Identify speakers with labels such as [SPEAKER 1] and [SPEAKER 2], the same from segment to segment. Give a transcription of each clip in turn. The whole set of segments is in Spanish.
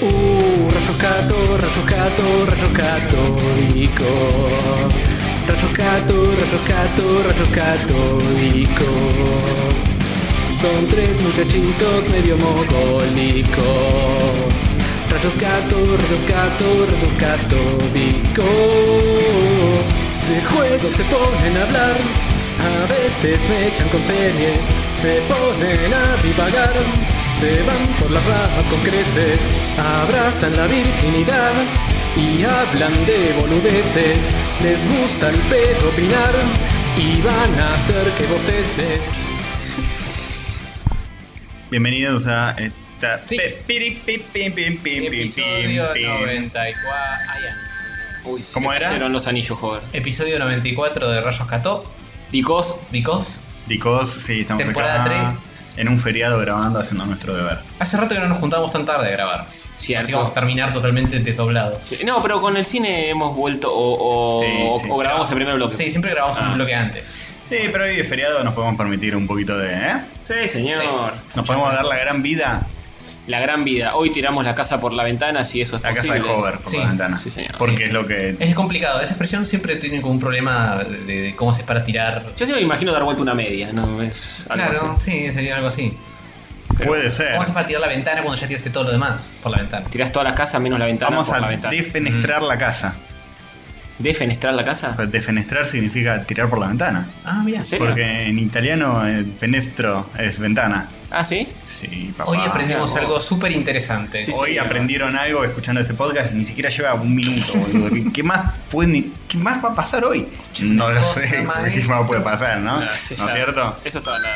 [SPEAKER 1] Uh, rayos gato, rayos gato, rayos católicos. Rayos gato, rayos gato, rayos católicos. Son tres muchachitos medio mogólicos. Rayos gato, rayos gato, rayos católicos. De juego se ponen a hablar. A veces me echan con series. Se ponen a divagar. Se van por las ramas con creces, abrazan la virginidad y hablan de boludeces. Les gusta el pedo opinar y van a hacer que bosteces.
[SPEAKER 2] Bienvenidos a esta.
[SPEAKER 3] Sí.
[SPEAKER 2] Pe- piri, pi, pim, pim, pim, pim,
[SPEAKER 3] Episodio
[SPEAKER 2] pim, pim.
[SPEAKER 3] 94. ah, ya.
[SPEAKER 4] Uy, se
[SPEAKER 2] ¿Cómo
[SPEAKER 4] te
[SPEAKER 2] era?
[SPEAKER 4] pusieron los anillos, joder.
[SPEAKER 3] Episodio 94 de Rayos Cató.
[SPEAKER 4] Dicos,
[SPEAKER 3] Dicos.
[SPEAKER 2] Dicos, sí, estamos
[SPEAKER 3] Temporada
[SPEAKER 2] acá. En un feriado grabando, haciendo nuestro deber.
[SPEAKER 3] Hace rato que no nos juntamos tan tarde a grabar.
[SPEAKER 4] Cierto.
[SPEAKER 3] Así que vamos a terminar totalmente desdoblados.
[SPEAKER 4] Sí, No, pero con el cine hemos vuelto o, o-
[SPEAKER 2] Sí,
[SPEAKER 4] o-
[SPEAKER 2] sí.
[SPEAKER 4] o grabamos el primer bloque.
[SPEAKER 3] Sí, siempre grabamos
[SPEAKER 4] Ah.
[SPEAKER 3] un bloque antes.
[SPEAKER 2] Sí, pero hoy es feriado, nos podemos permitir un poquito de. ¿eh?
[SPEAKER 4] Sí, señor.
[SPEAKER 2] Nos podemos dar la gran vida
[SPEAKER 4] La gran vida. Hoy tiramos la casa por la ventana, si eso es
[SPEAKER 2] la casa
[SPEAKER 4] posible.
[SPEAKER 2] de Hover por
[SPEAKER 3] Sí,
[SPEAKER 2] la ventana.
[SPEAKER 4] sí, señor.
[SPEAKER 2] Porque
[SPEAKER 3] Sí.
[SPEAKER 2] es lo que.
[SPEAKER 3] Es complicado, esa expresión siempre tiene como un problema de, de cómo se para tirar.
[SPEAKER 4] Yo siempre me imagino dar vuelta una media, ¿no? Es algo
[SPEAKER 3] Claro,
[SPEAKER 4] así. Eh.
[SPEAKER 3] sí, sería algo así.
[SPEAKER 2] Puede ser.
[SPEAKER 3] ¿Cómo haces para tirar la ventana cuando ya tiraste todo lo demás por la ventana?
[SPEAKER 4] Tirás toda la casa menos la ventana.
[SPEAKER 2] Vamos
[SPEAKER 4] por la
[SPEAKER 2] a
[SPEAKER 4] ventana.
[SPEAKER 2] defenestrar la casa.
[SPEAKER 4] ¿Defenestrar la casa?
[SPEAKER 2] Defenestrar significa tirar por la ventana.
[SPEAKER 3] Ah, mira.
[SPEAKER 4] ¿En serio?
[SPEAKER 2] Porque en italiano, eh, fenestro es ventana.
[SPEAKER 4] Ah, sí.
[SPEAKER 2] Sí, papá.
[SPEAKER 3] Hoy aprendimos
[SPEAKER 4] Ah, Mira,
[SPEAKER 3] algo súper interesante.
[SPEAKER 4] Sí,
[SPEAKER 2] Hoy
[SPEAKER 4] señor.
[SPEAKER 2] aprendieron algo escuchando este podcast, ni siquiera lleva un minuto, boludo. ¿Qué- ¿Qué más, pueden, ¿Qué más va a pasar hoy? No lo
[SPEAKER 3] cosa,
[SPEAKER 2] sé,
[SPEAKER 3] maestro.
[SPEAKER 2] ¿qué más puede pasar, no? ¿No
[SPEAKER 4] Ah,
[SPEAKER 2] es
[SPEAKER 4] sí, ya.
[SPEAKER 2] cierto?
[SPEAKER 4] Eso estaba en la,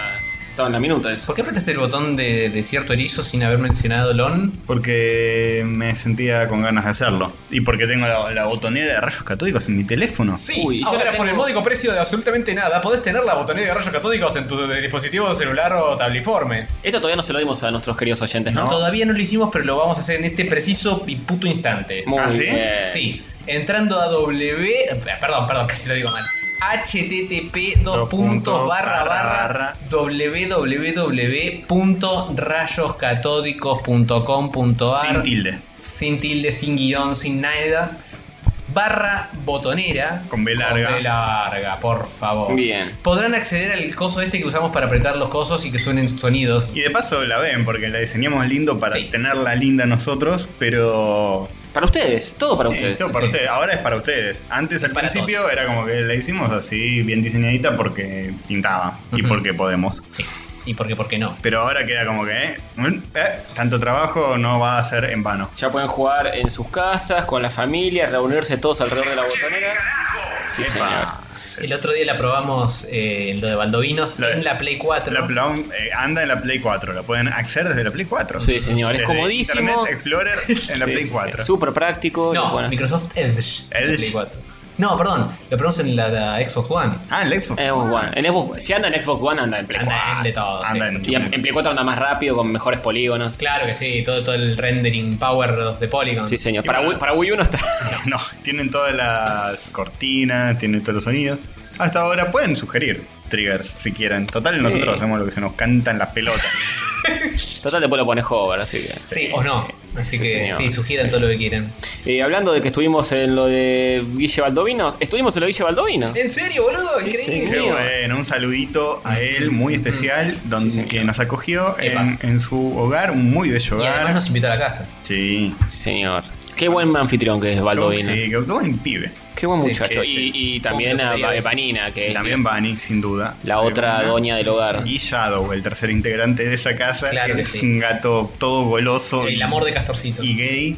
[SPEAKER 4] estaba en la minuta, eso.
[SPEAKER 3] ¿Por qué apretaste el botón de, de cierto erizo sin haber mencionado Lon?
[SPEAKER 2] Porque me sentía con ganas de hacerlo. Y porque tengo la, la botonera de rayos catódicos en mi teléfono.
[SPEAKER 3] Sí,
[SPEAKER 4] Uy, yo
[SPEAKER 3] ahora
[SPEAKER 4] la
[SPEAKER 3] por
[SPEAKER 4] tengo-
[SPEAKER 3] el módico precio de absolutamente nada podés tener la botonera de rayos catódicos en tu de- dispositivo celular o tabliforme.
[SPEAKER 4] Esto todavía no se lo dimos a nuestros queridos oyentes, ¿no?
[SPEAKER 2] No.
[SPEAKER 3] Todavía no lo hicimos, pero lo vamos a hacer en este preciso y puto instante.
[SPEAKER 4] Muy
[SPEAKER 2] ¿Ah, sí?
[SPEAKER 4] bien.
[SPEAKER 3] Sí, entrando a W. eh, Perdón, perdón, casi lo digo mal. http dos
[SPEAKER 2] Dos
[SPEAKER 3] puntos
[SPEAKER 2] puntos,
[SPEAKER 3] barra
[SPEAKER 2] barra,
[SPEAKER 3] barra
[SPEAKER 2] barra.
[SPEAKER 3] www.rayoscatódicos.com.ar
[SPEAKER 2] Sin tilde,
[SPEAKER 3] sin tilde, sin guión, sin nada. Barra botonera.
[SPEAKER 2] Con B larga.
[SPEAKER 3] Con B larga, por favor.
[SPEAKER 4] Bien.
[SPEAKER 3] Podrán acceder al coso este que usamos para apretar los cosos y que suenen sonidos.
[SPEAKER 2] Y de paso la ven, porque la diseñamos lindo para
[SPEAKER 3] Sí.
[SPEAKER 2] tenerla linda nosotros, pero...
[SPEAKER 4] Para ustedes, todo para
[SPEAKER 2] Sí,
[SPEAKER 4] ustedes.
[SPEAKER 2] esto para
[SPEAKER 3] sí.
[SPEAKER 2] ustedes. Ahora es para ustedes. Antes, al
[SPEAKER 3] para
[SPEAKER 2] principio, era como que la hicimos así, bien diseñadita, porque pintaba y
[SPEAKER 3] Ujú.
[SPEAKER 2] porque podemos.
[SPEAKER 3] Sí. ¿Y por qué, por qué no?
[SPEAKER 2] Pero ahora queda como que, eh, mm, eh, tanto trabajo no va a ser en vano.
[SPEAKER 4] Ya pueden jugar en sus casas, con la familia, reunirse todos alrededor de la botonera. Sí,
[SPEAKER 2] Epa.
[SPEAKER 3] El otro día la probamos eh, en lo de Baldovinos
[SPEAKER 2] Lo de-
[SPEAKER 3] en la Play 4.
[SPEAKER 2] La Plum, eh, anda en la Play 4, la pueden acceder desde la Play 4.
[SPEAKER 4] Sí, señor, es
[SPEAKER 2] Desde
[SPEAKER 4] comodísimo.
[SPEAKER 2] Internet Explorer en la
[SPEAKER 4] Sí,
[SPEAKER 2] Play
[SPEAKER 4] sí,
[SPEAKER 2] 4.
[SPEAKER 4] sí. Súper práctico. lo
[SPEAKER 3] no,
[SPEAKER 4] pueden hacer.
[SPEAKER 3] Microsoft Edge. en la
[SPEAKER 2] Edge.
[SPEAKER 3] Play 4. No, perdón, lo probamos en la, la Xbox One.
[SPEAKER 2] Ah, en la Xbox.
[SPEAKER 4] En Xbox One. En Xbox- si anda en Xbox One, anda en Play
[SPEAKER 3] Anda en
[SPEAKER 4] 4.
[SPEAKER 3] de todo. sí.
[SPEAKER 2] Anda en-
[SPEAKER 4] Y en en Play 4 anda más rápido, con mejores polígonos.
[SPEAKER 3] Claro que sí, todo, todo el rendering power de Polygon.
[SPEAKER 4] Sí, señor.
[SPEAKER 2] Y
[SPEAKER 4] Para
[SPEAKER 2] bueno.
[SPEAKER 4] Wii, para Wii 1 está.
[SPEAKER 2] No, tienen todas las cortinas, tienen todos los sonidos. Hasta ahora pueden sugerir triggers si quieren. Total,
[SPEAKER 4] Sí.
[SPEAKER 2] nosotros hacemos lo que se nos cantan las pelotas.
[SPEAKER 4] Total, después lo pones hover, así que.
[SPEAKER 3] Sí, o no. Así
[SPEAKER 4] Sí,
[SPEAKER 3] que
[SPEAKER 4] señor.
[SPEAKER 3] sí, sugieran todo lo que quieran.
[SPEAKER 4] Eh, hablando de que estuvimos en lo de Guille Baldovinos, estuvimos en lo de Guille Baldovino.
[SPEAKER 3] ¿En serio, boludo?
[SPEAKER 4] Sí,
[SPEAKER 3] Increíble.
[SPEAKER 4] sí.
[SPEAKER 2] Qué
[SPEAKER 4] Mío.
[SPEAKER 2] bueno, un saludito a él muy especial, donde,
[SPEAKER 4] señor.
[SPEAKER 2] que nos acogió
[SPEAKER 3] Epa.
[SPEAKER 2] en, en su hogar, un muy bello
[SPEAKER 3] Y además
[SPEAKER 2] hogar.
[SPEAKER 3] nos invitó a la casa.
[SPEAKER 2] Sí.
[SPEAKER 4] Sí, señor. Qué buen anfitrión que es Baldovino.
[SPEAKER 2] Sí, que- qué buen pibe.
[SPEAKER 4] Qué buen
[SPEAKER 3] Sí,
[SPEAKER 4] muchacho.
[SPEAKER 3] sí, sí.
[SPEAKER 4] Y, y también a
[SPEAKER 3] Ponte
[SPEAKER 4] Panina, que
[SPEAKER 2] Y
[SPEAKER 4] es
[SPEAKER 2] también Bunny, sin duda.
[SPEAKER 4] Este, la otra
[SPEAKER 2] Bunny.
[SPEAKER 4] doña del hogar.
[SPEAKER 2] Y Shadow, el tercer integrante de esa casa,
[SPEAKER 3] Claro
[SPEAKER 2] que
[SPEAKER 3] que
[SPEAKER 2] es
[SPEAKER 3] sí.
[SPEAKER 2] un gato todo goloso y,
[SPEAKER 3] El amor de Castorcito.
[SPEAKER 2] y gay.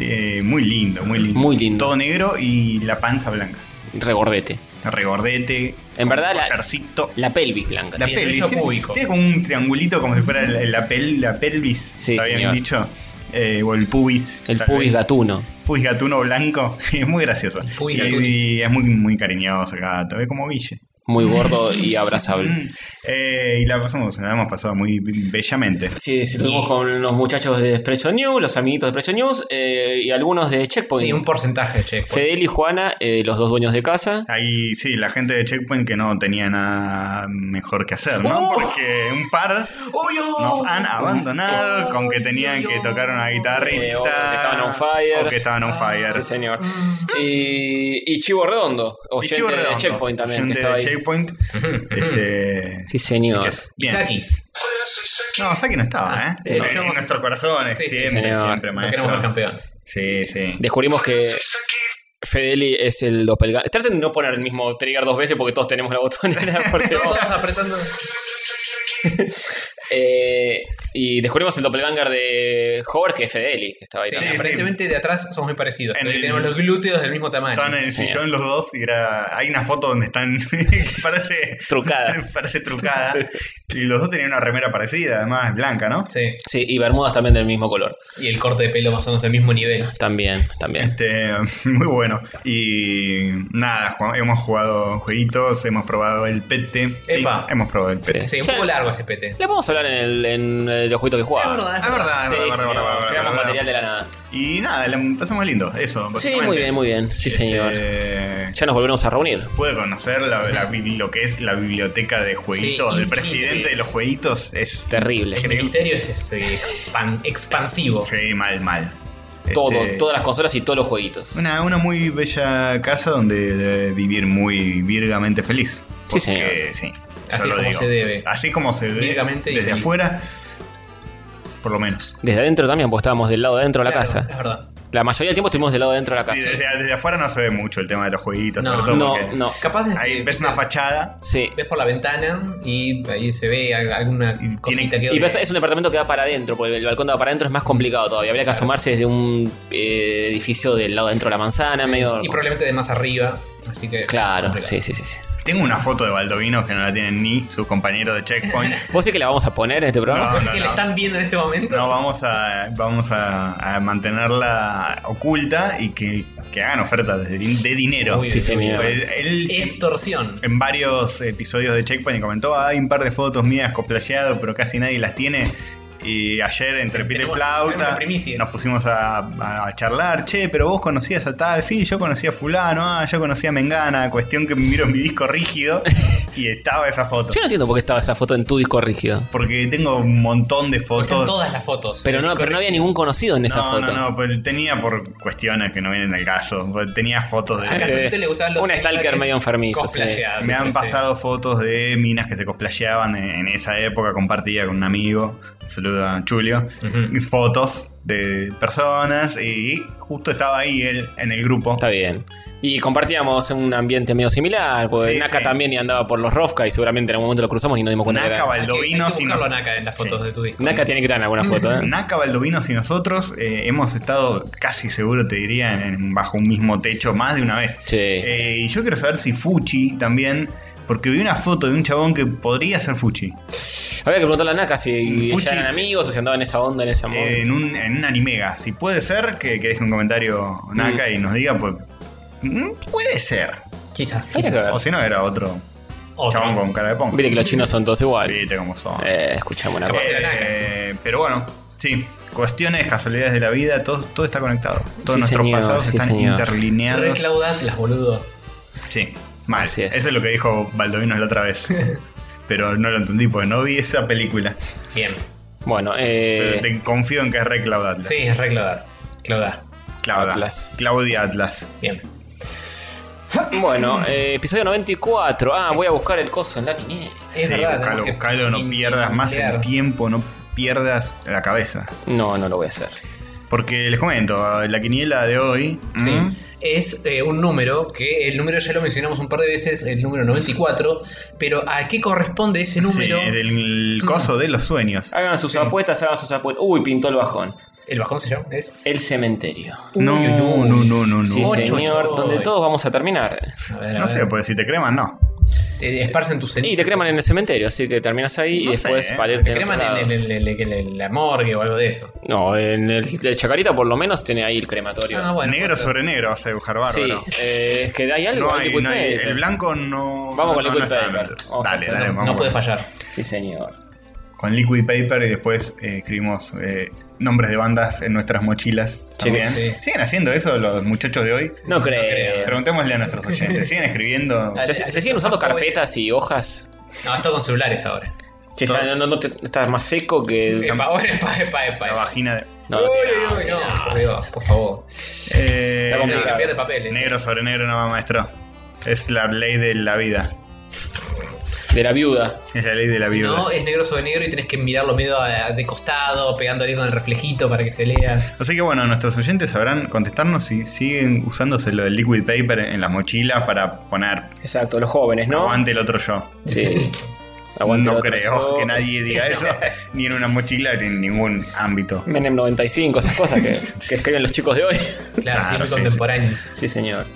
[SPEAKER 2] Eh, muy lindo, muy lindo.
[SPEAKER 4] Muy lindo.
[SPEAKER 2] Todo negro y la panza blanca.
[SPEAKER 4] Regordete.
[SPEAKER 2] Regordete.
[SPEAKER 4] En verdad, la-
[SPEAKER 2] collarcito.
[SPEAKER 4] La pelvis blanca.
[SPEAKER 2] La
[SPEAKER 3] Sí, el
[SPEAKER 2] pelvis.
[SPEAKER 3] vello
[SPEAKER 2] Tiene,
[SPEAKER 3] púbico.
[SPEAKER 2] tiene como un triangulito como si fuera la, la pel- la pelvis.
[SPEAKER 4] Sí,
[SPEAKER 2] está bien
[SPEAKER 4] señor.
[SPEAKER 2] dicho. Eh, o el pubis.
[SPEAKER 4] El
[SPEAKER 2] tal
[SPEAKER 4] pubis
[SPEAKER 2] vez.
[SPEAKER 4] gatuno.
[SPEAKER 2] Pubis gatuno blanco. es muy gracioso.
[SPEAKER 3] pubis
[SPEAKER 2] Sí,
[SPEAKER 3] gatunis.
[SPEAKER 2] y es muy, muy cariñoso el gato. Es como Guille.
[SPEAKER 4] muy gordo y abrazable.
[SPEAKER 2] Eh, y la pasamos, la hemos pasado muy bellamente.
[SPEAKER 4] Sí, sí, estuvimos con los muchachos de Expresso News, los amiguitos de Expresso News eh, y algunos de Checkpoint.
[SPEAKER 3] Sí, un porcentaje, che.
[SPEAKER 4] Fedel y Juana, eh, los dos dueños de casa.
[SPEAKER 2] Ahí sí, la gente de Checkpoint que no tenía nada mejor que hacer, ¿no?
[SPEAKER 4] ¡Oh!
[SPEAKER 2] Porque un par nos han abandonado con que tenían que tocar una guitarrita.
[SPEAKER 4] Eh, o que estaban on fire.
[SPEAKER 2] O que estaban on Ah, fire.
[SPEAKER 4] Ah, Sí, señor. Y, y Chivo Redondo,
[SPEAKER 2] Y
[SPEAKER 4] oyente
[SPEAKER 2] Chivo
[SPEAKER 4] de
[SPEAKER 2] Redondo,
[SPEAKER 4] Checkpoint también, que
[SPEAKER 2] oyente
[SPEAKER 4] estaba
[SPEAKER 2] de
[SPEAKER 4] ahí. Mm.
[SPEAKER 2] Checkpoint. este,
[SPEAKER 4] Sí, señor.
[SPEAKER 2] así que es- bien.
[SPEAKER 3] Isaki.
[SPEAKER 2] No, Saki no estaba, ¿eh?
[SPEAKER 4] eh,
[SPEAKER 2] En-
[SPEAKER 4] no.
[SPEAKER 2] en nuestros corazones,
[SPEAKER 3] Sí, sí,
[SPEAKER 2] siempre,
[SPEAKER 4] señor.
[SPEAKER 2] siempre,
[SPEAKER 4] Lo
[SPEAKER 3] No
[SPEAKER 2] maestro.
[SPEAKER 3] queremos ver campeón.
[SPEAKER 2] Sí, sí.
[SPEAKER 4] Descubrimos que Fedeli es el doppelganger. Traten de no poner el mismo trigger dos veces porque todos tenemos la botonera. porque no.
[SPEAKER 3] Todos apretando.
[SPEAKER 4] Eh, y descubrimos el doppelganger de Hover, que es Fedeli, que estaba ahí
[SPEAKER 3] Sí,
[SPEAKER 4] también.
[SPEAKER 3] aparentemente de atrás somos muy parecidos.
[SPEAKER 2] En
[SPEAKER 3] porque
[SPEAKER 2] el-
[SPEAKER 3] Tenemos los glúteos del mismo tamaño.
[SPEAKER 2] Estaban en el
[SPEAKER 4] Sí.
[SPEAKER 2] sillón los dos y era. Hay una foto donde están. que parece.
[SPEAKER 4] Trucada.
[SPEAKER 2] parece trucada. Y los dos tenían una remera parecida, además, blanca, ¿no?
[SPEAKER 3] Sí.
[SPEAKER 4] Sí, y Bermudas también del mismo color.
[SPEAKER 3] Y el corte de pelo más o menos al mismo nivel.
[SPEAKER 4] También, también.
[SPEAKER 2] Este, muy bueno. Y nada, ju- hemos jugado jueguitos, hemos probado el pete.
[SPEAKER 3] Epa.
[SPEAKER 2] hemos probado el pete.
[SPEAKER 3] Sí, un
[SPEAKER 4] Sí.
[SPEAKER 3] poco largo ese pete.
[SPEAKER 4] Le podemos hablar en el, en el jueguito que jugaba.
[SPEAKER 2] Ah, es verdad, es
[SPEAKER 4] Sí,
[SPEAKER 2] verdad,
[SPEAKER 4] sí,
[SPEAKER 2] verdad, verdad, verdad,
[SPEAKER 4] creamos
[SPEAKER 2] verdad.
[SPEAKER 4] material de la nada.
[SPEAKER 2] Y nada, la pasamos lindo, eso.
[SPEAKER 4] Sí,
[SPEAKER 2] básicamente.
[SPEAKER 4] muy bien, muy bien. Sí,
[SPEAKER 2] Este,
[SPEAKER 4] señor. Ya nos volveremos a reunir.
[SPEAKER 2] Pude conocer la- la bibli- lo que es la biblioteca de jueguitos
[SPEAKER 3] Sí,
[SPEAKER 2] del
[SPEAKER 3] infinito
[SPEAKER 2] presidente de
[SPEAKER 3] es.
[SPEAKER 2] los jueguitos. Es
[SPEAKER 4] Terrible.
[SPEAKER 3] El ministerio es ese expan- expansivo.
[SPEAKER 2] Sí, mal, mal.
[SPEAKER 4] Todo,
[SPEAKER 2] Este,
[SPEAKER 4] todas las consolas y todos los jueguitos.
[SPEAKER 2] Una, una muy bella casa donde debe vivir muy virgamente feliz.
[SPEAKER 4] Sí,
[SPEAKER 2] Porque, sí, yo
[SPEAKER 3] Así
[SPEAKER 2] lo
[SPEAKER 3] como
[SPEAKER 2] digo.
[SPEAKER 3] se debe.
[SPEAKER 2] Así como se ve
[SPEAKER 3] Virgamente y
[SPEAKER 2] desde
[SPEAKER 3] feliz.
[SPEAKER 2] afuera, por lo menos.
[SPEAKER 4] Desde adentro también, porque estábamos del lado de adentro de la
[SPEAKER 3] Claro, Es
[SPEAKER 4] casa.
[SPEAKER 3] verdad.
[SPEAKER 4] La mayoría del tiempo estuvimos del lado de adentro de la
[SPEAKER 2] Y
[SPEAKER 4] casa.
[SPEAKER 2] desde, desde afuera no se ve mucho el tema de los jueguitos,
[SPEAKER 3] No,
[SPEAKER 2] sobre todo
[SPEAKER 4] No,
[SPEAKER 2] porque
[SPEAKER 4] no.
[SPEAKER 3] Capaz de.
[SPEAKER 2] ahí ves una fachada.
[SPEAKER 4] Sí.
[SPEAKER 3] ves por la ventana y ahí se ve al- alguna
[SPEAKER 2] Y
[SPEAKER 3] cosita que
[SPEAKER 4] Y ves, es un departamento que da para adentro, porque el balcón da para adentro es más complicado todavía. Habría que asomarse desde un eh, edificio del lado adentro de la manzana, medio.
[SPEAKER 3] y probablemente de más arriba. Así que.
[SPEAKER 4] Claro,
[SPEAKER 3] complicado.
[SPEAKER 4] sí, sí, sí, sí.
[SPEAKER 2] Tengo una foto de Baldovinos que no la tienen ni sus compañeros de Checkpoint.
[SPEAKER 4] ¿Vos sí que la vamos a poner en este programa?
[SPEAKER 2] No,
[SPEAKER 3] Así
[SPEAKER 2] no,
[SPEAKER 3] que
[SPEAKER 2] no.
[SPEAKER 3] la están viendo en este momento.
[SPEAKER 2] No, vamos a vamos a, a mantenerla oculta y que, que hagan ofertas de, din- de dinero.
[SPEAKER 3] Muy
[SPEAKER 4] Sí,
[SPEAKER 3] bien.
[SPEAKER 4] señor.
[SPEAKER 2] Pues él
[SPEAKER 3] Extorsión.
[SPEAKER 2] en varios episodios de Checkpoint comentó, "Ah, hay un par de fotos mías cosplayado, pero casi nadie las tiene. Y ayer entre Peter
[SPEAKER 3] Tenemos
[SPEAKER 2] Flauta
[SPEAKER 3] una primicia.
[SPEAKER 2] nos pusimos a, a charlar, che, pero vos conocías a tal, sí, yo conocía a fulano, ah, yo conocía a Mengana, cuestión que miro en mi disco rígido y estaba esa foto.
[SPEAKER 4] Yo no entiendo por qué estaba esa foto en tu disco rígido.
[SPEAKER 2] Porque tengo un montón de
[SPEAKER 3] Porque Están
[SPEAKER 2] fotos.
[SPEAKER 3] todas las fotos.
[SPEAKER 4] Pero no, pero no había ningún conocido en esa
[SPEAKER 2] no,
[SPEAKER 4] foto.
[SPEAKER 2] No, no, pero tenía por cuestiones que no vienen al caso. pero Tenía fotos de.
[SPEAKER 3] A Castorcito le gustaban los
[SPEAKER 4] Eh, Un stalker
[SPEAKER 3] stalkers
[SPEAKER 4] medio enfermizo, sí.
[SPEAKER 3] cosplayados,
[SPEAKER 2] me
[SPEAKER 3] Ah, sí,
[SPEAKER 2] han
[SPEAKER 3] sí,
[SPEAKER 2] pasado fotos de minas que se cosplayaban en, en esa época, compartida con un amigo. Un saludo a Julio.
[SPEAKER 3] Ujú.
[SPEAKER 2] Fotos de personas y justo estaba ahí él en el grupo.
[SPEAKER 4] Está bien. Y compartíamos un ambiente medio similar, porque
[SPEAKER 2] Sí,
[SPEAKER 4] Naka
[SPEAKER 2] sí.
[SPEAKER 4] también y andaba por los Rofka y seguramente en algún momento lo cruzamos y no dimos cuenta. que
[SPEAKER 2] Naka,
[SPEAKER 4] era-
[SPEAKER 2] Baldovino,
[SPEAKER 3] Hay que
[SPEAKER 2] si nos-
[SPEAKER 3] buscarlo a Naka en las fotos
[SPEAKER 2] Sí.
[SPEAKER 3] de tu disco.
[SPEAKER 4] Naka tiene que estar en alguna foto, ¿eh?
[SPEAKER 2] Naka, Baldovinos y nosotros eh, hemos estado casi seguro, te diría, en- en- bajo un mismo techo más de una vez.
[SPEAKER 4] Sí.
[SPEAKER 2] Eh, y yo quiero saber si Fuchi también, porque vi una foto de un chabón que podría ser Fuchi.
[SPEAKER 4] Había que preguntarle a Naka si
[SPEAKER 2] Fuchi.
[SPEAKER 4] ya eran amigos o si andaban en esa onda, en esa moda.
[SPEAKER 2] Eh, en, un, en un animega. Si puede ser, que, que deje un comentario Naka y nos diga, pues. mm, Puede ser.
[SPEAKER 3] Quizás,
[SPEAKER 4] Habría que
[SPEAKER 3] quizás.
[SPEAKER 4] ver.
[SPEAKER 2] O si no, era otro
[SPEAKER 3] Otro.
[SPEAKER 2] chabón con cara de pongo.
[SPEAKER 4] Viste que los chinos son todos igual.
[SPEAKER 2] Viste cómo son.
[SPEAKER 4] Eh, escuchamos una
[SPEAKER 3] Capaz
[SPEAKER 4] cosa.
[SPEAKER 3] era Naka.
[SPEAKER 2] Eh, pero bueno, sí. Cuestiones, casualidades de la vida, todo, todo está conectado. Todos
[SPEAKER 4] Sí,
[SPEAKER 2] nuestros
[SPEAKER 4] señor,
[SPEAKER 2] pasados
[SPEAKER 4] sí,
[SPEAKER 2] están
[SPEAKER 4] señor.
[SPEAKER 2] interlineados.
[SPEAKER 3] Reclaudátelas, boludo.
[SPEAKER 2] Sí, mal.
[SPEAKER 4] Así es.
[SPEAKER 2] Eso es lo que dijo Baldovinos la otra vez. pero no lo entendí porque no vi esa película.
[SPEAKER 3] Bien.
[SPEAKER 4] Bueno, eh,
[SPEAKER 2] Pero te confío en que es re Cloud Atlas.
[SPEAKER 3] Sí, es reclaudar. Claudar.
[SPEAKER 2] Clauda.
[SPEAKER 4] Atlas.
[SPEAKER 2] Claudia Atlas.
[SPEAKER 3] Bien.
[SPEAKER 4] bueno eh, episodio 94. Ah, voy a buscar el coso en la quiniela.
[SPEAKER 3] Es
[SPEAKER 2] sí,
[SPEAKER 3] verdad.
[SPEAKER 2] buscalo,
[SPEAKER 3] tenemos que
[SPEAKER 2] buscalo, no
[SPEAKER 3] quin-
[SPEAKER 2] pierdas más el
[SPEAKER 3] quintear.
[SPEAKER 2] tiempo, no pierdas la cabeza.
[SPEAKER 4] No, no lo voy a hacer.
[SPEAKER 2] Porque les comento, la quiniela de hoy.
[SPEAKER 3] Sí.
[SPEAKER 2] ¿mm?
[SPEAKER 3] Es eh, un número que el número ya lo mencionamos un par de veces, el número 94. Pero ¿a qué corresponde ese
[SPEAKER 2] Sí,
[SPEAKER 3] número?
[SPEAKER 2] es del coso de los sueños.
[SPEAKER 4] Hagan sus apuestas, hagan sus apuestas. Uy, pintó el bajón.
[SPEAKER 3] El bajón se llama. Es.
[SPEAKER 4] El cementerio.
[SPEAKER 2] No,
[SPEAKER 3] Uy,
[SPEAKER 2] no,
[SPEAKER 3] uy, uy.
[SPEAKER 2] no, no, no.
[SPEAKER 4] Sí,
[SPEAKER 3] Ocho,
[SPEAKER 4] señor,
[SPEAKER 3] ocho.
[SPEAKER 4] donde todos vamos a terminar.
[SPEAKER 3] A ver, a
[SPEAKER 2] No sé, pues
[SPEAKER 3] ver.
[SPEAKER 2] porque si te creman, no.
[SPEAKER 3] eh, esparcen tus cenizas.
[SPEAKER 4] Y te creman en el cementerio, así que terminas ahí
[SPEAKER 2] No
[SPEAKER 4] y
[SPEAKER 2] sé,
[SPEAKER 4] después
[SPEAKER 2] ¿eh?
[SPEAKER 4] para irte
[SPEAKER 3] Te
[SPEAKER 4] en otro
[SPEAKER 3] creman en, el-
[SPEAKER 4] lado.
[SPEAKER 3] en el- en el- en la morgue o algo de eso.
[SPEAKER 4] No, en el de Chacarita por lo menos tiene ahí el crematorio.
[SPEAKER 3] Ah, bueno.
[SPEAKER 2] negro
[SPEAKER 3] puede ser.
[SPEAKER 2] sobre negro vas a dibujar
[SPEAKER 4] sí,
[SPEAKER 2] bárbaro.
[SPEAKER 4] eh, es que hay algo.
[SPEAKER 2] No
[SPEAKER 4] hay
[SPEAKER 2] hay,
[SPEAKER 4] liquid
[SPEAKER 2] no hay-
[SPEAKER 4] paper.
[SPEAKER 2] el blanco no.
[SPEAKER 4] Vamos con
[SPEAKER 2] no- no
[SPEAKER 4] liquid
[SPEAKER 2] está-
[SPEAKER 4] paper. Vamos a
[SPEAKER 2] Dale,
[SPEAKER 4] hacer-
[SPEAKER 2] dale,
[SPEAKER 4] no-
[SPEAKER 2] vamos.
[SPEAKER 3] No puede
[SPEAKER 2] con-
[SPEAKER 3] fallar.
[SPEAKER 4] Sí, señor.
[SPEAKER 2] Con liquid paper y después eh, escribimos eh, nombres de bandas en nuestras mochilas. También.
[SPEAKER 3] sí.
[SPEAKER 2] ¿Siguen haciendo eso los muchachos de hoy?
[SPEAKER 4] No creo.
[SPEAKER 2] Preguntémosle a nuestros oyentes. ¿Siguen escribiendo?
[SPEAKER 3] Dale.
[SPEAKER 4] Ya ¿Se, se siguen usando carpetas y hojas?
[SPEAKER 3] No, es todo con celulares ahora.
[SPEAKER 4] Che, ya no, no- no te- estás más seco que.
[SPEAKER 3] Epa, bueno, epa, epa, epa.
[SPEAKER 2] La vagina de.
[SPEAKER 4] No, no tiene
[SPEAKER 3] Eh, Uy,
[SPEAKER 4] nada,
[SPEAKER 3] uy,
[SPEAKER 4] tiene
[SPEAKER 3] no,
[SPEAKER 4] nada.
[SPEAKER 3] por Dios, por favor.
[SPEAKER 2] Eh,
[SPEAKER 4] Está
[SPEAKER 3] Tengo que
[SPEAKER 4] complicado.
[SPEAKER 3] cambiar de papeles.
[SPEAKER 2] negro sobre negro, no, maestro. Es la ley de la vida.
[SPEAKER 4] De la viuda.
[SPEAKER 2] Es la ley de la
[SPEAKER 3] Si
[SPEAKER 2] vida.
[SPEAKER 3] no,
[SPEAKER 4] eh,
[SPEAKER 3] es negro sobre negro y tenés que mirarlo medio a- de costado, pegándole con el reflejito para que se lea.
[SPEAKER 2] Así que bueno, nuestros oyentes sabrán contestarnos si siguen usándose lo del liquid paper en las mochilas para poner
[SPEAKER 4] Exacto, los jóvenes, ¿no?
[SPEAKER 2] aguante el otro yo.
[SPEAKER 4] Sí.
[SPEAKER 2] no
[SPEAKER 4] el otro
[SPEAKER 2] creo
[SPEAKER 4] yo.
[SPEAKER 2] que nadie diga eso, ni en una mochila ni en ningún ámbito.
[SPEAKER 4] Menem 95, esas cosas que, que escriben los chicos de hoy.
[SPEAKER 3] Claro,
[SPEAKER 2] Claro,
[SPEAKER 3] sí, muy
[SPEAKER 2] sí,
[SPEAKER 3] contemporáneos.
[SPEAKER 4] Sí, señor.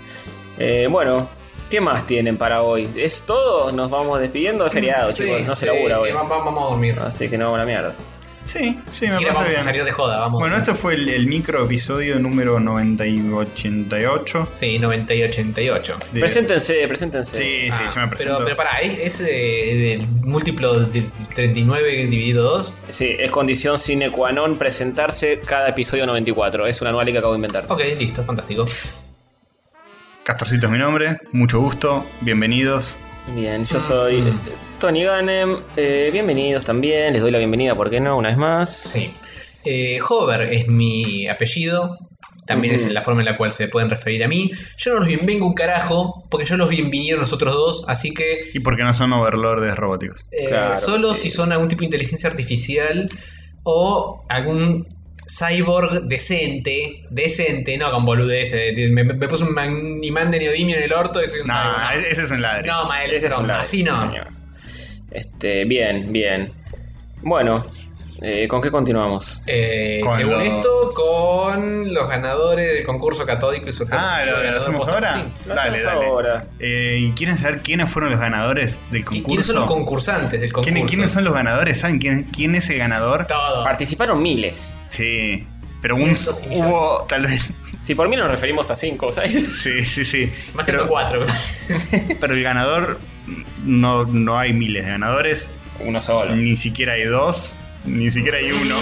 [SPEAKER 4] Eh, bueno, ¿qué más tienen para hoy? ¿Es todo? Nos vamos despidiendo de feriado,
[SPEAKER 3] Mm, Sí,
[SPEAKER 4] chicos. No se
[SPEAKER 3] sí,
[SPEAKER 4] labura
[SPEAKER 3] sí,
[SPEAKER 4] hoy. Ah,
[SPEAKER 3] va- va- vamos a dormir.
[SPEAKER 4] Así que no vamos a la mierda.
[SPEAKER 2] Sí, sí,
[SPEAKER 3] Ni
[SPEAKER 2] me
[SPEAKER 3] siquiera
[SPEAKER 2] parece
[SPEAKER 3] vamos a
[SPEAKER 2] bien.
[SPEAKER 3] salir de joda, vamos.
[SPEAKER 2] Bueno, este fue el, el micro episodio número 90 y 88.
[SPEAKER 3] Sí, 90 y 88.
[SPEAKER 2] de-
[SPEAKER 4] Preséntense, preséntense.
[SPEAKER 2] Sí, sí,
[SPEAKER 3] Ah,
[SPEAKER 2] yo me presento.
[SPEAKER 3] Pero, pero pará, ¿es, es eh, el múltiplo de 39 dividido 2?
[SPEAKER 4] Sí, es condición sine qua non presentarse cada episodio 94. Es una anual que acabo de inventar.
[SPEAKER 3] Ok, listo, fantástico.
[SPEAKER 2] Castorcito es mi nombre, mucho gusto, bienvenidos.
[SPEAKER 4] Bien,
[SPEAKER 3] Mm.
[SPEAKER 4] yo soy
[SPEAKER 2] Mm.
[SPEAKER 4] eh, Tony Ganem. Eh, bienvenidos también. Les doy la bienvenida, ¿por qué no? Una vez más.
[SPEAKER 3] Sí. Eh, Hover es mi apellido. También
[SPEAKER 4] Ujú.
[SPEAKER 3] es la forma en la cual se pueden referir a mí. Yo no los bienvengo un carajo, porque yo los bienvinieron nosotros dos, así que
[SPEAKER 2] Y porque no son overlordes robóticos.
[SPEAKER 3] eh,
[SPEAKER 4] Claro,
[SPEAKER 3] solo
[SPEAKER 4] sí.
[SPEAKER 3] si son algún tipo de inteligencia artificial o algún cyborg decente, decente, no con boludeces. Me, me- me puse un man- imán de neodimio en el orto y soy un cyborg.
[SPEAKER 2] Nah, e-, ese es un ladrillo.
[SPEAKER 3] No,
[SPEAKER 4] Ese Este es
[SPEAKER 3] maestro,
[SPEAKER 4] un lado,
[SPEAKER 3] así
[SPEAKER 4] sí,
[SPEAKER 3] no.
[SPEAKER 4] señor. Este, bien, bien. Bueno, eh, ¿con qué continuamos?
[SPEAKER 3] Eh,
[SPEAKER 2] Con
[SPEAKER 3] según
[SPEAKER 2] los-
[SPEAKER 3] esto, con los ganadores del concurso catódico y su
[SPEAKER 2] Ah, ¿lo, lo hacemos ahora?
[SPEAKER 4] Lo
[SPEAKER 2] dale,
[SPEAKER 4] hacemos
[SPEAKER 2] dale.
[SPEAKER 4] ahora.
[SPEAKER 2] Eh, ¿y ¿Quieren saber quiénes fueron los ganadores del concurso?
[SPEAKER 3] ¿Quiénes son los concursantes del concurso?
[SPEAKER 2] ¿Quiénes, quiénes son los ganadores? ¿Saben quién, quién es el ganador?
[SPEAKER 3] Todos.
[SPEAKER 4] Participaron miles.
[SPEAKER 2] Sí. Pero un,
[SPEAKER 3] Cientos y millones.
[SPEAKER 2] hubo, tal vez.
[SPEAKER 4] Si por mí nos referimos a cinco, ¿sabes?
[SPEAKER 2] Sí, sí, sí.
[SPEAKER 3] Más tengo
[SPEAKER 2] pero,
[SPEAKER 3] cuatro.
[SPEAKER 2] pero el ganador, no, no hay miles de ganadores.
[SPEAKER 4] Uno solo.
[SPEAKER 2] Ni siquiera hay dos. Ni siquiera hay uno.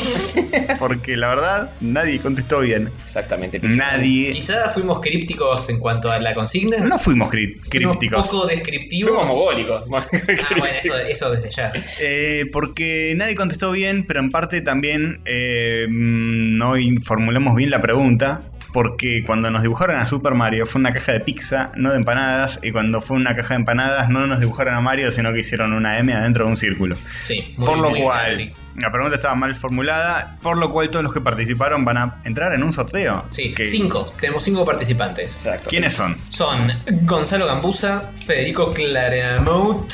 [SPEAKER 2] Porque la verdad, nadie contestó bien.
[SPEAKER 4] Exactamente. Pichu.
[SPEAKER 2] Nadie.
[SPEAKER 3] Quizá fuimos crípticos en cuanto a la consigna.
[SPEAKER 2] No fuimos cri-
[SPEAKER 3] Fuimos
[SPEAKER 2] crípticos.
[SPEAKER 3] poco descriptivos.
[SPEAKER 4] Fuimos mogólicos.
[SPEAKER 3] Ah, bueno, eso, eso desde ya.
[SPEAKER 2] Eh, porque nadie contestó bien, pero en parte también eh, mm, no in- formulamos bien la pregunta. Porque cuando nos dibujaron a Super Mario fue una caja de pizza, no de empanadas. Y cuando fue una caja de empanadas no nos dibujaron a Mario, sino que hicieron una M adentro de un círculo.
[SPEAKER 3] Sí, muy-
[SPEAKER 2] Por lo
[SPEAKER 3] muy
[SPEAKER 2] cual,
[SPEAKER 3] bien.
[SPEAKER 2] la pregunta estaba mal formulada. Por lo cual, todos los que participaron van a entrar en un sorteo.
[SPEAKER 3] Sí,
[SPEAKER 2] Que-
[SPEAKER 3] cinco. Tenemos cinco participantes.
[SPEAKER 4] Exacto.
[SPEAKER 2] ¿Quiénes son?
[SPEAKER 3] Son Gonzalo Gambusa, Federico Claramont,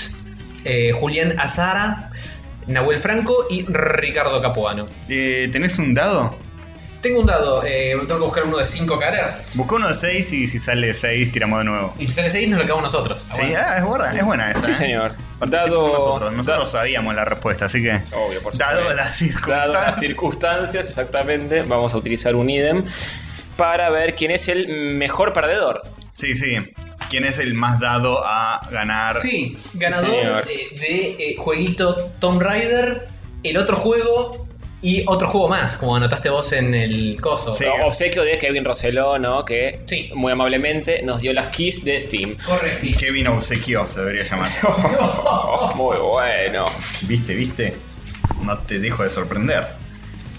[SPEAKER 3] eh, Julián Azara, Nahuel Franco y Ricardo Capuano.
[SPEAKER 2] Eh, ¿Tenés un dado?
[SPEAKER 3] Tengo un dado, eh, tengo que buscar uno de cinco caras.
[SPEAKER 2] Buscá uno de seis y si sale seis, tiramos de nuevo.
[SPEAKER 3] Y si sale seis, nos lo acabamos nosotros.
[SPEAKER 2] Sí,
[SPEAKER 3] Aguanta.
[SPEAKER 2] ah, es buena, es buena esa.
[SPEAKER 4] Sí,
[SPEAKER 2] eh.
[SPEAKER 4] señor.
[SPEAKER 2] Participamos
[SPEAKER 4] Dado.
[SPEAKER 2] Nosotros, nosotros sabíamos la respuesta, así que.
[SPEAKER 4] Obvio, por
[SPEAKER 2] Dado
[SPEAKER 4] supuesto.
[SPEAKER 2] las
[SPEAKER 4] Dado las
[SPEAKER 2] circunstancias.
[SPEAKER 4] circunstancias, exactamente, vamos a utilizar un idem para ver quién es el mejor perdedor.
[SPEAKER 2] Sí, sí. ¿Quién es el más dado a ganar?
[SPEAKER 3] Sí,
[SPEAKER 4] señor.
[SPEAKER 3] ganador eh, de eh, jueguito Tomb Raider, el otro juego y otro juego más, como anotaste vos en el coso.
[SPEAKER 2] Sí.
[SPEAKER 4] Obsequio de Kevin Rosselló, ¿no? Que
[SPEAKER 3] Sí.
[SPEAKER 4] muy amablemente nos dio las keys de Steam.
[SPEAKER 3] Correcto.
[SPEAKER 2] Kevin obsequio se debería llamar.
[SPEAKER 3] Oh,
[SPEAKER 4] Oh, Muy bueno.
[SPEAKER 2] ¿Viste, viste? No te dejo de sorprender.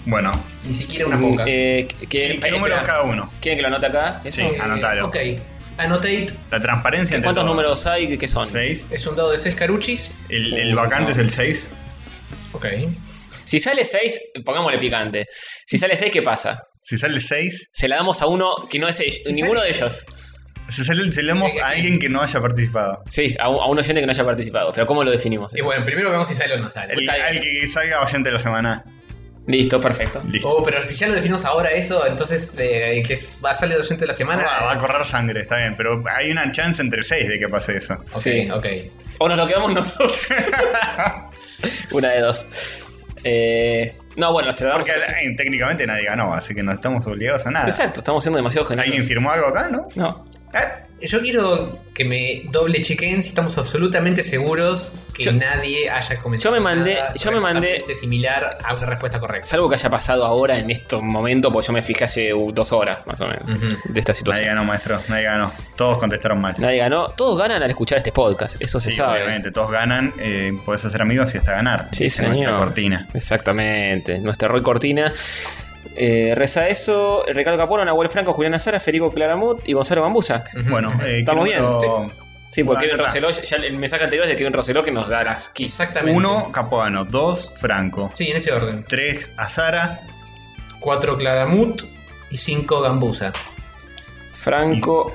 [SPEAKER 2] Bueno,
[SPEAKER 3] Ni siquiera una poca.
[SPEAKER 4] Eh,
[SPEAKER 2] ¿qué
[SPEAKER 4] ¿quién-
[SPEAKER 2] qué número
[SPEAKER 4] espera,
[SPEAKER 2] cada uno?
[SPEAKER 4] ¿Quieren que lo anote acá? ¿Eso?
[SPEAKER 2] Sí, anotalo.
[SPEAKER 3] Eh, Ok, anotate.
[SPEAKER 2] La transparencia entre
[SPEAKER 4] ¿Cuántos
[SPEAKER 2] todos.
[SPEAKER 4] números hay? ¿Qué- ¿Qué son?
[SPEAKER 2] Seis.
[SPEAKER 3] Es un dado de seis caruchis.
[SPEAKER 2] El, el
[SPEAKER 4] Uh,
[SPEAKER 2] vacante
[SPEAKER 4] no.
[SPEAKER 2] es el 6.
[SPEAKER 3] Ok.
[SPEAKER 4] Si sale 6, pongámosle picante. Si sale 6, ¿qué pasa?
[SPEAKER 2] Si sale 6,
[SPEAKER 4] Se la damos a uno que no es ell- ninguno de ellos.
[SPEAKER 2] si sale, se le damos a alguien que no haya participado.
[SPEAKER 4] Sí, a un, a un oyente que no haya participado. Pero ¿cómo lo definimos?
[SPEAKER 3] Y
[SPEAKER 4] eso?
[SPEAKER 3] bueno, primero vemos si sale o no sale.
[SPEAKER 2] El,
[SPEAKER 4] Está Pues bien.
[SPEAKER 2] al que salga oyente de la semana.
[SPEAKER 4] Listo, perfecto.
[SPEAKER 2] Listo.
[SPEAKER 3] Oh, pero si ya lo definimos ahora eso, entonces eh, que es- va a salir docente de la semana.
[SPEAKER 2] Ah, va a correr sangre, está bien, pero hay una chance entre seis de que pase eso.
[SPEAKER 3] Ok,
[SPEAKER 4] Sí.
[SPEAKER 3] ok.
[SPEAKER 4] O nos lo quedamos nosotros. Una de dos. Eh, no, bueno, se lo damos
[SPEAKER 2] Porque
[SPEAKER 4] a la-
[SPEAKER 2] eh, técnicamente nadie ganó, así que no estamos obligados a nada.
[SPEAKER 4] Exacto, estamos siendo demasiado
[SPEAKER 2] ¿Alguien
[SPEAKER 4] generosos.
[SPEAKER 2] firmó algo acá, no?
[SPEAKER 4] No.
[SPEAKER 2] ¿Eh?
[SPEAKER 3] Yo quiero que me doble chequen si estamos absolutamente seguros que
[SPEAKER 4] Yo-
[SPEAKER 3] nadie haya comentado.
[SPEAKER 4] yo me mandé-
[SPEAKER 3] nada
[SPEAKER 4] yo me mandé-
[SPEAKER 3] correctamente similar a una respuesta correcta.
[SPEAKER 4] Salvo que haya pasado ahora en este momento, porque yo me fijé hace uh, dos horas, más o menos,
[SPEAKER 3] Ujú.
[SPEAKER 4] de esta
[SPEAKER 2] Nadie
[SPEAKER 4] situación.
[SPEAKER 2] ganó, maestro, nadie ganó. Todos contestaron mal.
[SPEAKER 4] Nadie ganó. Todos ganan al escuchar este podcast, eso se
[SPEAKER 2] Sí,
[SPEAKER 4] sabe.
[SPEAKER 2] obviamente, todos ganan, eh, podés hacer amigos y hasta ganar.
[SPEAKER 4] Sí,
[SPEAKER 2] Dice
[SPEAKER 4] señor.
[SPEAKER 2] nuestra cortina.
[SPEAKER 4] Exactamente. Nuestra Roy Cortina. Eh, reza eso, Ricardo Capora, Nahuel Franco, Julián Azara, Federico Claramut y Gonzalo Bambusa.
[SPEAKER 3] Ujú.
[SPEAKER 2] Bueno, eh,
[SPEAKER 4] Estamos
[SPEAKER 2] ¿qué
[SPEAKER 4] bien,
[SPEAKER 2] número?
[SPEAKER 4] Sí, porque
[SPEAKER 2] Bueno,
[SPEAKER 4] Kevin
[SPEAKER 2] acá está.
[SPEAKER 4] Rosselló, ya el mensaje anterior es de Kevin Rosselló que nos da las keys.
[SPEAKER 3] Exactamente.
[SPEAKER 2] Uno, Capuano. Dos, Franco.
[SPEAKER 3] Sí, en ese orden.
[SPEAKER 2] Tres, Azara.
[SPEAKER 3] 4 Claramut y 5 Gambusa.
[SPEAKER 4] Franco,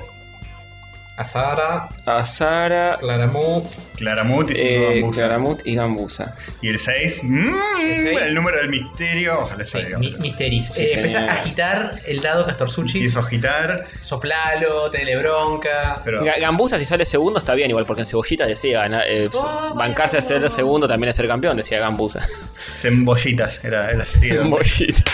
[SPEAKER 3] Azara,
[SPEAKER 4] Azara,
[SPEAKER 3] Claramut.
[SPEAKER 2] Claramut y cinco
[SPEAKER 4] eh,
[SPEAKER 2] Bambusa.
[SPEAKER 4] Claramut y Gambusa.
[SPEAKER 2] Y el seis, mm,
[SPEAKER 3] El
[SPEAKER 2] el,
[SPEAKER 3] seis.
[SPEAKER 2] número del misterio. Ojalá
[SPEAKER 3] Sí,
[SPEAKER 2] salga.
[SPEAKER 3] mi- misteris.
[SPEAKER 4] Sí,
[SPEAKER 3] Eh, empezá
[SPEAKER 4] señor.
[SPEAKER 3] a agitar el dado Castorzuchi.
[SPEAKER 2] Quiso agitar,
[SPEAKER 3] Soplalo, tenle bronca.
[SPEAKER 2] pero
[SPEAKER 4] Ga- Gambusa, si sale segundo, está bien, igual, porque en Cebollita decía ganar- eh,
[SPEAKER 3] Oh,
[SPEAKER 4] bancarse a ser
[SPEAKER 3] bueno.
[SPEAKER 4] segundo también es ser campeón, decía Gambusa.
[SPEAKER 2] Sembollitas era la serie. donde-
[SPEAKER 4] Cebollita.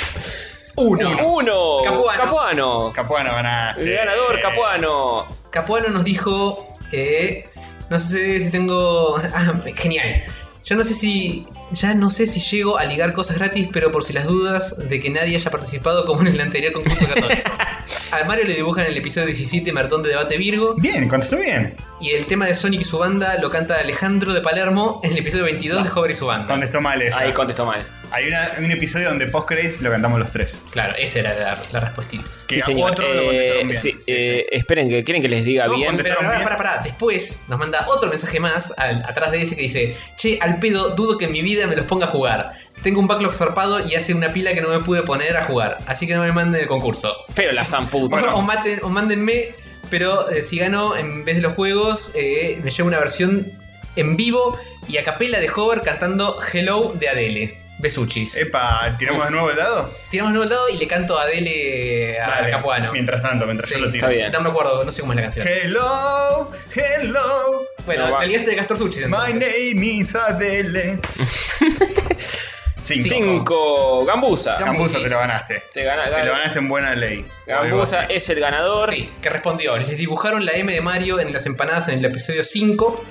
[SPEAKER 3] Uno.
[SPEAKER 4] Uno.
[SPEAKER 3] Capuano.
[SPEAKER 4] Capuano.
[SPEAKER 2] Capuano ganaste. Eh,
[SPEAKER 4] El ganador, Capuano.
[SPEAKER 3] Capuano nos dijo. eh, no sé si tengo. Ah, genial. Yo no sé si. Ya no sé si llego a ligar cosas gratis, pero por si las dudas de que nadie haya participado como en el anterior concurso católico. Al Mario le dibujan en el episodio 17 Maratón de Debate Virgo.
[SPEAKER 2] Bien, contestó bien.
[SPEAKER 3] Y el tema de Sonic y su banda lo canta Alejandro de Palermo en el episodio 22 de Hover y su banda.
[SPEAKER 2] Contestó mal esa.
[SPEAKER 4] Ahí contestó mal.
[SPEAKER 2] Hay una- un episodio donde post credits lo cantamos los tres.
[SPEAKER 3] Claro, esa era la, la respostita.
[SPEAKER 2] Que
[SPEAKER 4] sí,
[SPEAKER 2] a
[SPEAKER 4] señor.
[SPEAKER 2] otro lo contestaron
[SPEAKER 4] Eh,
[SPEAKER 2] bien.
[SPEAKER 4] sí, eh, esperen, que quieren que les diga
[SPEAKER 2] Todos
[SPEAKER 4] bien.
[SPEAKER 2] contestaron
[SPEAKER 3] Pero pará,
[SPEAKER 2] bien.
[SPEAKER 3] pará, pará. Después nos manda otro mensaje más al- atrás de ese que dice: Che, al pedo, dudo que en mi vida me los ponga a jugar. Tengo un backlog zarpado y hace una pila que no me pude poner a jugar. Así que no me manden el concurso.
[SPEAKER 4] Pero la zamputa.
[SPEAKER 2] Bueno.
[SPEAKER 3] O, maten- o mándenme, pero eh, si gano, en vez de los juegos, eh, me llevo una versión en vivo y a capela de Hover cantando Hello de Adele. Besuchis.
[SPEAKER 2] Eh. Epa, ¿tiramos de nuevo el dado?
[SPEAKER 3] Tiramos nuevo el dado y le canto a Adele eh, a
[SPEAKER 2] Dale,
[SPEAKER 3] Capuano.
[SPEAKER 2] Mientras tanto, mientras
[SPEAKER 3] Sí,
[SPEAKER 2] yo lo tiro.
[SPEAKER 4] está bien.
[SPEAKER 3] No me acuerdo, no sé cómo es la canción.
[SPEAKER 2] Hello, hello,
[SPEAKER 3] Bueno,
[SPEAKER 4] No, va.
[SPEAKER 3] la ligaste de Castor Suchis.
[SPEAKER 2] my
[SPEAKER 3] entonces.
[SPEAKER 2] name is Adele. Cinco.
[SPEAKER 4] Cinco. Gambusa.
[SPEAKER 2] Gambusa, te lo ganaste.
[SPEAKER 4] Te gana-
[SPEAKER 2] Te lo ganaste en buena ley. O
[SPEAKER 4] Gambusa
[SPEAKER 2] algo así.
[SPEAKER 4] es el ganador.
[SPEAKER 3] Sí, que respondió. Les dibujaron la M de Mario en las empanadas en el episodio 5.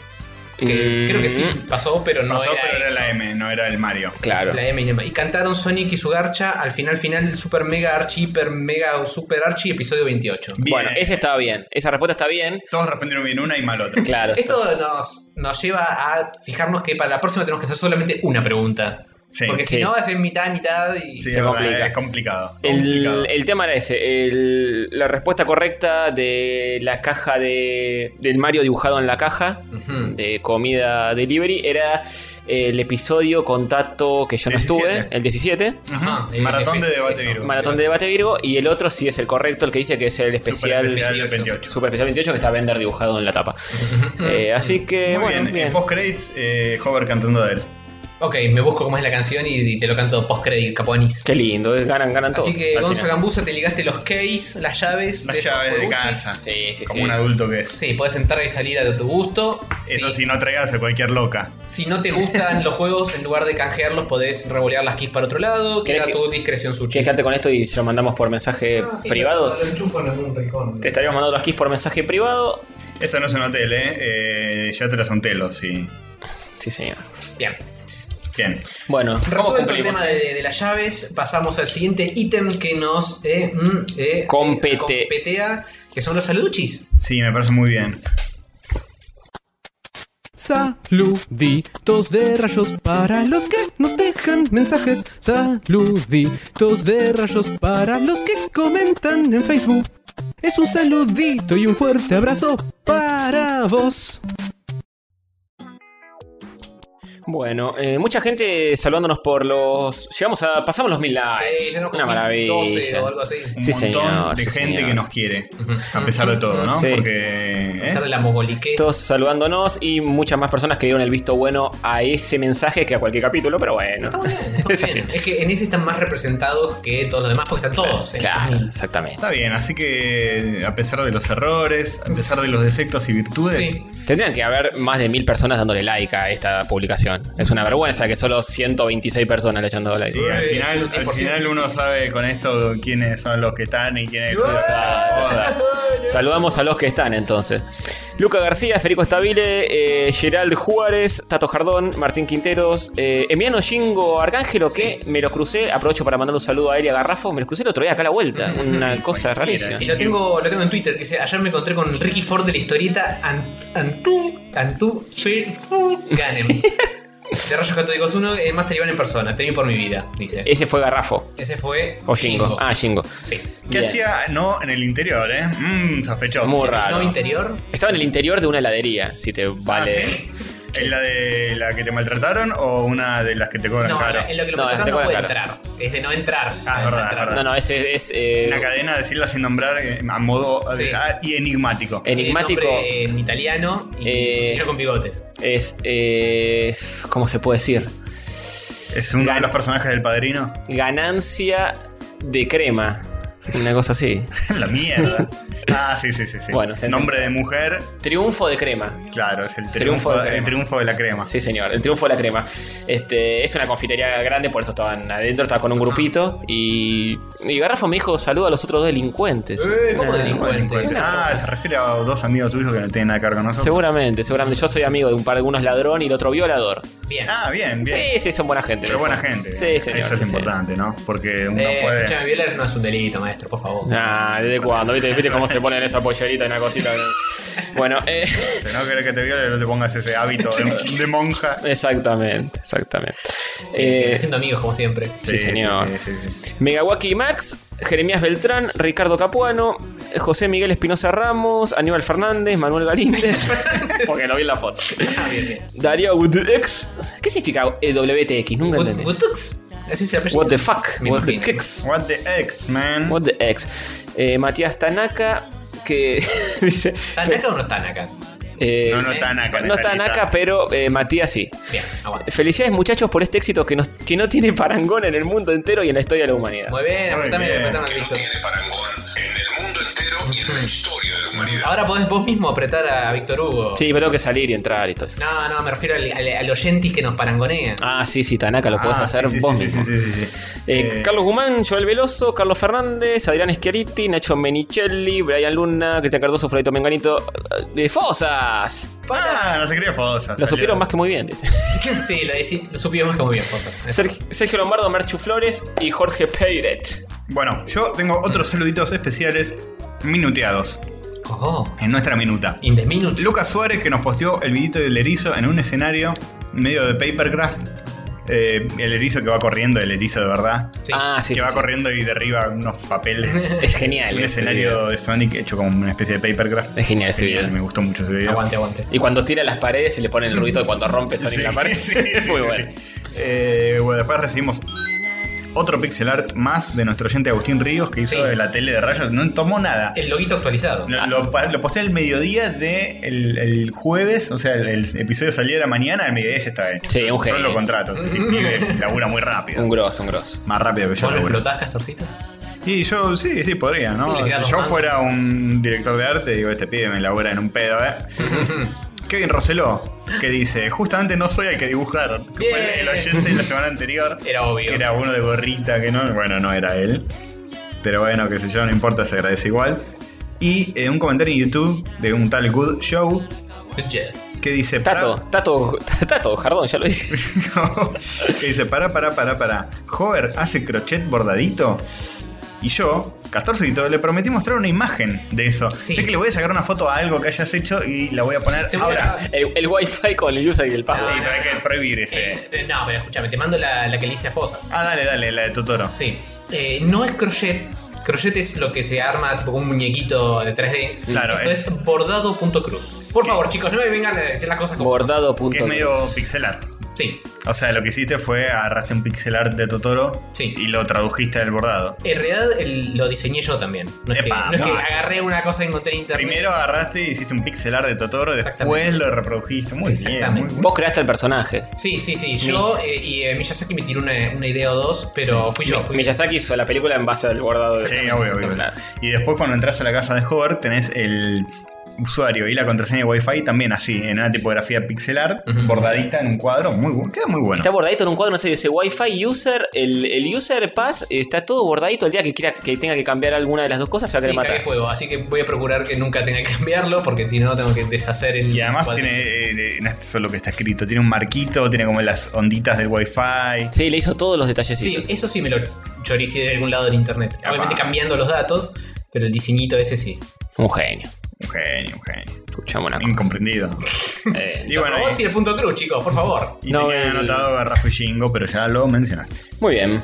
[SPEAKER 3] Que
[SPEAKER 4] Mm.
[SPEAKER 3] creo que sí pasó, pero no
[SPEAKER 2] Pasó,
[SPEAKER 3] era.
[SPEAKER 2] pero era
[SPEAKER 3] eso.
[SPEAKER 2] la M, no era el Mario.
[SPEAKER 4] Claro.
[SPEAKER 3] La M y la M. Y cantaron Sonic y su garcha al final final del Super Mega Archie, Hiper Mega Super Archie, episodio 28.
[SPEAKER 2] Bien.
[SPEAKER 4] Bueno, esa estaba bien. Esa respuesta está bien.
[SPEAKER 2] Todos respondieron bien una y mal otra.
[SPEAKER 4] Claro.
[SPEAKER 3] Esto nos, nos lleva a fijarnos que para la próxima tenemos que hacer solamente una pregunta.
[SPEAKER 2] Sí.
[SPEAKER 3] Porque
[SPEAKER 4] Sí.
[SPEAKER 3] si no, es en mitad, mitad y.
[SPEAKER 2] Sí,
[SPEAKER 4] Se
[SPEAKER 2] es verdad,
[SPEAKER 4] complica.
[SPEAKER 2] Es complicado.
[SPEAKER 4] El,
[SPEAKER 2] complicado.
[SPEAKER 4] el tema era ese. el- la respuesta correcta de la caja de, del Mario dibujado en la caja
[SPEAKER 3] Ujú.
[SPEAKER 4] de comida delivery era eh, el episodio contacto que yo no
[SPEAKER 2] 17.
[SPEAKER 4] estuve, el 17.
[SPEAKER 2] Ajá,
[SPEAKER 3] Ah, el
[SPEAKER 2] Maratón de
[SPEAKER 3] espe-
[SPEAKER 2] debate
[SPEAKER 3] eso.
[SPEAKER 2] virgo.
[SPEAKER 4] Maratón de debate Virgo y el otro sí es el correcto, el que dice que es el especial
[SPEAKER 2] Super especial
[SPEAKER 3] 28.
[SPEAKER 2] 28.
[SPEAKER 4] Super especial 28 que está Bender dibujado en la tapa. Eh, así que
[SPEAKER 2] Muy
[SPEAKER 4] bueno,
[SPEAKER 2] bien.
[SPEAKER 4] bien.
[SPEAKER 2] En post credits, eh, Hover cantando de él.
[SPEAKER 3] Ok, me busco cómo es la canción y, y te lo canto post-credit, Capuanis.
[SPEAKER 4] Qué lindo, eh, ganan, ganan todos.
[SPEAKER 3] Así que,
[SPEAKER 4] al
[SPEAKER 3] Gonza
[SPEAKER 4] final.
[SPEAKER 3] Gambusa, te ligaste los keys, las llaves.
[SPEAKER 2] Las
[SPEAKER 3] de estos
[SPEAKER 2] llaves de
[SPEAKER 3] Gucci.
[SPEAKER 2] casa.
[SPEAKER 4] Sí, sí,
[SPEAKER 2] como
[SPEAKER 4] sí.
[SPEAKER 2] un adulto que es.
[SPEAKER 3] Sí, puedes entrar y salir a tu gusto.
[SPEAKER 2] Eso
[SPEAKER 3] Si-
[SPEAKER 2] sí, no traigas a cualquier loca.
[SPEAKER 3] Si no te gustan los juegos, en lugar de canjearlos, podés revolear las keys para otro lado.
[SPEAKER 4] ¿Querés
[SPEAKER 3] Queda a
[SPEAKER 4] que-
[SPEAKER 3] tu discreción suya.
[SPEAKER 4] ¿Quieres quedarte con esto y se lo mandamos por mensaje privado?
[SPEAKER 3] Ah, Lo enchufo en algún rincón.
[SPEAKER 4] Te estaríamos mandando las keys por mensaje privado.
[SPEAKER 2] Esto no es un hotel, ¿eh? eh ya te las un telo, sí.
[SPEAKER 4] Sí, señor.
[SPEAKER 3] Bien.
[SPEAKER 2] Bien.
[SPEAKER 4] Bueno, ¿cómo
[SPEAKER 3] Resuelto el
[SPEAKER 4] cumplimos,
[SPEAKER 3] tema
[SPEAKER 4] eh?
[SPEAKER 3] de, de las llaves, pasamos al siguiente ítem que nos eh, mm, eh,
[SPEAKER 4] Compete.
[SPEAKER 3] eh, competea, que son los saluduchis.
[SPEAKER 2] Sí, me parece muy bien.
[SPEAKER 1] Saluditos de rayos para los que nos dejan mensajes. Saluditos de rayos para los que comentan en Facebook. Es un saludito y un fuerte abrazo para vos.
[SPEAKER 4] Bueno, eh, mucha gente saludándonos por los. Llegamos a. Pasamos los mil likes.
[SPEAKER 3] Sí, Eh, ya no
[SPEAKER 4] Ah, Una
[SPEAKER 3] como
[SPEAKER 4] maravilla. ¿Eh?
[SPEAKER 3] 12 o algo así.
[SPEAKER 2] Un
[SPEAKER 4] Sí,
[SPEAKER 2] montón
[SPEAKER 4] señor,
[SPEAKER 2] de
[SPEAKER 4] sí,
[SPEAKER 2] gente
[SPEAKER 4] señor.
[SPEAKER 2] que nos quiere. A pesar de todo, ¿no?
[SPEAKER 4] Sí.
[SPEAKER 2] Porque.
[SPEAKER 3] A pesar de
[SPEAKER 2] ¿eh?
[SPEAKER 3] la mogoliquez.
[SPEAKER 4] Todos saludándonos y muchas más personas que dieron el visto bueno a ese mensaje que a cualquier capítulo, pero bueno.
[SPEAKER 3] Está muy bien, está muy
[SPEAKER 4] Es así.
[SPEAKER 3] bien. Es que en ese están más representados que todos los demás, porque están todos. en
[SPEAKER 4] Claro,
[SPEAKER 3] esos mil.
[SPEAKER 4] exactamente.
[SPEAKER 2] Está bien, así que a pesar de los errores, a pesar de los defectos y virtudes,
[SPEAKER 3] Sí.
[SPEAKER 4] Tendrían que haber más de mil personas dándole like a esta publicación. Es una vergüenza que solo 126 personas le hayan dado like.
[SPEAKER 2] Sí, al
[SPEAKER 3] Uy,
[SPEAKER 2] final,
[SPEAKER 3] es un
[SPEAKER 2] al final
[SPEAKER 3] 10%.
[SPEAKER 2] uno sabe con esto quiénes son los que están y quiénes
[SPEAKER 3] Uy.
[SPEAKER 2] Joda.
[SPEAKER 4] Saludamos a los que están entonces. Luca García, Federico Stabile, eh, Gerald Juárez, Tato Jardón, Martín Quinteros, eh, Emiliano Jingo Arcángelo, que me lo crucé. Aprovecho para mandar un saludo a él y a Garrafo. Me lo crucé el otro día acá a la vuelta. Una cosa rarísima.
[SPEAKER 3] Y lo tengo, lo tengo en Twitter, que dice, ayer me encontré con Ricky Ford de la historieta Ant- Antú, Antú, Fel- Fu- Ganem. De Rayos Catódicos 1, eh, Master Iván en persona, temí por mi vida, dice.
[SPEAKER 4] Ese fue Garrafo.
[SPEAKER 3] Ese fue
[SPEAKER 4] Eh, O Jingo. Ah, Jingo.
[SPEAKER 3] Sí.
[SPEAKER 2] ¿Qué
[SPEAKER 4] Bien.
[SPEAKER 2] hacía? No, en el interior, ¿eh? Mmm, sospechoso.
[SPEAKER 4] Muy raro.
[SPEAKER 3] No interior.
[SPEAKER 4] Estaba en el interior de una heladería, si te
[SPEAKER 2] Ah,
[SPEAKER 4] vale.
[SPEAKER 2] ¿sí? ¿Es la de la que te maltrataron o una de las que te cobran
[SPEAKER 3] No,
[SPEAKER 2] caro?
[SPEAKER 3] en lo que lo
[SPEAKER 4] No,
[SPEAKER 3] no,
[SPEAKER 4] te
[SPEAKER 3] no puede
[SPEAKER 4] cobran caro.
[SPEAKER 3] entrar. Es de no entrar.
[SPEAKER 2] Ah, es verdad, es verdad.
[SPEAKER 4] No, no, ese es. eh,
[SPEAKER 2] Una cadena, decirla sin nombrar eh, a modo
[SPEAKER 3] Sí.
[SPEAKER 2] ah, y enigmático.
[SPEAKER 4] Eh. Enigmático.
[SPEAKER 3] Tiene nombre En italiano y
[SPEAKER 4] Eh,
[SPEAKER 3] negro con bigotes.
[SPEAKER 4] es. eh, ¿Cómo se puede decir?
[SPEAKER 2] Es uno
[SPEAKER 4] Gan-
[SPEAKER 2] de los personajes del padrino.
[SPEAKER 4] Ganancia de crema. Una cosa así.
[SPEAKER 2] la mierda. Ah, sí, sí, sí. sí.
[SPEAKER 4] Bueno, se
[SPEAKER 2] Nombre de mujer,
[SPEAKER 4] Triunfo de crema.
[SPEAKER 2] claro, es el
[SPEAKER 4] Triunfo
[SPEAKER 2] triunfo,
[SPEAKER 4] de crema.
[SPEAKER 2] el triunfo de la crema.
[SPEAKER 4] Sí, señor. El triunfo de la crema. Este, es una confitería grande, por eso estaban adentro, estaba con un grupito. Y, y Garrafo me dijo, saluda a los otros dos delincuentes.
[SPEAKER 3] Eh, ¿cómo
[SPEAKER 4] Ah,
[SPEAKER 3] delincuentes?
[SPEAKER 2] Delincuente.
[SPEAKER 4] Una-
[SPEAKER 2] Ah, se refiere a dos amigos tuyos que no tienen nada que ver con nosotros.
[SPEAKER 4] Seguramente, seguramente. Yo soy amigo de un par de unos ladrón y el otro violador.
[SPEAKER 3] Bien.
[SPEAKER 2] Ah, bien, bien.
[SPEAKER 4] Sí, sí, son buena gente.
[SPEAKER 2] Pero buena gente.
[SPEAKER 4] Sí, señor.
[SPEAKER 2] Eso es
[SPEAKER 4] sí, sí.
[SPEAKER 2] importante, ¿no? Porque uno
[SPEAKER 3] Eh,
[SPEAKER 2] puede.
[SPEAKER 3] escúchame, violar no es un delito, maestro, por favor.
[SPEAKER 4] Ah, ¿desde cuándo? ¿Viste, ¿Viste cómo se ponen esa pollerita y una cosita? Bueno, eh,
[SPEAKER 2] Si no querés que te viole, no te pongas ese hábito de, de monja.
[SPEAKER 4] exactamente, exactamente. Eh,
[SPEAKER 3] Haciendo amigos, como siempre.
[SPEAKER 4] Sí, señor.
[SPEAKER 2] sí, sí, sí.
[SPEAKER 4] Megawaki Max, Jeremías Beltrán, Ricardo Capuano, José Miguel Espinosa Ramos, Aníbal Fernández, Manuel Galíndez. porque lo vi en la foto.
[SPEAKER 3] Ah, bien, bien.
[SPEAKER 4] Darío Wtx. ¿Qué significa eh, WTX? Nunca
[SPEAKER 3] Gut-
[SPEAKER 4] entendí.
[SPEAKER 3] Gutux. Así se apellida.
[SPEAKER 4] What the fuck?
[SPEAKER 3] Me
[SPEAKER 4] What the
[SPEAKER 3] imagino.
[SPEAKER 4] X?
[SPEAKER 2] What the X, man.
[SPEAKER 4] What the X? Eh, Matías Tanaka, que dice.
[SPEAKER 3] ¿Están acá o no están acá?
[SPEAKER 4] eh,
[SPEAKER 2] No, no están acá.
[SPEAKER 4] no está Tanaka, pero eh, Matías sí.
[SPEAKER 3] Bien, aguante.
[SPEAKER 4] Felicidades muchachos por este éxito que, nos- que no tiene parangón en el mundo entero y en la historia de la humanidad.
[SPEAKER 3] Muy bien,
[SPEAKER 2] Muy
[SPEAKER 3] apretame,
[SPEAKER 2] bien.
[SPEAKER 3] apretame,
[SPEAKER 5] que no
[SPEAKER 3] Víctor.
[SPEAKER 5] tiene parangón en el mundo entero y en la historia de la humanidad.
[SPEAKER 3] Ahora podés vos mismo apretar a Víctor Hugo.
[SPEAKER 4] Sí, pero tengo que salir y entrar y todo eso.
[SPEAKER 3] No, no, me refiero al, al, al oyentis que nos parangonean.
[SPEAKER 4] Ah, sí, sí, Tanaka, lo podés
[SPEAKER 2] Ah,
[SPEAKER 4] hacer
[SPEAKER 2] sí, sí,
[SPEAKER 4] vos
[SPEAKER 2] sí,
[SPEAKER 4] mismo.
[SPEAKER 2] Sí, sí, sí, sí.
[SPEAKER 4] Eh,
[SPEAKER 2] Eh,
[SPEAKER 4] Carlos Guzmán, Joel Veloso, Carlos Fernández, Adrián Schiaritti, Nacho Menichelli, Brian Luna, Cristian Cardoso, Fredito Menganito. eh, ¡De Fosas!
[SPEAKER 2] Ah, no se cría fosas.
[SPEAKER 4] Lo supieron más que muy bien, dice.
[SPEAKER 3] sí, lo, decí- lo supimos más que muy bien, cosas.
[SPEAKER 4] Sergio, Sergio Lombardo, Merchu Flores y Jorge Peiret.
[SPEAKER 2] Bueno, yo tengo otros saluditos especiales minuteados
[SPEAKER 3] Oh,
[SPEAKER 2] en nuestra minuta.
[SPEAKER 3] in the minute.
[SPEAKER 2] Lucas Suárez, que nos posteó el videito del erizo en un escenario medio de papercraft. Eh, el erizo que va corriendo, el erizo de verdad.
[SPEAKER 3] Sí.
[SPEAKER 4] Ah, sí.
[SPEAKER 2] que
[SPEAKER 4] sí,
[SPEAKER 2] va
[SPEAKER 4] sí.
[SPEAKER 2] corriendo y derriba unos papeles.
[SPEAKER 4] Es genial.
[SPEAKER 2] Un
[SPEAKER 4] ese video.
[SPEAKER 2] escenario de Sonic hecho como una especie de papercraft. Eh,
[SPEAKER 4] Es genial ese video.
[SPEAKER 2] Me gustó mucho ese video.
[SPEAKER 3] Aguante, aguante.
[SPEAKER 4] Y cuando tira las paredes se le pone el ruido de cuando rompe Sonic
[SPEAKER 2] Sí,
[SPEAKER 4] la pared.
[SPEAKER 2] sí, sí,
[SPEAKER 4] Muy
[SPEAKER 2] sí,
[SPEAKER 4] bueno.
[SPEAKER 2] sí. Eh, bueno, después recibimos otro pixel art más de nuestro oyente Agustín Ríos que hizo
[SPEAKER 3] Sí.
[SPEAKER 2] de la tele de rayos. No tomó nada.
[SPEAKER 3] El loguito actualizado.
[SPEAKER 2] Lo, lo pa- lo posté el mediodía de el, el jueves, o sea, el, el episodio salía la mañana, el mediodía ya estaba hecho.
[SPEAKER 4] Sí, un
[SPEAKER 2] Yo
[SPEAKER 4] genio.
[SPEAKER 2] lo contrato, ese pibe labura muy
[SPEAKER 4] Un
[SPEAKER 2] rápido.
[SPEAKER 4] grosso, un grosso.
[SPEAKER 2] Más rápido que yo.
[SPEAKER 3] ¿Vos lo
[SPEAKER 2] laburo.
[SPEAKER 3] explotaste, Astorcito?
[SPEAKER 2] Y yo, sí, sí, podría,
[SPEAKER 3] Y
[SPEAKER 2] ¿no?
[SPEAKER 3] le
[SPEAKER 2] Si
[SPEAKER 3] quedan los
[SPEAKER 2] yo
[SPEAKER 3] mangos.
[SPEAKER 2] fuera un director de arte, digo, este pibe me labura en un pedo, ¿eh? Kevin Roseló, que dice, justamente no soy el que dibujaron. Que fue el
[SPEAKER 3] Bien.
[SPEAKER 2] oyente de la semana anterior.
[SPEAKER 3] Era obvio.
[SPEAKER 2] Que era uno de gorrita, que no. Bueno, no era él. Pero bueno, qué sé yo, no importa, se agradece igual. Y eh, un comentario en YouTube de un tal Good Show
[SPEAKER 3] Yeah.
[SPEAKER 2] que dice.
[SPEAKER 4] Tato, Tato, Tato, Jardón, ya lo dije.
[SPEAKER 2] "Pará". que dice, pará, pará, pará, pará. Hover hace crochet bordadito. Y yo, Castorcito, le prometí mostrar una imagen de eso.
[SPEAKER 3] Sí.
[SPEAKER 2] Sé que le voy a sacar una foto a algo que hayas hecho y la voy a poner
[SPEAKER 3] Te voy a-
[SPEAKER 2] ahora.
[SPEAKER 4] El, el wifi con el user y el
[SPEAKER 2] Sí,
[SPEAKER 4] password.
[SPEAKER 2] pero hay que prohibir ese.
[SPEAKER 3] Eh, eh, no, pero escúchame, te mando la, la que le hice a Fosas.
[SPEAKER 2] Ah, dale, dale, la de Totoro.
[SPEAKER 3] Sí. Eh, no es crochet. Crochet es lo que se arma tipo como un muñequito de 3D.
[SPEAKER 2] Claro,
[SPEAKER 3] Esto
[SPEAKER 2] es-
[SPEAKER 3] es, bordado.cruz. Por favor, chicos, no me vengan a decir las cosas como.
[SPEAKER 4] Bordado.
[SPEAKER 2] Que es medio pixelar.
[SPEAKER 3] Sí.
[SPEAKER 2] O sea, lo que hiciste fue agarraste un pixel art de Totoro
[SPEAKER 3] Sí.
[SPEAKER 2] y lo tradujiste al bordado.
[SPEAKER 3] En realidad el- lo diseñé yo también. No es, que,
[SPEAKER 2] Epa,
[SPEAKER 3] no es que
[SPEAKER 2] vamos.
[SPEAKER 3] agarré una cosa y encontré en internet.
[SPEAKER 2] Primero agarraste y hiciste un pixel art de Totoro, después
[SPEAKER 3] Exactamente.
[SPEAKER 2] lo reprodujiste. Muy bien.
[SPEAKER 3] Exactamente.
[SPEAKER 2] muy-
[SPEAKER 4] Vos creaste el personaje.
[SPEAKER 3] Sí, sí, sí. Yo eh, y eh, Miyazaki me tiró una, una idea o dos, pero fui yo. fui-
[SPEAKER 4] Miyazaki hizo la película en base al bordado de.
[SPEAKER 2] Sí, obvio, obvio. Y después cuando entras a la casa de Hover tenés el usuario y la contraseña de Wi-Fi también así, en una tipografía pixel art, bordadita en un cuadro, muy bueno, queda muy bueno.
[SPEAKER 4] Está bordadito en un cuadro, no sé, dice Wi-Fi user, el, el user pass, eh, está todo bordadito. El día que quiera que tenga que cambiar alguna de las dos cosas, se va a
[SPEAKER 3] Sí,
[SPEAKER 4] querer
[SPEAKER 3] cagué
[SPEAKER 4] matar.
[SPEAKER 3] fuego, así que voy a procurar que nunca tenga que cambiarlo, porque si no tengo que deshacer el.
[SPEAKER 2] Y además
[SPEAKER 3] cuadro.
[SPEAKER 2] tiene, eh, eh, no es solo que está escrito, tiene un marquito, tiene como las onditas del Wi-Fi.
[SPEAKER 4] Sí, le hizo todos los
[SPEAKER 3] Sí,
[SPEAKER 4] detallecitos.
[SPEAKER 3] eso sí me lo choricé de algún lado del internet.
[SPEAKER 2] Capaz.
[SPEAKER 3] Obviamente cambiando los datos, pero el diseñito ese sí.
[SPEAKER 4] Un genio.
[SPEAKER 2] Un genio, un genio.
[SPEAKER 4] Escuchamos una cosa.
[SPEAKER 2] Incomprendido.
[SPEAKER 4] Eh,
[SPEAKER 2] Y
[SPEAKER 3] Los
[SPEAKER 2] bueno,
[SPEAKER 3] robots
[SPEAKER 2] y-
[SPEAKER 3] y el punto cruz, chicos, por favor.
[SPEAKER 2] y
[SPEAKER 4] No,
[SPEAKER 2] tenía
[SPEAKER 4] el-
[SPEAKER 2] anotado a Rafa y Jingo, pero ya lo mencionaste.
[SPEAKER 4] muy bien.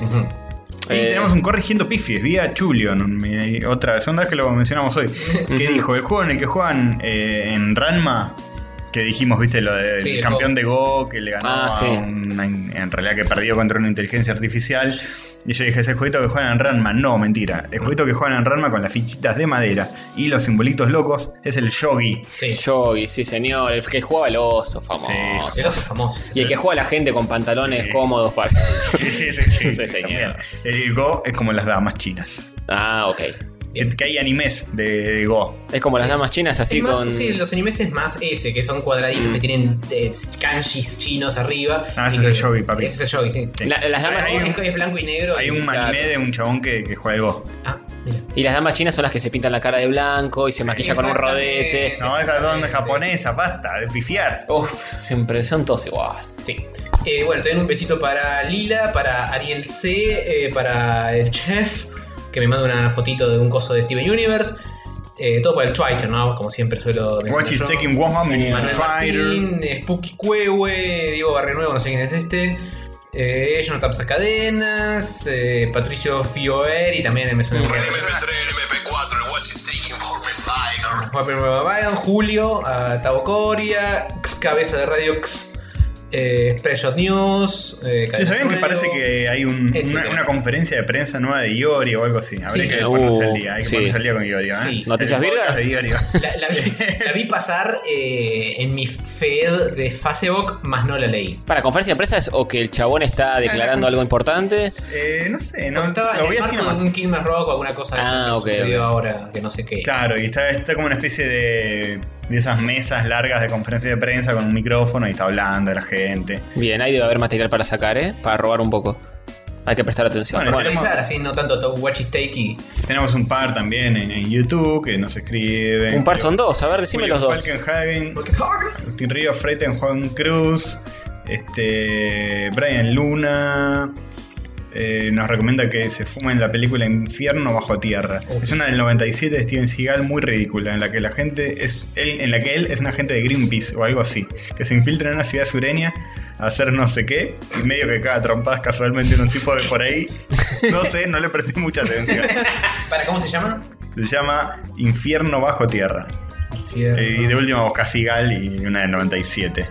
[SPEAKER 2] Y
[SPEAKER 4] Eh,
[SPEAKER 2] tenemos un corrigiendo pifies vía Chulion. mi- Otra vez, segunda vez que lo mencionamos hoy. Que dijo: el juego en el que juegan eh, en Ranma, que dijimos, viste, lo del
[SPEAKER 3] Sí, el
[SPEAKER 2] campeón de Go que le ganó
[SPEAKER 4] Ah,
[SPEAKER 2] a
[SPEAKER 4] sí.
[SPEAKER 2] una- en realidad que perdió contra una inteligencia artificial. Y yo dije: ese jueguito que juegan en Ranma, no, mentira. El jueguito que juegan en Ranma con las fichitas de madera y los simbolitos locos es el Yogi.
[SPEAKER 3] Sí.
[SPEAKER 4] Yogi, sí señor, el que jugaba el oso famoso.
[SPEAKER 2] Sí,
[SPEAKER 3] El oso es famoso.
[SPEAKER 4] Y el que juega a la gente con pantalones
[SPEAKER 2] Sí.
[SPEAKER 4] cómodos para.
[SPEAKER 2] Sí, sí, sí,
[SPEAKER 4] Sí, señor.
[SPEAKER 2] también. El Go es como las damas chinas.
[SPEAKER 4] ah, ok.
[SPEAKER 3] Bien.
[SPEAKER 2] Que hay animes de, de Go.
[SPEAKER 4] Es como las damas chinas así
[SPEAKER 3] Es más,
[SPEAKER 4] con.
[SPEAKER 3] sí, los animes es más ese, que son cuadraditos que tienen eh, kanjis chinos arriba.
[SPEAKER 2] Mm. Ah, ese
[SPEAKER 3] Y
[SPEAKER 2] es el
[SPEAKER 3] que-
[SPEAKER 2] shogi, papi.
[SPEAKER 3] Ese es el shogi, sí.
[SPEAKER 2] Sí.
[SPEAKER 4] La- las damas
[SPEAKER 2] Hay
[SPEAKER 3] Es-
[SPEAKER 2] un-
[SPEAKER 4] chinas-
[SPEAKER 3] es blanco y negro.
[SPEAKER 2] Hay
[SPEAKER 3] y-
[SPEAKER 2] un anime de un chabón que, que juega el Go.
[SPEAKER 3] Ah, mira.
[SPEAKER 4] Y las damas chinas son las que se pintan la cara de blanco y se maquillan con un rodete.
[SPEAKER 3] Exactamente.
[SPEAKER 2] No, esas son japonesas, basta, de pifiar.
[SPEAKER 4] Uf, siempre son todos igual.
[SPEAKER 3] Sí. Eh, bueno, también un besito para Lila, para Ariel C, eh, para el chef, que me manda una fotito de un coso de Steven Universe. Eh, todo para el Twitter, ¿no? Como siempre suelo mencionar
[SPEAKER 2] Watch is
[SPEAKER 3] yo.
[SPEAKER 2] taking woman
[SPEAKER 4] Sí,
[SPEAKER 2] and
[SPEAKER 3] Manuel
[SPEAKER 2] fighter.
[SPEAKER 3] Martín, eh, Spooky Cuehue, Diego Barrenuevo, no sé quién es este. Eh, John Tapsa Cadenas, eh, Patricio Fioeri, también me suena.
[SPEAKER 5] El MP3, el MP4, el Watch is taking for me Liger.
[SPEAKER 3] Juan Pedro Babayan, Julio, a Tavo Coria, X Cabeza de Radio X, eh, Precious News. Eh,
[SPEAKER 2] Sí,
[SPEAKER 3] Cadena
[SPEAKER 2] ¿Sabían que
[SPEAKER 3] Nuevo?
[SPEAKER 2] parece que hay un-
[SPEAKER 3] Etcétera.
[SPEAKER 2] una, una conferencia de prensa nueva de Iori o algo así? Habría
[SPEAKER 3] Sí.
[SPEAKER 2] que ponerse al día, hay que
[SPEAKER 4] Uh, Sí.
[SPEAKER 2] ponerse al día con Iori, ¿eh?
[SPEAKER 3] Sí.
[SPEAKER 4] ¿Noticias
[SPEAKER 2] El podcast
[SPEAKER 4] virgas?
[SPEAKER 2] de Iori.
[SPEAKER 3] La, la vi, la vi pasar eh, en mi feed de Facebook, más no la leí.
[SPEAKER 4] Para conferencia de empresa es o que el chabón está declarando algo importante.
[SPEAKER 2] Eh, no sé, no,
[SPEAKER 3] Porque estaba
[SPEAKER 2] lo
[SPEAKER 3] en
[SPEAKER 2] voy
[SPEAKER 3] el
[SPEAKER 2] así
[SPEAKER 3] marco
[SPEAKER 2] nomás.
[SPEAKER 3] de un Kilmer Rock o alguna cosa
[SPEAKER 4] Ah,
[SPEAKER 3] que
[SPEAKER 4] ok,
[SPEAKER 3] sucedió
[SPEAKER 4] ok.
[SPEAKER 3] ahora, que no sé qué.
[SPEAKER 2] Claro, y está, está como una especie de, de esas mesas largas de conferencia de prensa con un micrófono y está hablando de la gente.
[SPEAKER 4] Bien, ahí debe haber material para sacar, ¿eh? Para robar un poco. Hay que prestar atención.
[SPEAKER 2] Bueno,
[SPEAKER 4] Bueno,
[SPEAKER 2] tenemos-
[SPEAKER 3] Analizar, así, no tanto to- Watch is Takey.
[SPEAKER 2] Tenemos un par también en, en YouTube que nos escriben.
[SPEAKER 4] un par son dos, a ver, decime
[SPEAKER 2] Julio
[SPEAKER 4] los dos.
[SPEAKER 2] Falkenhagen,
[SPEAKER 3] Porque-
[SPEAKER 2] Agustín Río, Freiten, Juan Cruz, este, Brian Luna. eh, nos recomienda que se fumen la película Infierno bajo tierra.
[SPEAKER 3] Uf.
[SPEAKER 2] Es una del 97 de Steven Seagal muy ridícula, en la que la gente es él, en la que él es un agente de Greenpeace o algo así, que se infiltra en una ciudad sureña a hacer no sé qué y medio que caga trompadas casualmente en un tipo de por ahí. No sé, no le presté mucha atención.
[SPEAKER 3] ¿Para cómo se llama?
[SPEAKER 2] Se llama Infierno bajo tierra. Eh, Y de último busca Sigal y una de 97.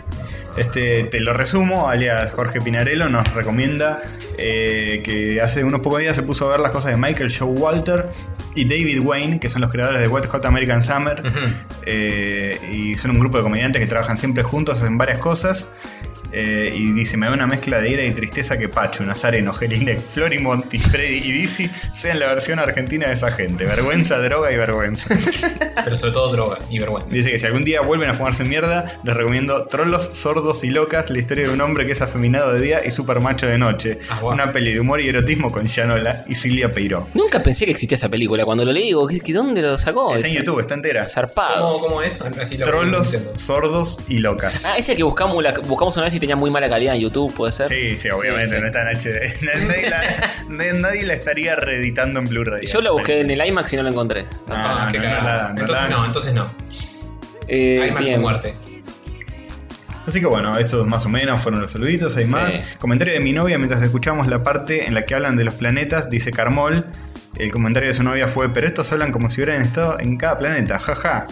[SPEAKER 2] Este, te lo resumo, alias Jorge Pinarello nos recomienda eh, que hace unos pocos días se puso a ver las cosas de Michael Showalter y David Wayne, que son los creadores de What Hot American Summer.
[SPEAKER 3] Ujú.
[SPEAKER 2] Eh, y son un grupo de comediantes que trabajan siempre juntos, hacen varias cosas. Eh, y dice, me da una mezcla de ira y tristeza que Pacho, Nazareno, Gelilec, Florimonti, Freddy y Dizzy sean la versión argentina de esa gente. Vergüenza, droga y vergüenza.
[SPEAKER 3] Pero sobre todo droga y vergüenza.
[SPEAKER 2] Dice que si algún día vuelven a fumarse mierda, les recomiendo Trolos, Sordos y Locas, la historia de un hombre que es afeminado de día y super macho de noche.
[SPEAKER 3] Ah, guau.
[SPEAKER 2] Una peli de humor y erotismo con Yanola y Silvia Peiró.
[SPEAKER 4] Nunca pensé que existía esa película. Cuando lo leí, digo, ¿qué- qué- ¿dónde lo sacó?
[SPEAKER 2] Está en
[SPEAKER 4] Es
[SPEAKER 2] YouTube, está entera.
[SPEAKER 4] Zarpado.
[SPEAKER 3] ¿Cómo, cómo es? Así lo-
[SPEAKER 2] Trolos,
[SPEAKER 3] Nintendo.
[SPEAKER 2] Sordos y Locas.
[SPEAKER 4] Ah, es el que buscamos, la- buscamos una vez y tenía muy mala calidad en YouTube, ¿puede ser?
[SPEAKER 2] Sí, sí, obviamente,
[SPEAKER 4] Sí, sí.
[SPEAKER 2] no está en HD. nadie, la, nadie la estaría reeditando en Blu-ray.
[SPEAKER 4] Yo lo busqué en el IMAX y no lo encontré.
[SPEAKER 3] Ah,
[SPEAKER 2] Ah,
[SPEAKER 3] qué
[SPEAKER 2] no, no
[SPEAKER 3] cagada.
[SPEAKER 2] la dan, no
[SPEAKER 3] entonces
[SPEAKER 2] la
[SPEAKER 3] no,
[SPEAKER 2] dan.
[SPEAKER 3] entonces no.
[SPEAKER 4] Eh,
[SPEAKER 3] Hay más
[SPEAKER 4] bien.
[SPEAKER 3] muerte.
[SPEAKER 2] Así que bueno, estos más o menos fueron los saluditos, hay más.
[SPEAKER 4] Sí.
[SPEAKER 2] Comentario de mi novia mientras escuchamos la parte en la que hablan de los planetas, dice Carmol. El comentario de su novia fue, pero estos hablan como si hubieran estado en cada planeta, jaja.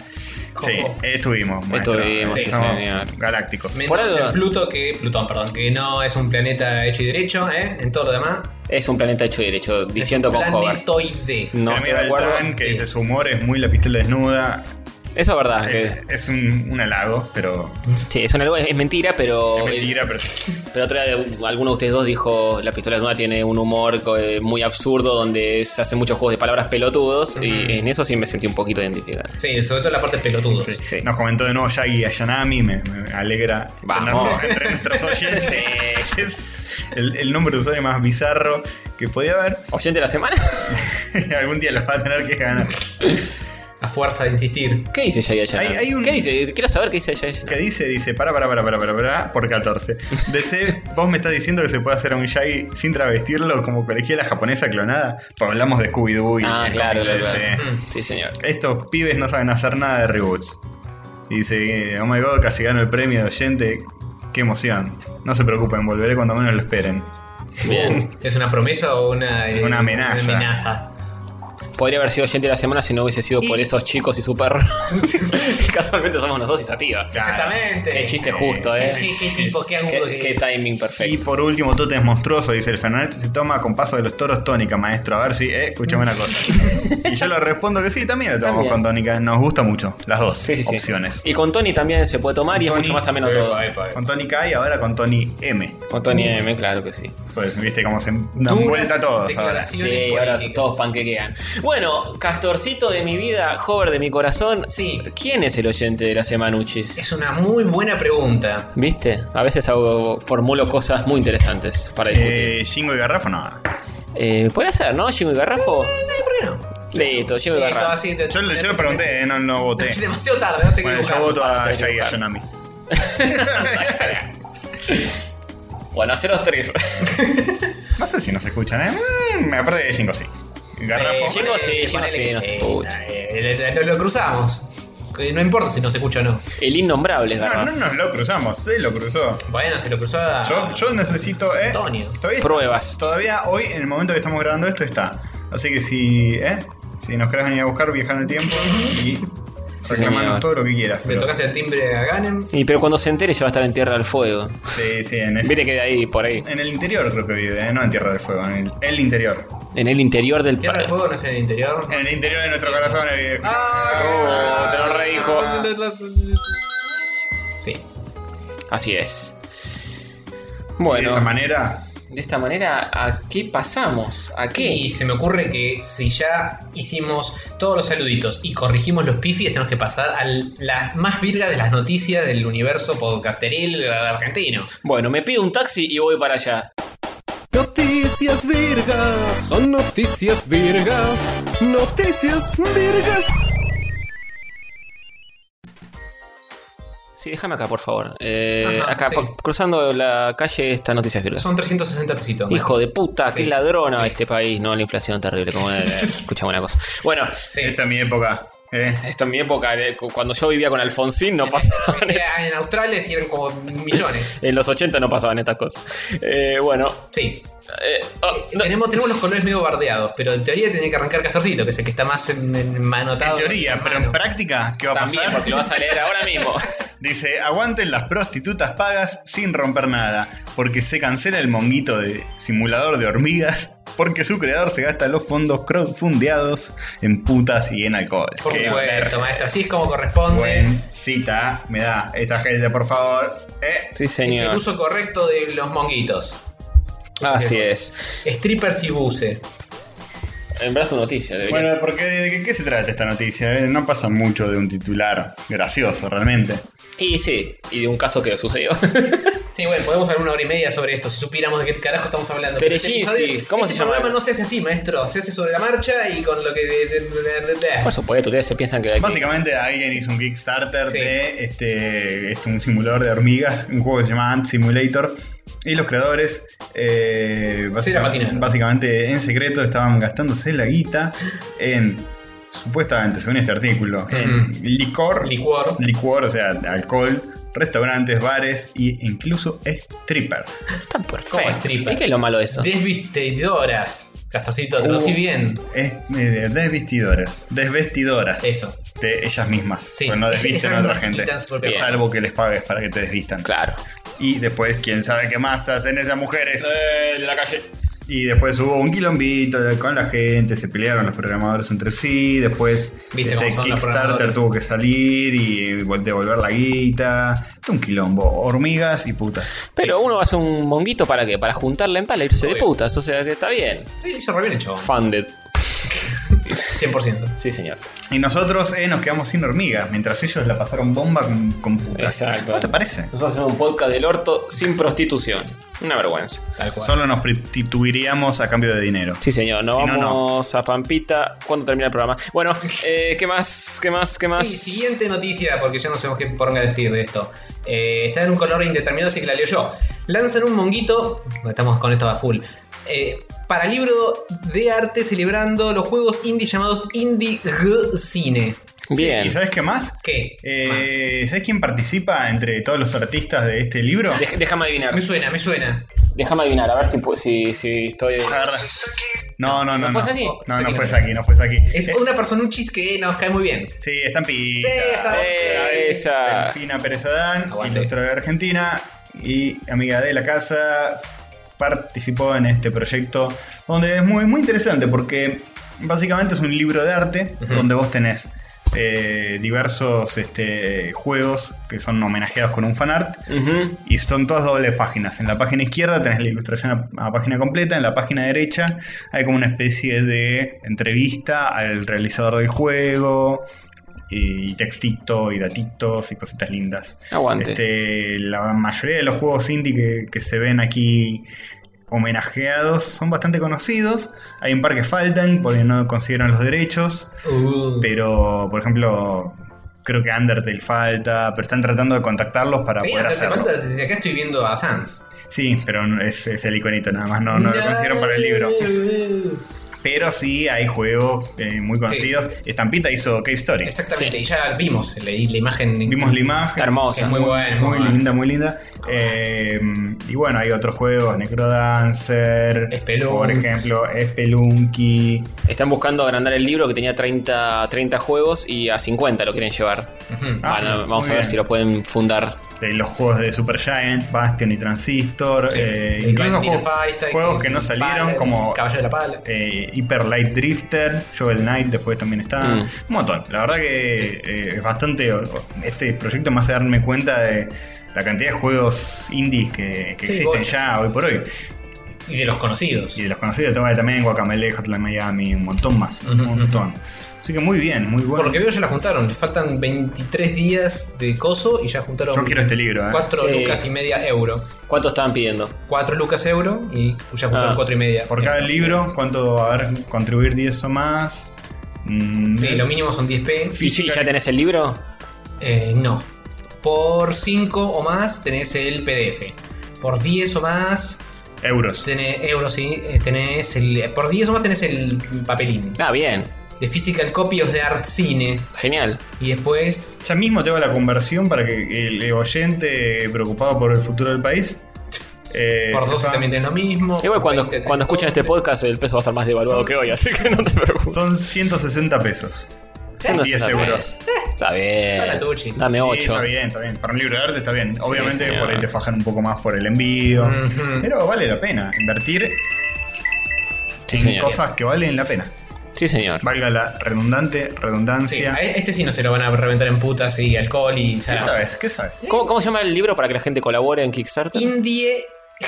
[SPEAKER 3] Coco.
[SPEAKER 2] Sí, estuvimos, maestro.
[SPEAKER 4] Estuvimos,
[SPEAKER 3] sí,
[SPEAKER 2] Somos
[SPEAKER 4] señor.
[SPEAKER 2] galácticos.
[SPEAKER 4] Por
[SPEAKER 3] Menos
[SPEAKER 4] algo-
[SPEAKER 3] en Pluto que. Plutón, perdón, que no es un planeta hecho y derecho, ¿eh? En todo lo demás.
[SPEAKER 4] Es un planeta hecho y derecho, diciendo
[SPEAKER 3] es un
[SPEAKER 4] con Hover.
[SPEAKER 3] planetoide.
[SPEAKER 4] No
[SPEAKER 2] Jeremy
[SPEAKER 4] estoy de acuerdo.
[SPEAKER 2] Beltrán, que
[SPEAKER 3] Sí.
[SPEAKER 2] dice su humor es muy la pistola desnuda.
[SPEAKER 4] Eso es verdad.
[SPEAKER 2] Es,
[SPEAKER 4] que-
[SPEAKER 2] es un, un halago, pero.
[SPEAKER 4] sí, es, una- es mentira, pero.
[SPEAKER 2] Es mentira, pero.
[SPEAKER 4] Pero otra, alguno de ustedes dos dijo: La pistola desnuda tiene un humor co- eh, muy absurdo donde se hacen muchos juegos de palabras pelotudos.
[SPEAKER 3] Ujú.
[SPEAKER 4] Y en eso sí me sentí un poquito identificado.
[SPEAKER 3] Sí, sobre todo la parte pelotudo.
[SPEAKER 2] Sí.
[SPEAKER 4] Sí.
[SPEAKER 2] Nos comentó de nuevo Yagi Ayanami, me, me alegra
[SPEAKER 4] Vamos.
[SPEAKER 2] tenerlo entre nuestros oyentes.
[SPEAKER 4] Sí.
[SPEAKER 2] Es el, el nombre de usuario más bizarro que podía haber.
[SPEAKER 4] ¿Oyente de la semana?
[SPEAKER 2] Algún día los va a tener que ganar.
[SPEAKER 3] A fuerza de insistir.
[SPEAKER 4] ¿Qué dice Yaya
[SPEAKER 2] Hay- hay un-
[SPEAKER 4] ¿Qué dice? Quiero saber qué dice Yaya
[SPEAKER 2] Que dice, dice, para, para, para, para, para, para, por 14. DC, vos me estás diciendo que se puede hacer a un Yagi sin travestirlo como colegiala japonesa clonada. Pues hablamos de Scooby-Doo y
[SPEAKER 4] Ah,
[SPEAKER 2] el
[SPEAKER 4] claro,
[SPEAKER 2] cómic
[SPEAKER 4] claro.
[SPEAKER 2] de DC.
[SPEAKER 4] claro.
[SPEAKER 3] Mm.
[SPEAKER 4] Sí, señor.
[SPEAKER 2] Estos pibes no saben hacer nada de reboots. Y dice, oh my god, casi gano el premio de oyente. Qué emoción. No se preocupen, volveré cuando menos lo esperen.
[SPEAKER 4] Bien.
[SPEAKER 3] ¿Es una promesa o una, eh,
[SPEAKER 2] Una amenaza.
[SPEAKER 3] una amenaza?
[SPEAKER 4] Podría haber sido oyente de la semana si no hubiese sido por esos chicos y su perro. Que Casualmente somos nosotros y esa tía.
[SPEAKER 3] Exactamente.
[SPEAKER 4] Qué chiste justo,
[SPEAKER 3] Sí,
[SPEAKER 4] eh.
[SPEAKER 3] sí, qué tipo, qué
[SPEAKER 4] Qué,
[SPEAKER 3] agudo que
[SPEAKER 4] qué
[SPEAKER 3] es.
[SPEAKER 4] timing
[SPEAKER 2] Y
[SPEAKER 4] perfecto.
[SPEAKER 2] por último, Tote es monstruoso, dice el Fernández. Se toma con paso de los toros tónica, maestro. A ver si, eh, escúchame una cosa. y yo le respondo que sí, también lo tomamos
[SPEAKER 4] También.
[SPEAKER 2] con tónica. Nos gusta mucho, las dos
[SPEAKER 4] Sí, sí, sí.
[SPEAKER 2] opciones.
[SPEAKER 4] Y con Tony también se puede tomar y es
[SPEAKER 2] Tony,
[SPEAKER 4] mucho más ameno todo.
[SPEAKER 3] Epa, epa, epa.
[SPEAKER 2] Con tónica A y ahora con Tony M.
[SPEAKER 4] Con Tony M, claro que sí.
[SPEAKER 2] Pues viste cómo se dan
[SPEAKER 3] Duras
[SPEAKER 2] vuelta todos ahora.
[SPEAKER 3] declaraciones.
[SPEAKER 4] Sí, ahora
[SPEAKER 3] políticas.
[SPEAKER 4] todos panquequean. Bueno, Castorcito de mi vida, Hover de mi corazón.
[SPEAKER 3] Sí.
[SPEAKER 4] ¿Quién es el oyente de la semana, Uchis?
[SPEAKER 3] Es una muy buena pregunta.
[SPEAKER 4] ¿Viste? A veces hago, formulo cosas muy interesantes para discutir.
[SPEAKER 2] Eh, Jingo y Garrafo, no.
[SPEAKER 4] Eh, ¿Puede ser, no? ¿Chingo y Garrafo?
[SPEAKER 3] ¿Por qué no?
[SPEAKER 4] Listo, Chingo y
[SPEAKER 3] Sí, todo
[SPEAKER 4] Garrafo.
[SPEAKER 3] así, te-
[SPEAKER 2] Yo, le- yo lo pregunté, eh, no, no voté.
[SPEAKER 3] Es demasiado tarde, no te
[SPEAKER 2] Bueno,
[SPEAKER 3] quiero
[SPEAKER 2] yo voto a
[SPEAKER 4] te
[SPEAKER 2] Yagi
[SPEAKER 4] equivocaron.
[SPEAKER 2] Ayanami.
[SPEAKER 4] Bueno, a 0-3.
[SPEAKER 2] no sé si nos escuchan, ¿eh? Mm, aparte de Jingo, sí. Garrafo.
[SPEAKER 4] Sí, Llego, llego, sí, no se escucha.
[SPEAKER 3] Lo, Eh, lo cruzamos. Que No importa si no se escucha o no.
[SPEAKER 4] El innombrable es
[SPEAKER 2] No, no
[SPEAKER 4] Garrafo.
[SPEAKER 2] nos lo cruzamos, se lo cruzó.
[SPEAKER 3] Bueno, se lo cruzó a.
[SPEAKER 2] Yo, yo necesito. Eh,
[SPEAKER 3] Antonio.
[SPEAKER 2] Todavía,
[SPEAKER 4] Pruebas.
[SPEAKER 2] todavía hoy, en el momento que estamos grabando esto, está. Así que si. ¿eh? Si nos querés venir a buscar, viajar en el tiempo y
[SPEAKER 4] señor.
[SPEAKER 2] reclamarnos todo lo que quieras.
[SPEAKER 3] Le
[SPEAKER 2] pero-
[SPEAKER 3] tocas el timbre a Ganem.
[SPEAKER 4] Y pero cuando se entere ya va a estar en Tierra del Fuego.
[SPEAKER 2] Sí, sí, en, ese-
[SPEAKER 4] Mire que de ahí, por ahí.
[SPEAKER 2] en el interior creo que vive, ¿eh? no en Tierra del Fuego, en el, el interior.
[SPEAKER 4] En el interior del
[SPEAKER 3] Tierra del
[SPEAKER 4] país.
[SPEAKER 3] fuego no es en el interior.
[SPEAKER 2] En el interior de nuestro corazón. eh,
[SPEAKER 4] Ah, Oh, te lo redijo.
[SPEAKER 3] Sí.
[SPEAKER 4] Así es.
[SPEAKER 2] Y De esta
[SPEAKER 4] Bueno,
[SPEAKER 2] manera,
[SPEAKER 4] de esta manera, ¿a qué pasamos? ¿A
[SPEAKER 3] Y
[SPEAKER 4] qué?
[SPEAKER 3] se me ocurre que si ya hicimos todos los saluditos y corrigimos los pifis, tenemos que pasar a la más virga de las noticias del universo podcasteril argentino.
[SPEAKER 4] Bueno, me pido un taxi y voy para allá.
[SPEAKER 1] Noticias virgas, son noticias virgas, noticias virgas.
[SPEAKER 4] Sí, déjame acá, por favor. Eh,
[SPEAKER 3] Ajá,
[SPEAKER 4] acá,
[SPEAKER 3] sí.
[SPEAKER 4] po- cruzando la calle, esta noticia virgas.
[SPEAKER 3] Son 360 pesitos.
[SPEAKER 4] Hijo de puta,
[SPEAKER 3] Sí,
[SPEAKER 4] qué ladrona este país, ¿no? La inflación terrible, como eh, escuchame una cosa. Bueno,
[SPEAKER 3] Sí.
[SPEAKER 2] esta es mi época. eh.
[SPEAKER 4] esto en mi época, eh, cu- cuando yo vivía con Alfonsín, no pasaba
[SPEAKER 3] Era En Australia sí eran como millones.
[SPEAKER 4] En los 80 no pasaban estas cosas. Eh, bueno.
[SPEAKER 3] Sí.
[SPEAKER 4] eh, oh, no.
[SPEAKER 3] Tenemos, tenemos los colores medio bardeados, pero en teoría tiene que arrancar Castorcito, que es el que está más en, en- manotado.
[SPEAKER 2] En teoría,
[SPEAKER 3] en
[SPEAKER 2] pero en
[SPEAKER 3] mano.
[SPEAKER 2] práctica, ¿qué va a
[SPEAKER 4] También,
[SPEAKER 2] pasar?
[SPEAKER 4] porque lo vas a leer ahora mismo.
[SPEAKER 2] Dice, aguanten las prostitutas pagas sin romper nada, porque se cancela el monguito de simulador de hormigas, porque su creador se gasta los fondos crowdfundeados en putas y en alcohol.
[SPEAKER 3] Por
[SPEAKER 2] Qué
[SPEAKER 3] supuesto,
[SPEAKER 2] ver-
[SPEAKER 3] maestro. Así es como corresponde.
[SPEAKER 2] Buen cita, me da esta gente, por favor. Eh,
[SPEAKER 4] Sí,
[SPEAKER 3] es el
[SPEAKER 4] señor.
[SPEAKER 3] uso correcto de los monguitos.
[SPEAKER 4] Así es.
[SPEAKER 3] Strippers y buses.
[SPEAKER 4] Enviaste tu noticia, debería.
[SPEAKER 2] Bueno, porque ¿de qué- qué se trata esta noticia? Eh, no pasa mucho de un titular gracioso, realmente.
[SPEAKER 4] Y sí, y de un caso que sucedió.
[SPEAKER 3] Sí, bueno, podemos hablar una hora y media sobre esto si supiéramos de qué carajo estamos hablando. Pero este
[SPEAKER 4] Terezinski,
[SPEAKER 3] episodio-
[SPEAKER 4] ¿cómo
[SPEAKER 3] este
[SPEAKER 4] se llama?
[SPEAKER 3] programa no se hace así, maestro. Se hace sobre la marcha y con lo que. de- de- de- de- de-
[SPEAKER 4] Por supuesto, ustedes se piensan que.
[SPEAKER 2] Básicamente alguien hizo un Kickstarter
[SPEAKER 3] Sí.
[SPEAKER 2] de este, este, un simulador de hormigas, un juego que se llama Ant Simulator. Y los creadores, eh,
[SPEAKER 3] Sí, la
[SPEAKER 2] básicamente,
[SPEAKER 3] patinaron.
[SPEAKER 2] básicamente, en secreto estaban gastándose la guita en, supuestamente, según este artículo, en
[SPEAKER 3] Ujú.
[SPEAKER 2] licor,
[SPEAKER 3] Licuor.
[SPEAKER 2] licuor, o sea, alcohol restaurantes, bares e incluso strippers.
[SPEAKER 4] Está
[SPEAKER 3] Como
[SPEAKER 4] Ah, perfecto.
[SPEAKER 3] stripper.
[SPEAKER 4] ¿Y qué es lo malo de eso? Uh.
[SPEAKER 3] Desvistidoras. Castorcito, traducí bien.
[SPEAKER 2] Es eh, desvestidoras. Desvestidoras.
[SPEAKER 3] Eso.
[SPEAKER 2] De ellas mismas.
[SPEAKER 3] Sí.
[SPEAKER 2] Pues no desvisten a otra
[SPEAKER 3] Ellas
[SPEAKER 2] gente.
[SPEAKER 3] quitan su propia
[SPEAKER 2] Bien.
[SPEAKER 3] ropa.
[SPEAKER 2] Salvo que les pagues para que te desvistan.
[SPEAKER 4] Claro.
[SPEAKER 2] Y después, quién sabe qué más hacen esas mujeres.
[SPEAKER 4] De la calle.
[SPEAKER 2] Y después hubo un quilombito de- con la gente, se pelearon los programadores entre sí, después
[SPEAKER 3] Viste
[SPEAKER 2] este,
[SPEAKER 3] cómo son los
[SPEAKER 2] Kickstarter
[SPEAKER 3] programadores.
[SPEAKER 2] tuvo que salir y vol- devolver la guita. Fue Un quilombo, hormigas y putas.
[SPEAKER 4] Pero uno hace un monguito para qué? Para juntarla en pala e irse de
[SPEAKER 3] Obvio.
[SPEAKER 4] putas. O sea que está bien.
[SPEAKER 3] Sí, le hizo re bien el chabón.
[SPEAKER 4] Funded.
[SPEAKER 3] 100%.
[SPEAKER 4] Sí, señor.
[SPEAKER 2] Y nosotros eh, nos quedamos sin hormigas, mientras ellos la pasaron bomba con, con putas.
[SPEAKER 4] Exacto.
[SPEAKER 2] ¿Cómo te parece?
[SPEAKER 4] Nosotros hacemos un podcast del orto sin prostitución. Una vergüenza.
[SPEAKER 3] Tal cual.
[SPEAKER 2] Solo nos prostituiríamos a cambio de dinero.
[SPEAKER 4] Sí, señor. Nos
[SPEAKER 2] Si no, no.
[SPEAKER 4] vamos a Pampita. ¿Cuándo termina el programa? Bueno, eh, ¿qué más? ¿Qué más? ¿Qué más?
[SPEAKER 3] Sí, siguiente noticia, porque ya no sabemos qué poronga decir de esto. Eh, está en un color indeterminado, así que la leo yo. Lanzan un monguito. Estamos con esto a full. eh, para libro de arte celebrando los juegos indie llamados Indie G Cine.
[SPEAKER 4] Bien.
[SPEAKER 2] ¿Y sabes qué más?
[SPEAKER 3] ¿Qué?
[SPEAKER 2] Eh, ¿Sabes quién participa entre todos los artistas de este libro?
[SPEAKER 4] Dej- déjame adivinar.
[SPEAKER 3] Más. Me suena, me suena.
[SPEAKER 4] Déjame adivinar, a ver si, pu- si, si estoy.
[SPEAKER 2] Agarra. No, Ah, no, no.
[SPEAKER 4] ¿No fue
[SPEAKER 2] no.
[SPEAKER 4] Saki?
[SPEAKER 2] No, no
[SPEAKER 3] Saki
[SPEAKER 2] fue
[SPEAKER 3] no.
[SPEAKER 2] Saki, no fue Saki.
[SPEAKER 3] Es
[SPEAKER 2] Eh,
[SPEAKER 3] una persona, un chis que nos cae muy bien.
[SPEAKER 2] Sí, Estampi.
[SPEAKER 3] Sí, está-
[SPEAKER 4] Eh, esa.
[SPEAKER 2] Pina Pérez Adán,
[SPEAKER 3] Aguante.
[SPEAKER 2] ilustradora argentina y amiga de la casa, participó en este proyecto donde es muy, muy interesante porque básicamente es un libro de arte
[SPEAKER 3] Ujú.
[SPEAKER 2] donde vos tenés eh, diversos este, juegos que son homenajeados con un fanart.
[SPEAKER 4] Ujú.
[SPEAKER 2] Y son todas dobles páginas. En la página izquierda tenés la ilustración a, a página completa, en la página derecha hay como una especie de entrevista al realizador del juego. Y textito y datitos y cositas lindas.
[SPEAKER 4] Aguante.
[SPEAKER 2] Este, la mayoría de los juegos indie que, que se ven aquí homenajeados son bastante conocidos. Hay un par que faltan porque no consideran los derechos.
[SPEAKER 3] Uh,
[SPEAKER 2] Pero, por ejemplo, creo que Undertale falta. Pero están tratando de contactarlos para
[SPEAKER 3] sí,
[SPEAKER 2] poder
[SPEAKER 3] hasta-
[SPEAKER 2] hacerlo.
[SPEAKER 3] hasta- desde acá estoy viendo a Sans.
[SPEAKER 2] Sí, pero no- es, es el iconito nada más, no, no lo consiguieron para el libro. Pero sí hay juegos eh, muy conocidos. Estampita hizo Cave Story.
[SPEAKER 3] Exactamente, y ya vimos la, la imagen. en-
[SPEAKER 2] Vimos la imagen.
[SPEAKER 4] Está hermosa.
[SPEAKER 3] Es muy buena,
[SPEAKER 2] Muy
[SPEAKER 3] muy buena.
[SPEAKER 2] linda, muy linda. Eh, y bueno, hay otros juegos, Necrodancer,
[SPEAKER 3] Spelunks.
[SPEAKER 2] por ejemplo, Spelunky.
[SPEAKER 4] Están buscando agrandar el libro que tenía 30, 30 juegos y a 50 lo quieren llevar.
[SPEAKER 3] Ujú.
[SPEAKER 2] Ah,
[SPEAKER 4] Bueno,
[SPEAKER 2] muy
[SPEAKER 4] vamos a ver
[SPEAKER 2] bien.
[SPEAKER 4] si lo pueden fundar.
[SPEAKER 2] de los juegos de Supergiant, Bastion y Transistor,
[SPEAKER 3] Sí.
[SPEAKER 2] eh,
[SPEAKER 3] El
[SPEAKER 2] incluso
[SPEAKER 3] Bandit
[SPEAKER 2] juegos,
[SPEAKER 3] of Isaac,
[SPEAKER 2] juegos que
[SPEAKER 3] el
[SPEAKER 2] no salieron
[SPEAKER 3] Pal-
[SPEAKER 2] como
[SPEAKER 3] Caballo de la Pala.
[SPEAKER 2] eh, Hyper Light Drifter, Joel Knight después también está.
[SPEAKER 4] Mm.
[SPEAKER 2] Un montón. La verdad que eh, es bastante. o- o- Este proyecto me hace darme cuenta de la cantidad de juegos indies que, que
[SPEAKER 3] Sí,
[SPEAKER 2] existen
[SPEAKER 3] bocha.
[SPEAKER 2] ya hoy por hoy.
[SPEAKER 3] Y de los conocidos.
[SPEAKER 2] Y de los conocidos, tengo también Guacamele, Hotline Miami, un montón más. Un
[SPEAKER 3] Ujú, ujú.
[SPEAKER 2] montón. Así que muy bien, muy
[SPEAKER 3] Por
[SPEAKER 2] bueno.
[SPEAKER 3] lo que veo ya la juntaron. Le faltan 23 días de coso y ya juntaron.
[SPEAKER 2] Yo quiero este libro, eh.
[SPEAKER 3] 4
[SPEAKER 4] Sí.
[SPEAKER 3] lucas y media euro.
[SPEAKER 4] ¿Cuánto estaban pidiendo?
[SPEAKER 3] 4 lucas euro y ya juntaron
[SPEAKER 4] Ah.
[SPEAKER 3] 4 y media.
[SPEAKER 2] Por cada libro, ¿cuánto? A ver, contribuir 10 o más. Mm,
[SPEAKER 3] Sí, lo mínimo son 10p.
[SPEAKER 4] ¿Y, y ya tenés el libro?
[SPEAKER 3] Eh, no. Por 5 o más tenés el PDF. Por 10 o más
[SPEAKER 2] euros.
[SPEAKER 3] tenés euros, sí. eh, Tenés el, por 10 o más tenés el papelín.
[SPEAKER 4] Ah, bien.
[SPEAKER 3] De Physical Copy of the Art Cine.
[SPEAKER 4] Genial.
[SPEAKER 3] Y después.
[SPEAKER 2] Ya mismo te hago la conversión para que el oyente preocupado por el futuro del país. eh,
[SPEAKER 3] Por
[SPEAKER 2] sepa-
[SPEAKER 3] 12 también tenés lo mismo.
[SPEAKER 4] Igual
[SPEAKER 3] por
[SPEAKER 4] cuando,
[SPEAKER 3] 20 tenés
[SPEAKER 4] cuando escuchan este
[SPEAKER 3] doble.
[SPEAKER 4] podcast el peso va a estar más devaluado que hoy, así que no te preocupes.
[SPEAKER 2] Son 160 pesos.
[SPEAKER 4] Son
[SPEAKER 2] 10
[SPEAKER 4] 200
[SPEAKER 2] euros.
[SPEAKER 4] pesos. Está
[SPEAKER 3] Para tu
[SPEAKER 4] bien.
[SPEAKER 3] chis.
[SPEAKER 4] Dame
[SPEAKER 2] Sí,
[SPEAKER 4] 8.
[SPEAKER 2] está bien, está bien. Para un libro de arte está bien. Obviamente
[SPEAKER 4] señor.
[SPEAKER 2] por ahí te fajan un poco más por el envío.
[SPEAKER 3] Ujú.
[SPEAKER 2] Pero vale la pena invertir
[SPEAKER 4] Sí,
[SPEAKER 2] en
[SPEAKER 4] señor.
[SPEAKER 2] cosas que valen la pena.
[SPEAKER 4] Sí, señor.
[SPEAKER 2] Valga la redundante,
[SPEAKER 3] Sí,
[SPEAKER 2] redundancia.
[SPEAKER 3] a este sí no se lo van a reventar en putas y alcohol y
[SPEAKER 2] ¿Qué
[SPEAKER 3] salado.
[SPEAKER 2] sabes? ¿Qué sabes?
[SPEAKER 4] ¿Cómo, cómo se llama el libro para que la gente colabore en Kickstarter?
[SPEAKER 3] Indie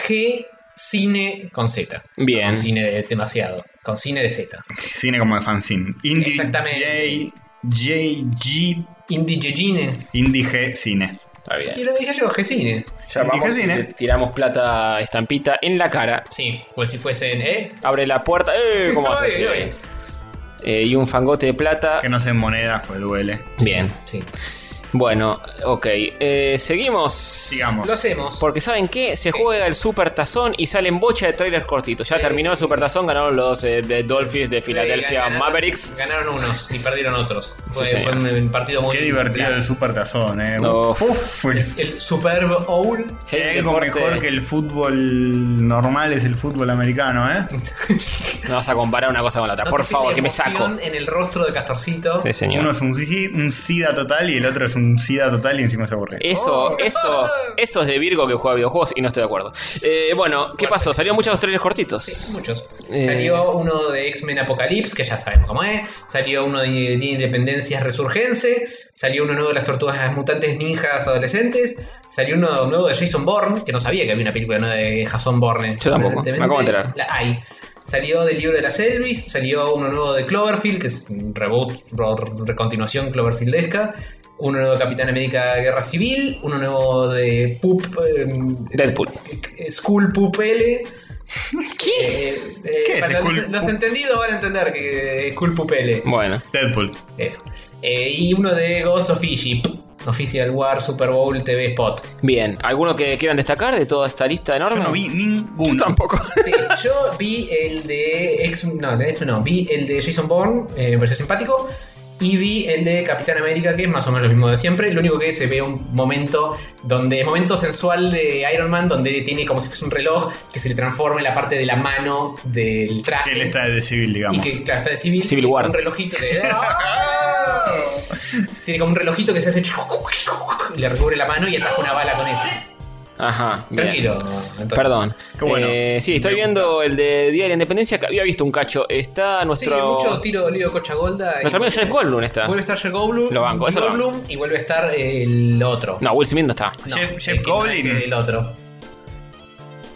[SPEAKER 3] G Cine con Z.
[SPEAKER 4] Bien.
[SPEAKER 3] Con cine de demasiado. Con cine de Z.
[SPEAKER 2] Cine como de fanzine. Indie J,
[SPEAKER 3] Exactamente.
[SPEAKER 2] JG
[SPEAKER 3] Indie Gegine.
[SPEAKER 2] Indie G Cine.
[SPEAKER 4] Está bien.
[SPEAKER 3] Y lo dije yo, G Cine.
[SPEAKER 4] Ya vamos
[SPEAKER 2] Dije
[SPEAKER 4] y
[SPEAKER 2] cine.
[SPEAKER 4] le tiramos plata a estampita en la cara.
[SPEAKER 3] Sí, pues si fuesen, ¿eh?
[SPEAKER 4] Abre la puerta. ¡Eh! ¿Cómo vas a decir?
[SPEAKER 3] Ay, ay.
[SPEAKER 4] Eh, y un fangote de plata.
[SPEAKER 2] Que no sean monedas, pues duele.
[SPEAKER 4] Bien.
[SPEAKER 3] Sí.
[SPEAKER 4] Bueno, ok. Eh, seguimos.
[SPEAKER 2] Sigamos.
[SPEAKER 3] Lo hacemos.
[SPEAKER 4] Porque ¿saben qué? Se juega el Super Tazón y salen bocha de trailers cortitos. Ya terminó el Super Tazón, ganaron los eh, de Dolphins de
[SPEAKER 3] Sí,
[SPEAKER 4] Filadelfia
[SPEAKER 3] ganaron-
[SPEAKER 4] Mavericks.
[SPEAKER 3] Ganaron unos y perdieron otros. Fue,
[SPEAKER 4] señor.
[SPEAKER 3] fue un partido muy
[SPEAKER 2] Qué divertido
[SPEAKER 3] claro.
[SPEAKER 2] el Super Tazón, eh.
[SPEAKER 4] No.
[SPEAKER 2] Uf, el-
[SPEAKER 3] El Super Bowl.
[SPEAKER 2] si
[SPEAKER 4] Sí,
[SPEAKER 2] hay algo
[SPEAKER 4] deporte.
[SPEAKER 2] mejor que el fútbol normal es el fútbol americano, ¿eh?
[SPEAKER 4] No vas a comparar una cosa con la otra. Por
[SPEAKER 3] Notas la
[SPEAKER 4] favor, que me saco.
[SPEAKER 3] emoción En el rostro de Castorcito.
[SPEAKER 4] Sí, señor.
[SPEAKER 2] Uno es un, si- un sida total y el otro es un sida total y encima se aburre.
[SPEAKER 4] Eso,
[SPEAKER 3] Oh.
[SPEAKER 4] eso, eso es de Virgo que juega videojuegos y no estoy de acuerdo. Eh, bueno, ¿qué pasó? Salieron muchos trailers cortitos.
[SPEAKER 3] Sí, muchos.
[SPEAKER 4] Eh.
[SPEAKER 3] Salió uno de X-Men Apocalypse, que ya sabemos cómo es. Salió uno de, de Independencias Resurgense. Salió uno nuevo de las Tortugas Mutantes Ninjas Adolescentes. Salió uno nuevo de Jason Bourne, que no sabía que había una película nueva de Jason Bourne.
[SPEAKER 4] Yo tampoco, me acabo de enterar.
[SPEAKER 3] La hay. Salió del libro de las Elvis, salió uno nuevo de Cloverfield, que es un reboot, ro- recontinuación Cloverfieldesca. Uno nuevo de Capitán América Guerra Civil, uno nuevo de Poop. em,
[SPEAKER 4] Deadpool.
[SPEAKER 3] School Pupele. ¿Qué?
[SPEAKER 2] ¿Qué es Skull
[SPEAKER 3] los,
[SPEAKER 2] Pup-
[SPEAKER 3] entendidos van a entender que School Pupele.
[SPEAKER 4] Bueno,
[SPEAKER 2] Deadpool.
[SPEAKER 3] Eso. Eh, y uno de Ghost of Egypt. Official War Super Bowl TV Spot.
[SPEAKER 4] bien. ¿Alguno que quieran destacar de toda esta lista
[SPEAKER 2] Yo
[SPEAKER 4] enorme?
[SPEAKER 2] no vi ninguno.
[SPEAKER 4] Yo tampoco.
[SPEAKER 3] Sí, yo vi el de. Ex, no, el de X- no, vi el de Jason Bourne, eh, me pareció simpático. Y vi el de Capitán América, que es más o menos lo mismo de siempre. Lo único que se ve un momento donde. Momento sensual de Iron Man, donde tiene como si fuese un reloj que se le transforma en la parte de la mano del traje.
[SPEAKER 2] Que él está de civil,
[SPEAKER 3] Y
[SPEAKER 2] digamos.
[SPEAKER 3] que, claro, está de civil.
[SPEAKER 4] Civil
[SPEAKER 3] tiene
[SPEAKER 4] War.
[SPEAKER 3] Un relojito que. tiene como un relojito que se hace. Y le recubre la mano y ataca una bala con ella.
[SPEAKER 4] Ajá, bien.
[SPEAKER 3] Tranquilo, Antonio.
[SPEAKER 4] Perdón.
[SPEAKER 2] Qué bueno.
[SPEAKER 4] Eh, sí, estoy
[SPEAKER 2] Me
[SPEAKER 4] viendo el de Día de la Independencia. que Había visto un cacho. Está
[SPEAKER 3] Sí,
[SPEAKER 4] nuestro.
[SPEAKER 3] mucho tiro lío Cochagolda. y-
[SPEAKER 4] nuestro amigo Jeff Goldblum está.
[SPEAKER 3] Vuelve a estar Jeff Goldblum.
[SPEAKER 4] Lo banco, eso lo
[SPEAKER 3] Goldblum, Y vuelve a estar el otro.
[SPEAKER 4] No, Will Smith no está.
[SPEAKER 3] No,
[SPEAKER 2] Jeff-
[SPEAKER 3] el
[SPEAKER 2] Jeff
[SPEAKER 3] que no es
[SPEAKER 2] Goldblum.
[SPEAKER 3] El otro.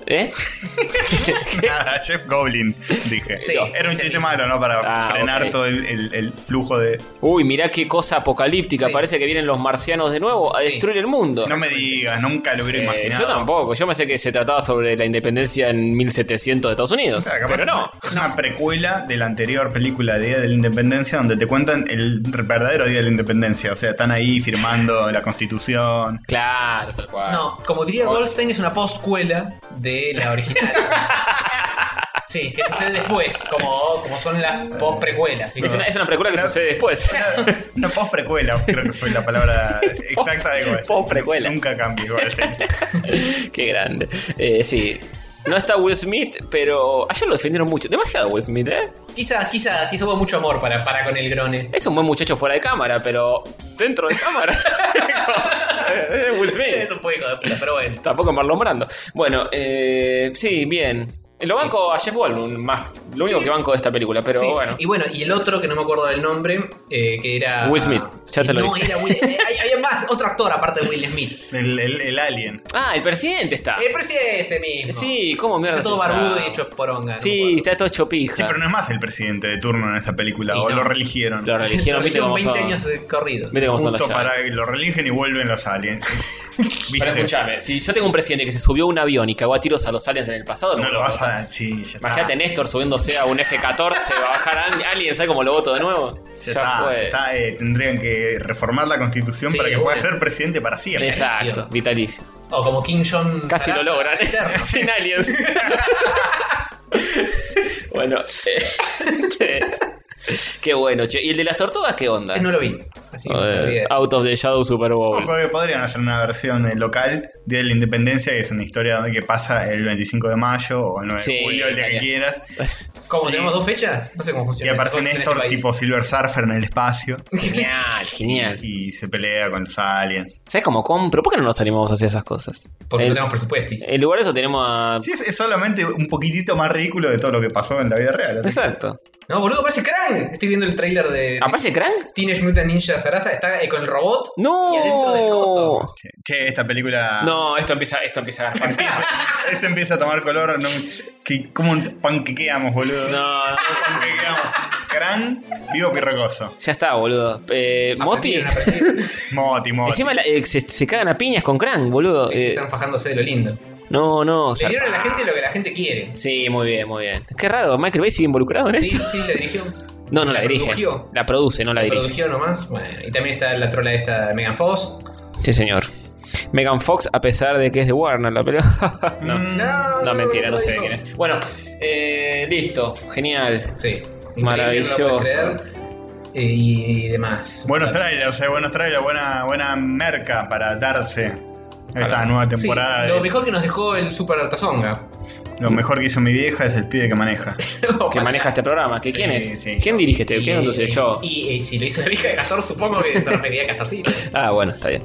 [SPEAKER 4] ¿Eh?
[SPEAKER 2] Nada, Ah, Jeff Goblin, dije.
[SPEAKER 3] Sí,
[SPEAKER 2] Era un
[SPEAKER 3] ese
[SPEAKER 2] chiste
[SPEAKER 3] mismo.
[SPEAKER 2] malo, ¿no? Para
[SPEAKER 4] Ah,
[SPEAKER 2] frenar
[SPEAKER 4] ok.
[SPEAKER 2] todo el, el- el flujo de.
[SPEAKER 4] Uy, mirá qué cosa apocalíptica.
[SPEAKER 3] Sí.
[SPEAKER 4] Parece que vienen los marcianos de nuevo a
[SPEAKER 3] Sí.
[SPEAKER 4] destruir el mundo.
[SPEAKER 2] No me digas, nunca lo hubiera
[SPEAKER 4] Eh,
[SPEAKER 2] imaginado.
[SPEAKER 4] yo tampoco. Yo me sé que se trataba sobre la independencia en 1700 de Estados Unidos.
[SPEAKER 2] O sea, capaz
[SPEAKER 4] pero no.
[SPEAKER 2] Es una precuela de la anterior película Día de la Independencia, donde te cuentan el verdadero Día de la Independencia. O sea, están ahí firmando la constitución.
[SPEAKER 4] Claro, tal cual.
[SPEAKER 3] No, como diría Goldstein, es una postcuela de la original. sí, que sucede después, como, como son las postprecuelas.
[SPEAKER 4] Es una, es una precuela que
[SPEAKER 2] Claro.
[SPEAKER 4] sucede después.
[SPEAKER 2] Una, una post-precuela, creo que fue la palabra exacta de Goldstein.
[SPEAKER 4] Post-precuela.
[SPEAKER 2] Nunca cambies, Goldstein.
[SPEAKER 4] Qué grande. Eh, sí. No está Will Smith, pero ayer lo defendieron mucho. Demasiado Will Smith, ¿eh?
[SPEAKER 3] Quizá, quizá, quizá hubo mucho amor para, para con el grone.
[SPEAKER 4] Es un buen muchacho fuera de cámara, pero dentro de cámara. es Will
[SPEAKER 3] Es
[SPEAKER 4] Smith.
[SPEAKER 3] un poco hijo de puta, pero bueno.
[SPEAKER 4] Tampoco Marlon Brando. Bueno, eh, sí, bien. Lo banco a Jeff Goldblum, más. Lo único que banco de esta película, pero
[SPEAKER 3] Sí,
[SPEAKER 4] bueno.
[SPEAKER 3] Y bueno, y el otro que no me acuerdo del nombre, eh, que era.
[SPEAKER 4] Will Smith, ya
[SPEAKER 3] que
[SPEAKER 4] te lo
[SPEAKER 3] No,
[SPEAKER 4] dije.
[SPEAKER 3] era Will. eh, hay- había más, otro actor aparte de Will Smith.
[SPEAKER 2] El, el- el alien.
[SPEAKER 4] Ah, el presidente está.
[SPEAKER 3] Eh, pero sí es ese mismo.
[SPEAKER 4] Sí, ¿cómo mierda?
[SPEAKER 3] Está todo
[SPEAKER 4] se llama?
[SPEAKER 3] barbudo y hecho poronga. no me
[SPEAKER 4] Sí,
[SPEAKER 3] acuerdo.
[SPEAKER 4] está todo hecho pija.
[SPEAKER 2] Sí, pero no es más el presidente de turno en esta película,
[SPEAKER 3] Y
[SPEAKER 2] o
[SPEAKER 3] no.
[SPEAKER 2] lo religieron.
[SPEAKER 4] Lo religieron, viste cómo
[SPEAKER 3] 20
[SPEAKER 4] son.
[SPEAKER 3] años de corrido.
[SPEAKER 4] Viste cómo son los
[SPEAKER 2] Justo
[SPEAKER 4] yankees.
[SPEAKER 2] para que lo religen y vuelven los aliens. ¿Viste?
[SPEAKER 4] Pero escuchame, si yo tengo un presidente que se subió a un avión y cagó a tiros a los aliens en el pasado,
[SPEAKER 2] No
[SPEAKER 4] me
[SPEAKER 2] lo Ah.
[SPEAKER 4] puedo
[SPEAKER 2] vas
[SPEAKER 4] votar.
[SPEAKER 2] a. Sí, ya está.
[SPEAKER 4] Imagínate Néstor subiéndose a un F-14, va a bajar a alguien, ¿sabes cómo lo voto de nuevo?
[SPEAKER 2] Ya está, ya
[SPEAKER 4] fue.
[SPEAKER 2] está, eh, tendrían que reformar la constitución
[SPEAKER 3] Sí,
[SPEAKER 2] para que pueda
[SPEAKER 3] bueno.
[SPEAKER 2] ser presidente para siempre.
[SPEAKER 4] Exacto, vitalicio.
[SPEAKER 3] O como King John.
[SPEAKER 4] Casi
[SPEAKER 3] Sarasa,
[SPEAKER 4] lo logran, ¿eh?
[SPEAKER 3] eterno.
[SPEAKER 4] sin aliens. bueno, eh, qué, qué bueno, che. ¿Y el de las tortugas qué onda?
[SPEAKER 3] No lo vi. Así que no sabría
[SPEAKER 4] Joder, Ah,
[SPEAKER 3] decir.
[SPEAKER 4] Out of the Shadow Super Bowl.
[SPEAKER 2] Ojo que podrían hacer una versión eh, local de la independencia, que es una historia donde que pasa el 25 de mayo o el 9
[SPEAKER 4] Sí,
[SPEAKER 2] de julio, el día que
[SPEAKER 4] estaría.
[SPEAKER 2] quieras.
[SPEAKER 3] ¿Cómo tenemos dos fechas? No sé cómo
[SPEAKER 2] Y
[SPEAKER 3] funciona.
[SPEAKER 2] aparece
[SPEAKER 3] Cosas en
[SPEAKER 2] Néstor
[SPEAKER 3] este país.
[SPEAKER 2] tipo Silver Surfer en el espacio
[SPEAKER 4] Genial, genial.
[SPEAKER 2] y se pelea con los aliens.
[SPEAKER 4] ¿Sabes cómo compro? ¿Por qué no nos animamos a hacer esas cosas?
[SPEAKER 3] Porque
[SPEAKER 4] en,
[SPEAKER 3] no tenemos presupuestos.
[SPEAKER 4] en lugar de eso tenemos a.
[SPEAKER 2] Sí, es, es solamente un poquitito más ridículo de todo lo que pasó en la vida real. así que-
[SPEAKER 4] Exacto.
[SPEAKER 3] No, boludo, aparece Krang. Estoy viendo el tráiler de
[SPEAKER 4] ¿Aparece Crank?
[SPEAKER 3] Teenage Mutant Ninja Sarasa. Está eh, con el robot. Y adentro del coso. Ah.
[SPEAKER 4] ¡No!
[SPEAKER 2] Che, Che, esta película.
[SPEAKER 4] No, esto empieza, esto empieza a agarrar.
[SPEAKER 2] Empieza- esto empieza a tomar color. ¿no? Que, como un panquequeamos, boludo.
[SPEAKER 4] No, no.
[SPEAKER 2] Panquequeamos. Gran, vivo pirrocoso.
[SPEAKER 4] Ya está, boludo. Eh, Moti.
[SPEAKER 3] Aprendieron, aprendieron.
[SPEAKER 2] Moti, Moti.
[SPEAKER 4] Encima la- eh, se, se cagan a piñas con Crank, boludo.
[SPEAKER 3] Sí, sí,
[SPEAKER 4] Eh,
[SPEAKER 3] están fajándose de lo lindo.
[SPEAKER 4] no, no.
[SPEAKER 3] Le
[SPEAKER 4] zarpa.
[SPEAKER 3] dieron a la gente lo que la gente quiere.
[SPEAKER 4] Sí, muy bien, muy bien. Qué raro, Michael Bay sigue involucrado en
[SPEAKER 3] Sí,
[SPEAKER 4] esto.
[SPEAKER 3] sí, le dirigió.
[SPEAKER 4] No, no la,
[SPEAKER 3] ¿La
[SPEAKER 4] dirige.
[SPEAKER 3] produjo?
[SPEAKER 4] La produce, no la dirige.
[SPEAKER 3] Produjo nomás. Bueno, y también está la trola esta de Megan Fox.
[SPEAKER 4] Sí, señor. Megan Fox, a pesar de que es de Warner, la pelota. no,
[SPEAKER 3] Mm,
[SPEAKER 4] no,
[SPEAKER 3] no,
[SPEAKER 4] mentira,
[SPEAKER 3] no
[SPEAKER 4] no
[SPEAKER 3] lo
[SPEAKER 4] sé
[SPEAKER 3] digo.
[SPEAKER 4] quién es. Bueno, eh, listo, genial.
[SPEAKER 3] Sí. Increíble,
[SPEAKER 4] Maravilloso.
[SPEAKER 3] no lo puedes creer. Eh, Y, y demás.
[SPEAKER 2] Buenos trailers, eh, buenos trailers, buena, buena merca para darse esta nueva
[SPEAKER 3] Sí,
[SPEAKER 2] temporada. de-
[SPEAKER 3] lo mejor que nos dejó el Super Artazonga.
[SPEAKER 2] lo mejor que hizo mi vieja es el pibe que maneja.
[SPEAKER 4] Que maneja este programa. ¿Que
[SPEAKER 2] Sí,
[SPEAKER 4] ¿Quién es?
[SPEAKER 2] sí.
[SPEAKER 4] ¿Quién dirige este? ¿Quién entonces yo?
[SPEAKER 3] Y, y si lo hizo la vieja de Castor, supongo que se refería a Castorcito.
[SPEAKER 4] Ah, bueno, está bien.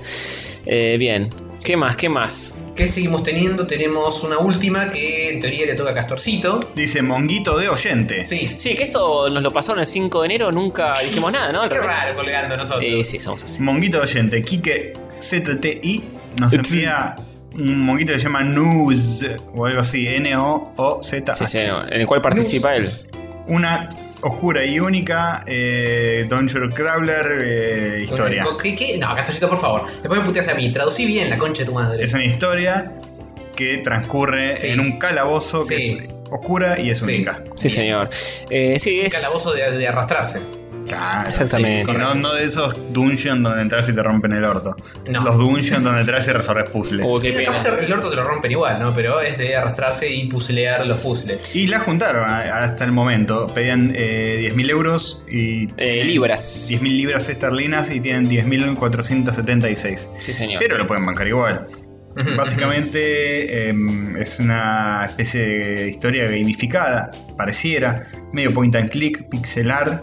[SPEAKER 4] Eh, bien. ¿Qué más? ¿Qué más?
[SPEAKER 3] ¿Qué seguimos teniendo? Tenemos una última que en teoría le toca a Castorcito.
[SPEAKER 2] Dice Monguito de oyente.
[SPEAKER 3] Sí.
[SPEAKER 4] Sí, que esto nos lo pasaron el 5 de enero, nunca dijimos nada, ¿no? Al
[SPEAKER 3] Qué
[SPEAKER 4] revés.
[SPEAKER 3] raro colgando nosotros.
[SPEAKER 4] Eh, sí, somos así.
[SPEAKER 2] Monguito de oyente, Kike ZTI nos envía un monguito que se llama News o algo así, N-O-O-Z.
[SPEAKER 3] Ah,
[SPEAKER 4] Sí, sí, no, en el cual participa él.
[SPEAKER 2] Una oscura y única eh, Dungeon Crawler eh, historia.
[SPEAKER 3] ¿Qué, qué? No, Castorcito, por favor. Después me puteas a mí. Traducí bien la concha de tu madre.
[SPEAKER 2] Es una historia que transcurre
[SPEAKER 3] Sí.
[SPEAKER 2] en un calabozo
[SPEAKER 3] Sí.
[SPEAKER 2] que es oscura y es
[SPEAKER 3] Sí.
[SPEAKER 2] única.
[SPEAKER 4] Sí, señor. Eh, sí,
[SPEAKER 3] Un
[SPEAKER 4] es.
[SPEAKER 3] calabozo de, de arrastrarse.
[SPEAKER 2] Claro,
[SPEAKER 4] Exactamente.
[SPEAKER 2] sí, sí, no, no de esos dungeons donde entras y te rompen el orto.
[SPEAKER 3] No.
[SPEAKER 2] Los dungeons donde entras y resolves puzzles.
[SPEAKER 4] Uy, qué
[SPEAKER 3] Sí,
[SPEAKER 4] pena.
[SPEAKER 3] capaz te- el orto te lo rompen igual, ¿no? Pero es de arrastrarse y puzzlear los puzzles.
[SPEAKER 2] Y la juntaron a- hasta el momento. Pedían eh, 10.000 euros y.
[SPEAKER 4] Eh, libras.
[SPEAKER 2] 10.000 libras esterlinas y tienen 10.476.
[SPEAKER 4] Sí, señor.
[SPEAKER 2] Pero lo pueden bancar igual.
[SPEAKER 3] Ujú,
[SPEAKER 2] Básicamente em, es una especie de historia gamificada, pareciera. Medio point and click, pixelar.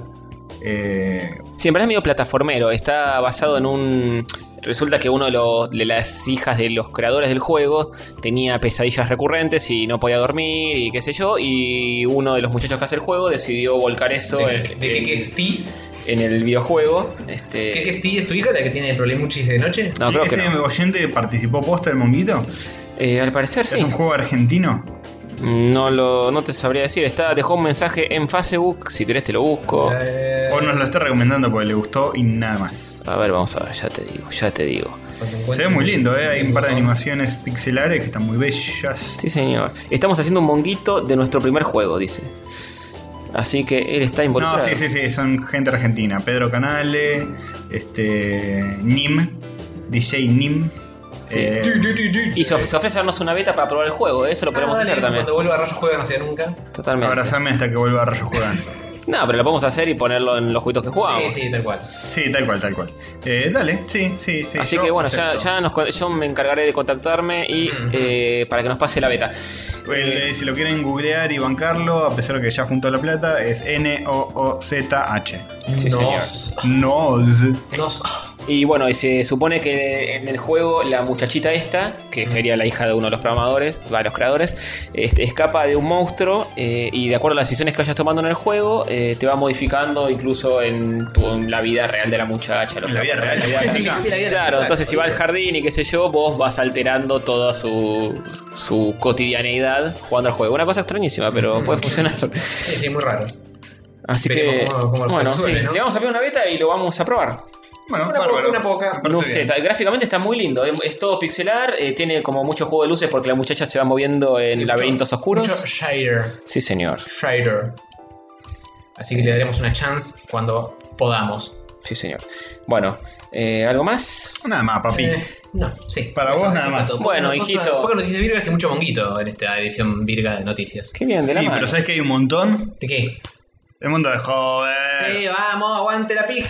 [SPEAKER 2] eh,
[SPEAKER 4] Sí, en verdad es medio plataformero. Está basado en un. Resulta que uno de, los- de las hijas de los creadores del juego tenía pesadillas recurrentes y no podía dormir y qué sé yo. Y uno de los muchachos que hace el juego decidió volcar eso
[SPEAKER 3] De,
[SPEAKER 4] en,
[SPEAKER 3] de
[SPEAKER 4] en-
[SPEAKER 3] que es ti.
[SPEAKER 4] en el videojuego. Este,
[SPEAKER 3] ¿Qué, qué es ti? ¿Es tu hija la que tiene problemuchis de noche?
[SPEAKER 4] No, Ah, creo que
[SPEAKER 2] ¿Este
[SPEAKER 4] no.
[SPEAKER 2] oyente participó posta el monguito?
[SPEAKER 4] Eh, al parecer sí.
[SPEAKER 2] ¿Es un juego argentino?
[SPEAKER 4] No, lo, no te sabría decir. Está, dejó un mensaje en Facebook. Si querés te lo busco.
[SPEAKER 3] Eh,
[SPEAKER 2] O nos lo está recomendando porque le gustó y nada más.
[SPEAKER 4] A ver, vamos a ver, ya te digo, ya te digo.
[SPEAKER 3] cuando
[SPEAKER 2] Se
[SPEAKER 3] encuentre-
[SPEAKER 2] ve muy lindo, ¿eh? Hay un par de animaciones pixelares que están muy bellas.
[SPEAKER 4] Sí, señor. Estamos haciendo un monguito de nuestro primer juego, dice. Así que él está
[SPEAKER 2] No,
[SPEAKER 4] involucrado.
[SPEAKER 2] sí, sí, sí, son gente argentina. Pedro Canale, este. Nim, DJ Nim.
[SPEAKER 4] Sí.
[SPEAKER 2] eh,
[SPEAKER 4] Y se, of- se ofrece a darnos una beta para probar el juego, ¿eh? eso lo
[SPEAKER 3] Ah,
[SPEAKER 4] podemos
[SPEAKER 3] dale,
[SPEAKER 4] hacer también.
[SPEAKER 3] Cuando vuelva a Rayo Juega, no sé nunca.
[SPEAKER 4] Totalmente.
[SPEAKER 2] abrazame hasta que vuelva a Rayo Juegan.
[SPEAKER 4] No, pero lo podemos hacer y ponerlo en los juegos que jugamos.
[SPEAKER 3] Sí, sí, tal cual.
[SPEAKER 2] Sí, tal cual, tal cual. Eh, dale, sí, sí, sí.
[SPEAKER 4] Así
[SPEAKER 2] yo
[SPEAKER 4] que bueno, ya,
[SPEAKER 2] acepto.
[SPEAKER 4] ya nos con- yo me encargaré de contactarme y
[SPEAKER 3] Ujú.
[SPEAKER 4] eh, para que nos pase la beta.
[SPEAKER 2] Eh, si lo quieren googlear y bancarlo, a pesar de que ya juntó la plata, es N-O-O-Z-H.
[SPEAKER 4] Sí, señor.
[SPEAKER 3] nos,
[SPEAKER 2] Nos.
[SPEAKER 3] nos-
[SPEAKER 4] Y bueno, y se supone que en el juego la muchachita esta, que sería la hija de uno de los programadores, va, de los creadores, este, escapa de un monstruo eh, y de acuerdo a las decisiones que vayas tomando en el juego, eh, te va modificando incluso en, tu- en la vida real de la muchacha. lo
[SPEAKER 2] En la
[SPEAKER 4] que
[SPEAKER 2] vida
[SPEAKER 4] pasa
[SPEAKER 2] real.
[SPEAKER 4] en la vida
[SPEAKER 2] Claro,
[SPEAKER 3] Mira, mira,
[SPEAKER 4] Claro,
[SPEAKER 3] mira,
[SPEAKER 4] entonces si va al
[SPEAKER 3] mira.
[SPEAKER 4] jardín y qué sé yo, vos vas alterando toda su, su cotidianeidad jugando al juego. Una cosa extrañísima, pero puede funcionar.
[SPEAKER 3] Sí, sí, muy raro.
[SPEAKER 4] Así que,
[SPEAKER 3] Veremos cómo- cómo
[SPEAKER 4] bueno,
[SPEAKER 3] resuelve,
[SPEAKER 4] sí,
[SPEAKER 3] ¿no?
[SPEAKER 4] le vamos a pedir una beta y lo vamos a probar.
[SPEAKER 2] Bueno,
[SPEAKER 3] Una poca,
[SPEAKER 2] bárbaro.
[SPEAKER 3] una poca.
[SPEAKER 2] Parece
[SPEAKER 4] No sé,
[SPEAKER 2] bien.
[SPEAKER 4] está- gráficamente está muy lindo. Es, es todo pixelar, eh, tiene como mucho juego de luces porque la muchacha se va moviendo en
[SPEAKER 3] Sí,
[SPEAKER 4] laberintos
[SPEAKER 3] mucho-
[SPEAKER 4] oscuros.
[SPEAKER 3] Mucho Shire.
[SPEAKER 4] Sí, señor.
[SPEAKER 3] Shire. Así que le daremos una chance cuando podamos.
[SPEAKER 4] Sí, señor. Bueno, eh, ¿algo más?
[SPEAKER 2] Nada más, papi.
[SPEAKER 3] Eh, no, sí.
[SPEAKER 2] Para vos nada más.
[SPEAKER 3] Poca
[SPEAKER 4] Bueno,
[SPEAKER 3] cosa-
[SPEAKER 4] hijito.
[SPEAKER 3] Poca noticias virgas y mucho monguito en esta edición virga de noticias.
[SPEAKER 4] Qué bien, de
[SPEAKER 2] sí,
[SPEAKER 4] la mano.
[SPEAKER 2] pero ¿sabes que hay un montón?
[SPEAKER 3] ¿De qué?
[SPEAKER 2] Eh. El mundo de joder.
[SPEAKER 3] Sí, vamos, aguante la pija.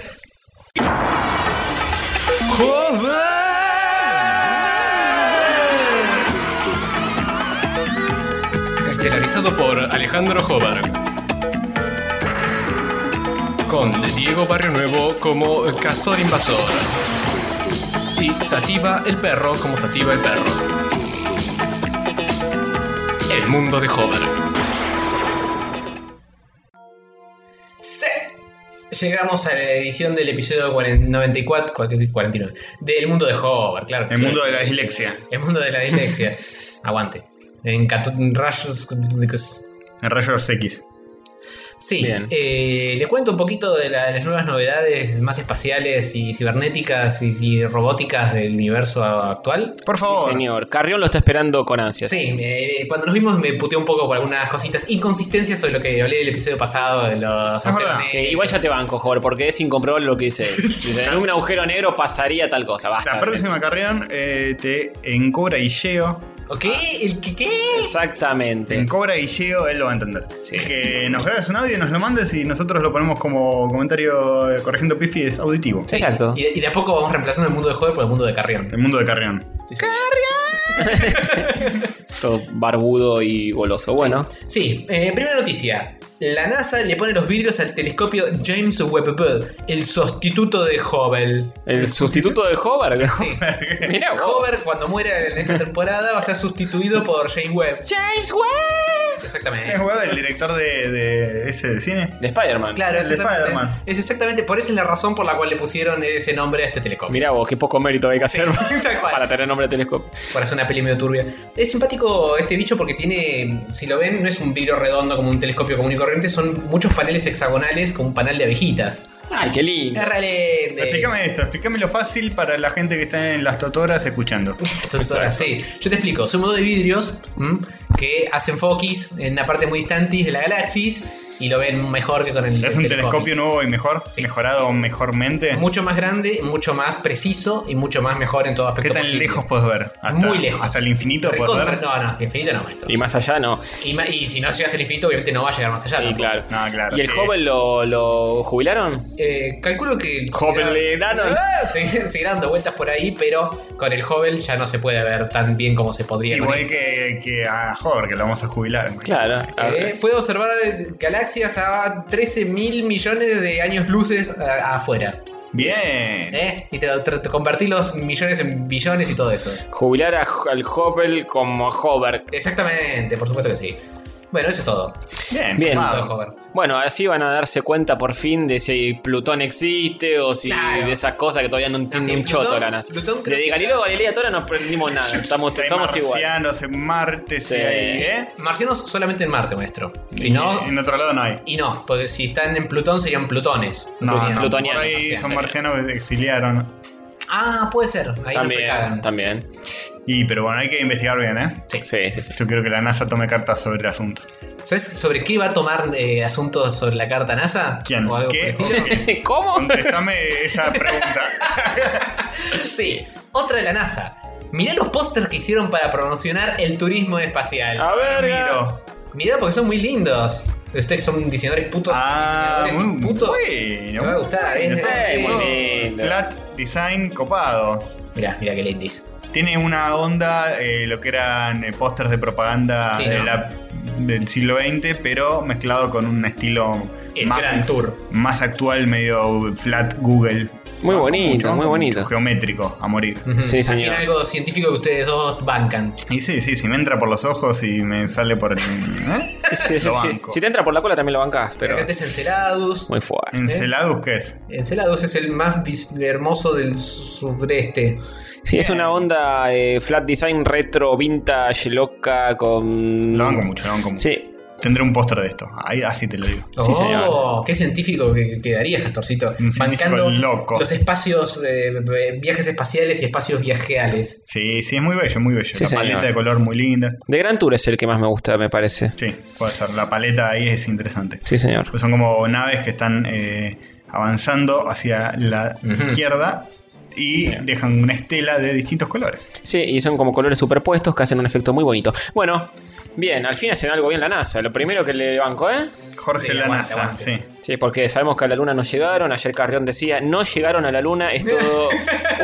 [SPEAKER 2] ¡Joder!
[SPEAKER 3] Este
[SPEAKER 6] Estelarizado por Alejandro Jobar. Con Diego Barrio Nuevo como Castor Invasor. Y Sativa el Perro como Sativa el Perro. El mundo de Jobar.
[SPEAKER 3] Sí. Llegamos a la edición del episodio 40 94, cual- 49, del mundo de Hover, claro. que
[SPEAKER 2] El
[SPEAKER 3] sí.
[SPEAKER 2] mundo de la dislexia.
[SPEAKER 3] El mundo de la dislexia. Aguante. En catu- rayos.
[SPEAKER 2] En rayos X.
[SPEAKER 3] Sí,
[SPEAKER 4] Bien.
[SPEAKER 3] eh, le cuento un poquito de, la- de las nuevas novedades más espaciales y cibernéticas y, y robóticas del universo actual.
[SPEAKER 2] Por favor.
[SPEAKER 4] Sí, señor. Carrión lo está esperando con ansias.
[SPEAKER 3] Sí, eh, cuando nos vimos me puteé un poco por algunas cositas, inconsistencias sobre lo que hablé del episodio pasado de los
[SPEAKER 2] Es verdad.
[SPEAKER 3] sorteos.
[SPEAKER 4] Sí, igual ya te banco, joder, porque es incomprobable lo que dice. él. Dice, en un agujero negro pasaría tal cosa, basta.
[SPEAKER 2] La próxima Carrión eh, te encobra Guilleo.
[SPEAKER 3] ¿Ok? ¿El qué? qué?
[SPEAKER 2] Te
[SPEAKER 4] Exactamente.
[SPEAKER 2] encobra Guilleo, él lo va a entender.
[SPEAKER 4] Sí.
[SPEAKER 2] Que nos grabes un audio, nos lo mandes y nosotros lo ponemos como comentario eh, corrigiendo pifi, es auditivo.
[SPEAKER 4] Exacto.
[SPEAKER 3] Y, y de a poco vamos reemplazando el mundo de Joder por el mundo de Carrión.
[SPEAKER 2] El mundo de Carrión.
[SPEAKER 4] Todo barbudo y goloso. Bueno,
[SPEAKER 3] Sí, eh, primera noticia. La NASA le pone los vidrios al telescopio James Webb, el sustituto de Hubble.
[SPEAKER 4] el sustituto de Hobart.
[SPEAKER 3] Sí.
[SPEAKER 4] Mirá, Hobart.
[SPEAKER 3] Hover, cuando muera en esta temporada, va a ser sustituido por Jane Webb.
[SPEAKER 4] James Webb.
[SPEAKER 2] Es
[SPEAKER 3] Exactamente.
[SPEAKER 2] huevo el director de, de ese de cine.
[SPEAKER 4] De Spider-Man.
[SPEAKER 3] Claro,
[SPEAKER 2] El de
[SPEAKER 3] exactamente.
[SPEAKER 2] Spider-Man.
[SPEAKER 3] Es exactamente, por esa es la razón por la cual le pusieron ese nombre a este telescopio.
[SPEAKER 4] Mirá vos, qué poco mérito hay que hacer
[SPEAKER 3] tal cual.
[SPEAKER 4] para tener nombre de telescopio.
[SPEAKER 3] Por hacer una peli medio turbia. Es simpático este bicho porque tiene, si lo ven, no es un vidrio redondo como un telescopio común y corriente, son muchos paneles hexagonales como un panel de abejitas.
[SPEAKER 4] Ay, qué lindo.
[SPEAKER 3] Es re lindo.
[SPEAKER 2] Explícame esto, explícame lo fácil para la gente que está en las totoras escuchando.
[SPEAKER 3] Doctora, sí. Yo te explico. Son modo de vidrios ¿m? que hacen foquis en una parte muy distante de la galaxis y lo ven mejor que con el
[SPEAKER 2] Es un telescopio nuevo y mejor,
[SPEAKER 3] Sí.
[SPEAKER 2] mejorado mejormente.
[SPEAKER 3] Mucho más grande, mucho más preciso y mucho más mejor en todo
[SPEAKER 2] ¿Qué
[SPEAKER 3] aspecto.
[SPEAKER 2] tan
[SPEAKER 3] posible.
[SPEAKER 2] lejos puedes ver? Hasta-
[SPEAKER 3] Muy lejos.
[SPEAKER 2] ¿Hasta el infinito puedes
[SPEAKER 3] Recontra-
[SPEAKER 2] ver?
[SPEAKER 3] No, no, hasta el infinito no, maestro.
[SPEAKER 4] Y más allá no.
[SPEAKER 3] Y, ma- y si no llegas al infinito, obviamente no va a llegar más allá.
[SPEAKER 4] Y
[SPEAKER 3] tampoco.
[SPEAKER 4] claro.
[SPEAKER 2] No, claro,
[SPEAKER 4] ¿Y el
[SPEAKER 2] sí.
[SPEAKER 4] Hobart lo, lo jubilaron?
[SPEAKER 3] Eh, calculo que. el-
[SPEAKER 4] Hubble
[SPEAKER 3] seguirá-
[SPEAKER 4] enano.
[SPEAKER 3] Ah, seguirá- seguirá dando vueltas por ahí, pero con el Hubble ya no se puede ver tan bien como se podría. con
[SPEAKER 2] Igual que, que a Hover, que lo vamos a jubilar.
[SPEAKER 4] Claro. A ver.
[SPEAKER 3] Eh, puedo observar galaxias a 13 mil millones de años luces a- afuera.
[SPEAKER 2] Bien.
[SPEAKER 3] ¿eh? Y te, te- te convertí los millones en billones y todo eso.
[SPEAKER 4] Jubilar a- al Hubble como a Hobart.
[SPEAKER 3] Exactamente, por supuesto que sí. Bueno, eso es todo.
[SPEAKER 2] Bien.
[SPEAKER 4] Bien.
[SPEAKER 2] papá.
[SPEAKER 3] Todo, Hover.
[SPEAKER 4] Bueno, así van a darse cuenta por fin de si Plutón existe o si
[SPEAKER 3] Claro.
[SPEAKER 4] de esas cosas que todavía no entiende
[SPEAKER 3] sí,
[SPEAKER 4] un
[SPEAKER 3] Plutón-
[SPEAKER 4] choto la NASA.
[SPEAKER 3] Plutón creo
[SPEAKER 4] De
[SPEAKER 3] que
[SPEAKER 4] Galileo
[SPEAKER 3] ya-
[SPEAKER 4] Galilea ahora no aprendimos nada. Estamos,
[SPEAKER 2] Si hay
[SPEAKER 4] estamos igual.
[SPEAKER 2] marcianos en Marte, si
[SPEAKER 4] Sí.
[SPEAKER 2] hay- ¿eh?
[SPEAKER 3] Marcianos solamente en Marte, maestro. Si
[SPEAKER 2] Y
[SPEAKER 3] no,
[SPEAKER 2] En otro lado no hay.
[SPEAKER 3] y no, porque si están en Plutón serían plutones.
[SPEAKER 2] No,
[SPEAKER 3] Serían-
[SPEAKER 2] no, por
[SPEAKER 4] plutonianos,
[SPEAKER 2] ahí
[SPEAKER 4] marcianos,
[SPEAKER 2] son
[SPEAKER 4] sería.
[SPEAKER 2] marcianos que se exiliaron.
[SPEAKER 3] Ah, puede ser. Ahí nos
[SPEAKER 4] También,
[SPEAKER 3] recagan.
[SPEAKER 4] también.
[SPEAKER 2] Y, pero bueno, hay que investigar bien, ¿eh?
[SPEAKER 3] Sí.
[SPEAKER 4] Sí, sí, sí.
[SPEAKER 2] Yo quiero que la NASA tome cartas sobre el asunto.
[SPEAKER 3] ¿Sabes sobre qué va a tomar eh, asuntos sobre la carta NASA?
[SPEAKER 2] ¿Quién?
[SPEAKER 3] ¿O algo por el
[SPEAKER 2] ¿Qué?
[SPEAKER 3] estilo?
[SPEAKER 4] ¿Cómo?
[SPEAKER 2] Contéstame esa pregunta.
[SPEAKER 3] Sí, otra de la NASA. Mirá los pósters que hicieron para promocionar el turismo espacial.
[SPEAKER 2] Ah.
[SPEAKER 4] A ver,
[SPEAKER 2] Miro.
[SPEAKER 3] Mirá porque son muy lindos. Ustedes son diseñadores putos.
[SPEAKER 4] Pues,
[SPEAKER 2] Ah,
[SPEAKER 3] diseñadores
[SPEAKER 2] muy
[SPEAKER 3] putos.
[SPEAKER 2] bueno.
[SPEAKER 3] Te va a gustar, ¿eh?
[SPEAKER 2] Está
[SPEAKER 4] Eh, muy
[SPEAKER 2] todo
[SPEAKER 4] lindo.
[SPEAKER 2] Flat design copado.
[SPEAKER 3] Mirá, mirá qué lindis.
[SPEAKER 2] Tiene una onda, eh, lo que eran eh, pósters de propaganda
[SPEAKER 3] Sí,
[SPEAKER 2] de
[SPEAKER 3] ¿no?
[SPEAKER 2] la- del siglo XX, pero mezclado con un estilo
[SPEAKER 3] El
[SPEAKER 2] más,
[SPEAKER 3] Gran Tour.
[SPEAKER 2] más actual, medio flat Google.
[SPEAKER 4] Muy
[SPEAKER 2] Ah,
[SPEAKER 4] bonito,
[SPEAKER 2] mucho,
[SPEAKER 4] muy bonito.
[SPEAKER 2] mucho Geométrico, a morir.
[SPEAKER 3] Ujú.
[SPEAKER 4] Sí,
[SPEAKER 3] Al
[SPEAKER 4] señor.
[SPEAKER 3] fin algo científico que ustedes dos bancan.
[SPEAKER 2] Y sí, sí, si me entra por los ojos y me sale por el. ¿eh?
[SPEAKER 4] Sí, sí, sí,
[SPEAKER 2] Lo
[SPEAKER 4] sí.
[SPEAKER 2] banco.
[SPEAKER 4] Si te entra por la cola también lo bancas, pero.
[SPEAKER 3] Acá tenés Enceladus.
[SPEAKER 4] Muy
[SPEAKER 2] Mm.
[SPEAKER 4] fuerte.
[SPEAKER 2] ¿Enceladus qué es?
[SPEAKER 3] Enceladus es el más vis- hermoso del sureste.
[SPEAKER 4] Sí, es una onda eh, flat design retro, vintage, loca, con.
[SPEAKER 2] Lo banco mucho, lo banco mucho.
[SPEAKER 4] Sí.
[SPEAKER 2] Tendré un póster de esto, ahí, así te lo digo.
[SPEAKER 3] oh,
[SPEAKER 4] señor.
[SPEAKER 3] qué científico que quedarías, Castorcito.
[SPEAKER 2] Un científico
[SPEAKER 3] Bancando
[SPEAKER 2] loco.
[SPEAKER 3] los espacios, eh, viajes espaciales y espacios viajeales.
[SPEAKER 2] Sí, sí, es muy bello, muy bello.
[SPEAKER 4] Sí,
[SPEAKER 2] la
[SPEAKER 4] señor.
[SPEAKER 2] paleta de color muy linda.
[SPEAKER 4] De Gran Tour es el que más me gusta, me parece.
[SPEAKER 2] Sí, puede ser. La paleta ahí es interesante.
[SPEAKER 4] Sí, señor.
[SPEAKER 2] Pues son como naves que están eh, avanzando hacia la
[SPEAKER 3] Ujú.
[SPEAKER 2] izquierda y dejan una estela de distintos colores.
[SPEAKER 4] Sí, y son como colores superpuestos que hacen un efecto muy bonito. Bueno, bien, al fin hacen algo bien la NASA. Lo primero que le banco, ¿eh?
[SPEAKER 2] Jorge
[SPEAKER 3] Sí,
[SPEAKER 2] la
[SPEAKER 3] aguante,
[SPEAKER 2] NASA,
[SPEAKER 3] aguante.
[SPEAKER 2] sí.
[SPEAKER 4] Sí, porque sabemos que a la luna no llegaron. Ayer Carrión decía, no llegaron a la luna. Es todo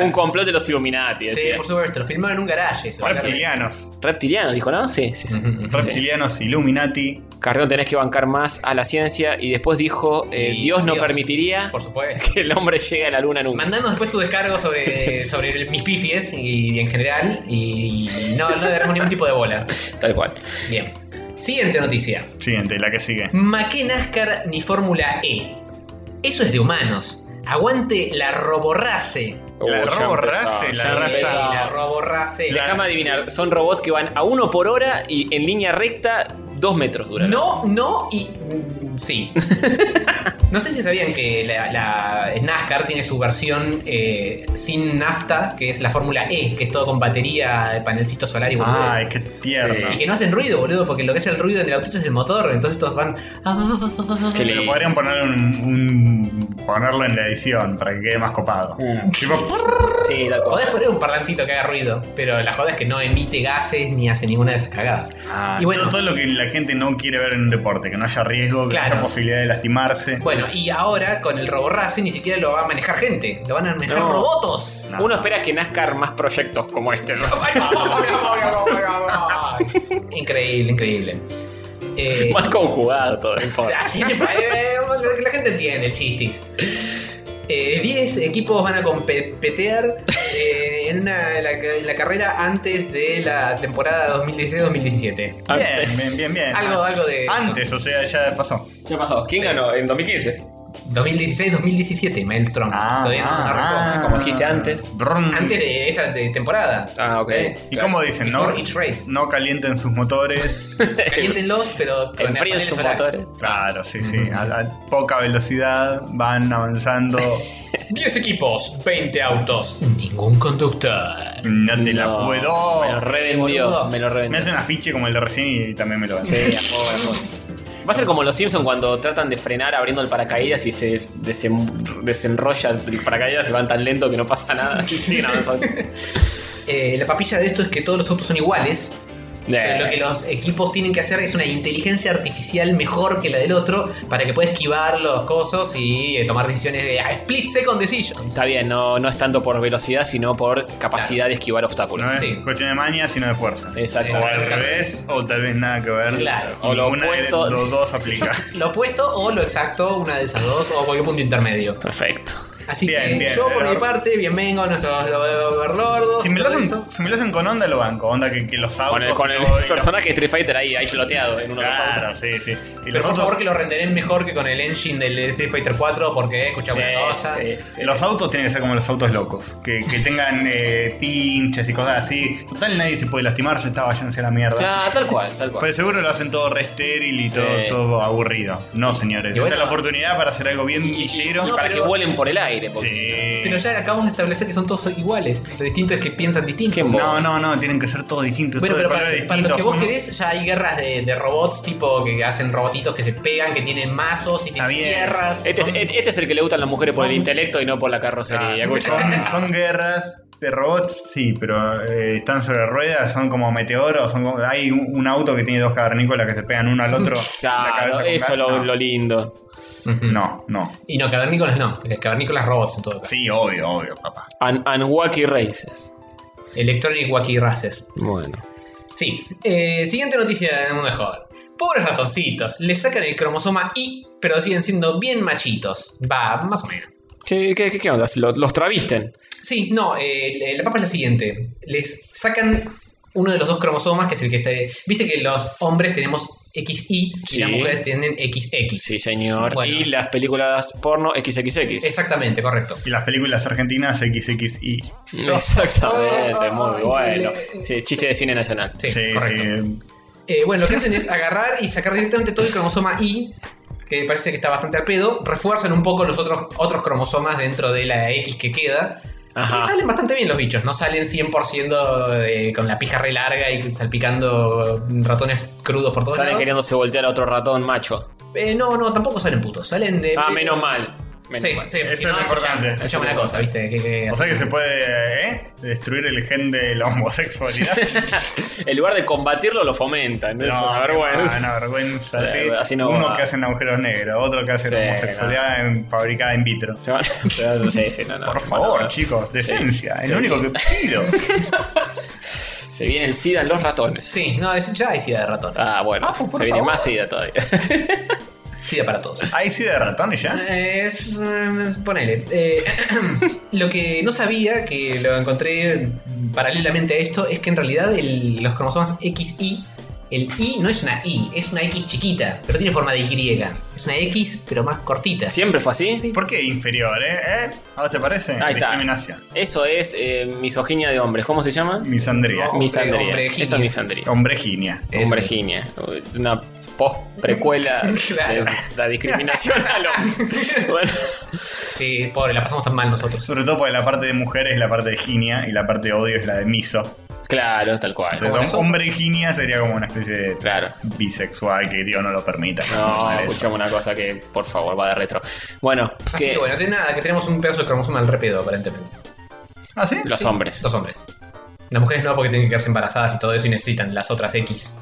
[SPEAKER 4] un complot de los Illuminati.
[SPEAKER 3] Sí,
[SPEAKER 4] decía.
[SPEAKER 3] por supuesto, lo filmaron en un garaje. eso, claramente.
[SPEAKER 2] Reptilianos.
[SPEAKER 4] Reptilianos, dijo, ¿no? Sí, sí, sí.
[SPEAKER 3] Ujú.
[SPEAKER 4] Sí, sí.
[SPEAKER 2] Reptilianos, Illuminati.
[SPEAKER 4] Carrión, tenés que bancar más a la ciencia. Y después dijo, eh,
[SPEAKER 3] Y
[SPEAKER 4] Dios no
[SPEAKER 3] Dios,
[SPEAKER 4] permitiría
[SPEAKER 3] Por supuesto.
[SPEAKER 4] que el hombre llegue a la luna nunca.
[SPEAKER 3] Mandanos después tu descargo sobre, sobre el- mis pifies y, en general. Y no, no le daremos ningún tipo de bola.
[SPEAKER 4] Tal cual.
[SPEAKER 3] Bien. Siguiente noticia.
[SPEAKER 2] Siguiente, la que sigue.
[SPEAKER 3] Maqué NASCAR ni Fórmula E. Eso es de humanos. Aguante la roborrace.
[SPEAKER 2] La
[SPEAKER 4] Oh, ya
[SPEAKER 2] robo
[SPEAKER 4] empezó,
[SPEAKER 2] race, la
[SPEAKER 4] ya
[SPEAKER 2] raza.
[SPEAKER 3] Sí,
[SPEAKER 4] empezó.
[SPEAKER 3] la roborrace.
[SPEAKER 2] La-
[SPEAKER 4] Déjame adivinar, son robots que van a uno por hora y en línea recta dos metros duran.
[SPEAKER 3] No, no y mm, Sí. No sé si sabían que la, la NASCAR tiene su versión eh, sin nafta, que es la Fórmula E, que es todo con batería, de panelcito solar y boludeces.
[SPEAKER 2] Ay, qué tierno.
[SPEAKER 3] Y que no hacen ruido, boludo, porque lo que hace el ruido en el autito es el motor, entonces todos van.
[SPEAKER 4] Qué
[SPEAKER 2] Pero
[SPEAKER 4] lindo.
[SPEAKER 2] podrían poner un, un- ponerlo en la edición para que quede más copado.
[SPEAKER 3] Mm.
[SPEAKER 2] Tipo,
[SPEAKER 7] Sí, tal cual.
[SPEAKER 3] Podés poner un parlantito que haga ruido, pero la joda es que no emite gases ni hace ninguna de esas cagadas.
[SPEAKER 2] ah,
[SPEAKER 3] y bueno,
[SPEAKER 2] todo, todo lo que la gente no quiere ver en un deporte, que no haya riesgo, que
[SPEAKER 3] Claro.
[SPEAKER 2] no haya posibilidad de lastimarse.
[SPEAKER 3] bueno, y ahora con el Robo Racing ni siquiera lo va a manejar gente, lo van a manejar
[SPEAKER 4] No.
[SPEAKER 3] robots.
[SPEAKER 2] No.
[SPEAKER 4] Uno espera que NASCAR más proyectos como este. ¿no?
[SPEAKER 3] increíble, increíble. Eh,
[SPEAKER 4] Más conjugado todo, no importa.
[SPEAKER 3] Así que, eh, lo que la gente entiende, el chistis. Eh, 10 equipos van a competear eh, en, una- en la, en la carrera antes de la temporada 2016-2017.
[SPEAKER 2] Bien, bien, bien, bien.
[SPEAKER 3] Algo, algo de.
[SPEAKER 2] Antes, o sea, ya pasó.
[SPEAKER 4] ¿Qué pasó? ¿Quién ganó en 2015?
[SPEAKER 3] 2016-2017, Maelstrom.
[SPEAKER 2] Ah,
[SPEAKER 3] Todavía no, no arrancó.
[SPEAKER 4] como dijiste antes.
[SPEAKER 2] Brum.
[SPEAKER 3] Antes de esa de temporada.
[SPEAKER 4] Ah, ok.
[SPEAKER 3] Eh,
[SPEAKER 2] ¿Y cómo dicen? No,
[SPEAKER 3] Before each race.
[SPEAKER 2] no calienten sus motores.
[SPEAKER 3] Caliéntenlos, pero con
[SPEAKER 4] Enfríen
[SPEAKER 3] paneles
[SPEAKER 4] sus
[SPEAKER 3] solares.
[SPEAKER 4] motores.
[SPEAKER 2] claro, sí, sí. A, a poca velocidad van avanzando.
[SPEAKER 3] 10 equipos, 20 autos, ningún conductor.
[SPEAKER 2] No te la
[SPEAKER 4] No,
[SPEAKER 2] puedo.
[SPEAKER 4] Me lo revendió.
[SPEAKER 3] Boludo.
[SPEAKER 4] Me lo
[SPEAKER 2] Me
[SPEAKER 4] revendió.
[SPEAKER 2] hace un afiche como el de recién y también me lo hace.
[SPEAKER 4] Sí, a fuego, a fuego. Va a ser como los Simpsons cuando tratan de frenar abriendo el paracaídas y se desem- desenrolla el paracaídas y van tan lento que no pasa nada. Y siguen avanzando.
[SPEAKER 3] Eh, la papilla de esto es que todos los autos son iguales. Pero lo que
[SPEAKER 4] Eh,
[SPEAKER 3] los equipos tienen que hacer es una inteligencia artificial mejor que la del otro para que pueda esquivar los cosos y eh, tomar decisiones de ah, split second decisions.
[SPEAKER 4] Está bien, no, no es tanto por velocidad, sino por capacidad de esquivar obstáculos.
[SPEAKER 2] No es
[SPEAKER 3] Sí.
[SPEAKER 2] cuestión de maña, sino de fuerza.
[SPEAKER 4] Exacto.
[SPEAKER 2] O al
[SPEAKER 3] Exacto.
[SPEAKER 2] revés, o tal vez nada que ver.
[SPEAKER 3] Claro.
[SPEAKER 4] O lo
[SPEAKER 2] Ninguna de
[SPEAKER 4] opuesto.
[SPEAKER 2] los dos aplica.
[SPEAKER 3] Lo opuesto o lo exacto, una de esas dos o cualquier punto intermedio.
[SPEAKER 4] Perfecto.
[SPEAKER 3] Así
[SPEAKER 2] Bien,
[SPEAKER 3] que
[SPEAKER 2] bien,
[SPEAKER 3] yo por
[SPEAKER 2] pero-
[SPEAKER 3] mi parte, bienvengo a nuestros overlordos.
[SPEAKER 2] Si me, lo
[SPEAKER 3] todo
[SPEAKER 2] hacen,
[SPEAKER 3] eso.
[SPEAKER 2] si me lo hacen con onda, lo banco. Onda que, que los autos.
[SPEAKER 4] Con el, con el
[SPEAKER 2] no, y los-
[SPEAKER 4] personaje de Street Fighter ahí, ahí floteado en uno de los autos.
[SPEAKER 2] Claro, sí, sí. Y los
[SPEAKER 3] Pero por
[SPEAKER 2] autos,
[SPEAKER 3] favor que lo renderen mejor que con el engine del Street Fighter 4 porque escuchame una
[SPEAKER 4] Sí,
[SPEAKER 3] cosa.
[SPEAKER 4] sí, sí, sí.
[SPEAKER 2] los autos tienen que ser como los autos locos. Que, que tengan eh, pinches y cosas así. Total, nadie se puede lastimar. Ya está, váyanse a la mierda.
[SPEAKER 4] Claro, Ah, tal cual, tal cual.
[SPEAKER 2] Pues seguro lo hacen todo re estéril y todo, todo aburrido. No, señores.
[SPEAKER 3] Y
[SPEAKER 2] Esta
[SPEAKER 3] bueno-
[SPEAKER 2] es la oportunidad para hacer algo bien guillero.
[SPEAKER 4] Y para
[SPEAKER 3] pero-
[SPEAKER 4] que vuelen por el aire. porque-
[SPEAKER 2] Sí.
[SPEAKER 3] Pero ya acabamos de establecer que son todos iguales. Lo distinto es que piensan distinto.
[SPEAKER 4] Qué
[SPEAKER 2] No, no, no. Tienen que ser todos distintos.
[SPEAKER 3] Bueno,
[SPEAKER 2] todos de
[SPEAKER 3] pero para,
[SPEAKER 2] colores
[SPEAKER 3] para lo que
[SPEAKER 2] distintos,
[SPEAKER 3] vos
[SPEAKER 2] uno-
[SPEAKER 3] querés, ya hay guerras de, de robots tipo que hacen robotitos que se pegan, que tienen mazos y
[SPEAKER 2] Está
[SPEAKER 3] tienen
[SPEAKER 2] bien.
[SPEAKER 3] tierras.
[SPEAKER 4] Este es,
[SPEAKER 3] Son-
[SPEAKER 4] este es el que le gustan las mujeres por el intelecto y no por la
[SPEAKER 2] Ah,
[SPEAKER 4] carrocería. escucha.
[SPEAKER 2] son, son guerras de robots, sí, pero eh, están sobre ruedas, son como meteoros. Son como- hay un, un auto que tiene dos cavernícolas que se pegan uno al otro. en la
[SPEAKER 4] Claro,
[SPEAKER 2] cabeza con
[SPEAKER 4] eso
[SPEAKER 2] gas.
[SPEAKER 4] lo,
[SPEAKER 2] no.
[SPEAKER 4] lo lindo.
[SPEAKER 3] Ujú.
[SPEAKER 2] no, no.
[SPEAKER 3] Y no, cavernícolas no. porque Cavernícolas robots en todo caso.
[SPEAKER 2] Sí, obvio, obvio, papá.
[SPEAKER 4] An and wacky races.
[SPEAKER 3] Electronic Wacky Races.
[SPEAKER 4] Bueno.
[SPEAKER 3] Sí. Eh, siguiente noticia del mundo de joven. Pobres ratoncitos, les sacan el cromosoma Y, pero siguen siendo bien machitos. Va, más o menos.
[SPEAKER 4] ¿Qué, qué, qué- qué onda? ¿Lo- ¿Los travisten?
[SPEAKER 3] Sí, no, eh, la papa es la siguiente. Les sacan uno de los dos cromosomas, que es el que está. Viste que los hombres tenemos XY y
[SPEAKER 4] Sí.
[SPEAKER 3] las mujeres tienen XX.
[SPEAKER 4] Sí, señor.
[SPEAKER 3] Bueno.
[SPEAKER 4] Y las películas porno XXX.
[SPEAKER 3] Exactamente, correcto.
[SPEAKER 2] Y las películas argentinas XXI. Sí,
[SPEAKER 4] Exactamente, muy
[SPEAKER 3] Ay,
[SPEAKER 4] bueno.
[SPEAKER 3] qué-
[SPEAKER 4] Sí, chiste de cine nacional.
[SPEAKER 3] Sí,
[SPEAKER 2] sí.
[SPEAKER 3] correcto. Eh, bueno, lo que hacen es agarrar y sacar directamente todo el cromosoma Y, que parece que está bastante al pedo. Refuerzan un poco los otros, otros cromosomas dentro de la X que queda.
[SPEAKER 4] Ajá.
[SPEAKER 3] Y salen bastante bien los bichos, no salen 1% de- eh, con la pija re larga y salpicando ratones crudos por todos
[SPEAKER 4] Salen
[SPEAKER 3] lados.
[SPEAKER 4] queriéndose voltear a otro ratón macho.
[SPEAKER 3] Eh, no, no, tampoco salen putos. Salen de.
[SPEAKER 4] Ah,
[SPEAKER 3] de-
[SPEAKER 4] menos mal. Menos
[SPEAKER 3] Eh, Sí,
[SPEAKER 4] mal.
[SPEAKER 3] sí,
[SPEAKER 2] Eso
[SPEAKER 3] porque si
[SPEAKER 2] es
[SPEAKER 3] no,
[SPEAKER 2] lo importante.
[SPEAKER 3] escuchame- Escuchame una cosa, ¿viste? Que- que-
[SPEAKER 2] O sea que se puede ¿eh? destruir el gen de la homosexualidad.
[SPEAKER 4] En lugar de combatirlo, lo fomentan. No, es una
[SPEAKER 2] no,
[SPEAKER 4] vergüenza.
[SPEAKER 2] una vergüenza,
[SPEAKER 4] Sí,
[SPEAKER 2] sí.
[SPEAKER 4] así no
[SPEAKER 2] Uno
[SPEAKER 4] va.
[SPEAKER 2] que hacen agujeros negros, otro que hace
[SPEAKER 4] Sí,
[SPEAKER 2] homosexualidad en- fabricada in vitro.
[SPEAKER 4] Se van- se van- sí, sí, no, no.
[SPEAKER 2] Por favor,
[SPEAKER 4] Bueno,
[SPEAKER 2] chicos, decencia.
[SPEAKER 4] Sí,
[SPEAKER 2] es
[SPEAKER 4] sí.
[SPEAKER 2] lo único que pido.
[SPEAKER 4] Se viene el SIDA en los ratones.
[SPEAKER 3] Sí, no, es, ya hay sida de ratón.
[SPEAKER 4] Ah, bueno.
[SPEAKER 3] Ah, pues, por
[SPEAKER 4] se viene
[SPEAKER 3] favor.
[SPEAKER 4] más SIDA todavía.
[SPEAKER 3] Sida para todos.
[SPEAKER 2] ¿Hay sí de ratones ya?
[SPEAKER 3] Eh, es, eh, ponele. eh, lo que no sabía, que lo encontré paralelamente a esto, es que en realidad el- los cromosomas XY, el Y no es una Y, es una X chiquita, pero tiene forma de Y. Es una X, pero más cortita.
[SPEAKER 4] ¿Siempre fue así?
[SPEAKER 2] ¿Por qué inferior, eh? ¿Eh? ¿A vos te parece?
[SPEAKER 4] Ahí está.
[SPEAKER 2] Discriminación.
[SPEAKER 4] Eso es eh, misoginia de hombres. ¿Cómo se llama?
[SPEAKER 2] Misandría.
[SPEAKER 3] No. Hombre-
[SPEAKER 4] misandría.
[SPEAKER 3] hombreginia.
[SPEAKER 4] Eso es misandría.
[SPEAKER 2] Hombreginia.
[SPEAKER 3] Eso.
[SPEAKER 4] Hombreginia. Una post-precuela
[SPEAKER 3] Claro.
[SPEAKER 4] de la discriminación a los... Bueno,
[SPEAKER 3] Sí, pobre, la pasamos tan mal nosotros.
[SPEAKER 2] Sobre todo porque la parte de mujer es la parte de Ginia y la parte de odio es la de Miso.
[SPEAKER 4] claro, tal cual.
[SPEAKER 2] Entonces,
[SPEAKER 3] eso?
[SPEAKER 2] hombre Ginia sería como una especie de
[SPEAKER 4] Claro.
[SPEAKER 2] bisexual que Dios no lo permita.
[SPEAKER 4] No,
[SPEAKER 2] Eso.
[SPEAKER 4] escuchamos una cosa que, por favor, va de retro. Bueno,
[SPEAKER 3] Así
[SPEAKER 4] que
[SPEAKER 3] que bueno, no tiene nada, que tenemos un pedazo de cromosoma al repedo, aparentemente.
[SPEAKER 2] ¿Ah, sí?
[SPEAKER 4] los hombres.
[SPEAKER 3] Los hombres. Las mujeres no, porque tienen que quedarse embarazadas y todo eso y necesitan las otras X.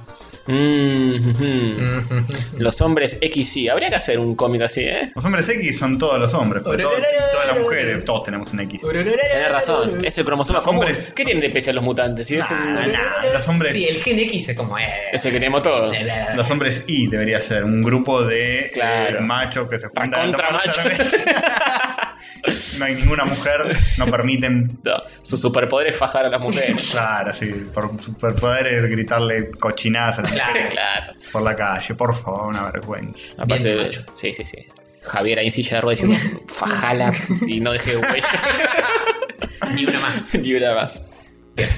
[SPEAKER 4] Mm, ujú.
[SPEAKER 3] Mm,
[SPEAKER 4] Los hombres XY. Habría que hacer un cómic así, ¿eh?
[SPEAKER 2] Los hombres X son todos los hombres, porque todo- todas las mujeres, todos tenemos un X.
[SPEAKER 4] Tenés razón, es el cromosoma
[SPEAKER 2] Los
[SPEAKER 4] común.
[SPEAKER 2] hombres-
[SPEAKER 4] ¿Qué tienen de especial los mutantes? Si es, un-
[SPEAKER 2] Ah, nah, los hombres.
[SPEAKER 3] Sí, el gen X es como. Eh,
[SPEAKER 4] es el que tenemos todos.
[SPEAKER 3] eh, eh,
[SPEAKER 2] Los hombres Y debería ser un grupo de
[SPEAKER 4] Claro.
[SPEAKER 2] eh, machos que se
[SPEAKER 4] Para
[SPEAKER 2] juntan a
[SPEAKER 4] contra
[SPEAKER 2] tomar
[SPEAKER 4] macho.
[SPEAKER 2] cerveza. no hay ninguna mujer, no permiten.
[SPEAKER 4] No, Su superpoder es fajar a las mujeres.
[SPEAKER 2] Claro, sí, por superpoderes gritarle cochinadas a las
[SPEAKER 3] Claro.
[SPEAKER 2] mujeres
[SPEAKER 4] claro.
[SPEAKER 2] por la calle, por favor, una vergüenza.
[SPEAKER 4] Aparte,
[SPEAKER 3] Bien macho.
[SPEAKER 4] sí, sí, sí. Javier ahí en silla de ruedas diciendo fajala y no deje huella.
[SPEAKER 3] Ni una más.
[SPEAKER 4] Ni una más.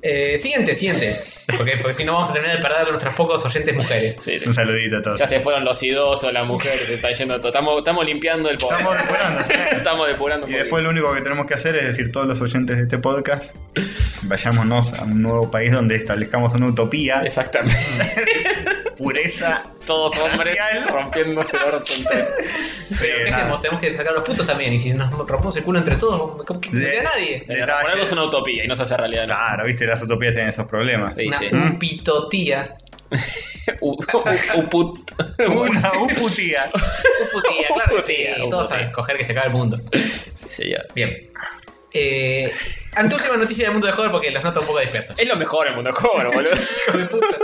[SPEAKER 3] Eh, siguiente, siguiente. Porque, porque si no vamos a terminar de perder a nuestros pocos oyentes mujeres.
[SPEAKER 4] Sí, sí.
[SPEAKER 2] Un saludito a todos.
[SPEAKER 4] Ya se fueron los idosos, las mujeres, se está yendo todo. Estamos, estamos limpiando el poder.
[SPEAKER 2] Estamos depurando.
[SPEAKER 4] Estamos depurando un
[SPEAKER 2] Y
[SPEAKER 4] poquito.
[SPEAKER 2] después lo único que tenemos que hacer es decir todos los oyentes de este podcast, vayámonos a un nuevo país donde establezcamos una utopía,
[SPEAKER 4] Exactamente.
[SPEAKER 2] pureza.
[SPEAKER 4] Todos hombres
[SPEAKER 2] Racial.
[SPEAKER 4] rompiéndose el orto entero.
[SPEAKER 3] Pero ¿qué
[SPEAKER 2] nada.
[SPEAKER 3] hacemos? Tenemos que sacar los putos también. Y si nos rompemos el culo entre todos, ¿cómo que no
[SPEAKER 2] De-
[SPEAKER 3] queda nadie?
[SPEAKER 2] de-
[SPEAKER 4] Para ponernos una utopía y no se hace realidad. ¿no?
[SPEAKER 2] Claro, viste, las utopías tienen esos problemas.
[SPEAKER 4] Sí,
[SPEAKER 3] Una,
[SPEAKER 4] sí.
[SPEAKER 3] Un pitotía.
[SPEAKER 4] U- u- uput.
[SPEAKER 2] Una uputía.
[SPEAKER 3] Un putía, claro que sí.
[SPEAKER 4] Un putía, un
[SPEAKER 3] Todos
[SPEAKER 4] putía.
[SPEAKER 3] saben coger que se acaba el mundo.
[SPEAKER 4] Sí, señor.
[SPEAKER 3] Bien. Eh, anteúltima noticia del mundo de Hover porque los noto un poco dispersos.
[SPEAKER 4] Es lo mejor el mundo joven, boludo.
[SPEAKER 3] Hijo de puta.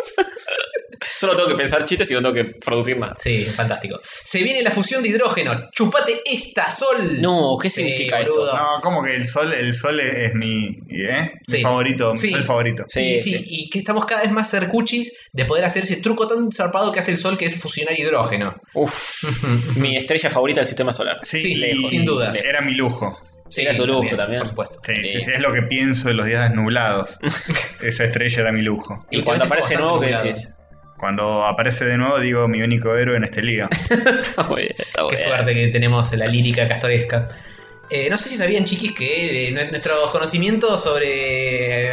[SPEAKER 4] Solo tengo que pensar chistes y no tengo que producir más.
[SPEAKER 3] Sí, fantástico. Se viene la fusión de hidrógeno. Chupate esta sol.
[SPEAKER 4] No, ¿qué
[SPEAKER 3] Sí,
[SPEAKER 4] significa esto?
[SPEAKER 3] boludo.
[SPEAKER 2] No, como que el sol, el sol es, es mi, ¿eh? mi
[SPEAKER 3] Sí.
[SPEAKER 2] favorito, mi
[SPEAKER 3] Sí.
[SPEAKER 2] sol favorito.
[SPEAKER 4] Sí,
[SPEAKER 3] y,
[SPEAKER 4] sí.
[SPEAKER 3] sí, y que estamos cada vez más cercuchis de poder hacer ese truco tan zarpado que hace el sol, que es fusionar hidrógeno.
[SPEAKER 4] Uf, mi estrella favorita del sistema solar.
[SPEAKER 3] Sí,
[SPEAKER 2] y-
[SPEAKER 3] sin duda.
[SPEAKER 2] Era mi lujo.
[SPEAKER 4] Sí, era tu lujo también.
[SPEAKER 3] Por supuesto.
[SPEAKER 2] Sí, sí,
[SPEAKER 4] Sí.
[SPEAKER 2] sí, es lo que pienso en los días nublados. Esa estrella era mi lujo.
[SPEAKER 4] Y cuando aparece nuevo, ¿qué decís?
[SPEAKER 2] Cuando aparece de nuevo, digo mi único héroe en este liga.
[SPEAKER 4] Está muy bien, está muy
[SPEAKER 3] Qué
[SPEAKER 4] bien.
[SPEAKER 3] suerte que tenemos la lírica castoresca. Eh, no sé si sabían, chiquis, que eh, nue- nuestros conocimientos sobre eh,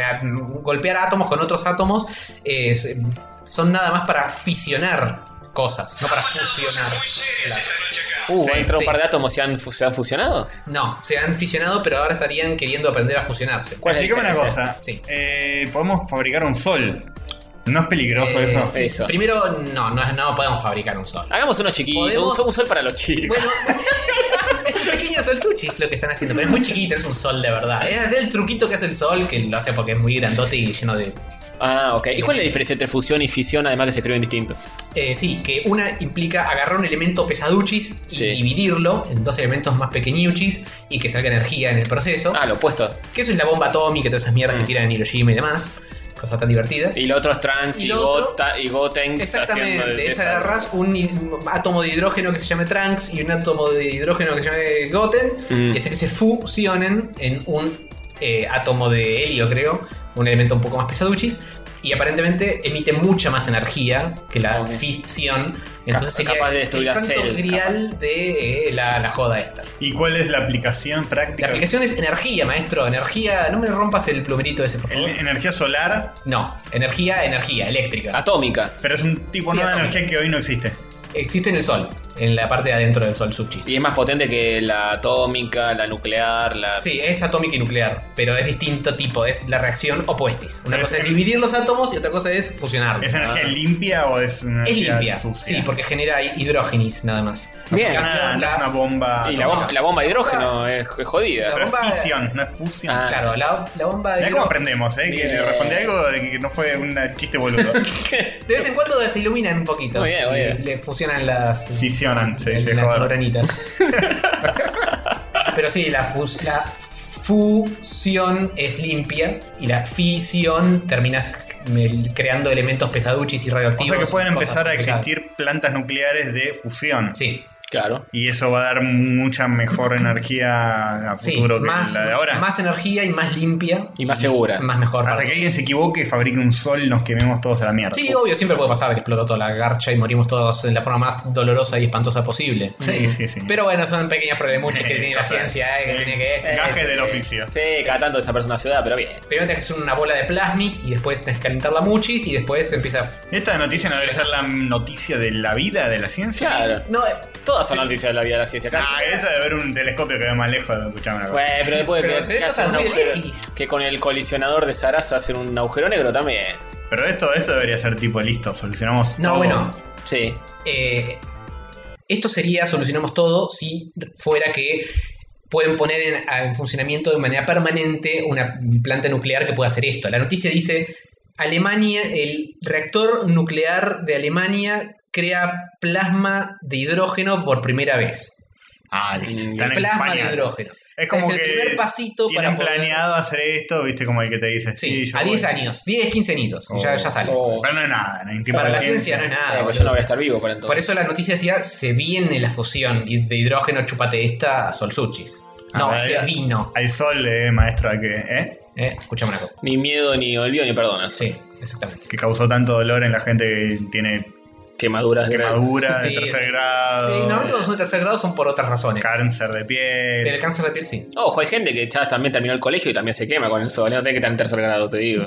[SPEAKER 3] golpear átomos con otros átomos eh, s- son nada más para fisionar cosas, no para fusionar.
[SPEAKER 5] Muy serias
[SPEAKER 3] las-
[SPEAKER 5] esta noche acá.
[SPEAKER 4] Uh,
[SPEAKER 2] Sí,
[SPEAKER 4] entró
[SPEAKER 3] sí.
[SPEAKER 4] un par de átomos, ¿se han, fu- se han fusionado?
[SPEAKER 3] No, se han fisionado, pero ahora estarían queriendo aprender a fusionarse.
[SPEAKER 4] ¿Cuál es la
[SPEAKER 2] Explícame una
[SPEAKER 4] diferencia?
[SPEAKER 2] cosa.
[SPEAKER 3] Sí.
[SPEAKER 2] Eh, Podemos fabricar un sol. ¿No es peligroso
[SPEAKER 3] Eh,
[SPEAKER 2] eso?
[SPEAKER 4] Eso.
[SPEAKER 3] Primero, no, no, es- no podemos fabricar un sol.
[SPEAKER 4] Hagamos unos chiquitos,
[SPEAKER 3] Podemos-
[SPEAKER 4] un sol- un sol para los chicos.
[SPEAKER 3] Bueno, es un pequeño sol sushi es lo que están haciendo, pero es muy chiquito, es un sol de verdad. Es el truquito que hace el sol, que lo hace porque es muy grandote y lleno de...
[SPEAKER 4] Ah, ok. ¿Y cuál es la diferencia entre fusión y fisión, además que se escriben distinto?
[SPEAKER 3] Eh, sí, que una implica agarrar un elemento pesaduchis y
[SPEAKER 4] Sí.
[SPEAKER 3] dividirlo en dos elementos más pequeñuchis y que salga energía en el proceso.
[SPEAKER 4] Ah, lo opuesto.
[SPEAKER 3] Que eso es la bomba atómica y todas esas mierdas
[SPEAKER 4] Mm.
[SPEAKER 3] que tiran en Hiroshima y demás. Cosa tan divertida.
[SPEAKER 4] Y lo otro es trans
[SPEAKER 3] Y
[SPEAKER 4] y,
[SPEAKER 3] lo otro-
[SPEAKER 4] gota, y gotenks haciendo el
[SPEAKER 3] Exactamente, es
[SPEAKER 4] esa-
[SPEAKER 3] agarras un hi- átomo de hidrógeno que se llame Trunks y un átomo de hidrógeno que se llame Goten
[SPEAKER 4] Mm.
[SPEAKER 3] y hace que se fusionen en un eh, átomo de helio, creo, un elemento un poco más pesaduchis. Y aparentemente emite mucha más energía que la
[SPEAKER 4] Ok.
[SPEAKER 3] fisión. Entonces
[SPEAKER 4] Cap-
[SPEAKER 3] sería
[SPEAKER 4] capaz de destruir
[SPEAKER 3] el
[SPEAKER 4] a
[SPEAKER 3] santo
[SPEAKER 4] Cell,
[SPEAKER 3] grial de eh, la, la joda esta.
[SPEAKER 2] ¿Y cuál es la aplicación
[SPEAKER 3] La
[SPEAKER 2] práctica?
[SPEAKER 3] aplicación es energía, maestro. Energía. No me rompas el plumerito ese, por favor.
[SPEAKER 2] El- energía solar,
[SPEAKER 3] No, energía, energía, eléctrica.
[SPEAKER 4] Ah. Atómica.
[SPEAKER 2] pero es un tipo
[SPEAKER 3] Sí,
[SPEAKER 2] nuevo de
[SPEAKER 3] atómica.
[SPEAKER 2] energía que hoy no existe.
[SPEAKER 3] Existe en el sol, en la parte de adentro del sol, subchis.
[SPEAKER 4] Y es más potente que la atómica, la nuclear, la.
[SPEAKER 3] Sí, es atómica y nuclear, pero es distinto tipo, es la reacción opuestis. Una
[SPEAKER 2] Pero
[SPEAKER 3] cosa
[SPEAKER 2] es
[SPEAKER 3] es
[SPEAKER 2] que-
[SPEAKER 3] dividir los átomos y otra cosa es fusionarlos.
[SPEAKER 4] Ah.
[SPEAKER 2] ¿Es energía limpia o es una
[SPEAKER 3] Es
[SPEAKER 2] energía
[SPEAKER 3] limpia,
[SPEAKER 2] sucia? Ah,
[SPEAKER 3] sí, porque genera hidrógenis nada más.
[SPEAKER 4] Bien.
[SPEAKER 2] No,
[SPEAKER 3] La-
[SPEAKER 2] no, no
[SPEAKER 3] la-
[SPEAKER 2] es una bomba.
[SPEAKER 4] Y la
[SPEAKER 2] atómica.
[SPEAKER 4] bomba, la bomba de hidrógeno es, es jodida.
[SPEAKER 2] Pero
[SPEAKER 3] la bomba-
[SPEAKER 2] es fisión, no es fusión.
[SPEAKER 4] Ah.
[SPEAKER 3] Claro, la, la bomba de
[SPEAKER 2] Mirá cómo
[SPEAKER 3] hidrógeno.
[SPEAKER 2] aprendemos, ¿eh? Que
[SPEAKER 4] Bien.
[SPEAKER 2] te respondí algo de que no fue un chiste boludo.
[SPEAKER 3] De vez en cuando se iluminan un poquito.
[SPEAKER 4] Muy bien, muy
[SPEAKER 3] Y
[SPEAKER 4] bien.
[SPEAKER 3] Le fusionan las.
[SPEAKER 2] Fisionan, se dice,
[SPEAKER 3] las
[SPEAKER 2] joder.
[SPEAKER 3] neuronitas. pero sí, la, fus- la fusión es limpia y la fisión terminas mm, creando elementos pesaduchis y
[SPEAKER 2] O
[SPEAKER 3] radioactivos.
[SPEAKER 2] sea que pueden
[SPEAKER 3] cosas
[SPEAKER 2] empezar a
[SPEAKER 3] complicadas.
[SPEAKER 2] existir plantas nucleares de fusión.
[SPEAKER 3] Sí.
[SPEAKER 4] Claro.
[SPEAKER 2] Y eso va a dar mucha mejor energía a
[SPEAKER 3] Sí,
[SPEAKER 2] futuro que
[SPEAKER 3] más,
[SPEAKER 2] la de ahora.
[SPEAKER 3] más energía y más limpia.
[SPEAKER 4] Y más segura.
[SPEAKER 3] Más mejor.
[SPEAKER 2] Hasta
[SPEAKER 3] para-
[SPEAKER 2] que alguien se equivoque y fabrique un sol, nos quememos todos a la mierda.
[SPEAKER 3] Sí, obvio, siempre puede pasar que explota toda la garcha y morimos todos de la forma más dolorosa y espantosa posible.
[SPEAKER 2] sí, sí. sí.
[SPEAKER 3] Pero bueno, son pequeños problemuchas que tiene la ciencia, eh, que tiene que...
[SPEAKER 2] Gajes del oficio.
[SPEAKER 4] Sí, cada tanto desaparece una ciudad, pero bien.
[SPEAKER 3] Primero tenés que hacer una bola de plasmis y después tenés que calentarla muchis y después empieza... a-
[SPEAKER 2] Esta noticia no debe ser la noticia de la vida de la ciencia.
[SPEAKER 4] Claro.
[SPEAKER 3] No, eh,
[SPEAKER 4] Todas son noticias de la vida de la ciencia.
[SPEAKER 2] Ah,
[SPEAKER 4] casi.
[SPEAKER 2] esa de ver un telescopio que ve más lejos de escuchar una cosa.
[SPEAKER 4] Bueno, pero después
[SPEAKER 3] Pero
[SPEAKER 4] de
[SPEAKER 3] se ve
[SPEAKER 4] que
[SPEAKER 3] cosas
[SPEAKER 4] hacen un
[SPEAKER 3] muy
[SPEAKER 4] agujero-
[SPEAKER 3] legis.
[SPEAKER 4] que con el colisionador de Sarasa hacen un agujero negro también.
[SPEAKER 2] Pero esto, esto debería ser tipo listo, solucionamos
[SPEAKER 3] no
[SPEAKER 2] todo.
[SPEAKER 3] bueno.
[SPEAKER 4] Sí.
[SPEAKER 3] eh, esto sería, solucionamos todo si fuera que pueden poner en, a- en funcionamiento de manera permanente una planta nuclear que pueda hacer esto. La noticia dice, Alemania, el reactor nuclear de Alemania crea plasma de hidrógeno por primera vez.
[SPEAKER 2] Ah, listo.
[SPEAKER 4] Mm,
[SPEAKER 2] Están en
[SPEAKER 3] plasma
[SPEAKER 2] España.
[SPEAKER 3] de hidrógeno.
[SPEAKER 2] Es como
[SPEAKER 3] el
[SPEAKER 2] que
[SPEAKER 3] primer pasito
[SPEAKER 2] Tienen
[SPEAKER 3] para poder-
[SPEAKER 2] planeado hacer esto, viste, como el que te dice.
[SPEAKER 3] Sí,
[SPEAKER 2] yo
[SPEAKER 3] a
[SPEAKER 2] voy.
[SPEAKER 3] 10 años, 10, 15 añitos,
[SPEAKER 2] Oh.
[SPEAKER 3] ya, ya sale.
[SPEAKER 4] Oh.
[SPEAKER 2] Pero no es nada, no intima
[SPEAKER 3] Para
[SPEAKER 2] la
[SPEAKER 3] la
[SPEAKER 2] ciencia.
[SPEAKER 3] ciencia no es
[SPEAKER 4] Ah,
[SPEAKER 3] nada.
[SPEAKER 4] pues
[SPEAKER 3] boludo.
[SPEAKER 4] yo no voy a estar vivo para
[SPEAKER 3] Eh, Por
[SPEAKER 4] entonces.
[SPEAKER 3] eso la noticia decía, se viene la fusión y de hidrógeno chupate esta a solsuchis. No,
[SPEAKER 2] Ah,
[SPEAKER 3] se
[SPEAKER 2] eh.
[SPEAKER 3] vino.
[SPEAKER 2] Al sol, eh, maestro, a que, ¿eh?
[SPEAKER 3] Eh, escuchame una cosa.
[SPEAKER 4] Ni miedo, ni olvido, ni perdonas.
[SPEAKER 3] Sí, exactamente.
[SPEAKER 2] que causó tanto dolor en la gente que tiene
[SPEAKER 4] Quemaduras. grandes.
[SPEAKER 2] quemaduras de
[SPEAKER 3] Sí.
[SPEAKER 2] tercer
[SPEAKER 3] Eh,
[SPEAKER 2] grado,
[SPEAKER 3] normalmente cuando son de tercer grado son por otras razones.
[SPEAKER 2] cáncer de piel.
[SPEAKER 3] Pero el cáncer de piel sí.
[SPEAKER 4] Ojo, hay gente que ya también terminó el colegio y también se quema con el sol. ¿eh? No tiene que estar en tercer grado, te digo.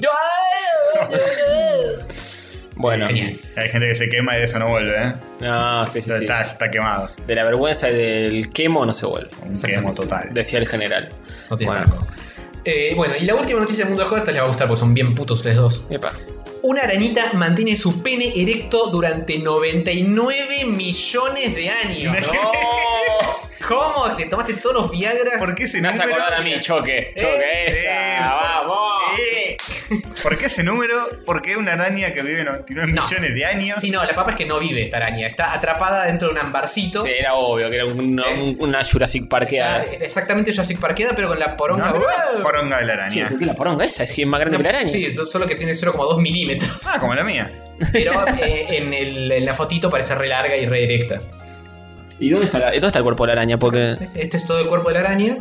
[SPEAKER 4] Bueno.
[SPEAKER 3] Genial.
[SPEAKER 2] Hay gente que se quema y de eso no vuelve, ¿eh?
[SPEAKER 4] No, sí, sí, sí.
[SPEAKER 2] Está, está quemado.
[SPEAKER 4] De la vergüenza y del quemo no se vuelve.
[SPEAKER 2] Un quemo total.
[SPEAKER 4] Decía el general.
[SPEAKER 3] No tiene
[SPEAKER 4] Bueno.
[SPEAKER 3] nada. Eh, bueno, y la última noticia del mundo de juego, esta les va a gustar porque son bien putos ustedes dos.
[SPEAKER 4] Epa.
[SPEAKER 3] Una arañita mantiene su pene erecto durante 99 millones de años.
[SPEAKER 4] ¡No!
[SPEAKER 3] ¿Cómo? ¿Te tomaste todos los Viagras?
[SPEAKER 2] ¿Por qué ese
[SPEAKER 4] Me hace
[SPEAKER 2] número?
[SPEAKER 4] acordar a mí, choque. Choque,
[SPEAKER 2] Eh,
[SPEAKER 4] esa.
[SPEAKER 2] eh,
[SPEAKER 4] ¡Vamos!
[SPEAKER 2] Eh, ¿Por qué ese número? ¿Por qué una araña que vive 99
[SPEAKER 3] No.
[SPEAKER 2] millones de años?
[SPEAKER 3] Sí, no, la papa es que no vive esta araña. Está atrapada dentro de un ambarcito.
[SPEAKER 4] Sí, era obvio que era un- un- una Jurassic
[SPEAKER 3] Eh. Está
[SPEAKER 4] Parqueada.
[SPEAKER 3] Ah, exactamente Jurassic Parqueada, pero con la poronga.
[SPEAKER 2] No,
[SPEAKER 3] ¡Wow!
[SPEAKER 2] Poronga de la araña.
[SPEAKER 4] ¿Por qué la poronga esa? Es más grande que la araña.
[SPEAKER 3] Sí, so- solo que tiene 0,2 milímetros.
[SPEAKER 2] Ah, como la mía.
[SPEAKER 3] Pero eh, en, el- en la fotito parece re larga y re directa.
[SPEAKER 4] ¿Y dónde está, la- dónde está el cuerpo de la araña? Porque.
[SPEAKER 3] ¿Ves? Este es todo el cuerpo de la araña.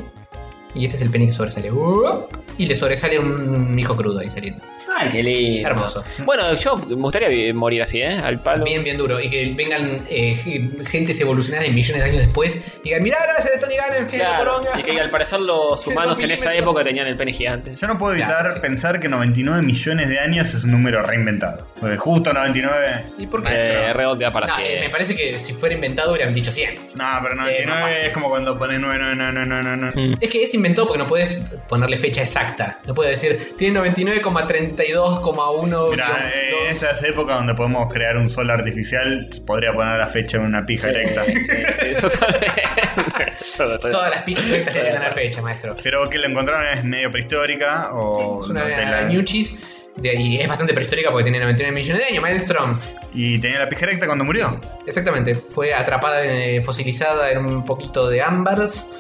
[SPEAKER 3] Y este es el pene que sobresale. ¡Wow! Y le sobresale un hijo crudo ahí saliendo.
[SPEAKER 4] Ay, qué lindo.
[SPEAKER 3] Hermoso.
[SPEAKER 4] Bueno, yo me gustaría vi- morir así, ¿eh? Al palo.
[SPEAKER 3] Bien, bien duro. Y que vengan eh, g- gentes evolucionadas de millones de años después. Y digan, mirá la base de Tony Gannon, tiene la
[SPEAKER 4] Claro.
[SPEAKER 3] poronga.
[SPEAKER 4] Y que al parecer los humanos en esa
[SPEAKER 3] milímetros.
[SPEAKER 4] época tenían el pene gigante.
[SPEAKER 2] Yo no puedo evitar
[SPEAKER 3] Claro, sí.
[SPEAKER 2] pensar que 99 millones de años es un número reinventado. Porque justo 99.
[SPEAKER 3] ¿Y por qué?
[SPEAKER 4] Eh, redondea para
[SPEAKER 3] No, eh, me
[SPEAKER 4] siempre.
[SPEAKER 3] parece que si fuera inventado hubieran dicho 100.
[SPEAKER 2] No,
[SPEAKER 4] Eh,
[SPEAKER 2] pero
[SPEAKER 3] más
[SPEAKER 2] 99
[SPEAKER 3] fácil.
[SPEAKER 2] es como cuando pones 9, 9, 9, 9, 9, 9.
[SPEAKER 4] Mm.
[SPEAKER 3] Es que es inventado porque no puedes ponerle fecha exacta. No puedes decir, tiene 99,32,1.
[SPEAKER 2] Mira, en esas épocas donde podemos crear un sol artificial, podría poner la fecha en una pija erecta.
[SPEAKER 4] Sí, sí, sí, totalmente. Todo, todo.
[SPEAKER 3] Todas las pistas le tienen la fecha, maestro.
[SPEAKER 2] Pero que lo encontraron es medio prehistórica o
[SPEAKER 3] Es una
[SPEAKER 2] no, de la-
[SPEAKER 3] ñuchis. de- y es bastante prehistórica porque tiene 99 millones de años. Maelstrom.
[SPEAKER 2] y tenía la pija erecta cuando murió.
[SPEAKER 3] Exactamente. Fue atrapada, eh, fosilizada en un poquito de ámbars.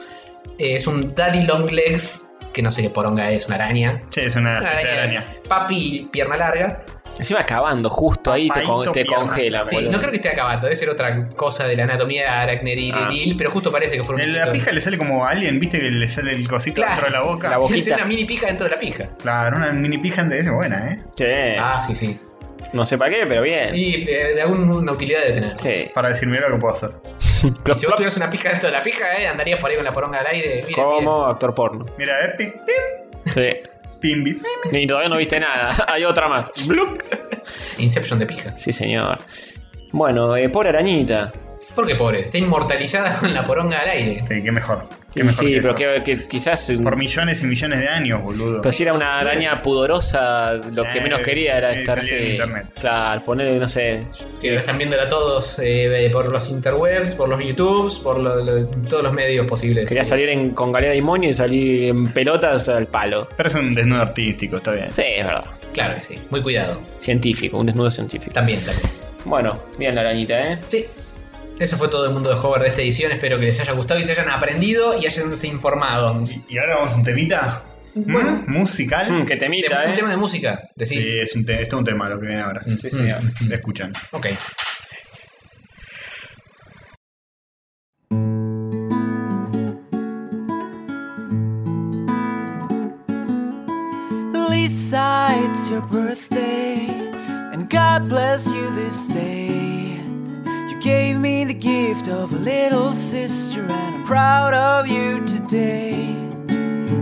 [SPEAKER 3] Eh, es un daddy long legs. Que no sé qué poronga es, una araña.
[SPEAKER 2] Sí, es una
[SPEAKER 3] Una
[SPEAKER 2] especie de
[SPEAKER 3] araña.
[SPEAKER 2] araña.
[SPEAKER 3] Papi, pierna larga.
[SPEAKER 4] Encima acabando, justo ahí te, con-
[SPEAKER 2] Papadito
[SPEAKER 4] te
[SPEAKER 2] pierna.
[SPEAKER 4] congela,
[SPEAKER 3] Sí,
[SPEAKER 4] boludo.
[SPEAKER 3] no creo que esté acabando, debe ser otra cosa de la anatomía aracneridil, pero justo parece que fue un
[SPEAKER 2] Ah. En la
[SPEAKER 3] insecto.
[SPEAKER 2] pija le sale como alien, viste que le sale el cosito
[SPEAKER 3] Claro.
[SPEAKER 2] dentro de la boca.
[SPEAKER 4] La boca.
[SPEAKER 3] Tiene
[SPEAKER 4] boquita.
[SPEAKER 3] una mini pija dentro de la pija.
[SPEAKER 2] Claro, una mini pija antes de eso, buena, eh.
[SPEAKER 4] Sí.
[SPEAKER 3] Ah, sí, sí.
[SPEAKER 4] No sé para qué, pero bien.
[SPEAKER 3] Y eh, de alguna utilidad debe tener.
[SPEAKER 4] Sí.
[SPEAKER 2] Para decir, mira lo que puedo hacer.
[SPEAKER 4] Plop,
[SPEAKER 3] Si vos
[SPEAKER 4] plop.
[SPEAKER 3] tuvieras una pija dentro de la pija, eh, andarías por ahí con la poronga al aire. Miren, miren.
[SPEAKER 4] Como actor porno.
[SPEAKER 2] Mira, eh, pim,
[SPEAKER 4] Sí.
[SPEAKER 2] pim, pim, pim.
[SPEAKER 4] Y todavía no viste nada. Hay otra más. Blup.
[SPEAKER 3] Inception de pija.
[SPEAKER 4] Sí, señor. Bueno, eh, pobre arañita.
[SPEAKER 3] ¿Por qué, pobre? Está inmortalizada con la poronga al aire.
[SPEAKER 2] Sí, qué mejor. Qué
[SPEAKER 4] Y
[SPEAKER 2] mejor
[SPEAKER 4] sí,
[SPEAKER 2] que
[SPEAKER 4] pero
[SPEAKER 2] eso.
[SPEAKER 4] que, que quizás.
[SPEAKER 2] Por millones y millones de años, boludo.
[SPEAKER 4] Pero si era una araña pudorosa, lo que
[SPEAKER 2] Eh,
[SPEAKER 4] menos quería era
[SPEAKER 2] eh,
[SPEAKER 4] estarse.
[SPEAKER 2] salir en internet.
[SPEAKER 4] Claro, poner, no sé.
[SPEAKER 3] Sí, lo están viéndola todos eh, por los interwebs, por los YouTubes, por lo- lo- todos los medios posibles.
[SPEAKER 4] Quería salir en- con galera de moño y salir en pelotas al palo.
[SPEAKER 2] Pero es un desnudo artístico, está bien.
[SPEAKER 4] Sí, es verdad.
[SPEAKER 3] Claro que sí. Muy cuidado.
[SPEAKER 4] Científico, un desnudo científico.
[SPEAKER 3] También, también.
[SPEAKER 4] Bueno, bien la arañita, ¿eh?
[SPEAKER 3] Sí. Eso fue todo el mundo de Hover de esta edición. Espero que les haya gustado y se hayan aprendido y hayanse informado.
[SPEAKER 2] Y ahora vamos a un temita.
[SPEAKER 3] Bueno.
[SPEAKER 2] ¿Mm? Musical.
[SPEAKER 4] Mm, que
[SPEAKER 3] Tem-
[SPEAKER 4] temita,
[SPEAKER 3] Un
[SPEAKER 4] ¿eh?
[SPEAKER 3] tema de música,
[SPEAKER 2] Sí,
[SPEAKER 3] decís. Mm.
[SPEAKER 2] es un te- esto es un tema lo que viene ahora.
[SPEAKER 3] Sí, señor.
[SPEAKER 2] Te escuchan.
[SPEAKER 3] Ok.
[SPEAKER 7] your birthday, and God bless you this day. You gave me the gift of a little sister, and I'm proud of you today.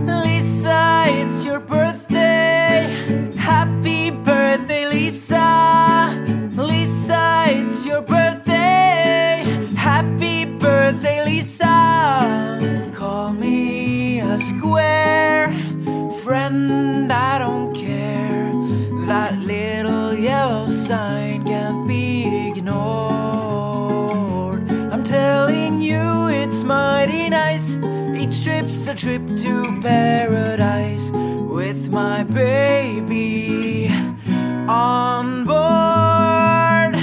[SPEAKER 7] Lisa, it's your birthday. Happy birthday, Lisa. Lisa, it's your birthday. Happy birthday, Lisa. Call me a square friend, I don't care. That little yellow sign can't be ignored. I'm telling you, it's mighty nice. Each trip's a trip to paradise with my baby on board.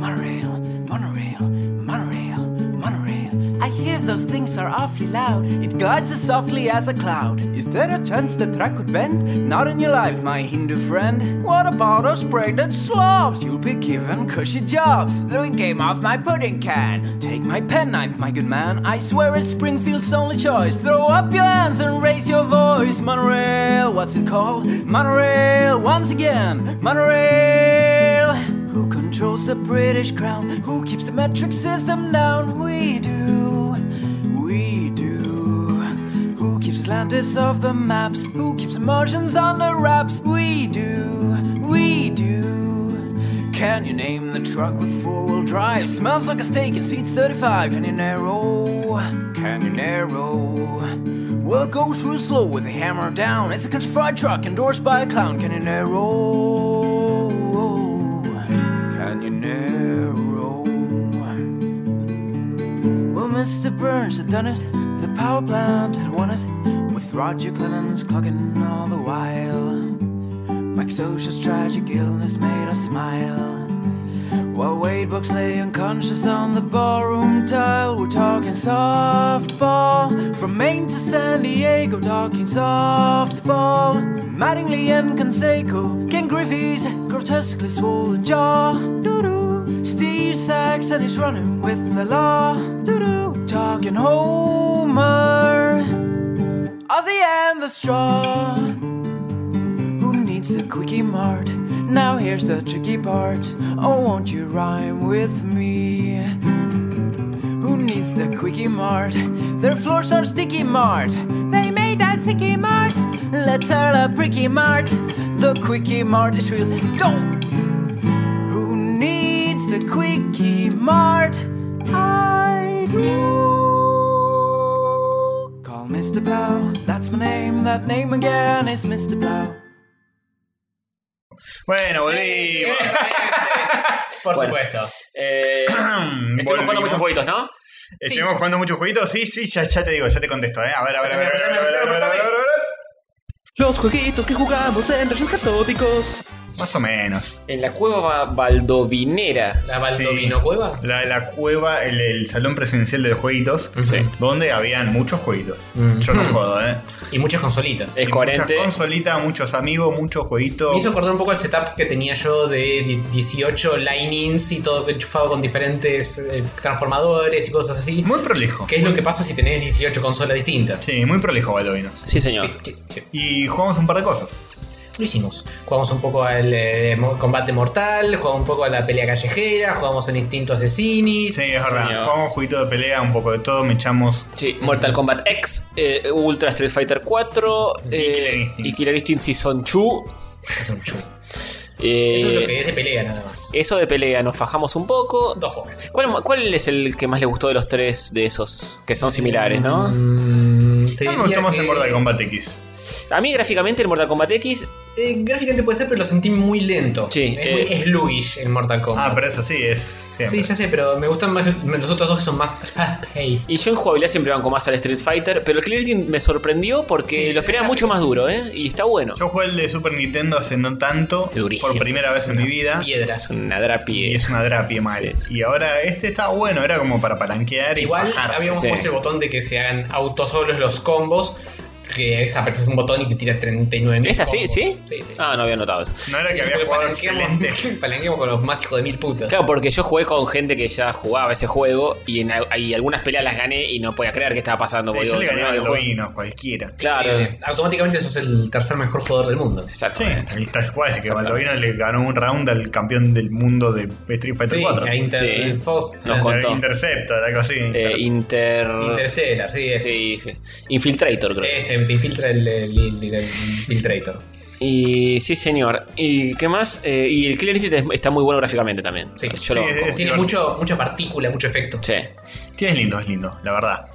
[SPEAKER 7] Monorail, monorail, monorail, monorail. I hear those things are awfully loud. It glides as softly as a cloud. Is there a chance the track could bend? Not in your life, my Hindu friend. What about those braided slobs? You'll be given cushy jobs. Throwing game off my pudding can. Take my penknife, my good man. I swear it's Springfield's only choice. Throw up your hands and raise your voice. Monorail, what's it called? Monorail, once again. Monorail. Who controls the British crown? Who keeps the metric system down? We do. We do. Who keeps Atlantis off the maps? Who keeps Martians on the wraps? We do. We do. Can you name the truck with four-wheel drive? Smells like a steak and seats 35. Can you narrow? Can you narrow? Well, it goes real slow with a hammer down. It's a country fried truck endorsed by a clown. Can you narrow? Can you narrow? Well, Mr. Burns had done it. The power plant had won it. With Roger Clemens clocking all the while. Mike Social's tragic illness made us smile. While Wade Box lay unconscious on the ballroom tile, we're talking softball. From Maine to San Diego, talking softball. Mattingly and Canseco, Ken Griffey's grotesquely swollen jaw. Doo-doo. Steve Sachs and he's running with the law. Doo-doo. Talking Homer. Ozzy and the straw. Who needs the quickie mart? Now here's the tricky part. Oh, won't you rhyme with me? Who needs the quickie mart? Their floors are sticky mart. They made that sticky mart. Let's hurl a pricky mart. The quickie mart is real. Don't. Who needs the quickie mart? I do. Call Mr. Blau. That's my name. That name again is Mr. Blau.
[SPEAKER 2] Bueno, volvimos.
[SPEAKER 3] Por
[SPEAKER 4] Bueno.
[SPEAKER 3] supuesto.
[SPEAKER 4] Eh, estuvimos jugando
[SPEAKER 2] Volvimos.
[SPEAKER 4] muchos jueguitos, ¿no?
[SPEAKER 2] Estuvimos jugando muchos jueguitos. Sí, sí, ya, ya te digo, ya te contesto, ¿eh? A ver, a ver, a ver, a ver, a ver, a ver, a ver, a ver, a ver, a ver.
[SPEAKER 1] Los jueguitos que jugamos en Rayos Catódicos.
[SPEAKER 2] Más o menos.
[SPEAKER 4] En la cueva baldovinera.
[SPEAKER 3] La Baldovino Cueva.
[SPEAKER 2] La, la cueva, el, el salón presidencial de los jueguitos.
[SPEAKER 4] Sí.
[SPEAKER 2] Donde habían muchos jueguitos. Yo no jodo, ¿eh?
[SPEAKER 3] Y muchas consolitas.
[SPEAKER 4] Es
[SPEAKER 2] Y
[SPEAKER 4] coherente.
[SPEAKER 2] Muchas consolitas, muchos amigos, muchos jueguitos.
[SPEAKER 3] Me hizo acordar un poco el setup que tenía yo de die- 18 linings y todo enchufado con diferentes eh, transformadores y cosas así.
[SPEAKER 2] Muy prolijo.
[SPEAKER 3] ¿Qué es lo que pasa si tenés 18 consolas distintas?
[SPEAKER 2] Sí, muy prolijo, Baldovinos.
[SPEAKER 4] Sí, señor.
[SPEAKER 3] Sí, sí, sí.
[SPEAKER 2] Y jugamos un par de cosas.
[SPEAKER 3] Lo hicimos. Jugamos un poco al eh, mo- combate mortal, jugamos un poco a la pelea callejera, jugamos al instinto asesini.
[SPEAKER 2] Sí, es verdad.
[SPEAKER 4] señor.
[SPEAKER 2] Jugamos un jueguito de pelea, un poco de todo, me echamos.
[SPEAKER 4] Sí, Mortal Kombat X, eh, Ultra Street Fighter 4
[SPEAKER 2] Killer
[SPEAKER 4] eh,
[SPEAKER 2] Instinct.
[SPEAKER 4] y Killer Instinct Season 2.
[SPEAKER 3] Es un chulo.
[SPEAKER 4] Eh,
[SPEAKER 3] Eso es lo que es de pelea nada más.
[SPEAKER 4] eso de pelea, nos fajamos un poco.
[SPEAKER 3] Dos pocas.
[SPEAKER 4] ¿Cuál, cuál es el que más le gustó de los tres de esos que son similares, no?
[SPEAKER 3] Mm, te
[SPEAKER 2] No me
[SPEAKER 3] diría
[SPEAKER 2] gustó más
[SPEAKER 3] que-
[SPEAKER 2] el Mortal Kombat X. Ah,
[SPEAKER 4] A mí gráficamente el Mortal Kombat X,
[SPEAKER 3] Eh, gráficamente puede ser, pero lo sentí muy lento.
[SPEAKER 4] Sí,
[SPEAKER 3] es muy
[SPEAKER 4] eh.
[SPEAKER 3] sluggish el Mortal Kombat.
[SPEAKER 2] Ah, pero eso sí, es. Siempre.
[SPEAKER 3] Sí, ya sé, pero me gustan más los otros dos que son más fast paced.
[SPEAKER 4] y yo en jugabilidad siempre banco más al Street Fighter, pero el Killer Instinct me sorprendió porque
[SPEAKER 3] Sí,
[SPEAKER 4] lo
[SPEAKER 3] sí,
[SPEAKER 4] esperaba mucho más duro, ¿eh? Y está bueno.
[SPEAKER 2] Yo jugué el de Super Nintendo hace no tanto,
[SPEAKER 4] Durísimo.
[SPEAKER 2] por primera vez en mi vida.
[SPEAKER 4] Es
[SPEAKER 3] Piedras.
[SPEAKER 4] una
[SPEAKER 2] Y
[SPEAKER 4] drapie.
[SPEAKER 2] es una drapie mal. Y ahora este estaba bueno, era como para palanquear y
[SPEAKER 3] Igual
[SPEAKER 2] fajarse.
[SPEAKER 3] habíamos
[SPEAKER 4] sí.
[SPEAKER 3] puesto el botón de que se hagan autosolos los combos. que es, apretas un botón y te tira 39 mil.
[SPEAKER 4] ¿Es así? ¿Sí?
[SPEAKER 3] Sí, sí.
[SPEAKER 4] Ah, no había notado eso.
[SPEAKER 2] No era que había
[SPEAKER 3] Porque
[SPEAKER 2] jugado
[SPEAKER 3] palanqueamos-
[SPEAKER 2] excelente.
[SPEAKER 3] palanqueamos con los más hijos de mil putas.
[SPEAKER 4] Claro, porque yo jugué con gente que ya jugaba ese juego y, en, al- y algunas peleas las gané y no podía creer que estaba pasando. porque
[SPEAKER 2] Yo
[SPEAKER 4] digo,
[SPEAKER 2] le gané
[SPEAKER 4] no,
[SPEAKER 2] a
[SPEAKER 4] el juego-
[SPEAKER 2] Baldovino, cualquiera.
[SPEAKER 4] Claro.
[SPEAKER 3] Eh, automáticamente sos el tercer mejor jugador del mundo.
[SPEAKER 4] Exacto.
[SPEAKER 2] Sí, tal- tal cual, que Baldovino le ganó un round al campeón del mundo de Street Fighter
[SPEAKER 3] Sí,
[SPEAKER 2] 4.
[SPEAKER 3] a Inter
[SPEAKER 4] Sí.
[SPEAKER 3] Fox, eh,
[SPEAKER 4] Nos
[SPEAKER 3] a-
[SPEAKER 4] contó.
[SPEAKER 2] Interceptor, algo así.
[SPEAKER 4] Eh, Inter...
[SPEAKER 3] Interstellar, sí. es-
[SPEAKER 4] Sí, sí. Infiltrator,
[SPEAKER 2] Eh.
[SPEAKER 4] creo.
[SPEAKER 3] Ese, te infiltra el, el- el- el infiltrator.
[SPEAKER 4] Y sí, señor. ¿Y qué más? Eh, y el Killer Instinct es- está muy bueno gráficamente también.
[SPEAKER 3] Sí.
[SPEAKER 4] Yo lo
[SPEAKER 2] Sí,
[SPEAKER 4] banco.
[SPEAKER 2] es-
[SPEAKER 3] Tiene
[SPEAKER 2] bueno.
[SPEAKER 3] mucho, mucha partícula, mucho efecto.
[SPEAKER 4] Sí.
[SPEAKER 2] Sí, es lindo, es lindo, la verdad.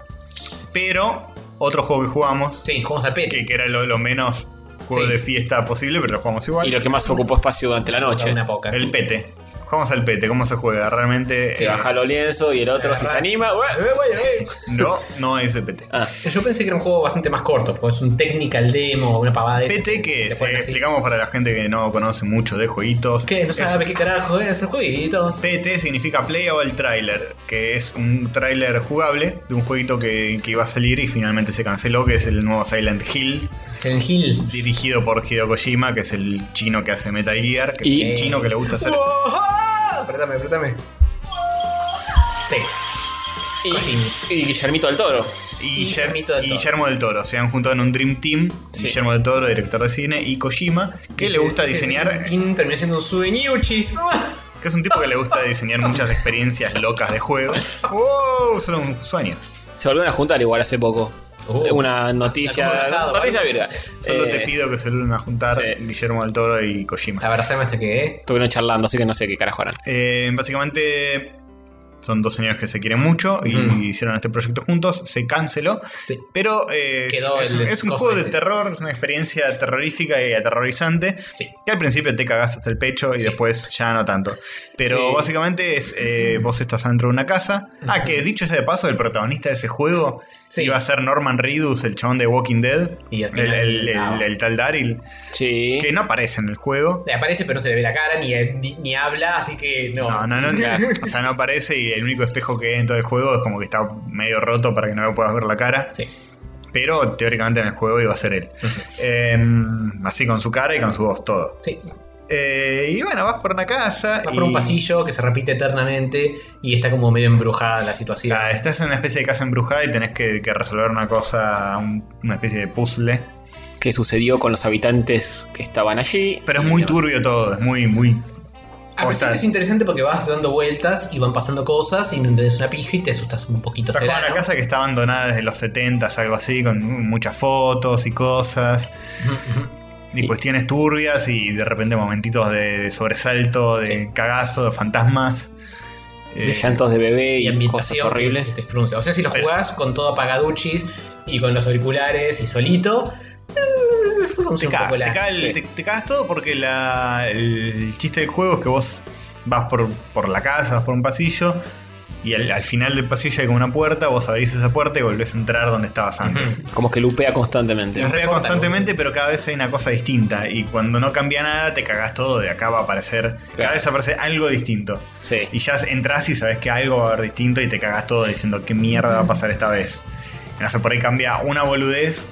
[SPEAKER 2] Pero, otro juego que jugamos,
[SPEAKER 3] Sí, jugamos al
[SPEAKER 2] que,
[SPEAKER 3] pete.
[SPEAKER 2] que era lo, lo menos juego
[SPEAKER 3] Sí.
[SPEAKER 2] de fiesta posible, pero lo jugamos igual.
[SPEAKER 4] Y lo que más ocupó espacio durante la noche.
[SPEAKER 3] Una poca.
[SPEAKER 2] El pete. Jugamos al pete, ¿cómo se juega? Realmente.
[SPEAKER 4] Se
[SPEAKER 2] eh,
[SPEAKER 4] baja los lienzos y el otro si se
[SPEAKER 3] Agarrás.
[SPEAKER 4] anima. ¡ué!
[SPEAKER 3] Eh, bueno, eh.
[SPEAKER 2] No, no es el pete.
[SPEAKER 4] Ah,
[SPEAKER 3] Yo pensé que era un juego bastante más corto, porque es un technical demo, una pavada de.
[SPEAKER 2] PT que
[SPEAKER 3] te
[SPEAKER 2] es,
[SPEAKER 3] ponen
[SPEAKER 2] eh,
[SPEAKER 3] así.
[SPEAKER 2] explicamos para la gente que no conoce mucho de jueguitos.
[SPEAKER 3] ¿Qué? No
[SPEAKER 2] Es-
[SPEAKER 3] sabe qué carajo es el jueguito.
[SPEAKER 2] PT significa Playable Trailer, que es un trailer jugable de un jueguito que, que iba a salir y finalmente se canceló, que es el nuevo Silent Hill,
[SPEAKER 3] El Hill.
[SPEAKER 2] dirigido por Hideo Kojima, que es el chino que hace Metal Gear, que
[SPEAKER 4] Y-
[SPEAKER 2] es el chino que le gusta hacer.
[SPEAKER 3] Uh, ¡Ojo! Apretame, apretame. Sí. Cojinis.
[SPEAKER 4] y, y Guillermito del Toro.
[SPEAKER 2] Y Guillermo,
[SPEAKER 3] Guillermito del Toro.
[SPEAKER 2] Guillermo del Toro. Se han juntado en un Dream Team.
[SPEAKER 4] Sí.
[SPEAKER 2] Guillermo del Toro, director de cine, y Kojima, que le gusta
[SPEAKER 3] Ese
[SPEAKER 2] diseñar.
[SPEAKER 3] Tintín terminó siendo un souveniruchis.
[SPEAKER 2] Que es un tipo que le gusta diseñar muchas experiencias locas de juego. ¡Wow! Solo un sueño.
[SPEAKER 4] Se volvieron a juntar igual hace poco.
[SPEAKER 3] Oh.
[SPEAKER 4] Una
[SPEAKER 3] Está
[SPEAKER 4] noticia.
[SPEAKER 3] como casado,
[SPEAKER 4] noticia
[SPEAKER 3] ¿vale?
[SPEAKER 4] virga.
[SPEAKER 2] Solo
[SPEAKER 4] Eh,
[SPEAKER 2] te pido que se vuelvan a juntar
[SPEAKER 4] sí.
[SPEAKER 2] Guillermo del Toro y Kojima.
[SPEAKER 3] Abrazame hasta Uh, que, eh.
[SPEAKER 4] Estuvieron charlando, así que no sé qué carajo harán.
[SPEAKER 2] Eh, básicamente son dos señores que se quieren mucho y
[SPEAKER 3] Mm.
[SPEAKER 2] hicieron este proyecto juntos. Se canceló.
[SPEAKER 3] Sí.
[SPEAKER 2] Pero eh, es,
[SPEAKER 3] Quedó
[SPEAKER 2] es
[SPEAKER 3] el
[SPEAKER 2] un- es un
[SPEAKER 3] coso
[SPEAKER 2] juego de
[SPEAKER 3] este.
[SPEAKER 2] terror, es una experiencia terrorífica y aterrorizante.
[SPEAKER 3] Sí.
[SPEAKER 2] Que al principio te cagás hasta el pecho y
[SPEAKER 3] Sí.
[SPEAKER 2] después ya no tanto. Pero
[SPEAKER 4] Sí.
[SPEAKER 2] básicamente es eh, vos estás dentro de una casa. Ah, que dicho sea de paso, el protagonista de ese juego
[SPEAKER 3] Sí.
[SPEAKER 2] iba a ser Norman Reedus, el chabón de Walking Dead.
[SPEAKER 3] Y al
[SPEAKER 2] el-
[SPEAKER 3] final,
[SPEAKER 2] el, el-
[SPEAKER 3] no.
[SPEAKER 2] el tal Daryl.
[SPEAKER 4] Sí.
[SPEAKER 2] Que no aparece en el juego.
[SPEAKER 3] Le Aparece, pero no se le ve la cara, ni, ni, ni habla, así que no.
[SPEAKER 2] No, no, no. o sea, no aparece y el único espejo que hay en todo el juego es como que está medio roto para que no le puedas ver la cara.
[SPEAKER 3] Sí.
[SPEAKER 2] Pero teóricamente en el juego iba a ser él. Em, así con su cara y con su voz, todo.
[SPEAKER 3] Sí.
[SPEAKER 2] Eh, y bueno, vas por una casa.
[SPEAKER 3] Va por
[SPEAKER 2] y-
[SPEAKER 3] un pasillo que se repite eternamente y está como medio embrujada la
[SPEAKER 2] O
[SPEAKER 3] situación.
[SPEAKER 2] sea, estás en una especie de casa embrujada y tenés que, que resolver una cosa, un- una especie de puzzle.
[SPEAKER 4] ¿Qué sucedió con los habitantes que estaban allí?
[SPEAKER 2] Pero es
[SPEAKER 4] Y
[SPEAKER 2] muy
[SPEAKER 4] demás.
[SPEAKER 2] turbio todo, es muy, muy.
[SPEAKER 3] Al
[SPEAKER 2] o sea,
[SPEAKER 3] principio es interesante porque vas dando vueltas y van pasando cosas y no entendés una pija y te asustas un poquito.
[SPEAKER 2] Estás como en
[SPEAKER 3] este
[SPEAKER 2] una
[SPEAKER 3] verano.
[SPEAKER 2] casa que está abandonada desde los 70 algo así, con muchas fotos y cosas.
[SPEAKER 3] Ujú, ujú.
[SPEAKER 2] Y
[SPEAKER 4] Sí.
[SPEAKER 2] cuestiones turbias y de repente momentitos de, de sobresalto, de cagazo, de fantasmas.
[SPEAKER 4] De
[SPEAKER 2] Eh,
[SPEAKER 4] llantos de bebé
[SPEAKER 3] y
[SPEAKER 4] y cosas
[SPEAKER 3] ambientación
[SPEAKER 4] horribles.
[SPEAKER 3] que se te frunce. O sea, si lo
[SPEAKER 2] Pero-
[SPEAKER 3] jugás con todo apagaduchis y con los auriculares y solito, eh, frunce
[SPEAKER 2] Te,
[SPEAKER 3] un
[SPEAKER 2] caga-
[SPEAKER 3] poco la.
[SPEAKER 2] te caga el-
[SPEAKER 4] sí.
[SPEAKER 2] te- te cagas todo porque la- el chiste del juego es que vos vas por, por la casa, vas por un pasillo y al, al final del pasillo hay como una puerta, vos abrís esa puerta y volvés a entrar donde estabas antes.
[SPEAKER 4] Como que lupea constantemente.
[SPEAKER 2] Te rea
[SPEAKER 3] importa,
[SPEAKER 2] constantemente, pero cada vez hay una cosa distinta. Y cuando no cambia nada, te cagás todo. De acá va a aparecer. Cada
[SPEAKER 4] Claro.
[SPEAKER 2] vez aparece algo distinto.
[SPEAKER 4] Sí.
[SPEAKER 2] Y ya entras y sabes que algo va a haber distinto y te cagas todo diciendo qué mierda va a pasar esta vez. No sé, por ahí cambia una boludez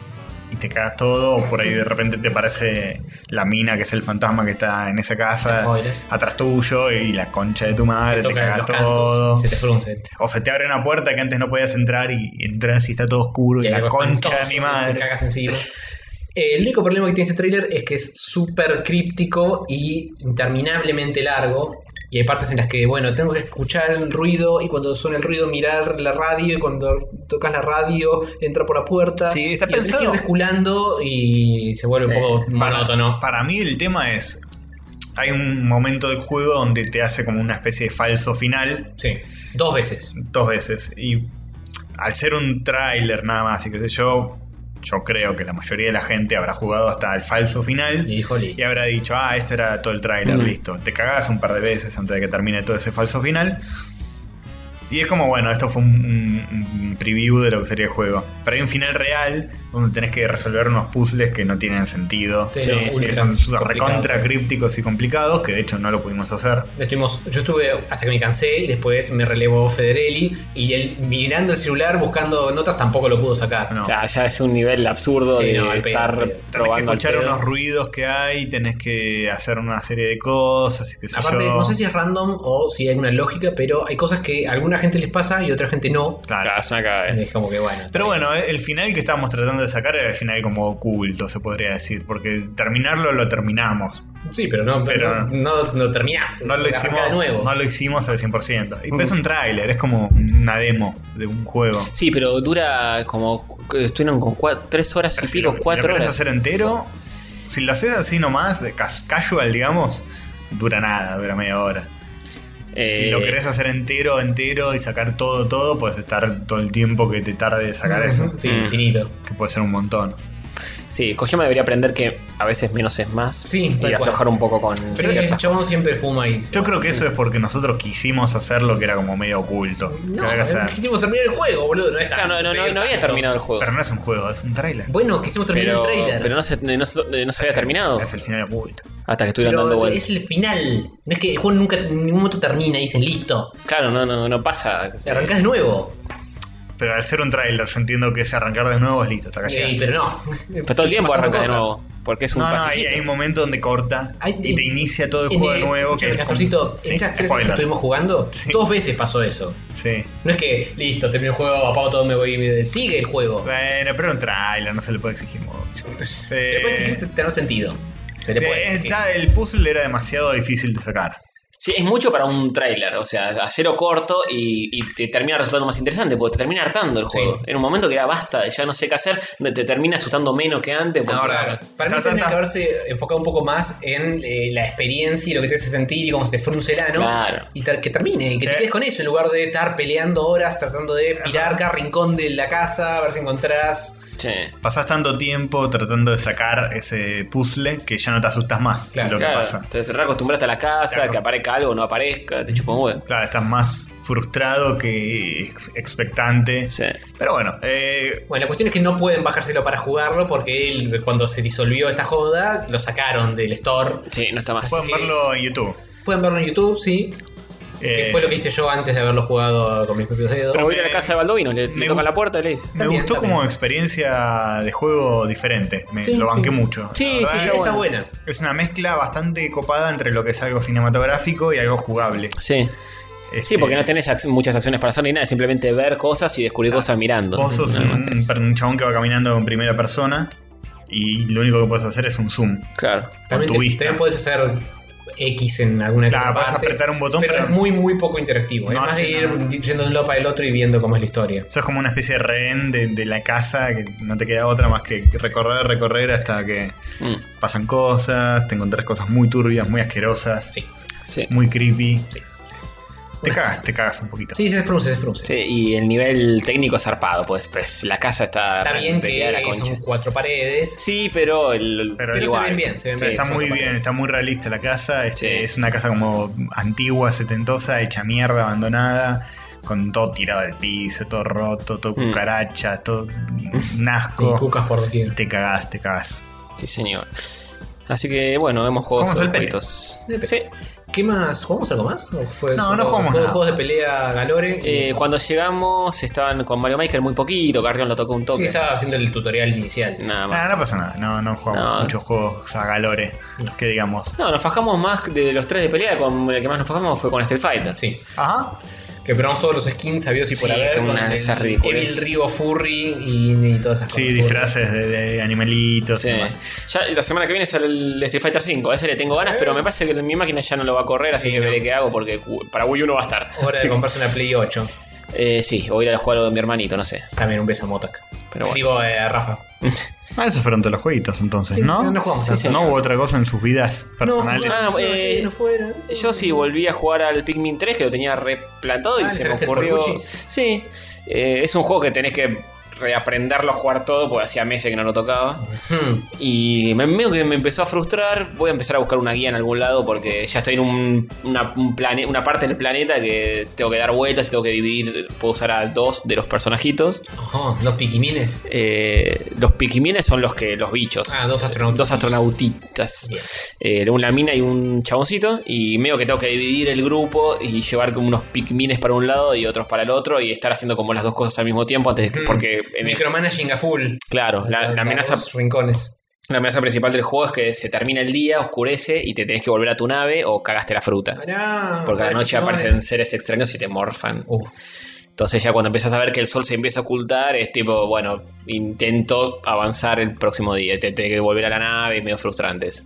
[SPEAKER 2] y te cagas todo, o por ahí de repente te parece la mina que es el fantasma que está en esa casa
[SPEAKER 3] Spoilers.
[SPEAKER 2] atrás tuyo y la concha de tu madre, te,
[SPEAKER 3] tocan
[SPEAKER 2] cagas
[SPEAKER 3] los cantos
[SPEAKER 2] todo.
[SPEAKER 3] y se te frunce.
[SPEAKER 2] O se te abre una puerta que antes no podías entrar y entras y está todo oscuro y, la
[SPEAKER 3] algo
[SPEAKER 2] concha de
[SPEAKER 3] espantoso
[SPEAKER 2] mi
[SPEAKER 3] Te
[SPEAKER 2] madre.
[SPEAKER 3] cagas encima. Eh, El único problema que tiene este tráiler es que es súper críptico y interminablemente largo. Y hay partes en las que, bueno, tengo que escuchar el ruido y cuando suena el ruido mirar la radio y cuando tocas la radio entra por la puerta.
[SPEAKER 2] Sí, está
[SPEAKER 3] y tenés que ir
[SPEAKER 2] pensado.
[SPEAKER 3] desculando y se vuelve
[SPEAKER 2] Sí.
[SPEAKER 3] un poco monótono.
[SPEAKER 2] Para mí el tema es... Hay un momento del juego donde te hace como una especie de falso final.
[SPEAKER 3] Sí, dos veces.
[SPEAKER 2] dos veces. Y al ser un tráiler nada más, y qué sé yo, yo creo que la mayoría de la gente habrá jugado hasta el falso
[SPEAKER 3] Y
[SPEAKER 2] final.
[SPEAKER 3] dijo, "Li".
[SPEAKER 2] Y habrá dicho, ah, esto era todo el tráiler,
[SPEAKER 4] Mm.
[SPEAKER 2] listo. Te cagás un par de veces antes de que termine todo ese falso final. Y es como, bueno, esto fue un, un- un preview de lo que sería el juego. Pero hay un final real donde tenés que resolver unos puzzles que no tienen sentido.
[SPEAKER 3] Sí,
[SPEAKER 2] que
[SPEAKER 3] sí,
[SPEAKER 2] son
[SPEAKER 3] sí,
[SPEAKER 2] recontra
[SPEAKER 3] complicados, sí.
[SPEAKER 2] crípticos y complicados, que de hecho no lo pudimos hacer.
[SPEAKER 3] Estuvimos, yo estuve hasta que me cansé y después me relevó Federelli y él mirando el celular buscando notas tampoco lo pudo sacar.
[SPEAKER 2] No.
[SPEAKER 4] Ya, ya es un nivel absurdo
[SPEAKER 3] Sí,
[SPEAKER 4] de
[SPEAKER 3] no, al pedo,
[SPEAKER 4] estar
[SPEAKER 3] al pedo. Tenés
[SPEAKER 2] Tenés que
[SPEAKER 4] probando. al
[SPEAKER 2] escuchar
[SPEAKER 4] pedo.
[SPEAKER 2] unos ruidos que hay, tenés que hacer una serie de cosas. y qué sé
[SPEAKER 3] Aparte,
[SPEAKER 2] yo.
[SPEAKER 3] no sé si es random o si hay una lógica, pero hay cosas que a alguna gente les pasa y a otra gente no.
[SPEAKER 2] Claro.
[SPEAKER 4] Claro, es una cagada.
[SPEAKER 3] Es como que bueno.
[SPEAKER 2] Pero bueno, el final que estábamos tratando de sacar era el final como oculto, se podría decir, porque terminarlo lo terminamos.
[SPEAKER 3] Sí, pero no,
[SPEAKER 2] Pero-
[SPEAKER 3] pero no, no, no terminás.
[SPEAKER 2] No lo
[SPEAKER 3] Arrancá
[SPEAKER 2] hicimos,
[SPEAKER 3] de nuevo.
[SPEAKER 2] no lo hicimos al 100%. Y es un tráiler, es como una demo de un juego.
[SPEAKER 4] Sí, pero dura como. que Estuvieron con cua- tres horas y
[SPEAKER 2] Pero si
[SPEAKER 4] pico,
[SPEAKER 2] lo- si
[SPEAKER 4] cuatro
[SPEAKER 2] lo querés
[SPEAKER 4] horas.
[SPEAKER 2] hacer entero, si lo haces así nomás, cas- casual, digamos, dura nada, dura media hora.
[SPEAKER 4] Eh,
[SPEAKER 2] Si lo querés hacer entero, entero y sacar todo, todo, puedes estar todo el tiempo que te tarde de sacar eso,
[SPEAKER 3] Sí,
[SPEAKER 4] Mm.
[SPEAKER 3] infinito.
[SPEAKER 2] que puede ser un montón.
[SPEAKER 4] Sí, Kojima debería aprender que a veces menos es más.
[SPEAKER 3] Sí, tal
[SPEAKER 4] y
[SPEAKER 3] cual.
[SPEAKER 4] aflojar un poco con.
[SPEAKER 3] Pero
[SPEAKER 4] ciertas
[SPEAKER 3] el chabón siempre fuma y.
[SPEAKER 2] Yo creo que eso es porque nosotros quisimos hacer lo que era como medio oculto. que
[SPEAKER 3] No, eh,
[SPEAKER 2] había que hacer.
[SPEAKER 3] quisimos terminar el juego, boludo. No, es tan-
[SPEAKER 4] Claro, no, no, no, no había
[SPEAKER 3] tanto.
[SPEAKER 4] terminado el juego.
[SPEAKER 2] Pero no es un juego, es un tráiler.
[SPEAKER 3] Bueno, quisimos terminar
[SPEAKER 4] Pero,
[SPEAKER 3] el trailer.
[SPEAKER 4] pero no, se, no, se- no se había terminado
[SPEAKER 2] Es el final oculto.
[SPEAKER 4] hasta que estuvieron dando
[SPEAKER 3] Pero
[SPEAKER 4] vueltas.
[SPEAKER 3] es el final. No es que el juego nunca en ningún momento termina y dicen listo.
[SPEAKER 4] Claro, no, no, no pasa.
[SPEAKER 3] Arrancás de nuevo.
[SPEAKER 2] Pero al ser un tráiler, yo entiendo que ese arrancar de nuevo es listo, hasta acá
[SPEAKER 3] Ey,
[SPEAKER 2] llegaste.
[SPEAKER 3] pero no.
[SPEAKER 4] Pero todo el tiempo
[SPEAKER 3] pasan
[SPEAKER 4] arranca de
[SPEAKER 3] cosas.
[SPEAKER 4] nuevo. Porque es un
[SPEAKER 2] No, no, hay,
[SPEAKER 4] pasajito.
[SPEAKER 2] hay un momento donde corta
[SPEAKER 3] Hay-
[SPEAKER 2] y te inicia todo el
[SPEAKER 3] eh, En
[SPEAKER 2] juego de
[SPEAKER 3] el-
[SPEAKER 2] nuevo.
[SPEAKER 3] escuchame,
[SPEAKER 2] Que es como-
[SPEAKER 3] Castorcito, en
[SPEAKER 2] Sí,
[SPEAKER 3] esas tres
[SPEAKER 2] spoiler.
[SPEAKER 3] que estuvimos jugando,
[SPEAKER 2] Sí.
[SPEAKER 3] dos veces pasó eso.
[SPEAKER 2] Sí.
[SPEAKER 3] No es que, listo, termino el juego, apago todo, me voy y me- sigue el juego.
[SPEAKER 2] Bueno, pero un tráiler, no se le puede exigir mucho.
[SPEAKER 3] Se le puede
[SPEAKER 2] Eh,
[SPEAKER 3] exigir tener sentido. Se le puede
[SPEAKER 2] eh,
[SPEAKER 3] exigir.
[SPEAKER 2] está- el puzzle era demasiado difícil de sacar.
[SPEAKER 4] Sí, es mucho para un tráiler, o sea, hacerlo corto y, y te termina resultando más interesante, porque te termina hartando el juego. En un momento que ya basta, ya no sé qué hacer, te termina asustando menos que antes. porque
[SPEAKER 2] Ahora,
[SPEAKER 4] ya-
[SPEAKER 3] Para
[SPEAKER 2] Ta, ta,
[SPEAKER 3] mí tendría
[SPEAKER 2] ta.
[SPEAKER 3] que haberse enfocado un poco más en eh, la experiencia y lo que te hace sentir y cómo se te frunce el ano.
[SPEAKER 4] Claro.
[SPEAKER 3] Y ter- que termine, y que
[SPEAKER 2] Eh.
[SPEAKER 3] te quedes con eso en lugar de estar peleando horas tratando de mirar cada rincón de la casa, a ver si encontrás.
[SPEAKER 4] che.
[SPEAKER 2] Pasás tanto tiempo tratando de sacar ese puzzle que ya no te asustas más de
[SPEAKER 3] Claro,
[SPEAKER 2] lo
[SPEAKER 4] Claro,
[SPEAKER 2] que pasa.
[SPEAKER 4] Te, te reacostumbraste a la casa,
[SPEAKER 2] Claro.
[SPEAKER 4] que aparezca algo, no aparezca, te chupa un huevo.
[SPEAKER 2] Claro, estás más frustrado que ex- expectante.
[SPEAKER 4] Sí.
[SPEAKER 2] Pero bueno, eh,
[SPEAKER 3] Bueno, la cuestión es que no pueden bajárselo para jugarlo porque él, cuando se disolvió esta joda, lo sacaron del store.
[SPEAKER 4] Sí, no está más.
[SPEAKER 2] pueden
[SPEAKER 3] Sí.
[SPEAKER 2] verlo en YouTube.
[SPEAKER 3] Pueden verlo en YouTube, sí.
[SPEAKER 2] Eh,
[SPEAKER 3] que fue lo que hice yo antes de haberlo jugado con mis propios dedos.
[SPEAKER 4] Pero voy a ir a la casa de Baldovino, le,
[SPEAKER 2] me
[SPEAKER 4] le toca
[SPEAKER 2] gu-
[SPEAKER 4] la puerta y le dice.
[SPEAKER 2] me
[SPEAKER 3] bien,
[SPEAKER 2] gustó
[SPEAKER 3] está
[SPEAKER 2] como
[SPEAKER 3] bien.
[SPEAKER 2] experiencia de juego diferente. Me,
[SPEAKER 3] Sí,
[SPEAKER 2] lo banqué
[SPEAKER 3] sí.
[SPEAKER 2] mucho.
[SPEAKER 4] Sí,
[SPEAKER 2] La
[SPEAKER 4] sí,
[SPEAKER 2] verdad
[SPEAKER 3] Está,
[SPEAKER 2] es-
[SPEAKER 4] bueno.
[SPEAKER 3] buena.
[SPEAKER 2] Es una mezcla bastante copada entre lo que es algo cinematográfico y algo jugable.
[SPEAKER 4] Sí. Sí,
[SPEAKER 2] Este,
[SPEAKER 4] porque no tenés ac- muchas acciones para hacer ni nada, simplemente ver cosas y descubrir cosas mirando.
[SPEAKER 2] Este, Vos sos
[SPEAKER 4] Nada más
[SPEAKER 2] un,
[SPEAKER 4] que eso.
[SPEAKER 2] un chabón que va caminando en primera persona y lo único que puedes hacer es un zoom.
[SPEAKER 4] Claro.
[SPEAKER 3] También,
[SPEAKER 2] tu
[SPEAKER 3] te-
[SPEAKER 2] vista.
[SPEAKER 3] también puedes hacer X en alguna que
[SPEAKER 2] Claro,
[SPEAKER 3] otra
[SPEAKER 2] vas a
[SPEAKER 3] parte,
[SPEAKER 2] apretar un botón,
[SPEAKER 3] Pero,
[SPEAKER 2] pero-
[SPEAKER 3] es muy, muy poco interactivo.
[SPEAKER 2] No
[SPEAKER 3] es más
[SPEAKER 2] hace
[SPEAKER 3] de ir
[SPEAKER 2] nada.
[SPEAKER 3] yendo de un lado para el otro y viendo cómo es la historia.
[SPEAKER 2] Sos como una especie de rehén de, de la casa que no te queda otra más que recorrer, recorrer hasta que
[SPEAKER 4] Mm,
[SPEAKER 2] pasan cosas, te encontrás cosas muy turbias, muy asquerosas,
[SPEAKER 3] Sí.
[SPEAKER 4] sí.
[SPEAKER 2] muy creepy.
[SPEAKER 3] Sí.
[SPEAKER 2] Te cagas, te cagas un poquito.
[SPEAKER 3] Sí, se frunce, se frunce.
[SPEAKER 4] Sí, y el nivel técnico es zarpado, pues, pues, la casa está.
[SPEAKER 3] Está bien
[SPEAKER 4] pegada a la
[SPEAKER 3] que son
[SPEAKER 4] concha.
[SPEAKER 3] cuatro paredes.
[SPEAKER 4] Sí, pero el.
[SPEAKER 2] Pero
[SPEAKER 3] Pero
[SPEAKER 2] igual.
[SPEAKER 3] se ven bien, se ven
[SPEAKER 2] Sí,
[SPEAKER 3] bien.
[SPEAKER 2] está
[SPEAKER 3] son
[SPEAKER 2] muy bien,
[SPEAKER 3] paredes.
[SPEAKER 2] está muy realista la casa. este,
[SPEAKER 4] Sí.
[SPEAKER 2] Es una casa como antigua, setentosa, hecha mierda, abandonada, con todo tirado del piso, todo roto, todo
[SPEAKER 4] Mm.
[SPEAKER 2] cucaracha, todo un
[SPEAKER 3] Y
[SPEAKER 2] asco.
[SPEAKER 3] cucas por doquier.
[SPEAKER 2] Te cagás, te cagás.
[SPEAKER 4] Sí, señor. Así que bueno, hemos jugado
[SPEAKER 2] Vamos al
[SPEAKER 4] esos
[SPEAKER 2] pene.
[SPEAKER 4] jueguitos.
[SPEAKER 3] Al pene.
[SPEAKER 4] Sí. eh,
[SPEAKER 3] ¿Qué más? ¿Jugamos algo más? ¿O fue
[SPEAKER 2] No,
[SPEAKER 3] solo
[SPEAKER 2] no jugamos
[SPEAKER 3] juegos-
[SPEAKER 2] nada.
[SPEAKER 3] juegos de pelea Galore.
[SPEAKER 4] Eh, cuando llegamos estaban con Mario Maker muy poquito, Carrión lo tocó un toque.
[SPEAKER 3] Sí, estaba haciendo el tutorial inicial.
[SPEAKER 4] Nada más.
[SPEAKER 2] Nah, no pasa nada, no, no jugamos
[SPEAKER 4] No.
[SPEAKER 2] muchos juegos a galore, que digamos.
[SPEAKER 4] No, nos fajamos más de los tres de pelea, con el que más nos fajamos fue con Street Fighter.
[SPEAKER 3] Sí.
[SPEAKER 2] Ajá.
[SPEAKER 3] Que probamos todos los skins sabios y por
[SPEAKER 4] Sí,
[SPEAKER 3] haber.
[SPEAKER 4] como
[SPEAKER 3] con
[SPEAKER 4] una
[SPEAKER 3] el
[SPEAKER 4] de esas ridiculez.
[SPEAKER 3] Evil Rio Furry y, y todas esas cosas.
[SPEAKER 2] Sí, disfraces de, de animalitos
[SPEAKER 4] Sí.
[SPEAKER 2] y demás.
[SPEAKER 4] Ya la semana que viene sale el Street Fighter 5, a ese le tengo ganas, pero me parece que mi máquina ya no lo va a correr, así
[SPEAKER 3] Eh. Sí,
[SPEAKER 4] que
[SPEAKER 3] no.
[SPEAKER 4] veré qué hago porque cu- para Wii 1 va a estar.
[SPEAKER 3] Hora
[SPEAKER 4] Así
[SPEAKER 3] de
[SPEAKER 4] que-
[SPEAKER 3] comprarse una Play 8.
[SPEAKER 4] Eh, sí, o ir a jugar algo de mi hermanito, no sé.
[SPEAKER 3] También un beso a Motac.
[SPEAKER 4] Pero bueno.
[SPEAKER 3] Digo, eh, a Rafa.
[SPEAKER 2] Ah, esos fueron todos los jueguitos entonces,
[SPEAKER 3] Sí,
[SPEAKER 2] ¿no?
[SPEAKER 3] no jugamos tanto.
[SPEAKER 2] ¿No hubo otra cosa en sus vidas personales?
[SPEAKER 4] Ah, eh, Yo sí volví a jugar al Pikmin 3, que lo tenía replantado
[SPEAKER 3] Ah,
[SPEAKER 4] y
[SPEAKER 3] ¿le
[SPEAKER 4] se me
[SPEAKER 3] sacaste el
[SPEAKER 4] ocurrió.
[SPEAKER 3] porcuchis?
[SPEAKER 4] Sí, eh, es un juego que tenés que reaprenderlo a jugar todo, porque hacía meses que no lo tocaba.
[SPEAKER 8] Hmm.
[SPEAKER 4] Y me, medio que me empezó a frustrar. Voy a empezar a buscar una guía en algún lado porque ya estoy en un- una, un plane- una parte del planeta que tengo que dar vueltas y tengo que dividir. Puedo usar a dos de los personajitos.
[SPEAKER 8] Ajá, los piquimines.
[SPEAKER 4] Eh, los piquimines son los que los bichos.
[SPEAKER 8] Ah, dos astronautas.
[SPEAKER 4] Dos astronautitas. Eh, una mina y un chaboncito. Y medio que tengo que dividir el grupo y llevar como unos piquimines para un lado y otros para el otro. Y estar haciendo como las dos cosas al mismo tiempo. Antes de-
[SPEAKER 8] Mm.
[SPEAKER 4] porque en el-
[SPEAKER 8] Micromanaging a full.
[SPEAKER 4] Claro, la- la amenaza
[SPEAKER 8] Los rincones.
[SPEAKER 4] la amenaza principal del juego es que se termina el día, oscurece y te tenés que volver a tu nave o cagaste la fruta.
[SPEAKER 8] Pará,
[SPEAKER 4] Porque a la
[SPEAKER 8] pará,
[SPEAKER 4] noche
[SPEAKER 8] rincones.
[SPEAKER 4] aparecen seres extraños y te morfan.
[SPEAKER 8] Uh.
[SPEAKER 4] Entonces ya cuando empiezas a ver que el sol se empieza a ocultar, es tipo, bueno, intento avanzar el próximo día. Te tenés que volver a la nave, medio frustrantes.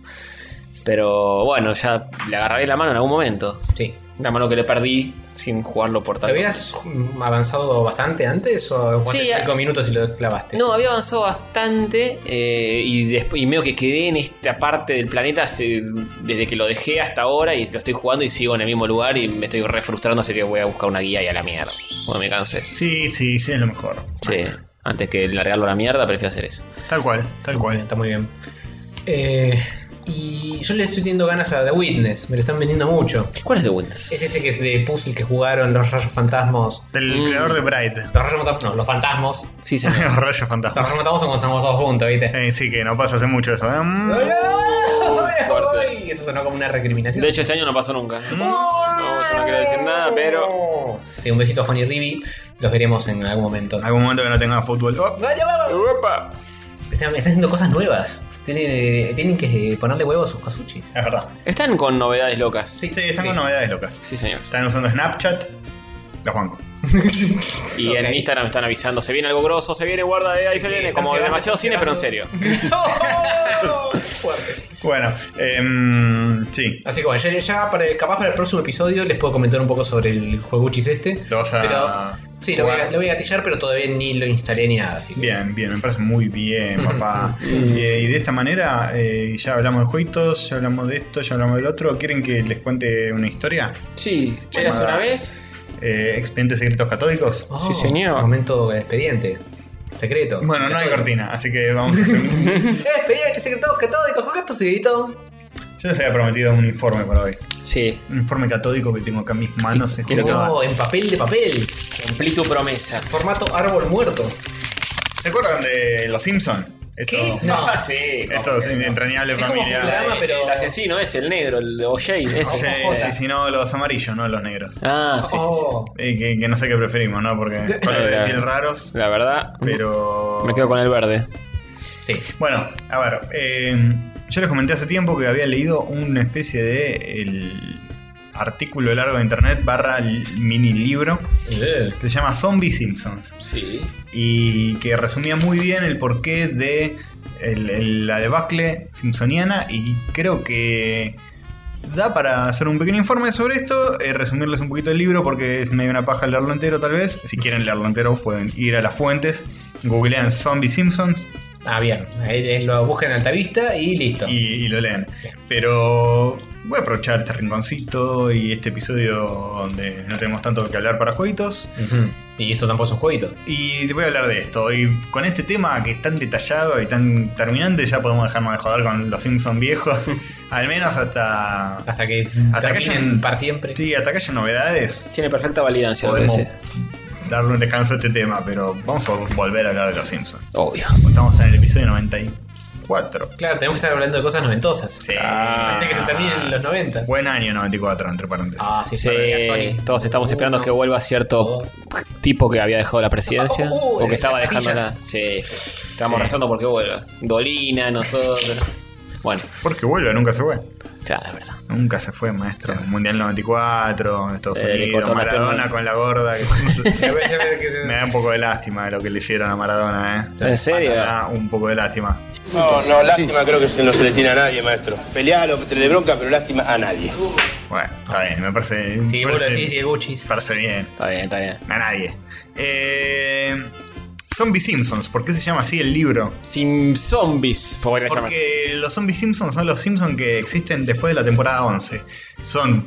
[SPEAKER 4] Pero bueno, ya le agarraré la mano en algún momento.
[SPEAKER 8] Sí.
[SPEAKER 4] La mano que le perdí sin jugarlo por
[SPEAKER 3] ¿Te
[SPEAKER 4] tanto.
[SPEAKER 3] habías avanzado bastante antes o en
[SPEAKER 4] Sí,
[SPEAKER 3] 5 minutos y lo clavaste?
[SPEAKER 4] No, había avanzado bastante eh, y, desp- y medio que quedé en esta parte del planeta hace- desde que lo dejé hasta ahora y lo estoy jugando y sigo en el mismo lugar y me estoy re frustrando, así que voy a buscar una guía y a la mierda. Bueno, me cansé.
[SPEAKER 2] Sí, sí, sí, es lo mejor.
[SPEAKER 4] Sí, antes que largarlo a la mierda, prefiero hacer eso.
[SPEAKER 2] Tal cual, tal
[SPEAKER 3] Bien,
[SPEAKER 2] cual.
[SPEAKER 3] Está muy bien. Eh, y yo le estoy teniendo ganas a The Witness, me lo están vendiendo mucho.
[SPEAKER 4] ¿Cuál es The Windows?
[SPEAKER 3] Es ese que es de puzzle que jugaron los rayos fantasmos.
[SPEAKER 2] Del
[SPEAKER 4] Mm.
[SPEAKER 2] creador de Bright.
[SPEAKER 3] Los rayos fantasmas, no, los fantasmos.
[SPEAKER 4] Sí, señor.
[SPEAKER 2] Los rayos
[SPEAKER 3] Los
[SPEAKER 2] fantasmas.
[SPEAKER 3] rayos fantasmas son cuando estamos todos juntos, ¿viste?
[SPEAKER 2] Eh, sí, que no pasa hace mucho eso. ¿eh? Mm.
[SPEAKER 4] Fuerte.
[SPEAKER 3] Y eso sonó como una recriminación.
[SPEAKER 4] De hecho, este año no pasó nunca. No, yo no quiero decir nada, pero...
[SPEAKER 3] Sí, un besito a Juan y Ribi. Los veremos en algún momento.
[SPEAKER 2] Algún momento que no tenga fútbol. Oh,
[SPEAKER 4] ¡Uepa!
[SPEAKER 3] Están, están haciendo cosas nuevas. Tienen, eh, tienen que ponerle huevos a sus casuchis.
[SPEAKER 2] es verdad.
[SPEAKER 4] Están con novedades locas. Sí,
[SPEAKER 2] Sí, están con novedades locas.
[SPEAKER 4] señor.
[SPEAKER 2] Están usando Snapchat. Los bancos.
[SPEAKER 4] Y en Instagram me están avisando, se viene algo grosso, se viene, guarda, de ahí se
[SPEAKER 3] sí,
[SPEAKER 4] viene.
[SPEAKER 3] están
[SPEAKER 4] Como
[SPEAKER 3] cebando,
[SPEAKER 4] demasiado
[SPEAKER 3] están
[SPEAKER 4] cine, pero en serio.
[SPEAKER 3] cebando. Oh, Fuerte.
[SPEAKER 2] Bueno, em, sí.
[SPEAKER 3] Así que bueno, ya, ya para el- capaz para el próximo episodio les puedo comentar un poco sobre el jueguchis este.
[SPEAKER 2] Lo vas a
[SPEAKER 3] Pero, sí, lo voy, a,
[SPEAKER 2] jugar.
[SPEAKER 3] lo voy a gatillar, pero todavía ni lo instalé ni nada. Así que-
[SPEAKER 2] Bien, bien, me parece muy bien, papá. y, eh, y de esta manera, eh, ya hablamos de jueguitos, ya hablamos de esto, ya hablamos del otro. ¿Quieren que les cuente una historia?
[SPEAKER 4] Sí, eras
[SPEAKER 2] Llamada.
[SPEAKER 4] una vez.
[SPEAKER 2] Eh, ¿Expedientes secretos católicos?
[SPEAKER 3] Oh,
[SPEAKER 4] Sí, señor.
[SPEAKER 3] Momento expediente. Secreto.
[SPEAKER 2] Bueno, no hay
[SPEAKER 3] Catódico.
[SPEAKER 2] cortina, así que vamos a hacer un-
[SPEAKER 3] Eh, expediente, secreto, catódico, con esto se editó.
[SPEAKER 2] Yo les había prometido un informe para hoy.
[SPEAKER 4] Sí.
[SPEAKER 2] Un informe catódico que tengo acá en mis manos. es
[SPEAKER 4] Quiero que-
[SPEAKER 2] como-
[SPEAKER 3] Oh, en papel de papel.
[SPEAKER 4] Cumplí tu promesa.
[SPEAKER 3] Formato árbol muerto.
[SPEAKER 2] ¿Se acuerdan de Los Simpsons? Esto,
[SPEAKER 3] ¿Qué?
[SPEAKER 2] No.
[SPEAKER 3] No.
[SPEAKER 4] sí.
[SPEAKER 2] Esto es entrañable
[SPEAKER 3] Es como
[SPEAKER 2] familia.
[SPEAKER 3] Futurama,
[SPEAKER 4] Eh,
[SPEAKER 3] pero-
[SPEAKER 4] El asesino es el negro, el OJ. Ese.
[SPEAKER 2] Sí, sí, sí, no, los amarillos, no los negros.
[SPEAKER 4] Ah, sí, sí, sí.
[SPEAKER 3] Oh,
[SPEAKER 2] Eh, que, que no sé qué preferimos, ¿no? Porque colores de
[SPEAKER 4] claro.
[SPEAKER 2] piel raros,
[SPEAKER 4] La verdad,
[SPEAKER 2] pero...
[SPEAKER 4] me quedo con el verde.
[SPEAKER 3] sí.
[SPEAKER 2] Bueno, a ver, eh, yo les comenté hace tiempo que había leído una especie de el artículo largo de internet barra l- mini libro que se llama Zombie Simpsons
[SPEAKER 4] Sí.
[SPEAKER 2] y que resumía muy bien el porqué de el- el- la debacle simpsoniana y creo que da para hacer un pequeño informe sobre esto, eh, resumirles un poquito el libro porque es medio una paja leerlo entero tal vez, si quieren leerlo entero pueden ir a las fuentes, googlean Zombie Simpsons
[SPEAKER 3] Ah, bien. Ahí eh, lo buscan en Altavista y listo.
[SPEAKER 2] y, y lo leen. Pero voy a aprovechar este rinconcito y este episodio donde no tenemos tanto que hablar para jueguitos.
[SPEAKER 3] Ujú. Y esto tampoco es un jueguito.
[SPEAKER 2] Y te voy a hablar de esto. Y con este tema que es tan detallado y tan terminante, ya podemos dejarnos de joder con los Simpsons viejos. Al menos hasta.
[SPEAKER 3] Hasta que
[SPEAKER 2] Hasta que
[SPEAKER 3] terminen
[SPEAKER 2] hayan-
[SPEAKER 3] para siempre.
[SPEAKER 2] Sí, hasta que haya novedades.
[SPEAKER 4] Tiene perfecta validancia, lo que
[SPEAKER 2] Podemos
[SPEAKER 4] dice.
[SPEAKER 2] darle un descanso a este tema, pero vamos a volver a hablar de los Simpsons.
[SPEAKER 4] Obvio.
[SPEAKER 2] Estamos en el episodio 94.
[SPEAKER 3] Claro, tenemos que estar hablando de cosas noventosas.
[SPEAKER 2] Sí.
[SPEAKER 3] Antes que se terminen los noventas.
[SPEAKER 2] Buen año 94, entre paréntesis.
[SPEAKER 3] Ah, sí,
[SPEAKER 4] Sí,
[SPEAKER 3] sí.
[SPEAKER 4] todos estamos esperando que vuelva cierto
[SPEAKER 3] dos.
[SPEAKER 4] tipo que había dejado la presidencia
[SPEAKER 3] Oh, oh, oh,
[SPEAKER 4] o que estaba
[SPEAKER 3] las
[SPEAKER 4] dejando la.
[SPEAKER 3] pastillas.
[SPEAKER 4] Sí, sí. estamos
[SPEAKER 2] Sí.
[SPEAKER 4] rezando porque vuelva. Dolina, nosotros. Bueno,
[SPEAKER 2] Porque vuelve, nunca se fue.
[SPEAKER 4] claro, es verdad.
[SPEAKER 2] Nunca se fue, maestro. Mundial 94, Estados
[SPEAKER 4] Eh, le
[SPEAKER 2] Unidos,
[SPEAKER 4] cortó la
[SPEAKER 2] Maradona
[SPEAKER 4] pierna.
[SPEAKER 2] con la gorda. que- Me da un poco de lástima lo que le hicieron a Maradona, ¿eh?
[SPEAKER 4] ¿En serio?
[SPEAKER 2] Me da un poco de lástima.
[SPEAKER 9] No, no, lástima creo que se- no se le tiene a nadie, maestro. Pelear o tener bronca, pero lástima a nadie.
[SPEAKER 2] Bueno, está bien, me parece.
[SPEAKER 3] Sí,
[SPEAKER 2] me
[SPEAKER 3] vos lo
[SPEAKER 2] parece,
[SPEAKER 3] decís, Diego Uchis.
[SPEAKER 2] me parece bien.
[SPEAKER 4] Está bien, está bien.
[SPEAKER 2] A nadie. Eh, Zombie Simpsons, ¿por qué se llama así el libro?
[SPEAKER 4] Sin zombies, por la llamar.
[SPEAKER 2] Porque los Zombie Simpsons son los Simpsons que existen después de la temporada 11. Son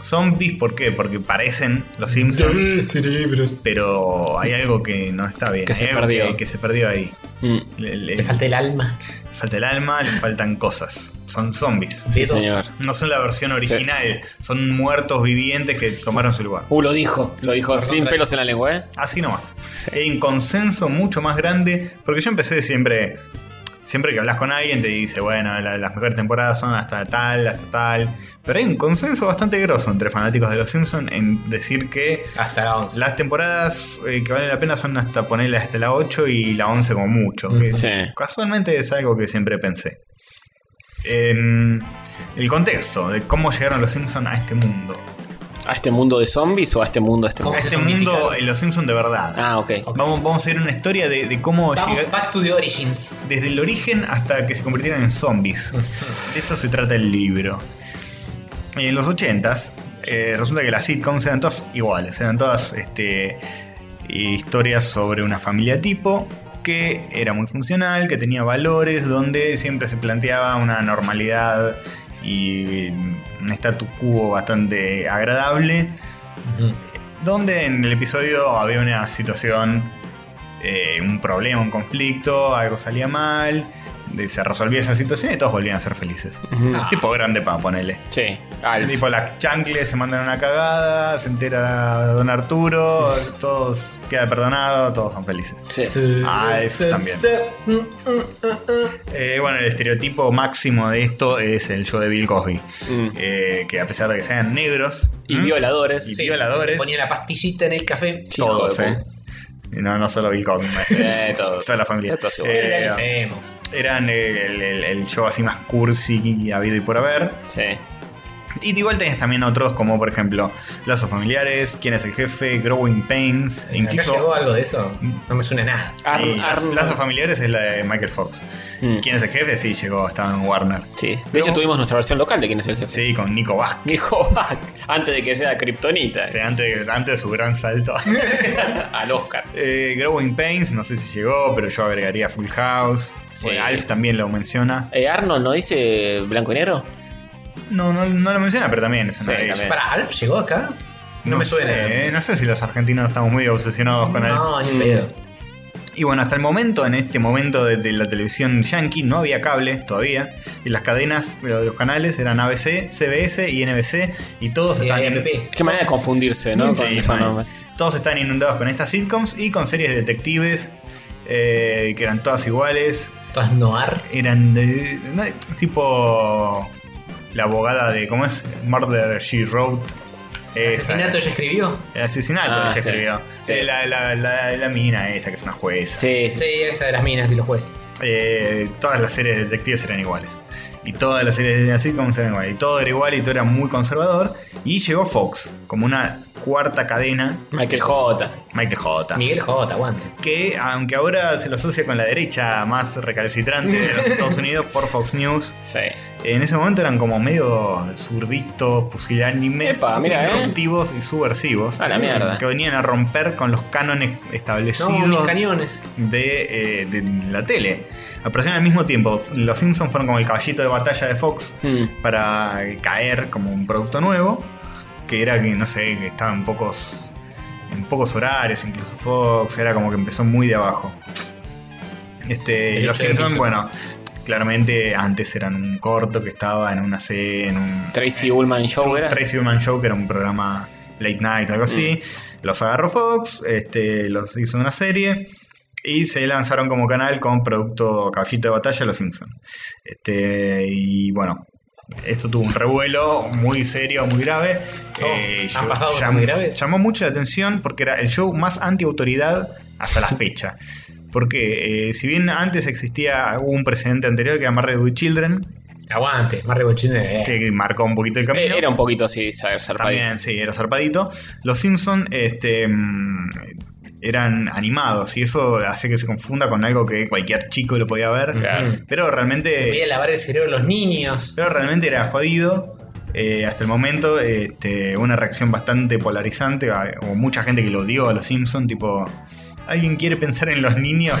[SPEAKER 2] zombies, ¿por qué? Porque parecen los Simpsons,
[SPEAKER 1] cerebros.
[SPEAKER 2] pero hay algo que no está bien.
[SPEAKER 4] Que
[SPEAKER 2] hay
[SPEAKER 4] se
[SPEAKER 2] algo
[SPEAKER 4] perdió.
[SPEAKER 2] Que, que se perdió ahí.
[SPEAKER 4] Mm,
[SPEAKER 2] Le, le-
[SPEAKER 10] Te falta el alma.
[SPEAKER 2] falta el alma, le faltan cosas. Son zombies.
[SPEAKER 4] sí,
[SPEAKER 10] Dedos.
[SPEAKER 4] señor.
[SPEAKER 2] No son la versión original, son muertos vivientes que tomaron su lugar.
[SPEAKER 4] Uh, lo dijo, lo dijo sin
[SPEAKER 6] otra-
[SPEAKER 4] pelos en la lengua, ¿eh?
[SPEAKER 2] Así nomás. En consenso mucho más grande, porque yo empecé siempre. Siempre que hablas con alguien te dice, bueno, la- las mejores temporadas son hasta tal, hasta tal. Pero hay un consenso bastante grosso entre fanáticos de Los Simpsons en decir que
[SPEAKER 10] Hasta la 11.
[SPEAKER 2] las temporadas eh, que valen la pena son hasta ponerle hasta la 8 y la 11 como mucho. que
[SPEAKER 4] Sí.
[SPEAKER 2] Casualmente es algo que siempre pensé. En el contexto de cómo llegaron los Simpsons a este mundo.
[SPEAKER 4] ¿A este mundo de zombies o a este mundo este
[SPEAKER 2] A
[SPEAKER 10] ¿Cómo
[SPEAKER 4] mundo?
[SPEAKER 10] se
[SPEAKER 2] este mundo,
[SPEAKER 10] zombificaron?
[SPEAKER 2] en los Simpsons de verdad.
[SPEAKER 4] Ah, ok.
[SPEAKER 2] Vamos, vamos a ir a una historia de, de cómo
[SPEAKER 10] Vamos
[SPEAKER 2] llega-
[SPEAKER 10] back to the origins.
[SPEAKER 2] desde el origen hasta que se convirtieron en zombies. De esto se trata el libro. Y en los 80s, eh, resulta que las sitcoms eran todas iguales, eran todas este, historias sobre una familia tipo que era muy funcional, que tenía valores, donde siempre se planteaba una normalidad y un statu quo bastante agradable donde en el episodio había una situación, eh, un problema, un conflicto, algo salía mal, de- se resolvía esa situación y todos volvían a ser felices.
[SPEAKER 4] Ujú.
[SPEAKER 10] Ah.
[SPEAKER 2] Tipo grande pa, ponele.
[SPEAKER 4] Sí, Alf.
[SPEAKER 2] Tipo las chancles se mandan una cagada, se entera Don Arturo, todos queda perdonado, todos son felices.
[SPEAKER 4] Sí.
[SPEAKER 2] Alf Ah, también. Eh, bueno, el estereotipo máximo de esto es el show de Bill Cosby.
[SPEAKER 4] Mm.
[SPEAKER 2] eh, que a pesar de que sean negros
[SPEAKER 4] Y
[SPEAKER 2] ¿m?
[SPEAKER 4] violadores.
[SPEAKER 2] ¿Mm? y
[SPEAKER 4] Sí.
[SPEAKER 2] violadores,
[SPEAKER 10] Ponía la pastillita en el café.
[SPEAKER 2] todos,
[SPEAKER 4] Hijo de
[SPEAKER 2] ¿eh? No, no solo Bill Cosby,
[SPEAKER 4] Eh, todos.
[SPEAKER 2] toda la familia.
[SPEAKER 4] Todos iguales.
[SPEAKER 2] Eh,
[SPEAKER 10] Era el emo.
[SPEAKER 2] eran el, el- el show así más cursi habido y por haber.
[SPEAKER 4] Sí.
[SPEAKER 2] Y igual tenés también otros como, por ejemplo, Lazos Familiares, Quién es el Jefe, Growing Pains,
[SPEAKER 10] ¿Acá llegó
[SPEAKER 2] incluso...
[SPEAKER 10] algo de eso?
[SPEAKER 2] Mm.
[SPEAKER 10] No me suena nada.
[SPEAKER 4] Ar-
[SPEAKER 2] Sí, Laz-
[SPEAKER 4] Arnold.
[SPEAKER 2] Lazos Familiares es la de Michael Fox.
[SPEAKER 4] Mm.
[SPEAKER 2] ¿Quién es el Jefe? Sí, llegó, estaba en Warner.
[SPEAKER 4] Sí. De hecho, tuvimos nuestra versión local de quién es el jefe.
[SPEAKER 2] Sí, con Nico Vázquez.
[SPEAKER 4] Dijo Bach, antes de que sea Kryptonita.
[SPEAKER 2] Sí, Antes, antes de su gran salto.
[SPEAKER 4] Al Oscar.
[SPEAKER 2] Eh, Growing Pains, no sé si llegó, pero yo agregaría Full House.
[SPEAKER 4] Sí.
[SPEAKER 2] Bueno, Alf también lo menciona.
[SPEAKER 4] Eh, Arnold no dice blanco y negro.
[SPEAKER 2] No, no, no lo menciona, pero también es una
[SPEAKER 4] Sí,
[SPEAKER 2] de ellas.
[SPEAKER 4] también.
[SPEAKER 10] ¿Para Alf llegó acá? No, me suena.
[SPEAKER 2] sé, eh, no sé si los argentinos estamos muy obsesionados con Alf. Mm.
[SPEAKER 10] No, ni pedo.
[SPEAKER 2] Y bueno, hasta el momento, en este momento de, de la televisión yankee, no había cable todavía. Y las cadenas de los canales eran ABC, CBS y NBC. Y todos
[SPEAKER 10] Y
[SPEAKER 2] estaban.
[SPEAKER 10] ahí APP.
[SPEAKER 4] Qué manera de confundirse, ¿no?
[SPEAKER 2] Sí,
[SPEAKER 4] Con esos
[SPEAKER 2] man.
[SPEAKER 4] nombres.
[SPEAKER 2] Todos están inundados con estas sitcoms y con series de detectives eh, que eran todas iguales.
[SPEAKER 10] Todas Noir.
[SPEAKER 2] Eran de. no, tipo. La abogada de. ¿Cómo es? Murder She Wrote. Esa.
[SPEAKER 10] Asesinato ya escribió.
[SPEAKER 2] El asesinato,
[SPEAKER 4] Ah,
[SPEAKER 2] ella
[SPEAKER 4] sí.
[SPEAKER 2] escribió.
[SPEAKER 4] Sí.
[SPEAKER 2] Eh, La, la- la- la mina esta, que es una jueza.
[SPEAKER 4] Sí, sí.
[SPEAKER 10] Sí, esa de las minas y los jueces.
[SPEAKER 2] Eh, todas las series de detectives eran iguales. Y todas las series de sitcoms eran iguales. Y todo era igual y todo era muy conservador. Y llegó Fox como una cuarta cadena,
[SPEAKER 4] Michael J.
[SPEAKER 2] Mike J.
[SPEAKER 10] Miguel J, aguante.
[SPEAKER 2] Que aunque ahora se lo asocia con la derecha más recalcitrante de los Estados Unidos por Fox News,
[SPEAKER 4] Sí.
[SPEAKER 2] en ese momento eran como medio zurditos, pusilánimes,
[SPEAKER 4] Epa, mirá, eh.
[SPEAKER 2] disruptivos y subversivos.
[SPEAKER 4] A la mierda.
[SPEAKER 2] Que venían a romper con los cánones
[SPEAKER 10] No,
[SPEAKER 2] establecidos
[SPEAKER 10] mis cañones.
[SPEAKER 2] de, eh, de la tele. Aparecieron al mismo tiempo. Los Simpsons fueron como el caballito de batalla de Fox
[SPEAKER 4] Mm.
[SPEAKER 2] para eh, caer como un producto nuevo. Que era que, no sé, que estaba en pocos, en pocos horarios, incluso Fox. Era como que empezó muy de abajo. Este,
[SPEAKER 10] El
[SPEAKER 2] los
[SPEAKER 10] hecho de que
[SPEAKER 2] Simpsons,
[SPEAKER 10] hizo-
[SPEAKER 2] bueno, claramente antes eran un corto que estaba en una serie, en un
[SPEAKER 4] Tracy Ullman Show era.
[SPEAKER 2] Tracy Ullman Show, que era un programa late night, algo así.
[SPEAKER 10] Mm.
[SPEAKER 2] Los agarró Fox, este, los hizo una serie y se lanzaron como canal con producto caballito de batalla Los Simpsons. Este, y bueno, esto tuvo un revuelo muy serio, muy grave. Eh,
[SPEAKER 10] Oh, ¿han pasado cosas muy graves?
[SPEAKER 2] Llamó mucho la atención porque era el show más anti-autoridad hasta la fecha. Porque eh, si bien antes existía hubo un precedente anterior que era Married with Children,
[SPEAKER 10] Aguante, más rebochine.
[SPEAKER 2] que marcó un poquito el camino.
[SPEAKER 4] Eh, Era un poquito así, saber zarpadito.
[SPEAKER 2] También, sí, era zarpadito. Los Simpson este, mm, eran animados y eso hace que se confunda con algo que cualquier chico lo podía ver.
[SPEAKER 4] Claro.
[SPEAKER 2] Pero
[SPEAKER 10] Voy a
[SPEAKER 2] realmente,
[SPEAKER 10] lavar el cerebro a los niños.
[SPEAKER 2] pero realmente era jodido. Eh, hasta el momento, este, una reacción bastante polarizante. a- Hubo mucha gente que lo odió a los Simpson, tipo. ¿Alguien quiere pensar en los niños?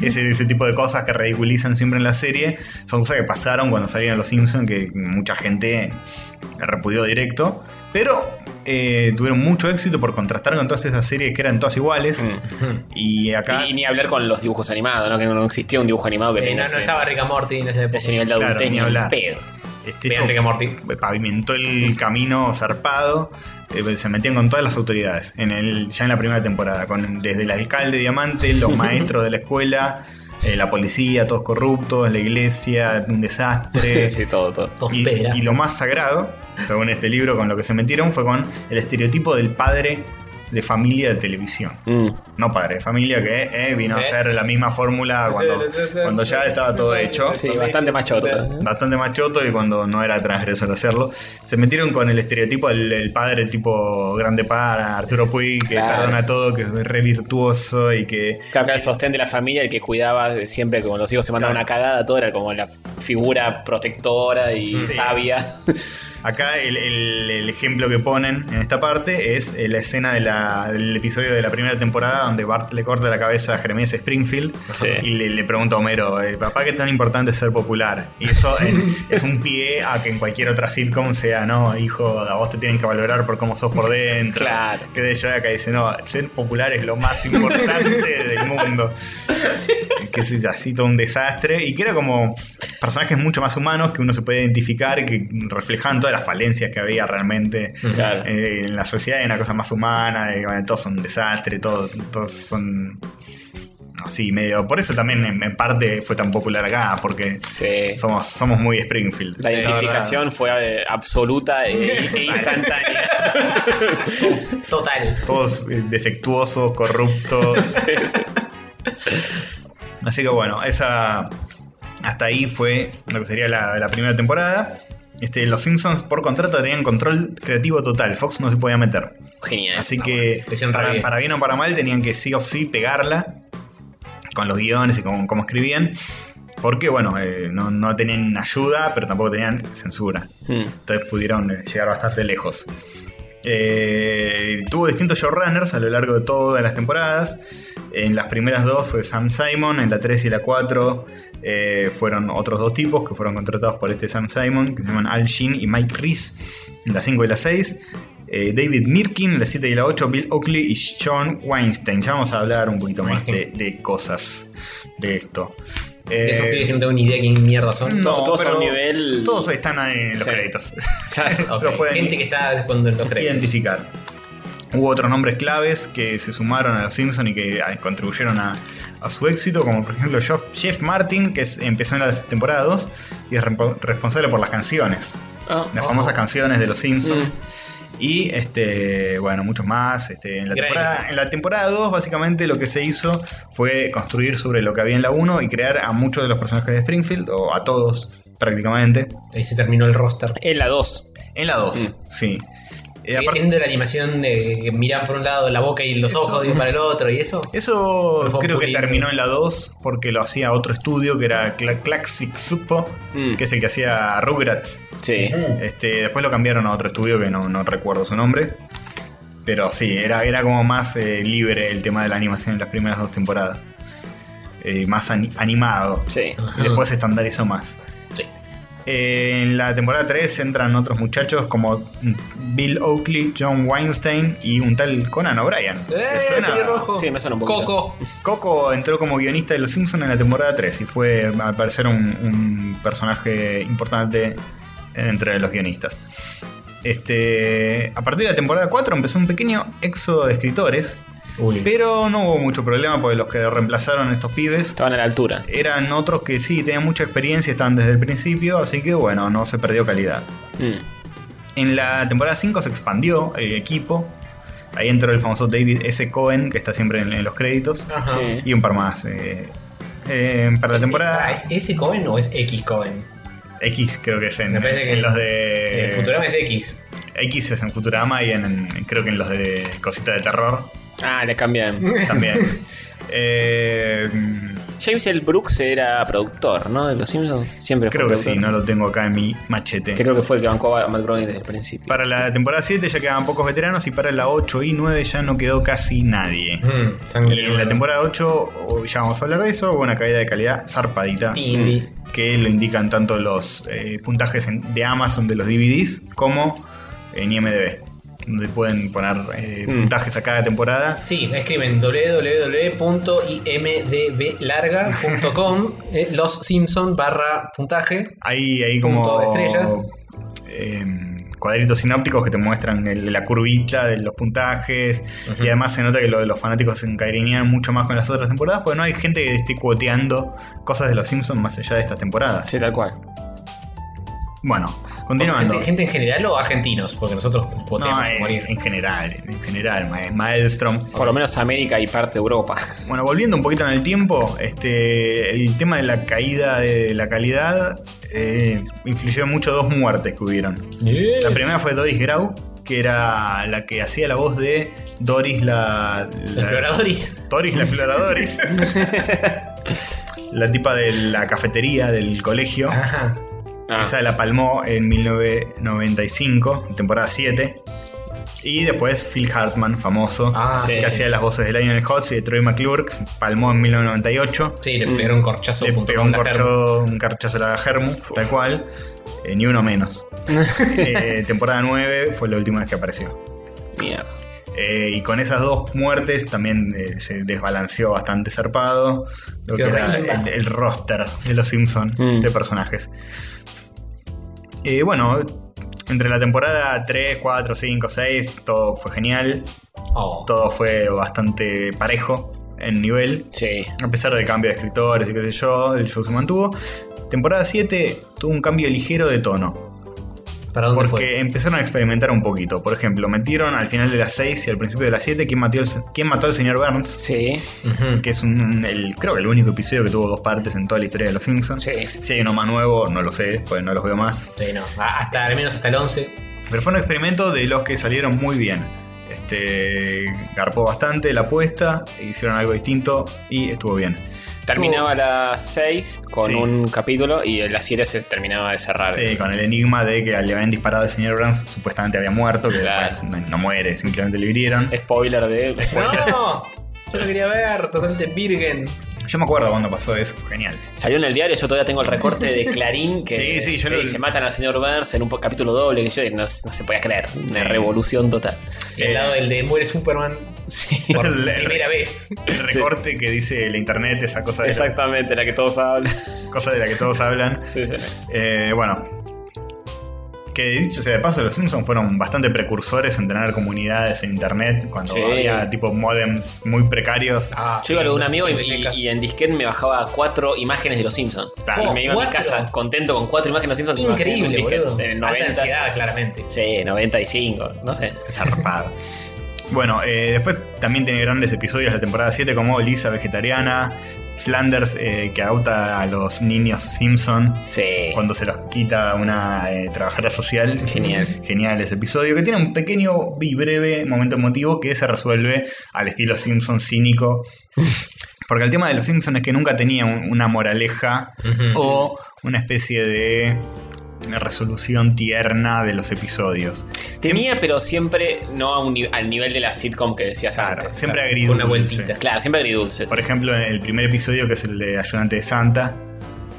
[SPEAKER 2] ese, ese tipo de cosas que ridiculizan siempre en la serie. Son cosas que pasaron cuando salieron los Simpsons, que mucha gente repudió directo. Pero eh, tuvieron mucho éxito por contrastar con todas esas series que eran todas iguales. Y acá.
[SPEAKER 4] Y, ni hablar con los dibujos animados, ¿no? Que no existía un dibujo animado que
[SPEAKER 10] Eh, no,
[SPEAKER 4] tenga
[SPEAKER 10] no
[SPEAKER 4] ese,
[SPEAKER 10] estaba Rick and Morty en ese
[SPEAKER 4] ese nivel de adultez
[SPEAKER 2] Claro, ni
[SPEAKER 4] ni en
[SPEAKER 2] hablar.
[SPEAKER 4] pedo.
[SPEAKER 2] este,
[SPEAKER 10] Vean Rick and Morty.
[SPEAKER 2] pavimentó el camino zarpado. eh, se metían con todas las autoridades. En el, ya en la primera temporada. Con, desde el alcalde Diamante, los maestros de la escuela, eh, la policía, todos corruptos, la iglesia, un desastre.
[SPEAKER 4] Sí, todo, todo.
[SPEAKER 10] Dos
[SPEAKER 2] Y,
[SPEAKER 10] peras.
[SPEAKER 2] y lo más sagrado, según este libro, con lo que se metieron fue con el estereotipo del padre de familia de televisión.
[SPEAKER 4] Mm.
[SPEAKER 2] No padre de familia que eh, vino a
[SPEAKER 10] Eh.
[SPEAKER 2] hacer la misma fórmula cuando, cuando ya estaba todo hecho.
[SPEAKER 4] Sí, bastante machoto.
[SPEAKER 2] Bastante machoto y cuando no era transgresor hacerlo. Se metieron con el estereotipo del, del padre tipo grande para Arturo Puig, que
[SPEAKER 4] Claro.
[SPEAKER 2] perdona todo, que es re virtuoso y que
[SPEAKER 4] Claro, que el sostén de la familia, el que cuidaba de siempre que cuando los hijos se mandaban
[SPEAKER 2] Claro.
[SPEAKER 4] una cagada, todo era como la figura protectora y
[SPEAKER 2] Sí.
[SPEAKER 4] sabia.
[SPEAKER 2] Acá el, el- el ejemplo que ponen en esta parte es eh, la escena de la- del episodio de la primera temporada donde Bart le corta la cabeza a Jeremías Springfield
[SPEAKER 4] Sí.
[SPEAKER 2] y le, le pregunta a Homero, eh, papá, ¿qué tan importante es ser popular? Y eso eh, es un pie a que en cualquier otra sitcom sea, no, hijo, a vos te tienen que valorar por cómo sos por dentro.
[SPEAKER 4] Claro.
[SPEAKER 2] Que de yo acá dice, no, ser popular es lo más importante del mundo que es así todo un desastre y que era como personajes mucho más humanos que uno se puede identificar que reflejaban todas las falencias que había realmente
[SPEAKER 4] Claro.
[SPEAKER 2] eh, en la sociedad hay una cosa más humana de que, bueno, todos son un desastre todos todos son así medio por eso también en, en parte fue tan popular acá porque
[SPEAKER 4] Sí.
[SPEAKER 2] somos somos muy Springfield
[SPEAKER 4] La identificación fue eh, absoluta e, e instantánea.
[SPEAKER 10] Total.
[SPEAKER 2] todos eh, defectuosos corruptos Así que bueno, esa. Hasta ahí fue lo que sería la, la primera temporada. Este, los Simpsons por contrato tenían control creativo total. Fox no se podía meter.
[SPEAKER 4] Genial.
[SPEAKER 2] Así que
[SPEAKER 10] le hicieron re
[SPEAKER 2] para,
[SPEAKER 10] bien.
[SPEAKER 2] para bien o para mal tenían que sí o sí pegarla con los guiones y con cómo escribían. Porque bueno, eh, no, no tenían ayuda, pero tampoco tenían censura.
[SPEAKER 4] Mm.
[SPEAKER 2] Entonces pudieron eh, llegar bastante lejos. Eh, tuvo distintos showrunners a lo largo de todas las temporadas. En las primeras dos fue Sam Simon, en la 3 y la 4 eh, fueron otros dos tipos que fueron contratados por este Sam Simon, que se llaman Al Jean y Mike Reese, en la 5 y la 6. eh, David Mirkin, en la 7 y la 8, Bill Oakley y John Weinstein. Ya vamos a hablar un poquito más de, de cosas de esto.
[SPEAKER 10] De estos
[SPEAKER 2] Eh,
[SPEAKER 10] pibes que no tengo ni idea quién mierda son.
[SPEAKER 2] no,
[SPEAKER 4] todos a
[SPEAKER 2] pero
[SPEAKER 4] un nivel-
[SPEAKER 2] Todos están en los
[SPEAKER 4] Sí.
[SPEAKER 2] créditos.
[SPEAKER 10] Ok,
[SPEAKER 2] Los pueden
[SPEAKER 10] Gente que está cuando lo creen.
[SPEAKER 2] identificar. Hubo otros nombres claves que se sumaron a los Simpsons y que ah, contribuyeron a, a su éxito, como por ejemplo Jeff, Jeff Martin, que es- empezó en la temporada 2 y es rempo- responsable por las canciones,
[SPEAKER 4] Ah,
[SPEAKER 2] las famosas canciones de los Simpsons.
[SPEAKER 4] Mm.
[SPEAKER 2] Y este, bueno, muchos más. Este, en, la
[SPEAKER 10] Gran.
[SPEAKER 2] temporada, en la temporada 2, básicamente lo que se hizo fue construir sobre lo que había en la 1 y crear a muchos de los personajes de Springfield, o a todos prácticamente.
[SPEAKER 10] Ahí se terminó el roster.
[SPEAKER 4] En la 2.
[SPEAKER 2] En la 2, sí. Eh,
[SPEAKER 10] Sigue
[SPEAKER 2] aparte-
[SPEAKER 10] teniendo la animación de que miran por un lado la boca y los ojos de un para el otro y eso.
[SPEAKER 2] Eso
[SPEAKER 10] Lo fue
[SPEAKER 2] creo que
[SPEAKER 10] puliendo.
[SPEAKER 2] terminó en la 2 porque lo hacía otro estudio que era Cla- Classic Supo,
[SPEAKER 4] Mm.
[SPEAKER 2] que es el que hacía Rugrats.
[SPEAKER 4] Sí.
[SPEAKER 2] Este, después lo cambiaron a otro estudio que no, no recuerdo su nombre. Pero sí, era, era como más eh, libre el tema de la animación en las primeras dos temporadas. Eh, más ani- animado.
[SPEAKER 4] Sí.
[SPEAKER 2] Y después se estandarizó más.
[SPEAKER 10] Sí.
[SPEAKER 2] Eh, en la temporada 3 entran otros muchachos como Bill Oakley, John Weinstein y un tal Conan O'Brien. ¿Te suena?
[SPEAKER 4] Sí, me suena un poquito.
[SPEAKER 10] Coco.
[SPEAKER 2] Ah. Coco entró como guionista de Los Simpsons en la temporada 3 y fue, al parecer, un, un personaje importante entre los guionistas. Este, a partir de la temporada 4 empezó un pequeño éxodo de escritores, pero no hubo mucho problema porque los que reemplazaron a estos pibes
[SPEAKER 4] Estaban a la altura.
[SPEAKER 2] eran otros que sí tenían mucha experiencia, estaban desde el principio, así que bueno, no se perdió calidad.
[SPEAKER 4] Mm.
[SPEAKER 2] En la temporada 5 se expandió el equipo. Ahí entró el famoso David S. Cohen, que está siempre en, en los créditos.
[SPEAKER 3] Ah,
[SPEAKER 10] Ajá.
[SPEAKER 4] Sí.
[SPEAKER 2] Y un par más. eh. Eh, para la temporada
[SPEAKER 10] Ah, ¿Es ese Cohen o es X Cohen?
[SPEAKER 2] X creo que es en,
[SPEAKER 10] Me parece que
[SPEAKER 2] en los
[SPEAKER 10] El
[SPEAKER 2] de...
[SPEAKER 10] Eh, Futurama es X.
[SPEAKER 2] X es en Futurama y en, en- creo que en los de Cosita de Terror
[SPEAKER 4] Ah, le cambian.
[SPEAKER 2] también. Eh,
[SPEAKER 4] James L. Brooks era productor, ¿no? De los Simpsons. Siempre fue
[SPEAKER 2] creo que
[SPEAKER 4] productor.
[SPEAKER 2] sí, no lo tengo acá en mi machete.
[SPEAKER 4] Que creo que fue el que bancó a Matt Groening desde el principio.
[SPEAKER 2] Para la temporada 7 ya quedaban pocos veteranos y para la 8 y 9 ya no quedó casi nadie.
[SPEAKER 10] Mm, sangre
[SPEAKER 2] Y
[SPEAKER 10] de
[SPEAKER 2] en la
[SPEAKER 10] mono.
[SPEAKER 2] temporada 8, ya vamos a hablar de eso, hubo una caída de calidad zarpadita.
[SPEAKER 10] Pimbi.
[SPEAKER 2] Que lo indican tanto los eh, puntajes en- de Amazon de los DVDs como en IMDB, donde pueden poner eh,
[SPEAKER 4] Mm.
[SPEAKER 2] puntajes a cada temporada.
[SPEAKER 10] Sí, escriben www.imdblarga.com eh, Los Simpson barra puntaje.
[SPEAKER 2] Hay, hay como.
[SPEAKER 10] Punto de estrellas.
[SPEAKER 2] eh, cuadritos sinápticos que te muestran el- la curvita de los puntajes. Y además se nota que lo de los fanáticos se encariñan mucho más con las otras temporadas, porque no hay gente que esté cuoteando cosas de los Simpsons más allá de estas temporadas.
[SPEAKER 4] Sí, tal cual.
[SPEAKER 2] Bueno, continuando.
[SPEAKER 10] Gente, gente en general o argentinos, porque nosotros
[SPEAKER 2] No,
[SPEAKER 10] votemos a
[SPEAKER 2] en,
[SPEAKER 10] morir.
[SPEAKER 2] en general, en general, Ma- Maelstrom.
[SPEAKER 4] Por lo menos América y parte de Europa.
[SPEAKER 2] Bueno, volviendo un poquito en el tiempo, este, el tema de la caída de la calidad eh, influyó mucho dos muertes que hubieron.
[SPEAKER 10] Eh.
[SPEAKER 2] La primera fue Doris Grau, que era la que hacía la voz de Doris la...
[SPEAKER 10] Los
[SPEAKER 2] la-
[SPEAKER 10] exploradores.
[SPEAKER 2] Doris la exploradoris. la tipa de la cafetería del colegio.
[SPEAKER 10] Ajá.
[SPEAKER 4] Ah,
[SPEAKER 2] Esa la palmó en 1995, en temporada 7. Y después Phil Hartman, famoso,
[SPEAKER 10] Ah,
[SPEAKER 2] que
[SPEAKER 10] sí.
[SPEAKER 2] hacía las voces de Lionel Hutz y de Troy McClure, que palmó en 1998.
[SPEAKER 10] Sí, le pegaron un corchazo
[SPEAKER 2] Le
[SPEAKER 10] junto
[SPEAKER 2] pegó
[SPEAKER 10] con
[SPEAKER 2] un,
[SPEAKER 10] la
[SPEAKER 2] corcho-
[SPEAKER 10] germa.
[SPEAKER 2] un carchazo a la Germu, tal cual. Eh, ni uno menos. Eh, temporada 9 fue la última vez que apareció.
[SPEAKER 4] mierda.
[SPEAKER 2] Eh, y con esas dos muertes también eh, se desbalanceó bastante zarpado lo
[SPEAKER 10] Qué
[SPEAKER 2] que era
[SPEAKER 10] horrible.
[SPEAKER 2] el, el roster de los Simpsons
[SPEAKER 4] Mm.
[SPEAKER 2] de personajes. Eh, bueno, entre la temporada 3, 4, 5, 6, todo fue genial,
[SPEAKER 10] Oh.
[SPEAKER 2] todo fue bastante parejo en nivel.
[SPEAKER 4] Sí.
[SPEAKER 2] A pesar del cambio de escritores y qué sé yo, el show se mantuvo. Temporada 7 tuvo un cambio ligero de tono.
[SPEAKER 10] ¿Para dónde
[SPEAKER 2] Porque
[SPEAKER 10] fue?
[SPEAKER 2] empezaron a experimentar un poquito. Por ejemplo, metieron al final de las 6 y al principio de las 7 quién mató, quién mató al señor Burns.
[SPEAKER 4] Sí.
[SPEAKER 10] Ujú.
[SPEAKER 2] Que es un, el, creo que el único episodio que tuvo dos partes en toda la historia de los Simpsons.
[SPEAKER 4] Sí.
[SPEAKER 2] Si hay uno más nuevo, no lo sé, porque no los veo más.
[SPEAKER 10] Sí, no. Ah, Hasta, al menos hasta el 11.
[SPEAKER 2] Pero fue un experimento de los que salieron muy bien. Este, garpó bastante la apuesta, hicieron algo distinto y estuvo bien.
[SPEAKER 4] Terminaba a las 6 con
[SPEAKER 2] Oh. Sí.
[SPEAKER 4] un capítulo y a las 7 se terminaba de cerrar.
[SPEAKER 2] Sí, con el enigma de que al le habían disparado el señor Burns supuestamente había muerto, que
[SPEAKER 4] Claro.
[SPEAKER 2] después no, no muere, simplemente le hirieron.
[SPEAKER 4] Spoiler de.
[SPEAKER 10] ¡No! Yo lo quería ver, totalmente virgen.
[SPEAKER 2] Yo me acuerdo cuando pasó eso, fue genial.
[SPEAKER 4] Salió en el diario, yo todavía tengo el recorte de Clarín
[SPEAKER 2] Sí,
[SPEAKER 4] que,
[SPEAKER 2] sí, yo
[SPEAKER 4] que
[SPEAKER 2] lo-
[SPEAKER 4] dice matan al señor Burns en un po- capítulo doble que yo no, no se podía creer. Una
[SPEAKER 2] Sí.
[SPEAKER 4] revolución total.
[SPEAKER 10] Y al
[SPEAKER 2] Eh.
[SPEAKER 10] lado del de muere Superman
[SPEAKER 4] Sí.
[SPEAKER 2] Es
[SPEAKER 10] por
[SPEAKER 2] el- el-
[SPEAKER 10] primera vez.
[SPEAKER 2] El recorte que dice el internet, esa cosa de, la,
[SPEAKER 4] Exactamente, la que todos hablan.
[SPEAKER 2] cosa de la que todos hablan.
[SPEAKER 4] Sí, sí.
[SPEAKER 2] Eh, bueno. Que dicho sea de paso, los Simpsons fueron bastante precursores en tener comunidades en internet cuando
[SPEAKER 4] Sí.
[SPEAKER 2] había tipo modems muy precarios.
[SPEAKER 10] Ah,
[SPEAKER 4] Yo iba a lo de un
[SPEAKER 10] los
[SPEAKER 4] amigo y,
[SPEAKER 10] supermelecas.
[SPEAKER 4] y- y en disquet me bajaba cuatro imágenes de los Simpsons.
[SPEAKER 2] Claro.
[SPEAKER 4] Y me iba a mi
[SPEAKER 10] ¿Cuatro?
[SPEAKER 4] casa contento con cuatro imágenes de los Simpsons.
[SPEAKER 10] Increíble,
[SPEAKER 4] en un disquete
[SPEAKER 10] boludo.
[SPEAKER 4] En el
[SPEAKER 10] Alta
[SPEAKER 4] 90.
[SPEAKER 10] ansiedad, claramente.
[SPEAKER 4] Sí, 95, no sé.
[SPEAKER 2] Zarpado. bueno, eh, después también tiene grandes episodios la temporada 7 como Lisa vegetariana, Flanders eh, que auta a los niños Simpson
[SPEAKER 4] Sí.
[SPEAKER 2] cuando se los quita una eh, trabajadora social.
[SPEAKER 4] Genial.
[SPEAKER 2] Genial ese episodio que tiene un pequeño y breve momento emotivo que se resuelve al estilo Simpson cínico. Porque el tema de los Simpsons es que nunca tenía un- una moraleja
[SPEAKER 10] Ujú.
[SPEAKER 2] o una especie de resolución tierna de los episodios.
[SPEAKER 4] Tenía, pero siempre no a un ni- al nivel de la sitcom que decías
[SPEAKER 2] Claro,
[SPEAKER 4] antes.
[SPEAKER 2] siempre
[SPEAKER 4] claro.
[SPEAKER 2] agridulce.
[SPEAKER 10] Una vueltita.
[SPEAKER 4] Claro, siempre agridulces.
[SPEAKER 2] Por ejemplo, en el primer episodio, que es el de Ayudante de Santa,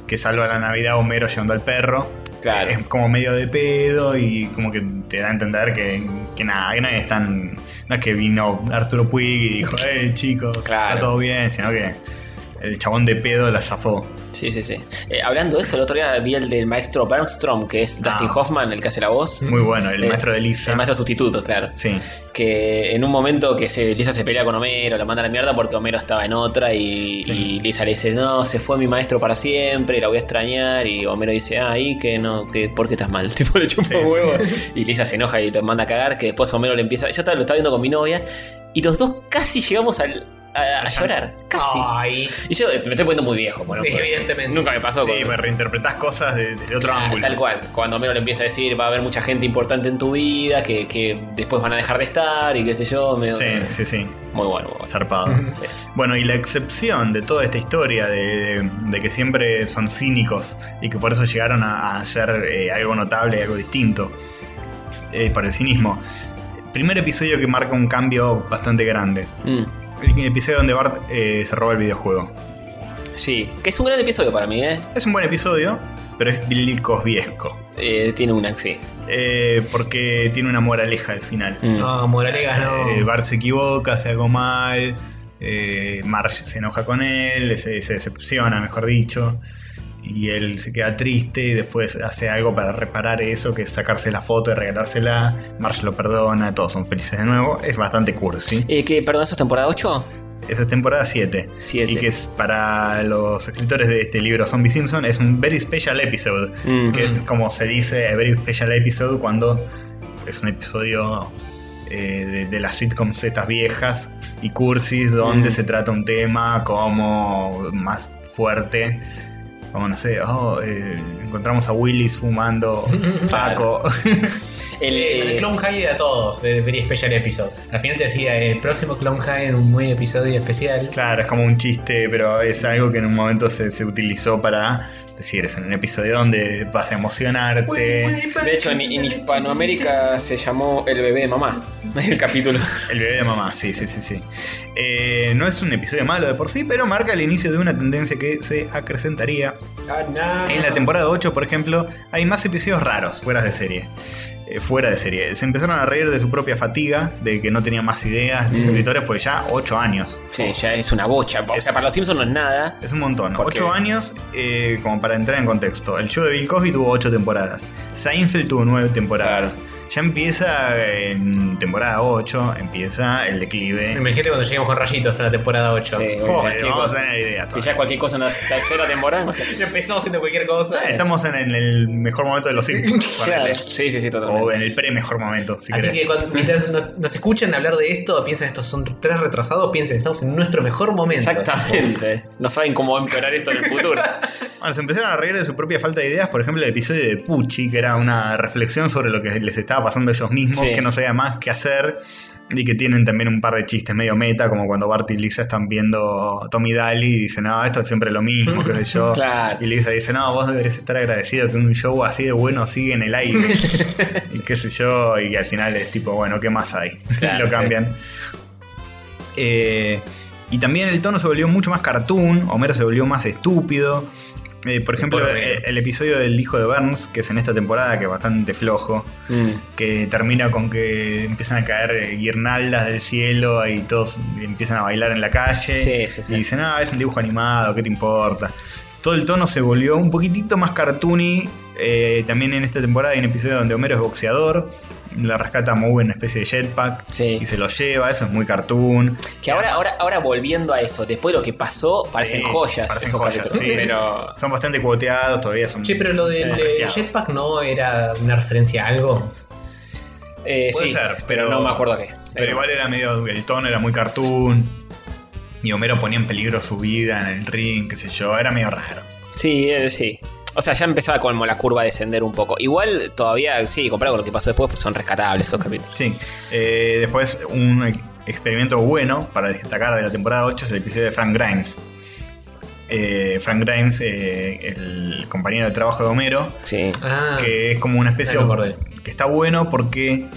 [SPEAKER 2] que salva la Navidad Homero llevando al perro.
[SPEAKER 4] Claro.
[SPEAKER 2] Es como medio de pedo y como que te da a entender que, que nada, que nadie es tan. No es que vino Arturo Puig y dijo, hey chicos,
[SPEAKER 4] Claro.
[SPEAKER 2] está todo bien, sino que el chabón de pedo la zafó.
[SPEAKER 4] Sí, sí, sí. Eh, hablando de eso, el otro día vi el del maestro Bernstrom, que es
[SPEAKER 2] Ah.
[SPEAKER 4] Dustin Hoffman, el que hace la voz.
[SPEAKER 2] Muy bueno, el
[SPEAKER 4] Eh,
[SPEAKER 2] maestro de Lisa.
[SPEAKER 4] El maestro sustituto, claro.
[SPEAKER 2] Sí.
[SPEAKER 4] Que en un momento que se, Lisa se pelea con Homero, la manda a la mierda porque Homero estaba en otra y,
[SPEAKER 2] Sí.
[SPEAKER 4] y Lisa le dice, no, se fue mi maestro para siempre, la voy a extrañar. Y Homero dice, ah, y que no, que, ¿por qué estás mal? Tipo, le chupa un huevo. Y Lisa se enoja y lo manda a cagar, que después Homero le empieza... Yo estaba, lo estaba viendo con mi novia y los dos casi llegamos al- a, a llorar. Casi.
[SPEAKER 10] Ay,
[SPEAKER 4] Y yo eh, me estoy poniendo muy viejo, bueno, pero-
[SPEAKER 10] evidentemente.
[SPEAKER 4] Nunca me pasó.
[SPEAKER 2] Sí,
[SPEAKER 4] con-
[SPEAKER 2] pues reinterpretás cosas de- desde otro
[SPEAKER 4] Ah,
[SPEAKER 2] ángulo.
[SPEAKER 4] Tal cual. Cuando Homero le empieza a decir, va a haber mucha gente importante en tu vida, que, que después van a dejar de estar y qué sé yo. me-
[SPEAKER 2] Sí, sí, sí.
[SPEAKER 4] Muy bueno. muy bueno.
[SPEAKER 2] Zarpado. Eh,
[SPEAKER 4] Sí.
[SPEAKER 2] Bueno, y la excepción de toda esta historia de, de- de que siempre son cínicos y que por eso llegaron a, a hacer eh, algo notable, algo distinto eh, para el cinismo. Primer episodio que marca un cambio bastante grande.
[SPEAKER 4] Mm,
[SPEAKER 2] El episodio donde Bart eh, se roba el videojuego.
[SPEAKER 4] sí. Que es un gran episodio para mí, ¿eh?
[SPEAKER 2] Es un buen episodio, pero es Bill Cosbiesco.
[SPEAKER 4] Eh, tiene una, sí.
[SPEAKER 2] Eh, porque tiene una moraleja al final.
[SPEAKER 4] Mm.
[SPEAKER 10] No, Moralegas no.
[SPEAKER 3] Oh.
[SPEAKER 2] Eh, Bart se equivoca, hace algo mal. eh, Marge se enoja con él, se, se decepciona, mejor dicho. Y él se queda triste y después hace algo para reparar eso, que es sacarse la foto y regalársela. Marge lo perdona, todos son felices de nuevo. Es bastante cursi.
[SPEAKER 4] Eh, que, perdón, ¿eso es temporada 8?
[SPEAKER 2] Esa es temporada 7.
[SPEAKER 4] Siete.
[SPEAKER 2] Y que es para los escritores de este libro Zombie Simpson es un very special episode.
[SPEAKER 4] Mm.
[SPEAKER 2] Que es como se dice a very special episode cuando es un episodio eh, de, de las sitcoms estas viejas y cursis donde
[SPEAKER 4] Mm.
[SPEAKER 2] se trata un tema como más fuerte. Como no sé, oh, eh, encontramos a Willis fumando Paco.
[SPEAKER 4] El,
[SPEAKER 10] El,
[SPEAKER 4] eh,
[SPEAKER 10] Clone High era todos, el Very Special Episode. Al final te decía, el próximo Clone High en un muy episodio especial.
[SPEAKER 2] Claro, es como un chiste, pero es algo que en un momento se, se utilizó para decir, es un episodio donde vas a emocionarte.
[SPEAKER 4] de hecho, en, en Hispanoamérica se llamó El bebé de mamá. El capítulo.
[SPEAKER 2] El bebé de mamá, sí, sí, sí, sí. Eh, no es un episodio malo de por sí, pero marca el inicio de una tendencia que se acrecentaría.
[SPEAKER 10] Ah, no.
[SPEAKER 2] En la temporada 8, por ejemplo, hay más episodios raros, fuera de serie. Eh, fuera de serie. Se empezaron a reír de su propia fatiga, de que no tenían más ideas
[SPEAKER 4] Mm.
[SPEAKER 2] los escritores, pues ya 8 años.
[SPEAKER 4] Sí, ya es una bocha. O sea, para los Simpsons no es nada.
[SPEAKER 2] Es un montón.
[SPEAKER 4] ¿Por
[SPEAKER 2] Ocho
[SPEAKER 4] qué?
[SPEAKER 2] años, eh, como para entrar en contexto. El show de Bill Cosby tuvo ocho temporadas. Seinfeld tuvo nueve temporadas. Ya empieza eh, en temporada 8, empieza el declive.
[SPEAKER 10] Imagínate cuando lleguemos con rayitos a la temporada 8.
[SPEAKER 4] Sí,
[SPEAKER 10] Fue,
[SPEAKER 4] bueno,
[SPEAKER 2] Eh,
[SPEAKER 10] cualquier
[SPEAKER 2] vamos a
[SPEAKER 10] cosa.
[SPEAKER 2] tener idea.
[SPEAKER 4] Si
[SPEAKER 2] todavía.
[SPEAKER 4] ya cualquier cosa en la tercera temporada, imagínate.
[SPEAKER 10] Ya empezamos haciendo cualquier cosa.
[SPEAKER 2] Eh, Estamos en el- el mejor momento de los Simpsons. ponele.
[SPEAKER 4] Claro. Sí, sí, sí, totalmente.
[SPEAKER 2] O en el pre-mejor momento, si
[SPEAKER 10] Así
[SPEAKER 2] querés.
[SPEAKER 10] que cuando- mientras nos, nos escuchan hablar de esto, piensan estos son tres retrasados, piensen, estamos en nuestro mejor momento.
[SPEAKER 4] Exactamente. No saben cómo va a empeorar esto en el futuro.
[SPEAKER 2] Bueno, se empezaron a reír de su propia falta de ideas. Por ejemplo, el episodio de Pucci, que era una reflexión sobre lo que les estaba pasando a ellos mismos,
[SPEAKER 4] Sí.
[SPEAKER 2] que no sabían más qué hacer. Y que tienen también un par de chistes medio meta, como cuando Bart y Lisa están viendo Tommy Daly y dicen, no, esto es siempre lo mismo, qué sé yo.
[SPEAKER 4] Claro.
[SPEAKER 2] Y Lisa dice, no, vos deberías estar agradecido que un show así de bueno sigue en el aire. y qué sé yo, y al final es tipo, bueno, ¿qué más hay?
[SPEAKER 4] Claro,
[SPEAKER 2] lo cambian. Eh, y también el tono se volvió mucho más cartoon, Homero se volvió más estúpido. Eh, por ejemplo,
[SPEAKER 10] Pobre
[SPEAKER 2] el,
[SPEAKER 10] Homero.
[SPEAKER 2] el episodio del hijo de Burns, que es en esta temporada, que es bastante flojo,
[SPEAKER 4] Mm.
[SPEAKER 2] que termina con que empiezan a caer eh, guirnaldas del cielo y todos empiezan a bailar en la calle.
[SPEAKER 4] Sí, sí, sí.
[SPEAKER 2] Y dicen, ah, es un dibujo animado, ¿qué te importa? Todo el tono se volvió un poquitito más cartoony. Eh, también en esta temporada hay un episodio donde Homero es boxeador, la rescata Moe en una especie de jetpack
[SPEAKER 4] Sí.
[SPEAKER 2] y se lo lleva, eso es muy cartoon.
[SPEAKER 4] Que ahora, ahora, ahora volviendo a eso, después de lo que pasó, parecen
[SPEAKER 2] Sí,
[SPEAKER 4] joyas.
[SPEAKER 2] parecen
[SPEAKER 4] esos
[SPEAKER 2] joyas,
[SPEAKER 4] capítulos.
[SPEAKER 2] sí.
[SPEAKER 4] Pero.
[SPEAKER 2] Son bastante cuoteados, todavía son...
[SPEAKER 10] Che, pero lo
[SPEAKER 2] son
[SPEAKER 10] del eh,
[SPEAKER 2] apreciados.
[SPEAKER 10] jetpack no era una referencia a algo.
[SPEAKER 4] eh,
[SPEAKER 2] Puede
[SPEAKER 4] sí,
[SPEAKER 2] ser,
[SPEAKER 4] pero
[SPEAKER 2] pero-
[SPEAKER 4] no me acuerdo qué.
[SPEAKER 2] Pero igual era medio. El tono era muy cartoon. Y Homero ponía en peligro su vida en el ring, qué sé yo. Era medio raro.
[SPEAKER 4] Sí, eh, sí. O sea, ya empezaba como la curva a descender un poco. Igual todavía, sí, comparado con lo que pasó después, pues son rescatables esos capítulos.
[SPEAKER 2] Sí. Eh, después, un e- experimento bueno para destacar de la temporada 8 es el episodio de Frank Grimes. Eh, Frank Grimes, eh, el compañero de trabajo de Homero,
[SPEAKER 4] Sí.
[SPEAKER 10] Ah,
[SPEAKER 2] que es como una especie
[SPEAKER 10] ya me acordé.
[SPEAKER 2] que está bueno porque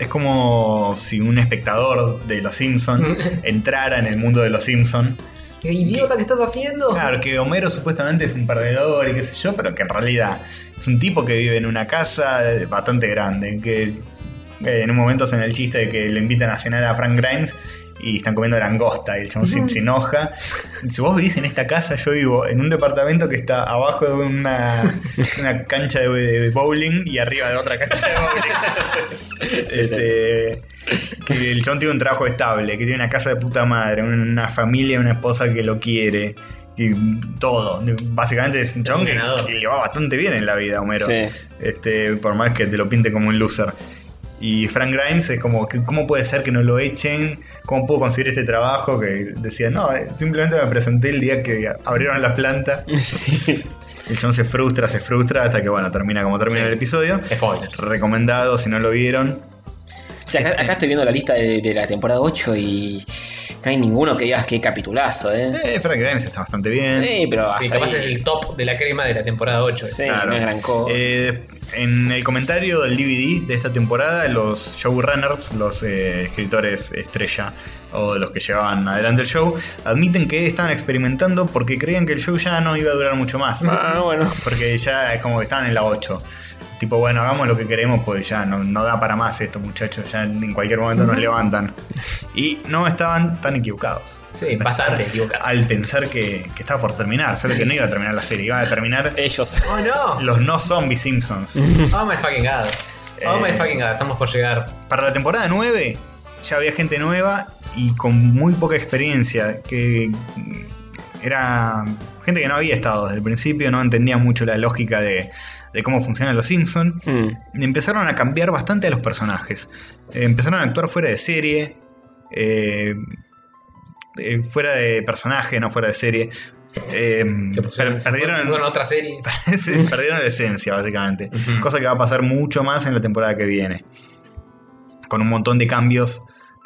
[SPEAKER 2] es como si un espectador de Los Simpson entrara en el mundo de Los Simpson
[SPEAKER 10] ¿Qué idiota que estás haciendo?
[SPEAKER 2] Claro, que Homero supuestamente es un perdedor y qué sé yo, pero que en realidad es un tipo que vive en una casa bastante grande, que eh, en un momento hacen el chiste de que le invitan a cenar a Frank Grimes y están comiendo langosta y el chabón se, se enoja. Si vos vivís en esta casa, yo vivo en un departamento que está abajo de una, una cancha de, de bowling y arriba de otra cancha de bowling. Este, que el chabón tiene un trabajo estable, que tiene una casa de puta madre, una familia, una esposa que lo quiere. Y todo. Básicamente es un chabón que,
[SPEAKER 10] ganador.
[SPEAKER 2] que le va bastante bien en la vida, Homero.
[SPEAKER 4] Sí.
[SPEAKER 2] Este, por más que te lo pinte como un loser. Y Frank Grimes es como, que, ¿cómo puede ser que no lo echen? ¿Cómo puedo conseguir este trabajo? Que decía, no, eh, simplemente me presenté el día que abrieron las plantas. el chabón se frustra, se frustra, hasta que, bueno, termina como termina el episodio.
[SPEAKER 10] Spoilers.
[SPEAKER 2] Recomendado si no lo vieron.
[SPEAKER 4] O sea, acá, acá estoy viendo la lista de, de la temporada 8 y no hay ninguno que digas qué capitulazo, ¿eh?
[SPEAKER 2] Eh, Frank Grimes está bastante bien.
[SPEAKER 4] Sí, pero
[SPEAKER 10] Que
[SPEAKER 4] hasta
[SPEAKER 10] capaz
[SPEAKER 4] ahí-
[SPEAKER 10] es el top de la crema de la temporada 8.
[SPEAKER 4] Sí,
[SPEAKER 2] Claro.
[SPEAKER 4] no es gran cosa.
[SPEAKER 2] Eh, en el comentario del DVD de esta temporada, los showrunners, los eh, escritores estrella o de los que llevaban adelante el show, admiten que estaban experimentando porque creían que el show ya no iba a durar mucho más.
[SPEAKER 4] Ah, bueno.
[SPEAKER 2] Porque ya es como que estaban en la 8. Tipo, bueno, hagamos lo que queremos, pues ya no, no da para más esto, muchachos. Ya en cualquier momento nos levantan. Y no estaban tan equivocados.
[SPEAKER 10] Sí, bastante equivocados.
[SPEAKER 2] Al pensar que, que estaba por terminar, solo que no iba a terminar la serie, iba a terminar
[SPEAKER 4] Ellos.
[SPEAKER 10] ¡Oh, no!
[SPEAKER 2] los no zombie Simpsons.
[SPEAKER 10] ¡Oh, my fucking god! ¡Oh, my fucking god! Estamos por llegar.
[SPEAKER 2] Para la temporada 9 ya había gente nueva y con muy poca experiencia, que era gente que no había estado desde el principio, no entendía mucho la lógica de, de cómo funcionan los Simpsons.
[SPEAKER 4] Mm.
[SPEAKER 2] Empezaron a cambiar bastante a los personajes. Eh, Empezaron a actuar fuera de serie. eh, eh, fuera de personaje, no fuera de serie. Eh,
[SPEAKER 10] Se pusieron,
[SPEAKER 2] per-
[SPEAKER 10] se
[SPEAKER 2] perdieron,
[SPEAKER 10] pusieron otra serie.
[SPEAKER 2] Sí, perdieron la esencia, básicamente.
[SPEAKER 10] Ujú.
[SPEAKER 2] Cosa que va a pasar mucho más en la temporada que viene. Con un montón de cambios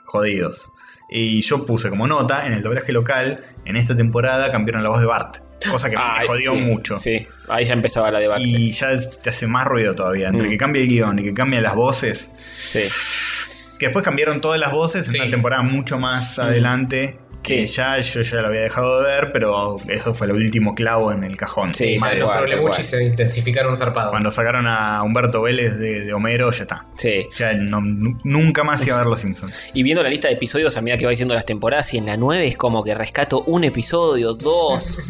[SPEAKER 2] jodidos. Y yo puse como nota, en el doblaje local, en esta temporada cambiaron la voz de Bart. Cosa que
[SPEAKER 4] Ay,
[SPEAKER 2] me jodió
[SPEAKER 4] sí,
[SPEAKER 2] mucho.
[SPEAKER 4] Sí, ahí ya empezaba la debate.
[SPEAKER 2] Y ya es- te hace más ruido todavía. Entre
[SPEAKER 4] Mm.
[SPEAKER 2] que cambie el guión y que cambien las voces.
[SPEAKER 4] Sí.
[SPEAKER 2] Que después cambiaron todas las voces
[SPEAKER 10] Sí.
[SPEAKER 2] en una temporada mucho más adelante. Que
[SPEAKER 4] Mm. Sí.
[SPEAKER 2] ya yo ya lo había dejado de ver, pero eso fue el último clavo en el cajón.
[SPEAKER 4] Sí,
[SPEAKER 2] Mal.
[SPEAKER 4] tal
[SPEAKER 10] Los
[SPEAKER 4] cual, tal
[SPEAKER 10] problemuchis
[SPEAKER 4] cual.
[SPEAKER 10] se intensificaron zarpado.
[SPEAKER 2] Cuando sacaron a Humberto Vélez de, de Homero, ya está.
[SPEAKER 4] Sí.
[SPEAKER 2] Ya no- nu- nunca más iba a ver Los Simpsons.
[SPEAKER 4] Y viendo la lista de episodios a medida que va diciendo las temporadas, y en la 9 es como que rescato un episodio, dos.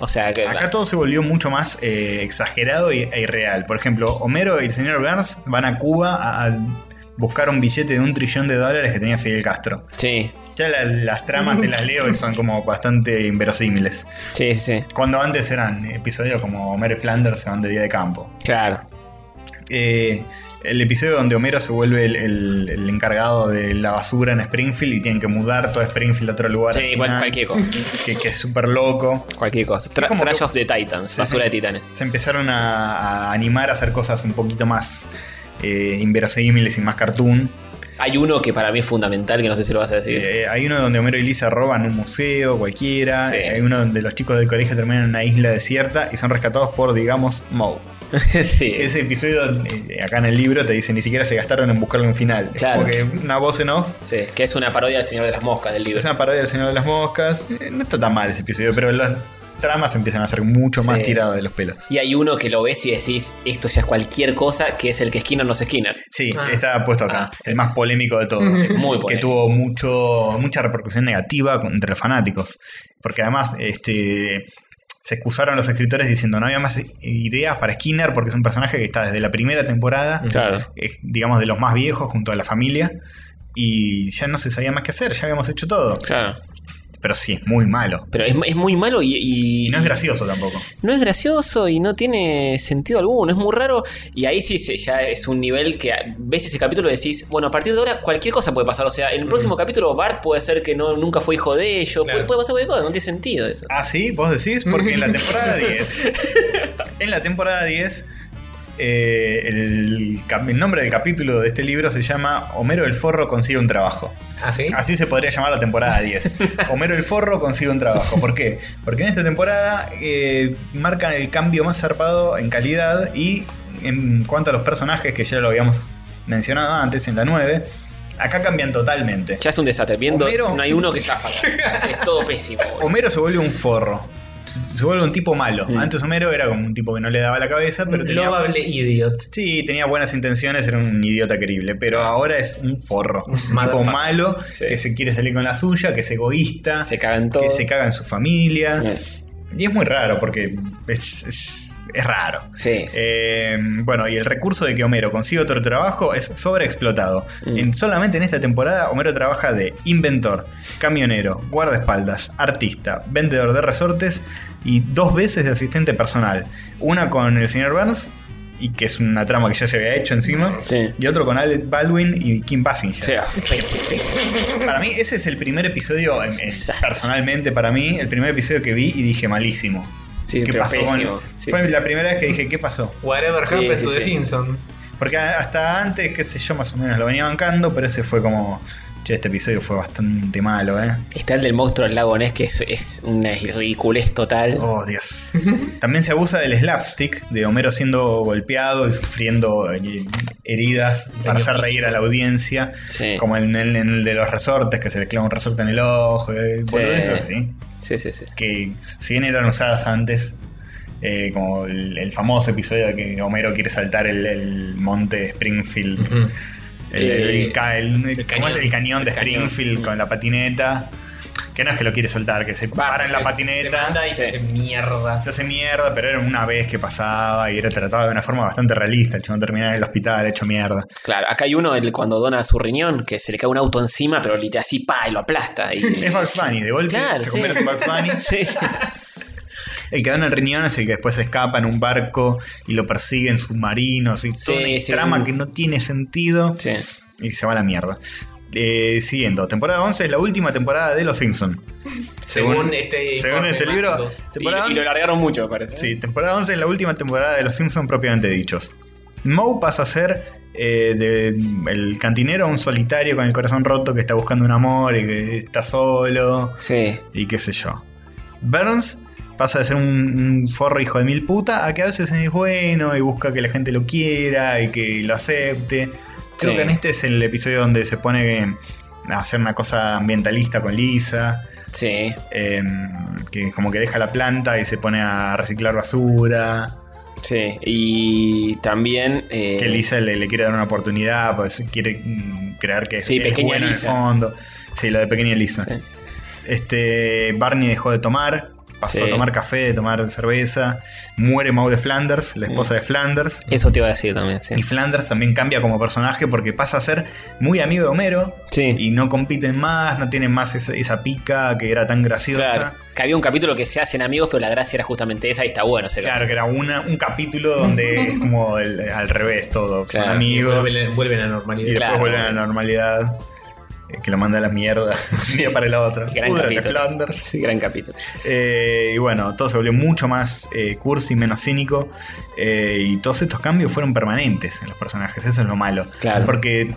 [SPEAKER 4] o sea, que.
[SPEAKER 2] Acá todo se volvió mucho más eh, exagerado y- e irreal. Por ejemplo, Homero y el señor Burns van a Cuba a, a buscar un billete de un trillón de dólares que tenía Fidel Castro.
[SPEAKER 4] Sí,
[SPEAKER 2] Ya la- las tramas te las leo y son como bastante inverosímiles.
[SPEAKER 4] sí, sí, sí.
[SPEAKER 2] Cuando antes eran episodios como Homero y Flanders se van de día de campo.
[SPEAKER 4] Claro.
[SPEAKER 2] Eh, el episodio donde Homero se vuelve el, el- el encargado de la basura en Springfield y tienen que mudar todo Springfield a otro lugar.
[SPEAKER 4] Sí,
[SPEAKER 2] al
[SPEAKER 4] igual
[SPEAKER 2] final,
[SPEAKER 4] cualquier cosa.
[SPEAKER 2] Que, que es súper loco.
[SPEAKER 4] Cualquier cosa. Tra-
[SPEAKER 2] Es como
[SPEAKER 4] Trash
[SPEAKER 2] que-
[SPEAKER 4] of the Titans,
[SPEAKER 2] Sí,
[SPEAKER 4] basura
[SPEAKER 2] sí.
[SPEAKER 4] de titanes.
[SPEAKER 2] Se empezaron a, a animar a hacer cosas un poquito más eh, inverosímiles y más cartoon.
[SPEAKER 4] Hay uno que para mí es fundamental, que no sé si lo vas a decir.
[SPEAKER 2] Eh, hay uno donde Homero y Lisa roban un museo cualquiera.
[SPEAKER 4] Sí.
[SPEAKER 2] Hay uno donde los chicos del colegio terminan en una isla desierta y son rescatados por, digamos, Moe.
[SPEAKER 4] sí.
[SPEAKER 2] Ese episodio, eh, acá en el libro, te dicen ni siquiera se gastaron en buscarle un final.
[SPEAKER 4] Claro.
[SPEAKER 2] Porque una voz en off
[SPEAKER 4] Sí, que es una parodia del Señor de las Moscas del libro.
[SPEAKER 2] es una parodia del Señor de las Moscas. Eh, No está tan mal ese episodio, pero las tramas empiezan a ser mucho más
[SPEAKER 4] Sí.
[SPEAKER 2] tiradas de los pelos.
[SPEAKER 4] Y hay uno que lo ves y decís, esto ya es cualquier cosa, que es el que Skinner no es Skinner.
[SPEAKER 2] Sí,
[SPEAKER 10] Ah.
[SPEAKER 2] está puesto acá.
[SPEAKER 4] Ah,
[SPEAKER 2] el más polémico de todos.
[SPEAKER 4] Muy
[SPEAKER 2] que
[SPEAKER 4] polémico.
[SPEAKER 2] tuvo mucho, mucha repercusión negativa con- entre los fanáticos. Porque además, este. Se excusaron los escritores diciendo no había más ideas para Skinner porque es un personaje que está desde la primera temporada
[SPEAKER 4] Claro.
[SPEAKER 2] eh, digamos, de los más viejos junto a la familia. Y ya no se sabía más qué hacer, ya habíamos hecho todo.
[SPEAKER 4] Claro.
[SPEAKER 2] Pero sí, es muy malo.
[SPEAKER 4] Pero es, es muy malo y,
[SPEAKER 2] Y no es gracioso tampoco.
[SPEAKER 4] no es gracioso y no tiene sentido alguno, es muy raro. Y ahí sí se- ya es un nivel que a- ves ese capítulo y decís, bueno, a partir de ahora cualquier cosa puede pasar. O sea, en el próximo capítulo Bart puede ser que no, nunca fue hijo de ellos,
[SPEAKER 10] Claro.
[SPEAKER 4] puede, puede pasar cualquier cosa, no tiene sentido eso.
[SPEAKER 2] Ah, sí, vos decís, porque en la temporada 10. En la temporada 10. eh, el, cap- el nombre del capítulo de este libro se llama Homero el Forro consigue un trabajo.
[SPEAKER 10] ¿Ah,
[SPEAKER 3] ¿Eh?
[SPEAKER 10] sí?
[SPEAKER 2] Así se podría llamar la temporada 10. Homero el Forro consigue un trabajo. ¿Por qué? Porque en esta temporada eh, marcan el cambio más zarpado en calidad y en cuanto a los personajes, que ya lo habíamos mencionado antes en la 9, acá cambian totalmente.
[SPEAKER 4] Ya es un desastre, viendo
[SPEAKER 2] Homero-
[SPEAKER 4] no hay uno que zafa. es todo pésimo. boludo.
[SPEAKER 2] Homero se vuelve un forro. Se se vuelve un tipo malo. Antes Homero era como un tipo que no le daba la cabeza, pero
[SPEAKER 10] Un
[SPEAKER 2] tenía,
[SPEAKER 10] Lovable idiot.
[SPEAKER 2] sí, tenía buenas intenciones, era un idiota querible. Pero ahora es un forro. Un tipo
[SPEAKER 10] Motherfucker.
[SPEAKER 2] malo,
[SPEAKER 4] Sí.
[SPEAKER 2] que se quiere salir con la suya, que es egoísta.
[SPEAKER 4] Se cagan
[SPEAKER 2] que
[SPEAKER 4] todos.
[SPEAKER 2] se caga en su familia.
[SPEAKER 4] Eh,
[SPEAKER 2] Y es muy raro porque es, es- es raro.
[SPEAKER 4] Sí, sí.
[SPEAKER 2] Eh, bueno, y el recurso de que Homero consiga otro trabajo es sobreexplotado.
[SPEAKER 4] Mm.
[SPEAKER 2] En- solamente en esta temporada, Homero trabaja de inventor, camionero, guardaespaldas, artista, vendedor de resortes y dos veces de asistente personal. Una con el señor Burns, y que es una trama que ya se había hecho encima,
[SPEAKER 4] Sí.
[SPEAKER 2] y otro con Alec Baldwin y Kim Basinger.
[SPEAKER 4] O sea, pésimo, pésimo.
[SPEAKER 2] Para mí, ese es el primer episodio, em, em,
[SPEAKER 4] Exacto.
[SPEAKER 2] personalmente para mí, el primer episodio que vi y dije malísimo.
[SPEAKER 4] Sí,
[SPEAKER 2] ¿Qué
[SPEAKER 4] pero
[SPEAKER 2] pasó con-
[SPEAKER 4] pésimo. Sí,
[SPEAKER 2] Fue
[SPEAKER 4] sí.
[SPEAKER 2] la primera vez que dije, ¿qué pasó?
[SPEAKER 10] Whatever
[SPEAKER 4] Sí,
[SPEAKER 10] happened
[SPEAKER 4] sí,
[SPEAKER 10] to the
[SPEAKER 4] sí.
[SPEAKER 10] Simpsons.
[SPEAKER 2] Porque a- hasta antes, qué sé yo, más o menos lo venía bancando, pero ese fue como Che, este episodio fue bastante malo, ¿eh?
[SPEAKER 4] Está el del monstruo del lago Ness, que es, es una ridiculez total.
[SPEAKER 2] Oh, Dios. También se abusa del slapstick, de Homero siendo golpeado y sufriendo eh, heridas para hacer reír a la audiencia.
[SPEAKER 4] Sí.
[SPEAKER 2] Como en el, en el de los resortes, que se le clava un resorte en el ojo. Eh, boludeces así.
[SPEAKER 4] Sí, sí, sí.
[SPEAKER 2] que si bien eran usadas antes, eh, como el, el famoso episodio de que Homero quiere saltar el, el monte de Springfield,
[SPEAKER 3] Ujú.
[SPEAKER 2] el, el ca- el- ¿cómo es?
[SPEAKER 3] cañón.
[SPEAKER 2] El cañón de Springfield con la patineta, que no es que lo quiere soltar, que se para en la
[SPEAKER 3] Se- Se
[SPEAKER 2] patineta.
[SPEAKER 3] manda y se hace mierda.
[SPEAKER 2] se hace mierda, pero era una vez que pasaba y era tratado de una forma bastante realista. El chino terminaba en el hospital hecho mierda.
[SPEAKER 4] Claro, acá hay uno el, cuando dona su riñón, que se le cae un auto encima, pero literal así, pa, y lo aplasta. Y,
[SPEAKER 2] Es Bugs Bunny, de golpe
[SPEAKER 4] Claro,
[SPEAKER 2] se
[SPEAKER 4] sí.
[SPEAKER 2] convierte en Bugs Bunny.
[SPEAKER 4] Sí.
[SPEAKER 2] El que da en el riñón es el que después escapa en un barco y lo persiguen submarinos y
[SPEAKER 4] Sí,
[SPEAKER 2] toda una
[SPEAKER 4] sí.
[SPEAKER 2] trama que no tiene sentido
[SPEAKER 4] Sí.
[SPEAKER 2] y se va a la mierda. Eh, siguiendo, temporada 11 es la última temporada de Los Simpsons.
[SPEAKER 3] Según, este,
[SPEAKER 2] según
[SPEAKER 3] informe
[SPEAKER 2] este libro,
[SPEAKER 3] mágico.
[SPEAKER 2] temporada,
[SPEAKER 4] Y, y lo largaron mucho, me parece.
[SPEAKER 2] sí, temporada 11 es la última temporada de Los Simpsons propiamente dichos. Moe pasa a ser eh, de- el cantinero a un solitario con el corazón roto que está buscando un amor y que está solo
[SPEAKER 4] Sí.
[SPEAKER 2] y qué sé yo. Burns pasa de ser un, un forro hijo de mil puta a que a veces es bueno y busca que la gente lo quiera y que lo acepte. Creo
[SPEAKER 4] Sí.
[SPEAKER 2] que en este es el episodio donde se pone a hacer una cosa ambientalista con Lisa,
[SPEAKER 4] Sí.
[SPEAKER 2] eh, que como que deja la planta y se pone a reciclar basura.
[SPEAKER 4] Sí. Y también. eh,
[SPEAKER 2] Que Lisa le, le quiere dar una oportunidad, pues quiere mm, creer que es-
[SPEAKER 4] Sí,
[SPEAKER 2] es
[SPEAKER 4] pequeña
[SPEAKER 2] bueno en el
[SPEAKER 4] Lisa.
[SPEAKER 2] fondo. Sí, lo de pequeña Lisa.
[SPEAKER 4] Sí.
[SPEAKER 2] Este Barney dejó de tomar, pasó
[SPEAKER 4] Sí.
[SPEAKER 2] a tomar café, de tomar cerveza. Muere Maud de Flanders, la esposa de Flanders.
[SPEAKER 4] Eso te iba a decir también, sí.
[SPEAKER 2] Y Flanders también cambia como personaje porque pasa a ser muy amigo de Homero.
[SPEAKER 4] Sí.
[SPEAKER 2] Y no compiten más, no tienen más esa, esa pica que era tan graciosa.
[SPEAKER 4] Claro. Que había un capítulo que se hacen amigos, pero la gracia era justamente esa y está bueno. Se
[SPEAKER 2] Claro, que era una- un capítulo donde es como el- al revés todo. Son
[SPEAKER 4] Claro,
[SPEAKER 3] Y
[SPEAKER 2] amigos.
[SPEAKER 3] Vuelven, vuelven a la
[SPEAKER 2] Y
[SPEAKER 3] normalidad.
[SPEAKER 2] después
[SPEAKER 4] Claro.
[SPEAKER 2] vuelven a la normalidad. eh, Que lo manda a la mierda un día para el otro.
[SPEAKER 4] Gran
[SPEAKER 2] Púdrate,
[SPEAKER 4] capítulo.
[SPEAKER 2] Flanders.
[SPEAKER 4] Sí, gran capítulo.
[SPEAKER 2] Eh, y bueno, todo se volvió mucho más eh, cursi, menos cínico. eh, y todos estos cambios fueron permanentes en los personajes. Eso es lo malo.
[SPEAKER 4] Claro.
[SPEAKER 2] Porque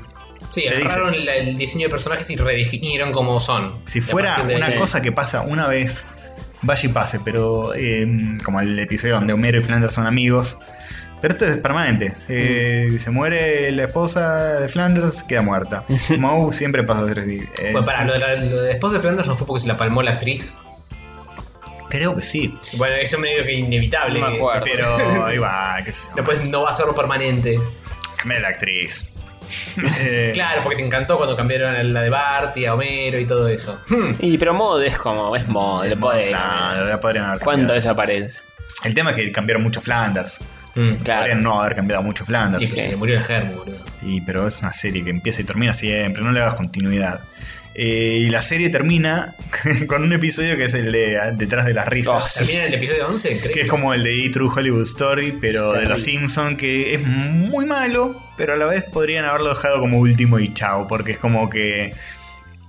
[SPEAKER 3] Sí,
[SPEAKER 2] Te
[SPEAKER 3] agarraron la- el diseño de personajes y redefinieron cómo son.
[SPEAKER 2] si
[SPEAKER 3] A
[SPEAKER 2] fuera
[SPEAKER 3] partir de
[SPEAKER 2] una
[SPEAKER 3] ahí.
[SPEAKER 2] cosa que pasa una vez, vaya y pase. Pero eh, como el episodio donde Homero y Flanders son amigos. Pero esto es permanente. Eh, Se muere la esposa de Flanders, queda muerta. Moe siempre pasa a ser así. Eh,
[SPEAKER 3] Bueno, Pues para,
[SPEAKER 2] sí.
[SPEAKER 3] lo de, la, lo de Esposa de Flanders no fue porque se la palmó la actriz.
[SPEAKER 2] Creo que sí.
[SPEAKER 3] Bueno, eso me digo que es inevitable.
[SPEAKER 4] No me acuerdo.
[SPEAKER 2] Pero igual, qué sé yo.
[SPEAKER 3] Después no va a hacerlo permanente.
[SPEAKER 2] Cambié la actriz. Eh,
[SPEAKER 3] Claro, porque te encantó cuando cambiaron a la de Bart y a Homero y todo eso. Hmm.
[SPEAKER 4] Y pero mod es como, es mod, el mod de-
[SPEAKER 2] Claro, la podrían haber
[SPEAKER 4] ¿Cuántas
[SPEAKER 2] cambiado.
[SPEAKER 4] veces aparece?
[SPEAKER 2] El tema es que cambiaron mucho Flanders.
[SPEAKER 3] Hmm.
[SPEAKER 4] Claro.
[SPEAKER 2] Podrían no haber cambiado mucho
[SPEAKER 3] Y
[SPEAKER 2] Flanders.
[SPEAKER 3] es que se le murió el germo, boludo.
[SPEAKER 2] Y, pero es una serie que empieza y termina siempre, no le hagas continuidad. Eh, y la serie termina con un episodio que es el de ah, Detrás de las risas.
[SPEAKER 4] Oh, sí.
[SPEAKER 3] ¿Termina en el episodio 11? creo.
[SPEAKER 2] Que es como el de E! True Hollywood Story, pero de
[SPEAKER 4] Terrible.
[SPEAKER 2] los Simpsons, que es muy malo, pero a la vez podrían haberlo dejado como último y chao, porque es como que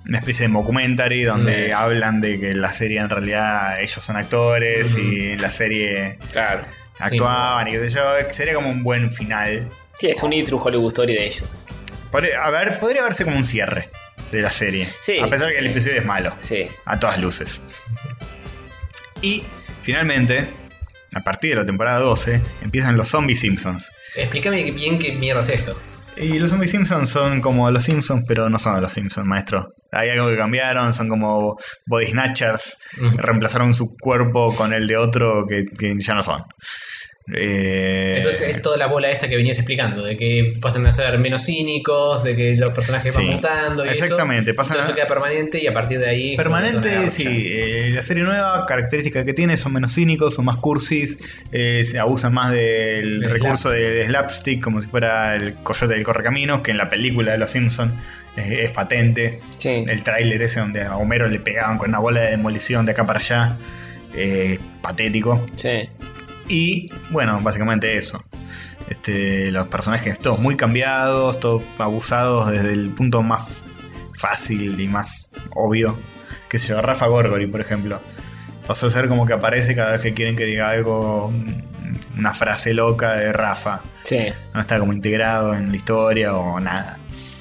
[SPEAKER 2] una especie de documentary donde
[SPEAKER 4] Sí.
[SPEAKER 2] hablan de que la serie en realidad ellos son actores y en la serie
[SPEAKER 4] Claro.
[SPEAKER 2] actuaban y qué sé yo, sería como un buen final.
[SPEAKER 4] Sí, es un intro Hollywood Story de ellos.
[SPEAKER 2] Podría- a ver, podría verse como un cierre de la serie,
[SPEAKER 4] Sí,
[SPEAKER 2] a pesar
[SPEAKER 4] sí.
[SPEAKER 2] que el episodio es malo.
[SPEAKER 4] Sí.
[SPEAKER 2] A todas luces. Y finalmente, a partir de la temporada 12, empiezan los Zombie Simpsons.
[SPEAKER 3] Explícame bien qué mierda es esto.
[SPEAKER 2] Y los Zombie Simpsons son como los Simpsons, pero no son los Simpsons, maestro. Hay algo que cambiaron, son como body snatchers, reemplazaron su cuerpo con el de otro que, que ya no son. Eh,
[SPEAKER 3] Entonces es toda la bola esta que venías explicando, de que pasan a ser menos cínicos, de que los personajes
[SPEAKER 2] Sí.
[SPEAKER 3] van mutando y
[SPEAKER 2] Exactamente,
[SPEAKER 3] eso.
[SPEAKER 2] pasan
[SPEAKER 3] Todo
[SPEAKER 2] a-
[SPEAKER 3] eso queda permanente y a partir de ahí... se
[SPEAKER 2] Permanente,
[SPEAKER 3] torna
[SPEAKER 2] sí.
[SPEAKER 3] garcha.
[SPEAKER 2] Eh, la serie nueva, característica que tiene, son menos cínicos, son más cursis, eh, se abusan más del
[SPEAKER 3] Del
[SPEAKER 2] recurso
[SPEAKER 3] slaps.
[SPEAKER 2] del slapstick, como si fuera el coyote del correcaminos, que en la película de Los Simpsons es patente.
[SPEAKER 4] Sí.
[SPEAKER 2] El tráiler ese donde a Homero le pegaban con una bola de demolición de acá para allá. eh, patético.
[SPEAKER 4] Sí.
[SPEAKER 2] Y bueno, básicamente eso. Este, los personajes todos muy cambiados, todos abusados desde el punto más fácil y más obvio. Que se yo, Rafa Gorgori, por ejemplo. Pasó a ser como que aparece cada vez que quieren que diga algo, mm, una frase loca de Rafa.
[SPEAKER 4] Sí.
[SPEAKER 2] No está como integrado en la historia o nada.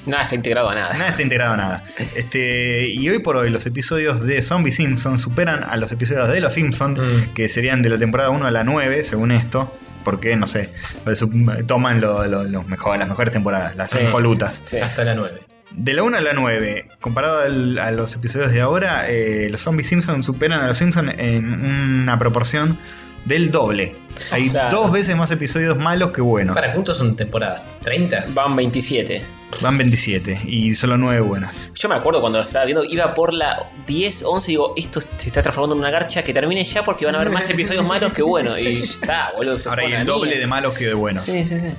[SPEAKER 4] Nada está integrado a nada.
[SPEAKER 2] Nada está integrado a nada. Este, y hoy por hoy los episodios de Zombie Simpson superan a los episodios de Los Simpson, que serían de la temporada 1 a la 9, según esto. Porque, no sé, su- toman lo- lo- los mejores- las mejores temporadas, las
[SPEAKER 4] Sí.
[SPEAKER 2] impolutas.
[SPEAKER 4] Sí.
[SPEAKER 3] Hasta la 9.
[SPEAKER 2] De la 1 a la 9, comparado al- a los episodios de ahora, eh, los Zombies Simpson superan a los Simpson en una proporción del doble. Hay
[SPEAKER 4] Claro.
[SPEAKER 2] dos veces más episodios malos que buenos.
[SPEAKER 3] Para, juntos son temporadas. ¿30?
[SPEAKER 4] Van 27.
[SPEAKER 2] Van 27 y solo 9 buenas.
[SPEAKER 4] Yo me acuerdo cuando lo estaba viendo, iba por la 10, 11 y digo, esto se está transformando en una garcha que termine ya porque van a haber más episodios malos que bueno. Y ya está, boludo. se
[SPEAKER 2] Ahora
[SPEAKER 4] fue
[SPEAKER 2] hay
[SPEAKER 4] a la
[SPEAKER 2] el doble
[SPEAKER 4] mierda.
[SPEAKER 2] de malos que de buenos.
[SPEAKER 4] Sí, sí, sí.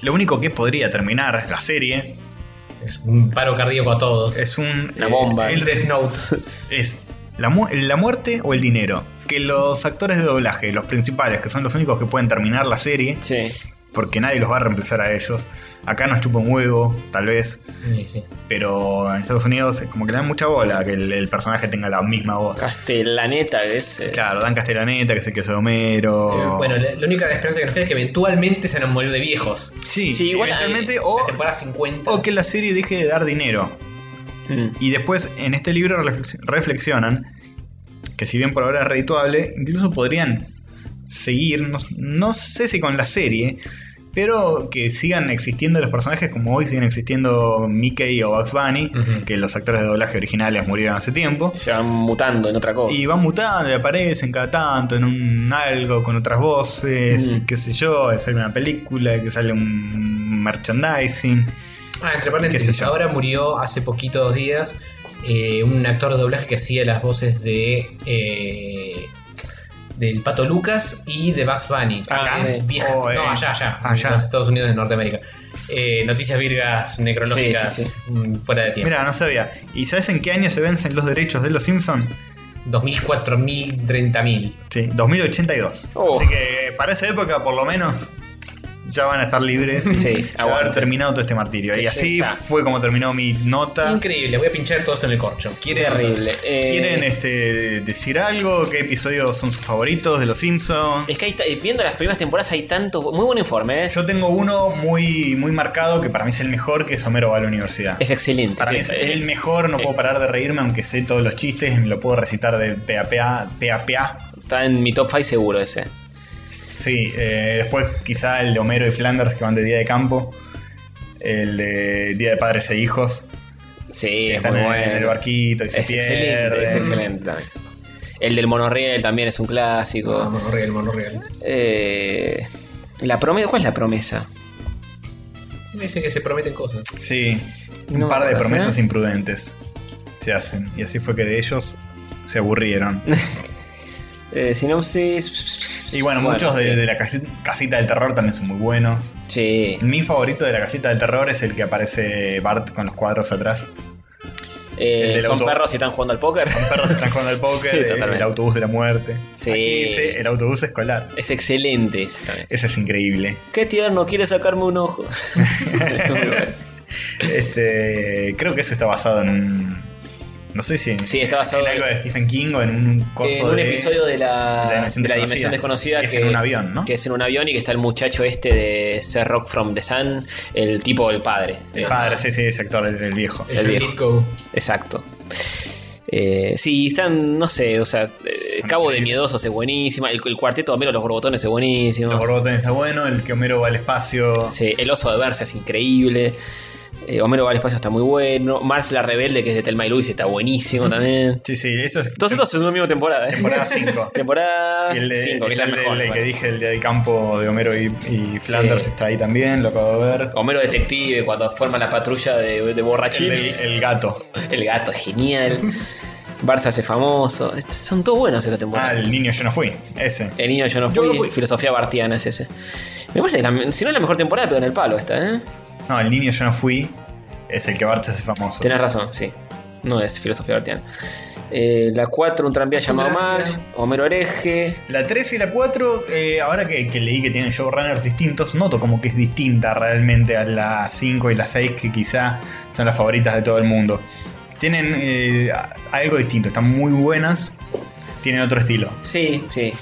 [SPEAKER 2] Lo único que podría terminar la serie
[SPEAKER 3] Es un paro cardíaco a todos.
[SPEAKER 2] es un. eh,
[SPEAKER 4] Una bomba.
[SPEAKER 2] el Death Note. Es la, mu- la muerte o el dinero. Que los actores de doblaje, los principales, que son los únicos que pueden terminar la serie,
[SPEAKER 4] Sí.
[SPEAKER 2] porque nadie los va a reemplazar a ellos. Acá nos chupa un huevo, tal vez,
[SPEAKER 3] Sí, sí.
[SPEAKER 2] pero en Estados Unidos es como que le dan mucha bola que el, el personaje tenga la misma voz.
[SPEAKER 4] Castellaneta es. eh,
[SPEAKER 2] Claro, Dan Castellaneta, que es el que hace Homero.
[SPEAKER 3] Eh, Bueno, la, la única esperanza que nos queda es que eventualmente se van a morir de viejos.
[SPEAKER 2] sí,
[SPEAKER 4] sí, igual
[SPEAKER 2] eventualmente,
[SPEAKER 4] hay-
[SPEAKER 2] o,
[SPEAKER 3] la temporada 50.
[SPEAKER 2] o que la serie deje de dar dinero.
[SPEAKER 4] mm.
[SPEAKER 2] Y después en este libro reflex- reflexionan que si bien por ahora es redituable, incluso podrían seguir, no, no sé si con la serie, pero que sigan existiendo los personajes como hoy siguen existiendo Mickey o Bugs Bunny,
[SPEAKER 3] Ujú.
[SPEAKER 2] que los actores de doblaje originales murieron hace tiempo.
[SPEAKER 4] Se van mutando en otra cosa.
[SPEAKER 2] Y van mutando y aparecen cada tanto en un algo con otras voces,
[SPEAKER 4] Mm.
[SPEAKER 2] y qué sé yo, sale una película, que sale un merchandising.
[SPEAKER 3] Ah,
[SPEAKER 2] ¿Qué
[SPEAKER 3] entre paréntesis,
[SPEAKER 2] sé yo?
[SPEAKER 3] ahora murió hace poquitos días eh, un actor de doblaje que hacía las voces de. eh, del Pato Lucas y de Bugs Bunny.
[SPEAKER 4] Ah,
[SPEAKER 3] Acá,
[SPEAKER 4] sí.
[SPEAKER 3] vieja-
[SPEAKER 2] Oh, eh.
[SPEAKER 3] no, allá, allá.
[SPEAKER 2] Allá.
[SPEAKER 3] En los Estados Unidos de Norteamérica. Eh, noticias virgas necrológicas
[SPEAKER 4] Sí, sí,
[SPEAKER 3] mm, fuera de tiempo.
[SPEAKER 2] Mira, no sabía. ¿Y sabes en qué año se vencen los derechos de los Simpsons?
[SPEAKER 3] 2000, 4000, 30.000.
[SPEAKER 2] Sí, 2082.
[SPEAKER 4] Oh.
[SPEAKER 2] Así que eh, para esa época, por lo menos, ya van a estar libres. ya va a
[SPEAKER 4] Sí,
[SPEAKER 2] haber
[SPEAKER 4] aguante.
[SPEAKER 2] terminado todo este martirio.
[SPEAKER 4] Sí,
[SPEAKER 2] Y así
[SPEAKER 4] ya.
[SPEAKER 2] fue como terminó mi nota.
[SPEAKER 3] Increíble, voy a pinchar todo esto en el corcho.
[SPEAKER 2] ¿Quieren,
[SPEAKER 4] Terrible. Eh,
[SPEAKER 2] ¿Quieren este, decir algo? ¿Qué episodios son sus favoritos de los Simpsons?
[SPEAKER 4] Es que hay ta- viendo las primeras temporadas hay tantos. Muy buen informe, ¿eh?
[SPEAKER 2] Yo tengo uno muy, muy marcado que para mí es el mejor, que es Homero va a la universidad.
[SPEAKER 4] Es excelente.
[SPEAKER 2] Para
[SPEAKER 4] sí,
[SPEAKER 2] mí es
[SPEAKER 4] eh,
[SPEAKER 2] el mejor, no
[SPEAKER 4] eh.
[SPEAKER 2] puedo parar de reírme, aunque sé todos los chistes, me lo puedo recitar de PAPA, PAPA.
[SPEAKER 4] Está en mi top 5 seguro ese.
[SPEAKER 2] Sí, eh, después quizá el de Homero y Flanders que van de día de campo. El de Día de Padres e Hijos.
[SPEAKER 4] Sí,
[SPEAKER 2] Que
[SPEAKER 4] es
[SPEAKER 2] están
[SPEAKER 4] muy
[SPEAKER 2] en,
[SPEAKER 4] bueno.
[SPEAKER 2] en el barquito y
[SPEAKER 4] es
[SPEAKER 2] se pierden.
[SPEAKER 4] excelente, es excelente también. El del monorriel también es un clásico.
[SPEAKER 3] Ah, Monorriel, Monorriel.
[SPEAKER 4] Eh, la promesa, ¿cuál es la promesa?
[SPEAKER 3] Dicen que se prometen cosas.
[SPEAKER 2] Sí, un
[SPEAKER 4] No me
[SPEAKER 2] par de
[SPEAKER 4] acuerdo, ¿eh?
[SPEAKER 2] promesas
[SPEAKER 4] ¿sí?
[SPEAKER 2] imprudentes se hacen. Y así fue que de ellos se aburrieron.
[SPEAKER 4] Eh, sinopsis.
[SPEAKER 2] Y bueno, muchos de,
[SPEAKER 4] sí.
[SPEAKER 2] de la casi- casita del terror también son muy buenos.
[SPEAKER 4] Sí.
[SPEAKER 2] Mi favorito de la casita del terror es el que aparece Bart con los cuadros atrás.
[SPEAKER 4] Eh,
[SPEAKER 2] El del
[SPEAKER 4] son
[SPEAKER 2] auto.
[SPEAKER 4] perros y están jugando al póker.
[SPEAKER 2] Los perros están jugando al póker,
[SPEAKER 4] Sí,
[SPEAKER 2] el- el,
[SPEAKER 4] totalmente.
[SPEAKER 2] autobús de la muerte.
[SPEAKER 4] Sí.
[SPEAKER 2] Aquí dice el autobús escolar.
[SPEAKER 4] Es excelente ese también.
[SPEAKER 2] Ese es increíble.
[SPEAKER 4] Qué tierno, quiere sacarme un ojo. Muy bueno.
[SPEAKER 2] Este, creo que eso está basado en un. No sé si. en-
[SPEAKER 4] Sí, está basado
[SPEAKER 2] en algo de Stephen King o en un coso
[SPEAKER 4] en un
[SPEAKER 2] de-
[SPEAKER 4] episodio de
[SPEAKER 2] de
[SPEAKER 4] la,
[SPEAKER 2] la dimensión
[SPEAKER 4] de la dimensión
[SPEAKER 2] desconocida,
[SPEAKER 4] desconocida
[SPEAKER 2] que es en un avión, ¿no?
[SPEAKER 4] que es en un avión y que está el muchacho este de Ser Rock from the Sun, el tipo, el padre.
[SPEAKER 2] El
[SPEAKER 4] Eh,
[SPEAKER 2] padre, sí, sí, ese actor, el, el viejo.
[SPEAKER 4] El viejo.
[SPEAKER 3] Ditko.
[SPEAKER 4] Exacto. Eh, sí, están, no sé, o sea, eh,
[SPEAKER 2] Son
[SPEAKER 4] Cabo de
[SPEAKER 2] increíbles.
[SPEAKER 4] Miedosos es buenísima, el, el cuarteto de Homero, los borbotones es buenísimo.
[SPEAKER 2] Los borbotones está bueno, el que Homero va al espacio.
[SPEAKER 4] Sí, el oso de Versa es increíble. Eh, Homero va al espacio está muy bueno. Mars la rebelde, que es de Telma y Luis, está buenísimo también.
[SPEAKER 2] Sí, sí, eso es.
[SPEAKER 4] Todos estos son la misma temporada, ¿eh?
[SPEAKER 2] Temporada 5.
[SPEAKER 4] Temporada
[SPEAKER 2] El, de-
[SPEAKER 4] 5, que es la
[SPEAKER 2] el de-
[SPEAKER 4] mejor.
[SPEAKER 2] el
[SPEAKER 4] me
[SPEAKER 2] que
[SPEAKER 4] parece.
[SPEAKER 2] dije, el del campo de Homero y, y Flanders
[SPEAKER 4] Sí.
[SPEAKER 2] está ahí también, lo acabo de ver.
[SPEAKER 4] Homero detective, cuando forma la patrulla de, de
[SPEAKER 2] El,
[SPEAKER 4] borrachini.
[SPEAKER 2] del- el gato.
[SPEAKER 4] El gato es genial. Barça hace famoso. Estos son todos buenos esta temporada.
[SPEAKER 2] Ah, el niño yo no fui. Ese.
[SPEAKER 4] El niño yo no fui, filosofía bartiana es ese. Me parece que la- si no es la mejor temporada, pero en el palo está, ¿eh?
[SPEAKER 2] No, el niño yo no fui. Es el que Bart se hace famoso.
[SPEAKER 4] Tenés razón, sí. No es filosofía bartiana. Eh, la 4, un tranvía llamado Marge,
[SPEAKER 3] Gracias.
[SPEAKER 4] Homero Oreje.
[SPEAKER 2] La 3 y la 4, eh, ahora que, que leí que tienen showrunners distintos, noto como que es distinta realmente a la 5 y la 6, que quizá son las favoritas de todo el mundo. Tienen eh, a- algo distinto, están muy buenas, tienen otro estilo.
[SPEAKER 4] Sí, sí.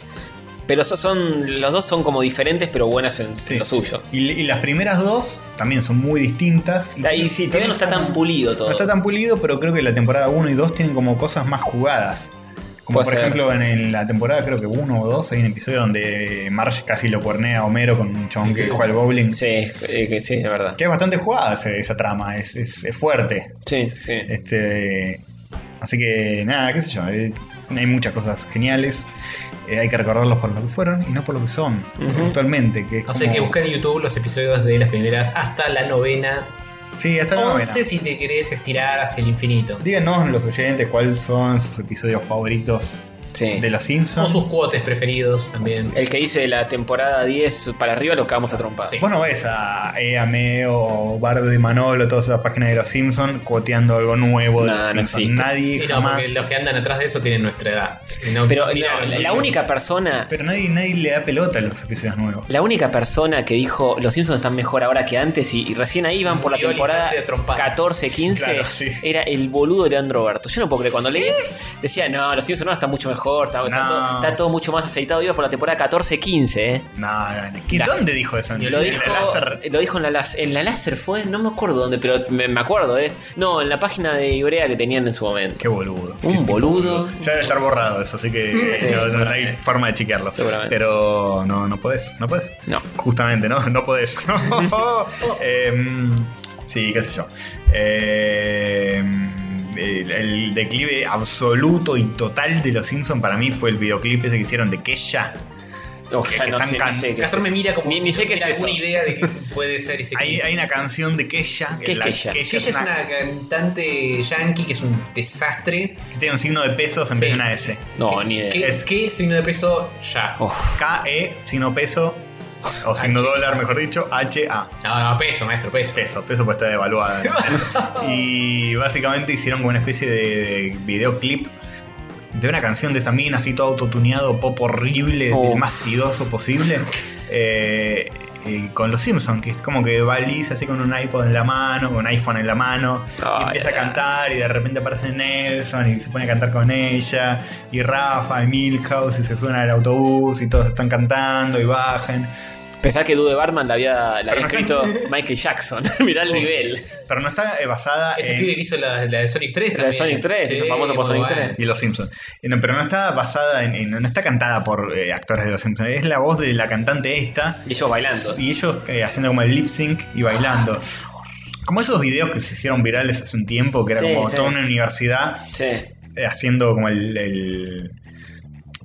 [SPEAKER 4] Pero so- son, los dos son como diferentes, pero buenas en, en lo suyo.
[SPEAKER 2] Y, y las primeras dos también son muy distintas. Y,
[SPEAKER 4] Y sí, todavía no está tan pulido todo.
[SPEAKER 2] No está tan pulido, pero creo que la temporada 1 y 2 tienen como cosas más jugadas. Como
[SPEAKER 4] Puede
[SPEAKER 2] por
[SPEAKER 4] ser.
[SPEAKER 2] ejemplo en, el- la temporada creo que 1 o 2 hay un episodio donde Marge casi lo cuernea a Homero con un chabón que
[SPEAKER 4] Sí.
[SPEAKER 2] juega al bowling.
[SPEAKER 4] Sí, eh, sí, es verdad.
[SPEAKER 2] Que es bastante jugada ese- esa trama, es, es- es fuerte.
[SPEAKER 4] Sí, sí.
[SPEAKER 2] Este, así que nada, qué sé yo. eh, hay muchas cosas geniales. eh, hay que recordarlos por lo que fueron y no por lo que son
[SPEAKER 3] Ujú.
[SPEAKER 2] actualmente. Que es
[SPEAKER 3] O sea, hay que
[SPEAKER 2] como-
[SPEAKER 3] buscar en YouTube los episodios de las primeras hasta la novena.
[SPEAKER 2] Sí, hasta la
[SPEAKER 3] 11
[SPEAKER 2] novena.
[SPEAKER 3] si te querés estirar hacia el infinito.
[SPEAKER 2] Díganos los oyentes cuáles son sus episodios favoritos de Los
[SPEAKER 3] O
[SPEAKER 2] Simpsons.
[SPEAKER 3] sus cuotes preferidos también.
[SPEAKER 4] El que dice la temporada 10 para arriba lo cagamos a trompar.
[SPEAKER 2] Vos no ves a EAME eh, o Bardo de Manolo, todas esas páginas de Los Simpsons, coteando algo nuevo de
[SPEAKER 4] No,
[SPEAKER 2] Los
[SPEAKER 4] no
[SPEAKER 2] Simpsons.
[SPEAKER 4] existe.
[SPEAKER 2] Nadie
[SPEAKER 3] Y no,
[SPEAKER 2] jamás.
[SPEAKER 3] porque los que andan atrás de eso tienen nuestra edad. Y no
[SPEAKER 4] Pero no,
[SPEAKER 3] miraron.
[SPEAKER 4] la, la única persona.
[SPEAKER 2] Pero nadie, nadie le da pelota a los episodios nuevos.
[SPEAKER 4] La única persona que dijo los Simpsons están mejor ahora que antes y, y recién ahí van por la
[SPEAKER 3] Murió al
[SPEAKER 4] temporada
[SPEAKER 3] instante de trompada.
[SPEAKER 4] 14-15
[SPEAKER 2] Claro, sí.
[SPEAKER 4] era el boludo de Leandro Berto. Yo no puedo creer, cuando leí decía, no, los Simpsons no está mucho mejor, está, está
[SPEAKER 2] No.
[SPEAKER 4] todo, está todo mucho más aceitado, iba por la temporada 14-15. ¿eh?
[SPEAKER 2] No, no, no. ¿Qué-
[SPEAKER 4] La-
[SPEAKER 2] ¿Dónde dijo eso? ¿En
[SPEAKER 4] Lo
[SPEAKER 2] el
[SPEAKER 4] dijo, Eh,
[SPEAKER 2] láser?
[SPEAKER 4] lo dijo en, la, las- en la láser, fue, no me acuerdo dónde, pero me, me acuerdo, ¿eh? No, en la página de Ibrea que tenían en su momento.
[SPEAKER 2] Qué boludo. Qué
[SPEAKER 4] Un
[SPEAKER 2] tipo
[SPEAKER 4] boludo.
[SPEAKER 2] Ya debe estar borrado eso, así que eh,
[SPEAKER 4] Sí,
[SPEAKER 2] no- no, hay
[SPEAKER 4] seguramente.
[SPEAKER 2] forma de chequearlo.
[SPEAKER 4] Seguramente.
[SPEAKER 2] Pero no, no podés, no podés.
[SPEAKER 4] No.
[SPEAKER 2] Justamente, ¿no? No podés. Em, sí, qué sé yo. Em, el, el declive absoluto y total de los Simpsons para mí fue el videoclip ese que hicieron de Kesha.
[SPEAKER 4] Uf, ya
[SPEAKER 2] que
[SPEAKER 4] no
[SPEAKER 2] están
[SPEAKER 4] sé, ni
[SPEAKER 2] can-
[SPEAKER 4] sé qué es
[SPEAKER 3] Castor me
[SPEAKER 4] eso.
[SPEAKER 3] mira como
[SPEAKER 4] Ni-
[SPEAKER 3] si
[SPEAKER 4] ni
[SPEAKER 3] no
[SPEAKER 4] sé qué es
[SPEAKER 3] tuviera
[SPEAKER 4] eso.
[SPEAKER 3] alguna idea de que puede ser ese
[SPEAKER 2] Hay,
[SPEAKER 3] clip.
[SPEAKER 2] hay una canción de Kesha.
[SPEAKER 4] ¿Qué es
[SPEAKER 2] la-
[SPEAKER 4] Kesha?
[SPEAKER 2] Kesha
[SPEAKER 3] Ella es una cantante yankee que es un desastre.
[SPEAKER 2] que tiene un signo de pesos en vez
[SPEAKER 3] Sí.
[SPEAKER 2] de una S.
[SPEAKER 4] No, ni idea.
[SPEAKER 3] ¿Qué,
[SPEAKER 2] Es-
[SPEAKER 3] qué signo de peso? Ya.
[SPEAKER 4] Uf,
[SPEAKER 2] KE, signo E, peso, o signo dólar, mejor dicho, HA.
[SPEAKER 3] No, no, peso, maestro, peso.
[SPEAKER 2] Peso, peso pues está devaluada. y básicamente hicieron como una especie de videoclip de una canción de esa mina, así todo autotuneado, pop horrible,
[SPEAKER 4] Oh.
[SPEAKER 2] el más sidoso posible. eh, y con los Simpsons, que es como que va Liz así con un iPod en la mano, con un iPhone en la mano,
[SPEAKER 4] Ay,
[SPEAKER 2] y empieza
[SPEAKER 4] ay,
[SPEAKER 2] a cantar y de repente aparece Nelson y se pone a cantar con ella, y Rafa y Milhouse y se suena al autobús y todos están cantando y bajan.
[SPEAKER 4] pensá que Dude Barman la había, la había
[SPEAKER 2] no-
[SPEAKER 4] escrito Michael Jackson. Mirá el nivel.
[SPEAKER 2] Pero no está eh, basada
[SPEAKER 3] Ese
[SPEAKER 2] en...
[SPEAKER 3] pibe que hizo la, la de Sonic 3
[SPEAKER 4] La de
[SPEAKER 3] también.
[SPEAKER 4] Sonic 3, hizo famoso
[SPEAKER 3] muy
[SPEAKER 4] por Sonic
[SPEAKER 3] bueno.
[SPEAKER 4] 3.
[SPEAKER 2] Y Los Simpsons. pero no está basada en, en- No está cantada por eh, actores de Los Simpsons. Es la voz de la cantante esta.
[SPEAKER 4] Y ellos bailando.
[SPEAKER 2] Y ellos eh, haciendo como el lip sync y
[SPEAKER 4] Ah,
[SPEAKER 2] bailando. Como esos videos que se hicieron virales hace un tiempo, que era
[SPEAKER 4] Sí,
[SPEAKER 2] como
[SPEAKER 4] sí.
[SPEAKER 2] toda una universidad
[SPEAKER 4] Sí.
[SPEAKER 2] eh, haciendo como el. el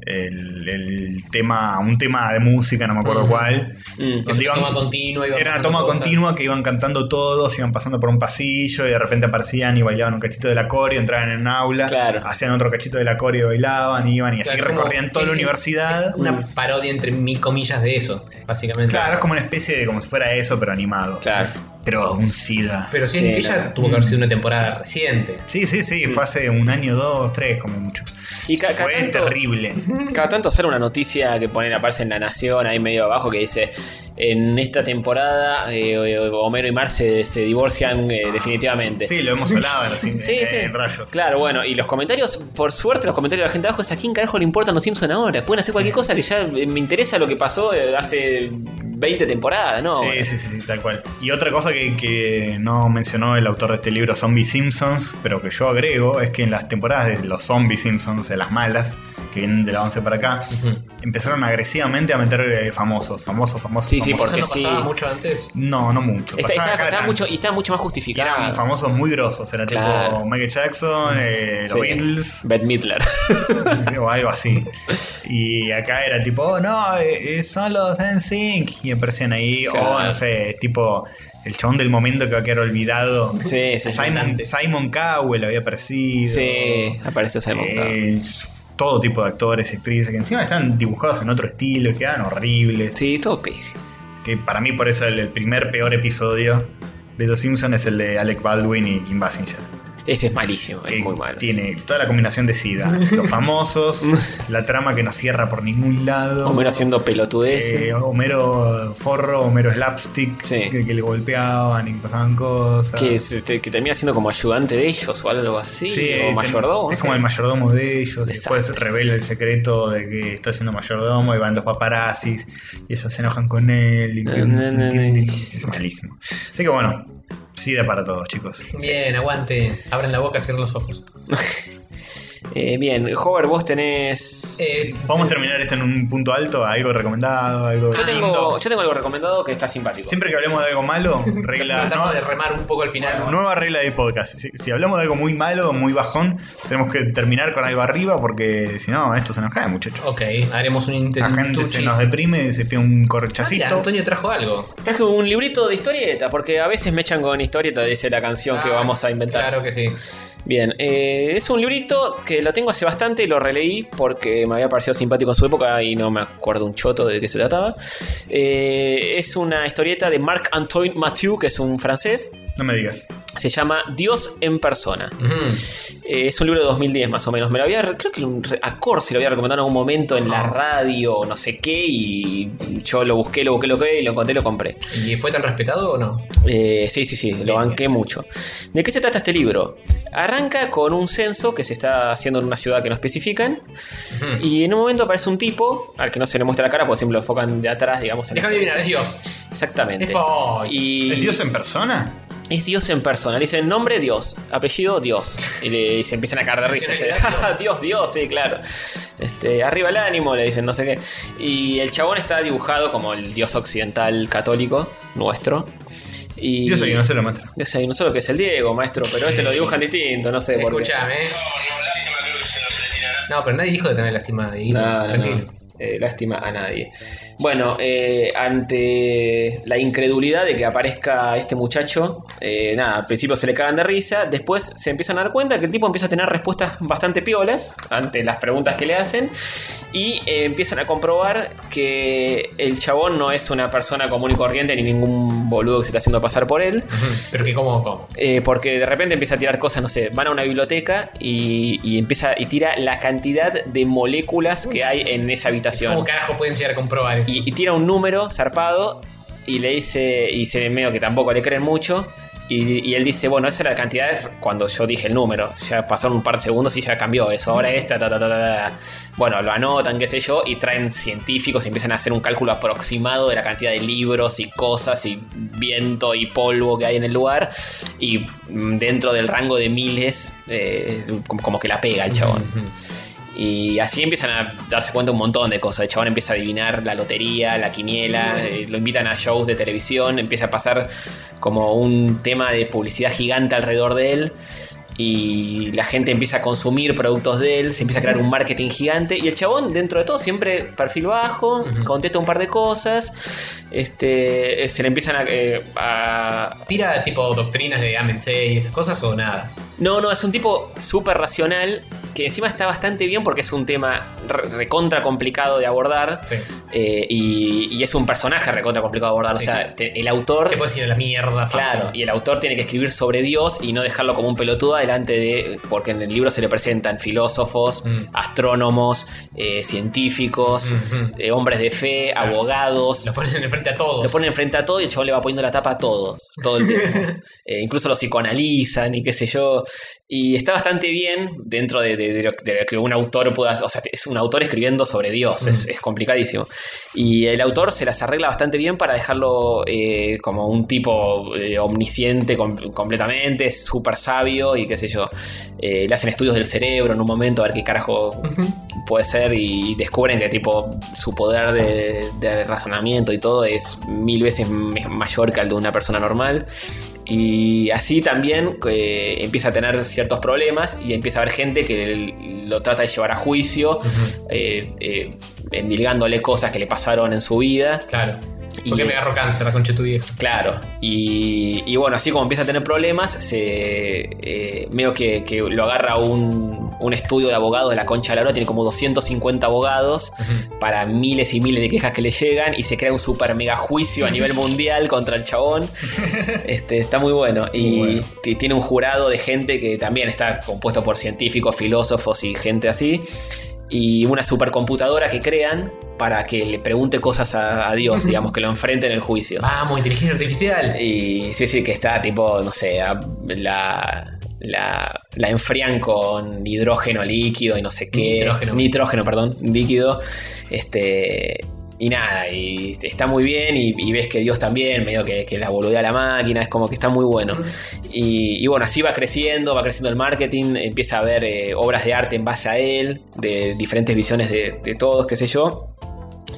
[SPEAKER 2] el- el tema, un tema de música, no me acuerdo
[SPEAKER 3] Ujú.
[SPEAKER 2] cuál.
[SPEAKER 4] Mm.
[SPEAKER 3] Que es una toma continua. iban
[SPEAKER 2] Era una
[SPEAKER 3] pasando
[SPEAKER 2] toma
[SPEAKER 3] cosas.
[SPEAKER 2] continua que iban cantando todos, iban pasando por un pasillo y de repente aparecían y bailaban un cachito de la coreo, entraban en un aula,
[SPEAKER 4] Claro.
[SPEAKER 2] hacían otro cachito de la coreo, bailaban, iban y así
[SPEAKER 3] Claro, como-
[SPEAKER 2] recorrían toda la
[SPEAKER 3] es- es-
[SPEAKER 2] universidad.
[SPEAKER 3] es una parodia entre mil comillas de eso, básicamente.
[SPEAKER 2] Claro, es como una especie de como si fuera eso, pero animado.
[SPEAKER 4] Claro.
[SPEAKER 2] Pero un SIDA.
[SPEAKER 3] Pero si
[SPEAKER 4] Sí, Mm.
[SPEAKER 3] es que ella
[SPEAKER 4] no.
[SPEAKER 3] tuvo que haber sido una temporada reciente.
[SPEAKER 2] Sí, sí, sí,
[SPEAKER 3] Mm.
[SPEAKER 2] fue hace un año, dos, tres, como mucho.
[SPEAKER 4] Y ca- ca-
[SPEAKER 2] fue
[SPEAKER 4] tanto-
[SPEAKER 2] terrible.
[SPEAKER 4] Cada tanto sale una noticia que ponen, aparece en La Nación, ahí medio abajo, que dice: En esta temporada, eh, Homero y Mar se, se divorcian eh, definitivamente.
[SPEAKER 2] Ah, Sí, lo hemos hablado en los in-
[SPEAKER 4] Sí,
[SPEAKER 2] en-
[SPEAKER 4] sí.
[SPEAKER 2] en rayos.
[SPEAKER 4] Claro, bueno, y los comentarios, por suerte, los comentarios de la gente abajo es a quién carajo le importan los Simpson ahora. Pueden hacer cualquier cosa que ya eh, me interesa lo que pasó eh, hace 20 temporadas, ¿no?
[SPEAKER 2] Sí, sí, sí, sí, tal cual. Y otra cosa que, que no mencionó el autor de este libro, Zombie Simpsons, pero que yo agrego, es que en las temporadas de los Zombie Simpsons, de las malas, que vienen de la 11 para acá, empezaron agresivamente a meter eh, famosos, famosos, famosos.
[SPEAKER 4] Sí, sí,
[SPEAKER 2] famosos.
[SPEAKER 4] porque
[SPEAKER 3] ¿Eso no
[SPEAKER 4] sí.
[SPEAKER 3] pasaba mucho antes?
[SPEAKER 2] No, no mucho.
[SPEAKER 4] Está,
[SPEAKER 2] Pasaba
[SPEAKER 4] está-
[SPEAKER 2] cada
[SPEAKER 4] está
[SPEAKER 2] tanto.
[SPEAKER 4] mucho, y está mucho más
[SPEAKER 2] Y Eran
[SPEAKER 4] justificada.
[SPEAKER 2] famosos muy grosos, era
[SPEAKER 4] Claro.
[SPEAKER 2] tipo Michael Jackson, eh, los
[SPEAKER 4] Sí.
[SPEAKER 2] Beatles,
[SPEAKER 4] Beth Midler.
[SPEAKER 2] o algo así. Y acá era tipo, oh, no, eh, eh, son los NSYNC. Y aparecían ahí, o
[SPEAKER 4] Claro.
[SPEAKER 2] no sé, tipo el chabón del momento que va a quedar olvidado.
[SPEAKER 4] sí, sí. sí.
[SPEAKER 2] Simon,
[SPEAKER 3] cantante.
[SPEAKER 2] Simon Cowell había aparecido.
[SPEAKER 4] Sí, apareció Simon Cowell.
[SPEAKER 2] Eh, todo tipo de actores y actrices que encima están dibujados en otro estilo, que quedan horribles.
[SPEAKER 4] Sí, todo pésimo.
[SPEAKER 2] Que para mí, por eso, el, el primer peor episodio de Los Simpsons es el de Alec Baldwin y Kim Basinger.
[SPEAKER 4] Ese es malísimo, es
[SPEAKER 2] que
[SPEAKER 4] muy malo.
[SPEAKER 2] Tiene toda la combinación de SIDA, los famosos, la trama que no cierra por ningún lado.
[SPEAKER 4] Homero haciendo pelotudeces.
[SPEAKER 2] eh, Homero forro, Homero slapstick,
[SPEAKER 4] Sí.
[SPEAKER 2] que, que le golpeaban y pasaban cosas.
[SPEAKER 4] que, es, este, que termina siendo como ayudante de ellos o algo así,
[SPEAKER 2] ah, Sí,
[SPEAKER 4] o
[SPEAKER 2] ten-
[SPEAKER 4] mayordomo.
[SPEAKER 2] Es
[SPEAKER 4] no
[SPEAKER 2] como
[SPEAKER 4] sé.
[SPEAKER 2] el mayordomo de ellos.
[SPEAKER 4] Desastre.
[SPEAKER 2] Después revela el secreto de que está siendo mayordomo y van dos paparazzis y ellos se enojan con él. Y
[SPEAKER 4] No,
[SPEAKER 2] que
[SPEAKER 4] no,
[SPEAKER 2] se
[SPEAKER 4] no,
[SPEAKER 2] entienden.
[SPEAKER 4] no.
[SPEAKER 2] Es malísimo. Así que bueno, sida para todos, chicos.
[SPEAKER 3] Bien, aguante. Abran la boca, cierren los ojos.
[SPEAKER 4] Eh, bien, Hover, vos tenés.
[SPEAKER 3] Eh,
[SPEAKER 2] Vamos a terminar esto en un punto alto, algo recomendado, algo
[SPEAKER 3] Ah,
[SPEAKER 4] yo, tengo,
[SPEAKER 2] lindo.
[SPEAKER 4] yo tengo algo recomendado que está simpático.
[SPEAKER 2] Siempre que hablemos de algo malo, regla
[SPEAKER 3] Tratamos de
[SPEAKER 2] nueva,
[SPEAKER 3] remar un poco al final.
[SPEAKER 2] nueva regla de podcast. Si, si hablamos de algo muy malo, muy bajón, tenemos que terminar con algo arriba porque si no, esto se nos cae, muchachos.
[SPEAKER 3] Ok, haremos un
[SPEAKER 2] La
[SPEAKER 4] Oh,
[SPEAKER 3] intento.
[SPEAKER 2] gente se nos deprime, se pide un corchacito.
[SPEAKER 3] Antonio trajo algo.
[SPEAKER 4] Traje un librito de historieta, porque a veces me echan con historieta, dice la canción que
[SPEAKER 3] Ah,
[SPEAKER 4] vamos a inventar.
[SPEAKER 3] Claro que sí.
[SPEAKER 4] Bien, eh, es un librito que lo tengo hace bastante y lo releí porque me había parecido simpático en su época y no me acuerdo un choto de qué se trataba. Eh, es una historieta de Marc-Antoine Mathieu, que es un francés.
[SPEAKER 2] No me digas.
[SPEAKER 4] Se llama Dios en persona.
[SPEAKER 3] Ujú.
[SPEAKER 4] Eh, es un libro de 2010 más o menos. Me lo había, re- creo que un, re- a Cor se lo había recomendado en algún momento en la radio, no sé qué, y yo lo busqué, lo busqué, lo busqué, y lo encontré, lo compré.
[SPEAKER 3] ¿Y fue tan respetado o no?
[SPEAKER 4] Eh, sí, sí, sí, lo banqué mucho. ¿De qué se trata este libro? Arranca con un censo que se está haciendo en una ciudad que no especifican.
[SPEAKER 3] Ujú.
[SPEAKER 4] Y en un momento aparece un tipo, al que no se le muestra la cara, porque siempre lo enfocan de atrás, digamos. En
[SPEAKER 3] Déjame
[SPEAKER 4] este-
[SPEAKER 3] adivinar, es Dios.
[SPEAKER 4] Exactamente.
[SPEAKER 3] Es Paul.
[SPEAKER 4] Y
[SPEAKER 2] ¿Es Dios en persona?
[SPEAKER 4] es Dios en persona. Le dicen nombre Dios, apellido Dios. Y, le- y se empiezan a caer de risa. Se- "Ja, Dios, Dios, sí, claro. Este, arriba el ánimo, le dicen no sé qué. Y el chabón está dibujado como el Dios occidental católico nuestro. Y
[SPEAKER 2] Dios ahí no se lo muestra.
[SPEAKER 4] Dios ahí, no solo que es el Diego, maestro, pero este lo dibujan distinto, no sé por qué.
[SPEAKER 3] Escuchame. ¿eh? No, pero nadie dijo de tener lástima de Guido.
[SPEAKER 4] No, no, no.
[SPEAKER 3] Tranquilo.
[SPEAKER 4] Eh, lástima a nadie. Bueno, eh, ante la incredulidad de que aparezca este muchacho, eh, nada, al principio se le cagan de risa, después se empiezan a dar cuenta que el tipo empieza a tener respuestas bastante piolas ante las preguntas que le hacen y eh, empiezan a comprobar que el chabón no es una persona común y corriente ni ningún boludo que se está haciendo pasar por él.
[SPEAKER 3] Ujú. Pero que cómo, cómo.
[SPEAKER 4] Eh, porque de repente empieza a tirar cosas, no sé, van a una biblioteca y, y empieza y tira la cantidad de moléculas que hay en esa
[SPEAKER 3] ¿Cómo
[SPEAKER 4] habitación.
[SPEAKER 3] carajo pueden llegar a comprobar eso?
[SPEAKER 4] Y, y tira un número zarpado y le dice, y se ve medio que tampoco le creen mucho. Y, y él dice, bueno, esa era la cantidad cuando yo dije el número. Ya pasaron un par de segundos y ya cambió eso. Ahora esta, ta, ta, ta, ta, ta. Bueno, lo anotan, qué sé yo, y traen científicos y empiezan a hacer un cálculo aproximado de la cantidad de libros y cosas y viento y polvo que hay en el lugar. Y mm, dentro del rango de miles, eh, como, como que la pega el chabón. Y así empiezan a darse cuenta un montón de cosas. El chabón empieza a adivinar la lotería, la quiniela, eh, lo invitan a shows de televisión, empieza a pasar como un tema de publicidad gigante alrededor de él. Y la gente empieza a consumir productos de él, se empieza a crear un marketing gigante. Y el chabón, dentro de todo, siempre perfil bajo, contesta un par de cosas. Este, eh, se le empiezan a, eh, a,
[SPEAKER 3] ¿Tira tipo doctrinas de ámense y esas cosas o nada?
[SPEAKER 4] no, no, es un tipo súper racional que encima está bastante bien porque es un tema re- recontra complicado de abordar
[SPEAKER 3] Sí.
[SPEAKER 4] eh, y, y es un personaje recontra complicado de abordar.
[SPEAKER 3] Sí.
[SPEAKER 4] O sea, te- el autor...
[SPEAKER 3] Te puedes ir a la mierda fácil.
[SPEAKER 4] Claro, y el autor tiene que escribir sobre Dios y no dejarlo como un pelotudo adelante de. Porque en el libro se le presentan filósofos,
[SPEAKER 3] Mm.
[SPEAKER 4] astrónomos, eh, científicos,
[SPEAKER 3] Ujú.
[SPEAKER 4] eh, hombres de fe, abogados.
[SPEAKER 3] mm. Los ponen enfrente a todos.
[SPEAKER 4] Lo ponen frente a todo y el chabón le va poniendo la tapa a todos, todo el tiempo. Eh, incluso los psicoanalizan y qué sé yo. Y está bastante bien dentro de, de- de lo, de lo que un autor pueda. O sea, es un autor escribiendo sobre Dios, es, es complicadísimo. Y el autor se las arregla bastante bien para dejarlo eh, como un tipo eh, omnisciente com- completamente, es súper sabio y qué sé yo. Eh, le hacen estudios del cerebro en un momento a ver qué carajo puede ser y descubren que tipo su poder de, de razonamiento y todo es mil veces me- mayor que el de una persona normal y así también eh, empieza a tener ciertos problemas y empieza a haber gente que l- lo trata de llevar a juicio eh, eh, endilgándole cosas que le pasaron en su vida
[SPEAKER 3] Claro. ¿Por qué me agarro cáncer, la concha de tu vieja?
[SPEAKER 4] Claro. Y, y bueno, así como empieza a tener problemas, se eh, medio que, que lo agarra un, un estudio de abogados de la Concha de la Lora, tiene como 250 abogados para miles y miles de quejas que le llegan y se crea un super mega juicio a nivel mundial contra el chabón. Este, está muy bueno. Y t- tiene un jurado de gente que también está compuesto por científicos, filósofos y gente así. Y una supercomputadora que crean para que le pregunte cosas a, a Dios, digamos, que lo enfrente en el juicio.
[SPEAKER 3] Vamos, inteligencia artificial.
[SPEAKER 4] Y sí, sí, que está tipo, no sé, a- la, la, la enfrían con hidrógeno líquido y no sé qué.
[SPEAKER 3] Nitrógeno.
[SPEAKER 4] Nitrógeno, perdón, líquido. Este. Y nada, y está muy bien, y, y ves que Dios también, medio que, que la boludea la máquina, es como que está muy bueno. Y, y bueno, así va creciendo, va creciendo el marketing, empieza a haber eh, obras de arte en base a él, de diferentes visiones de, de todos, qué sé yo.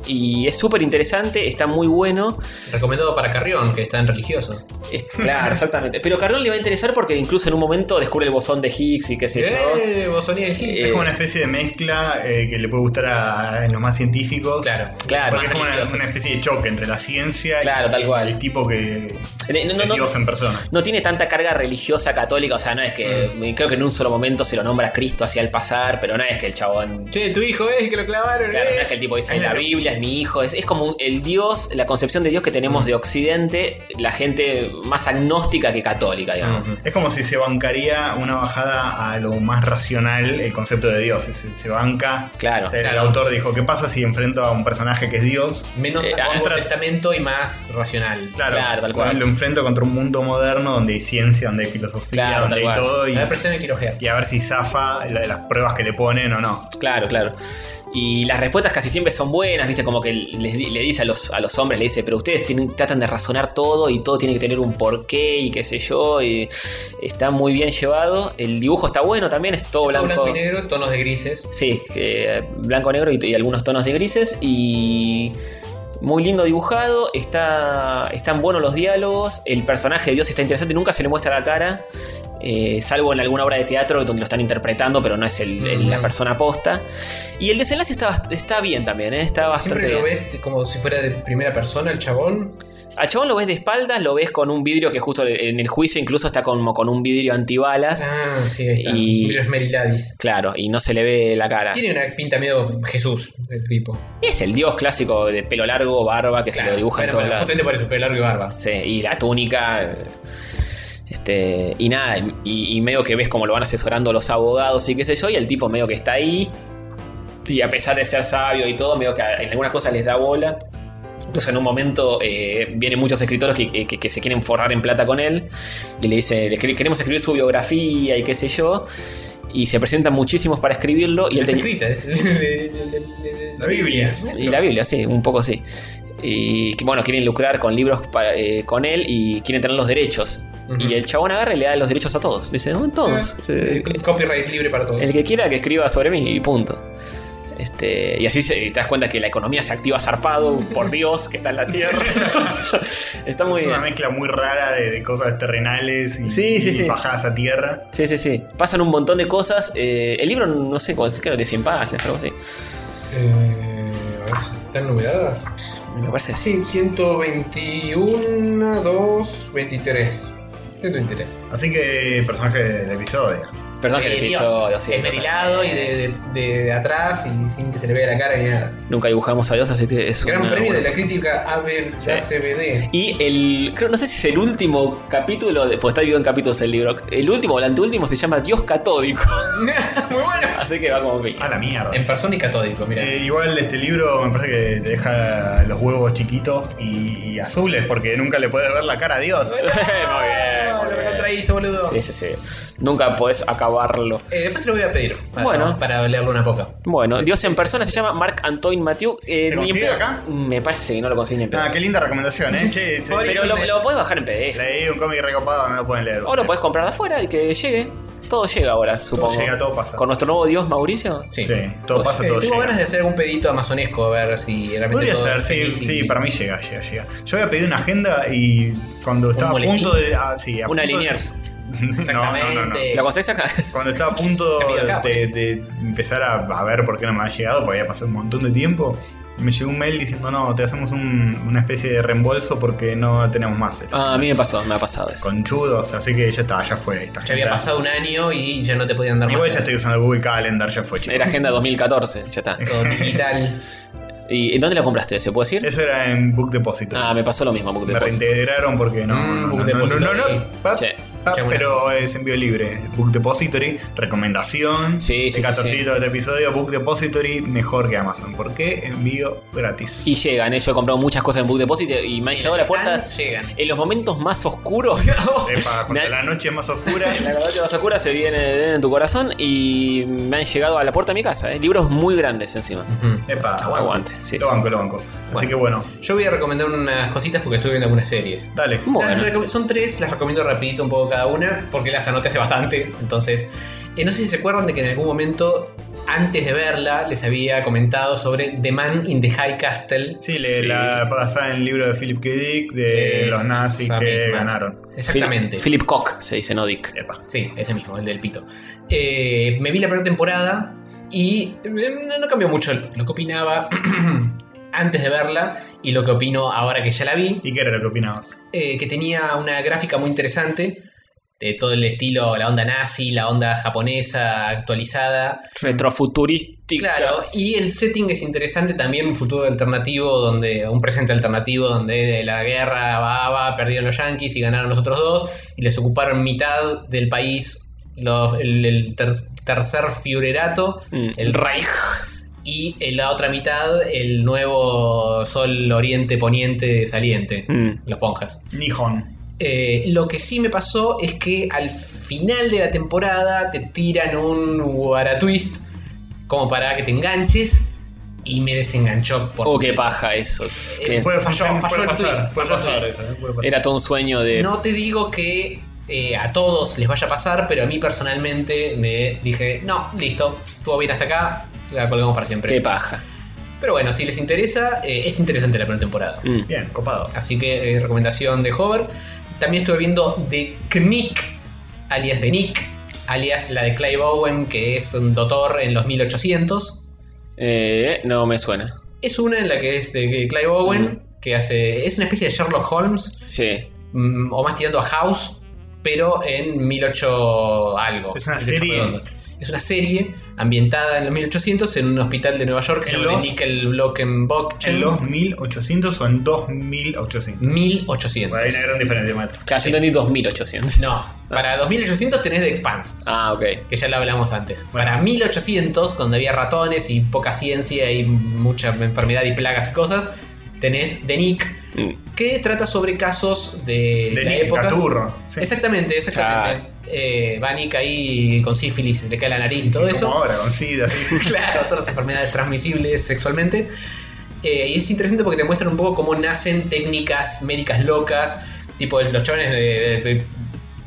[SPEAKER 4] Y es súper interesante, está muy bueno.
[SPEAKER 3] Recomendado para Carrión, que está en religioso.
[SPEAKER 4] Es- Claro, exactamente. Pero Carrión le va a interesar porque incluso en un momento descubre el bosón de Higgs y qué sé yo.
[SPEAKER 3] ¡Eh! Vos sonía el Gil.
[SPEAKER 4] Eh,
[SPEAKER 2] Es como una especie de mezcla eh, que le puede gustar a, a los más científicos.
[SPEAKER 3] Claro,
[SPEAKER 4] Claro,
[SPEAKER 2] Porque es como una, una especie de choque entre la ciencia
[SPEAKER 4] Claro,
[SPEAKER 2] y
[SPEAKER 4] tal cual.
[SPEAKER 2] el tipo que
[SPEAKER 4] Eh, no, no,
[SPEAKER 2] es
[SPEAKER 4] no.
[SPEAKER 2] Dios en persona.
[SPEAKER 4] No tiene tanta carga religiosa católica, o sea, no es que.
[SPEAKER 3] Mm.
[SPEAKER 4] Creo que en un solo momento se lo nombra a Cristo hacia el pasar, pero no es que el chabón.
[SPEAKER 3] Che, tu hijo es que lo clavaron,
[SPEAKER 4] Claro, no
[SPEAKER 3] eh.
[SPEAKER 4] es que el tipo dice
[SPEAKER 2] Ahí la-
[SPEAKER 4] la Biblia es mi hijo, es, es como un- el Dios, la concepción de Dios que tenemos
[SPEAKER 3] Mm.
[SPEAKER 4] de Occidente, la gente más agnóstica que católica, digamos.
[SPEAKER 2] Es como si se bancaría una bajada a lo más racional el concepto de Dios. Se, se banca.
[SPEAKER 4] Claro,
[SPEAKER 2] O sea,
[SPEAKER 3] claro.
[SPEAKER 2] El autor dijo: ¿Qué pasa si enfrento a un personaje que es Dios?
[SPEAKER 3] Menos
[SPEAKER 4] Eh,
[SPEAKER 3] Antiguo
[SPEAKER 2] contra-
[SPEAKER 3] testamento y más racional.
[SPEAKER 2] Claro,
[SPEAKER 4] Claro, tal cual.
[SPEAKER 2] Lo enfrento contra un mundo moderno donde hay ciencia, donde hay filosofía,
[SPEAKER 4] Claro,
[SPEAKER 2] donde
[SPEAKER 4] tal
[SPEAKER 2] hay
[SPEAKER 4] cual.
[SPEAKER 2] todo.
[SPEAKER 3] A
[SPEAKER 2] Y,
[SPEAKER 3] ver, préstame el quirojear.
[SPEAKER 2] y a ver si zafa la- las pruebas que le ponen o no.
[SPEAKER 4] Claro, claro. Y las respuestas casi siempre son buenas, ¿viste? Como que les di- le dice a los, a los hombres, le dice, pero ustedes tienen- tratan de razonar todo y todo tiene que tener un porqué y qué sé yo. Y está muy bien llevado. El dibujo está bueno también, es todo
[SPEAKER 3] Todo
[SPEAKER 4] blanco.
[SPEAKER 3] blanco y negro, tonos de grises.
[SPEAKER 4] Sí, eh, blanco, negro y, y algunos tonos de grises. Y muy lindo dibujado, está, están buenos los diálogos, el personaje de Dios está interesante, nunca se le muestra la cara, eh, salvo en alguna obra de teatro donde lo están interpretando, pero no es el- el- la
[SPEAKER 3] Mm.
[SPEAKER 4] persona posta. Y el desenlace está, bast- está bien también, eh, está bastante
[SPEAKER 3] Siempre lo
[SPEAKER 4] bien.
[SPEAKER 3] ves como si fuera de primera persona el chabón.
[SPEAKER 4] Al chabón lo ves de espaldas, lo ves con un vidrio que justo en el juicio incluso está como con un vidrio antibalas.
[SPEAKER 3] Ah, sí, ahí está.
[SPEAKER 4] Y-
[SPEAKER 3] Julio Esmeriladis.
[SPEAKER 4] Claro, y no se le ve la cara.
[SPEAKER 3] Tiene una pinta medio Jesús, el tipo.
[SPEAKER 4] Es el dios clásico de pelo largo, barba, que se lo dibuja en
[SPEAKER 3] bueno,
[SPEAKER 4] todos
[SPEAKER 3] bueno,
[SPEAKER 4] lados.
[SPEAKER 3] Justamente por eso, pelo largo y barba.
[SPEAKER 4] Sí, y la túnica. eh, Este, y nada, y, y medio que ves como lo van asesorando los abogados y qué sé yo, y el tipo medio que está ahí. Y a pesar de ser sabio y todo, medio que en algunas cosas les da bola. Entonces en un momento eh, vienen muchos escritores que, que- que se quieren forrar en plata con él y le dicen, "Le escri- queremos escribir su biografía y qué sé yo. Y se presentan muchísimos para escribirlo. Y él
[SPEAKER 3] Está
[SPEAKER 4] tenía-
[SPEAKER 3] escrita, es
[SPEAKER 2] La Biblia.
[SPEAKER 4] y la Biblia, sí, un poco sí. Y que, bueno, quieren lucrar con libros para- eh, con él y quieren tener los derechos.
[SPEAKER 3] Ujú. Ah.
[SPEAKER 4] Y el chabón agarra y le da los derechos a todos. Dice, no, todos. Eh,
[SPEAKER 3] Copyright libre para todos.
[SPEAKER 4] el que quiera que escriba sobre mí y punto. Este, y así se, te das cuenta que la economía se activa zarpado por Dios que está en la tierra. está muy
[SPEAKER 2] Es una
[SPEAKER 4] bien.
[SPEAKER 2] mezcla muy rara de, de cosas terrenales y,
[SPEAKER 4] Sí, sí,
[SPEAKER 2] y
[SPEAKER 4] sí.
[SPEAKER 2] bajadas a tierra.
[SPEAKER 4] Sí, sí, sí. Pasan un montón de cosas. eh, el libro, no sé, cuánto- creo que de 100 páginas, algo así.
[SPEAKER 3] Eh, a ver si ¿Están numeradas?
[SPEAKER 4] Me parece
[SPEAKER 3] Sí,
[SPEAKER 4] así.
[SPEAKER 3] 121, 2, 23. 123.
[SPEAKER 2] Así que personaje del episodio.
[SPEAKER 4] Perdón que el episodio, sí,
[SPEAKER 3] Eh, Esmerilado y de, de- de- de atrás y sin que se le vea la cara ni nada.
[SPEAKER 4] Nunca dibujamos a Dios, así que es
[SPEAKER 3] Gran
[SPEAKER 4] una
[SPEAKER 3] premio
[SPEAKER 4] buena-
[SPEAKER 3] de la crítica AB-
[SPEAKER 4] Sí.
[SPEAKER 3] ACBD.
[SPEAKER 4] Y el. Creo, no sé si es el último capítulo. de- Pues está dividido en capítulos el libro. El último o el anteúltimo se llama Dios Catódico.
[SPEAKER 3] Muy bueno.
[SPEAKER 4] Así que va como que.
[SPEAKER 2] A la mierda.
[SPEAKER 3] En persona y catódico, mira.
[SPEAKER 2] Eh, igual este libro me parece que te deja los huevos chiquitos y, y azules porque nunca le puedes ver la cara a Dios.
[SPEAKER 3] No,
[SPEAKER 4] muy
[SPEAKER 3] lo
[SPEAKER 4] bien.
[SPEAKER 3] recontrahizo, boludo.
[SPEAKER 4] Sí, sí, sí. Nunca podés acabarlo.
[SPEAKER 3] Eh, después te lo voy a pedir. para-
[SPEAKER 4] Bueno.
[SPEAKER 3] Para leerlo una poca.
[SPEAKER 4] Bueno, Dios en persona se llama Marc Antoine Mathieu. Eh,
[SPEAKER 2] ¿Se
[SPEAKER 4] ni en
[SPEAKER 2] consigue
[SPEAKER 4] pedo- Mm,
[SPEAKER 2] acá?
[SPEAKER 4] Me parece que no lo consigo ni en pedo.
[SPEAKER 2] Ah, qué linda recomendación, ¿eh? Che, che,
[SPEAKER 4] Pero lo, lo podés bajar en PDF.
[SPEAKER 2] leí un cómic recopado, no lo pueden leer.
[SPEAKER 4] O lo podés comprar de afuera y que llegue. Todo llega ahora, supongo.
[SPEAKER 2] llega, todo pasa.
[SPEAKER 4] Con nuestro nuevo Dios, Mauricio.
[SPEAKER 3] Sí.
[SPEAKER 2] Sí, todo pasa,
[SPEAKER 3] Eh,
[SPEAKER 2] todo
[SPEAKER 3] Tuvo
[SPEAKER 2] llega.
[SPEAKER 3] ganas de hacer algún pedito amazonesco a ver si realmente.
[SPEAKER 2] Podría
[SPEAKER 3] todo
[SPEAKER 2] ser,
[SPEAKER 3] es
[SPEAKER 2] sí,
[SPEAKER 3] feliz y-
[SPEAKER 2] sí, para mí llega, llega, llega. Yo había pedido una agenda y cuando estaba a
[SPEAKER 3] boletín?
[SPEAKER 2] punto de. ah, sí, a punto
[SPEAKER 4] Una
[SPEAKER 2] de-
[SPEAKER 4] Liniers.
[SPEAKER 2] no, no, no, no.
[SPEAKER 3] Exactamente.
[SPEAKER 4] ¿Lo conseguís acá?
[SPEAKER 2] Cuando estaba a punto
[SPEAKER 3] Amigo, acá,
[SPEAKER 11] ¿eh?
[SPEAKER 2] de, de empezar a, a ver por qué no me había llegado, porque había pasado un montón de tiempo, me llegó un mail diciendo, no, te hacemos un- una especie de reembolso porque no tenemos más.
[SPEAKER 11] Ah, a mí me pasó, me ha pasado eso.
[SPEAKER 2] Conchudos, así que ya está, ya fue. Esta
[SPEAKER 3] Ya había pasado un año y ya no te podían dar
[SPEAKER 2] Igual
[SPEAKER 3] más.
[SPEAKER 2] ya estoy usando Google Calendar, ya fue, chicos.
[SPEAKER 11] Era agenda 2014, ya está.
[SPEAKER 3] Todo digital.
[SPEAKER 11] ¿Y en dónde la compraste? ¿Se puede decir?
[SPEAKER 2] Eso era en Book Deposit.
[SPEAKER 11] Ah, me pasó lo mismo, Book
[SPEAKER 2] me
[SPEAKER 11] Deposit.
[SPEAKER 2] reintegraron porque no.
[SPEAKER 3] Mm,
[SPEAKER 2] no,
[SPEAKER 3] Book
[SPEAKER 2] no, no, no, no,
[SPEAKER 3] Depository.
[SPEAKER 2] no, pap,
[SPEAKER 11] Che,
[SPEAKER 2] pap,
[SPEAKER 3] che, buena.
[SPEAKER 2] pero es envío libre. Book Depository, recomendación.
[SPEAKER 11] Sí, sí, sí,
[SPEAKER 2] de catorcito de este episodio. Book Depository, mejor que Amazon. ¿Por qué? Envío gratis.
[SPEAKER 11] Y llegan, eh, yo he comprado muchas cosas en Book Deposit y me han llegado a la puerta
[SPEAKER 3] Llegan.
[SPEAKER 11] en los momentos más oscuros.
[SPEAKER 2] Epa, cuando
[SPEAKER 11] Na-
[SPEAKER 2] la noche es más oscura.
[SPEAKER 11] La noche más oscura se viene en tu corazón y me han llegado a la puerta de mi casa. eh. Libros muy grandes encima.
[SPEAKER 2] Epa,
[SPEAKER 11] Aguante,
[SPEAKER 2] aguante.
[SPEAKER 11] sí,
[SPEAKER 2] lo
[SPEAKER 11] sí.
[SPEAKER 2] banco, lo banco. Así que bueno,
[SPEAKER 3] Mm. Yo voy a recomendar unas cositas porque estuve viendo algunas series.
[SPEAKER 2] dale.
[SPEAKER 11] Bueno.
[SPEAKER 3] Las recom- son tres, las recomiendo rapidito un poco cada una, porque las anoté hace bastante. Entonces, eh, no sé si se acuerdan de que en algún momento, antes de verla, les había comentado sobre The Man in the High Castle.
[SPEAKER 2] Sí, le- la basada en el libro de Philip K. Dick de
[SPEAKER 3] Es
[SPEAKER 2] los nazis
[SPEAKER 3] esa
[SPEAKER 2] que
[SPEAKER 3] misma.
[SPEAKER 2] ganaron.
[SPEAKER 3] Exactamente.
[SPEAKER 11] Phil- Philip Koch se dice, no Dick.
[SPEAKER 2] Epa.
[SPEAKER 3] Sí, ese mismo, el del pito. Eh, me vi la primera temporada y eh, no cambió mucho lo que opinaba antes de verla y lo que opino ahora que ya la vi,
[SPEAKER 2] ¿Y qué era lo que opinabas?
[SPEAKER 3] eh, que tenía una gráfica muy interesante de todo el estilo, la onda nazi, la onda japonesa actualizada.
[SPEAKER 11] Retrofuturística.
[SPEAKER 3] Claro, y el setting es interesante también, un futuro alternativo, donde un presente alternativo, donde la guerra va, va, perdieron los yanquis y ganaron los otros dos, y les ocuparon mitad del país, los- el, el ter- tercer Führerato,
[SPEAKER 11] Mm,
[SPEAKER 3] el Reich, y en la otra mitad el nuevo Sol Oriente Poniente Saliente,
[SPEAKER 11] Mm.
[SPEAKER 3] los Ponjas.
[SPEAKER 2] Nihon.
[SPEAKER 3] Eh, lo que sí me pasó es que al final de la temporada te tiran un Guara twist como para que te enganches y me desenganchó por
[SPEAKER 11] Oh, qué
[SPEAKER 3] completo.
[SPEAKER 11] paja eso. Qué-
[SPEAKER 3] fue- falló- falló el twist,
[SPEAKER 2] puede
[SPEAKER 3] falló el
[SPEAKER 2] pasar
[SPEAKER 3] twist.
[SPEAKER 2] eso, ¿eh? Puede pasar.
[SPEAKER 11] Era todo un sueño de.
[SPEAKER 3] No te digo que eh, a todos les vaya a pasar, pero a mí personalmente me dije, no, listo, estuvo bien hasta acá, la colgamos para siempre.
[SPEAKER 11] Qué paja.
[SPEAKER 3] Pero bueno, si les interesa, eh, es interesante la primera temporada.
[SPEAKER 11] Mm.
[SPEAKER 2] Bien, copado.
[SPEAKER 3] Así que eh, recomendación de Hover. También estuve viendo The Knick, alias The Nick, alias la de Clive Owen, que es un doctor en los 1800.
[SPEAKER 11] Eh, no me suena.
[SPEAKER 3] Es una en la que es de Clive Owen, que hace. Es una especie de Sherlock Holmes,
[SPEAKER 11] Sí.
[SPEAKER 3] mm, o más tirando a House, pero en 18 algo.
[SPEAKER 2] Es una
[SPEAKER 3] 18
[SPEAKER 2] serie.
[SPEAKER 3] redondo. Es una serie ambientada en los 1800 en un hospital de Nueva York que se
[SPEAKER 2] En
[SPEAKER 3] llama
[SPEAKER 2] los-
[SPEAKER 3] The Nickelblockenbach.
[SPEAKER 2] ¿En los 1800 o en 2800?
[SPEAKER 3] 1800.
[SPEAKER 2] Hay una gran diferencia, maestro.
[SPEAKER 11] Claro, yo entendí 2800.
[SPEAKER 3] No, para 2800 tenés The Expanse.
[SPEAKER 11] Ah, ok.
[SPEAKER 3] que ya lo hablamos antes.
[SPEAKER 2] Bueno.
[SPEAKER 3] Para 1800, cuando había ratones y poca ciencia y mucha enfermedad y plagas y cosas, tenés The Nick,
[SPEAKER 11] Mm.
[SPEAKER 3] que trata sobre casos de,
[SPEAKER 2] De
[SPEAKER 3] Eh, la
[SPEAKER 2] Nick
[SPEAKER 3] época.
[SPEAKER 2] Caturro. sí.
[SPEAKER 3] Exactamente, exactamente. Eh, va Nick ahí con sífilis, se le cae la nariz y todo
[SPEAKER 2] Como
[SPEAKER 3] eso.
[SPEAKER 2] ahora, con SIDA, sí.
[SPEAKER 3] claro, todas las enfermedades transmisibles sexualmente. Eh, y es interesante porque te muestran un poco cómo nacen técnicas médicas locas, tipo los chavales de- de- de- eh,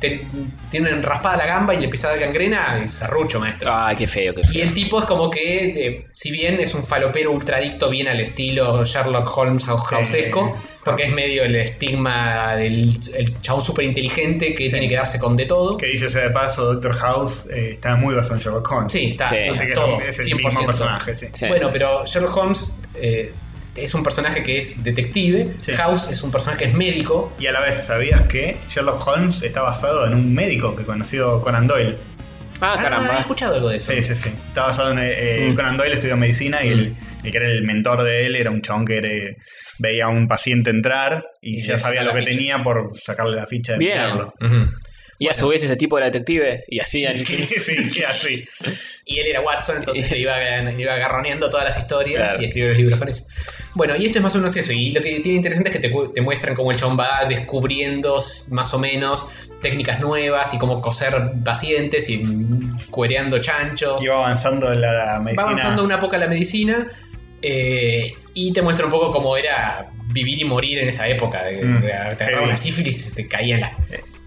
[SPEAKER 3] te- tienen raspada la gamba y le empieza a dar gangrena, y serrucho, maestro.
[SPEAKER 11] Ay, qué feo, qué
[SPEAKER 3] Y
[SPEAKER 11] feo.
[SPEAKER 3] el tipo es como que, eh, si bien es un falopero ultradicto bien al estilo Sherlock Holmes hausesco, porque es medio el estigma del el chabón súper inteligente que tiene que darse con de todo.
[SPEAKER 2] Que dicho sea de paso, Doctor House eh, está muy basado en Sherlock Holmes.
[SPEAKER 3] Sí, está.
[SPEAKER 11] Sí.
[SPEAKER 3] está
[SPEAKER 2] Así que es
[SPEAKER 3] todo,
[SPEAKER 2] un- es el
[SPEAKER 3] 100%.
[SPEAKER 2] mismo personaje, sí.
[SPEAKER 11] Sí.
[SPEAKER 3] Bueno, pero Sherlock Holmes eh, es un personaje que es detective,
[SPEAKER 2] Sí.
[SPEAKER 3] House es un personaje que es médico.
[SPEAKER 2] Y a la vez, ¿sabías que Sherlock Holmes está basado en un médico que conocido Conan Doyle?
[SPEAKER 11] Ah,
[SPEAKER 3] he
[SPEAKER 11] caramba.
[SPEAKER 3] escuchado algo de eso.
[SPEAKER 2] Sí, sí, sí. Está basado en. eh, eh,
[SPEAKER 11] Mm.
[SPEAKER 2] Conan Doyle estudió medicina y el, el que era el mentor de él era un chabón que era- veía a un paciente entrar y,
[SPEAKER 3] Y
[SPEAKER 2] ya
[SPEAKER 3] le
[SPEAKER 2] sabía
[SPEAKER 3] saca
[SPEAKER 2] lo
[SPEAKER 3] la
[SPEAKER 2] que
[SPEAKER 3] ficha.
[SPEAKER 2] tenía por sacarle la ficha de
[SPEAKER 11] Bien.
[SPEAKER 2] mirarlo.
[SPEAKER 3] Ujú.
[SPEAKER 11] Y a su vez ese tipo era detective y así.
[SPEAKER 2] Sí, sí, así.
[SPEAKER 3] Y él era Watson, entonces le iba, le iba agarroneando todas las historias
[SPEAKER 11] Claro.
[SPEAKER 3] y escribió los libros con eso. Bueno, y esto es más o menos eso. Y lo que tiene interesante es que te, cu- te muestran cómo el chabón va descubriendo s- más o menos técnicas nuevas y cómo coser pacientes y mm, cuereando chanchos.
[SPEAKER 2] Y va avanzando en la
[SPEAKER 3] va
[SPEAKER 2] medicina.
[SPEAKER 3] avanzando una poca la medicina eh, y te muestra un poco cómo era vivir y morir en esa época. de-
[SPEAKER 2] Mm,
[SPEAKER 3] de- te agarraba
[SPEAKER 2] heavy. Eh,
[SPEAKER 3] una sífilis, te caían las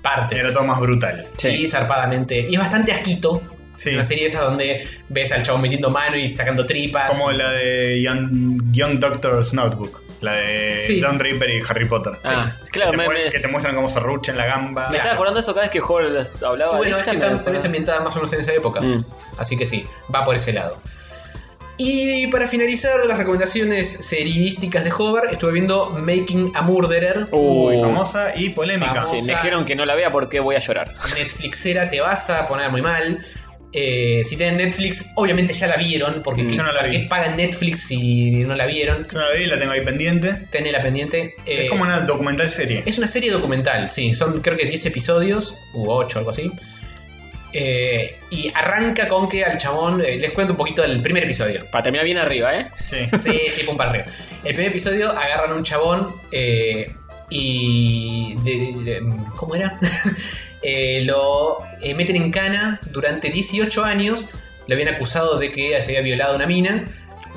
[SPEAKER 3] partes.
[SPEAKER 2] Era todo más brutal.
[SPEAKER 3] Y
[SPEAKER 11] Sí.
[SPEAKER 3] zarpadamente. Y es bastante asquito.
[SPEAKER 2] Sí.
[SPEAKER 3] Es una serie esa donde ves al chabón metiendo mano y sacando tripas.
[SPEAKER 2] Como la de Young, Young Doctor's Notebook. La de
[SPEAKER 3] Sí.
[SPEAKER 2] Don Draper y Harry Potter.
[SPEAKER 11] Ah,
[SPEAKER 2] Sí.
[SPEAKER 11] claro,
[SPEAKER 2] que, te
[SPEAKER 11] me-
[SPEAKER 2] ponen-
[SPEAKER 11] me-
[SPEAKER 2] que te muestran cómo se ruchan la gamba.
[SPEAKER 11] Me estaba acordando de eso cada vez que Jorge hablaba.
[SPEAKER 3] Y bueno,
[SPEAKER 11] de
[SPEAKER 3] es
[SPEAKER 11] esta,
[SPEAKER 3] que
[SPEAKER 11] me Mm.
[SPEAKER 3] tam- también
[SPEAKER 11] acordaba.
[SPEAKER 3] está ambientada más o menos en esa época.
[SPEAKER 11] Mm.
[SPEAKER 3] Así que sí, va por ese lado. Y para finalizar, las recomendaciones seriísticas de Hover, estuve viendo Making a Murderer.
[SPEAKER 2] Uy, famosa y polémica.
[SPEAKER 3] Uh, Famosa.
[SPEAKER 4] Sí, me dijeron que no la vea porque voy a llorar.
[SPEAKER 3] Netflixera, te vas a poner muy mal. Eh, si tienen Netflix, obviamente ya la vieron, porque
[SPEAKER 2] Mm. Yo no la
[SPEAKER 3] ¿para
[SPEAKER 2] vi.
[SPEAKER 3] qué pagan Netflix si no la vieron?
[SPEAKER 2] Yo no la vi, la tengo ahí pendiente.
[SPEAKER 3] Tenela pendiente. Eh,
[SPEAKER 2] es como una documental serie.
[SPEAKER 3] Es una serie documental, sí. Son creo que 10 episodios, u 8, algo así. Eh, y arranca con que al chabón. eh, les cuento un poquito del primer episodio.
[SPEAKER 4] Para terminar bien arriba, ¿eh?
[SPEAKER 2] Sí.
[SPEAKER 3] Sí, sí, pum, para arriba. El primer episodio agarran a un chabón eh, y. de- de- de- ¿Cómo era? Eh, lo eh, meten en cana durante 18 años. Lo habían acusado de que se había violado una mina.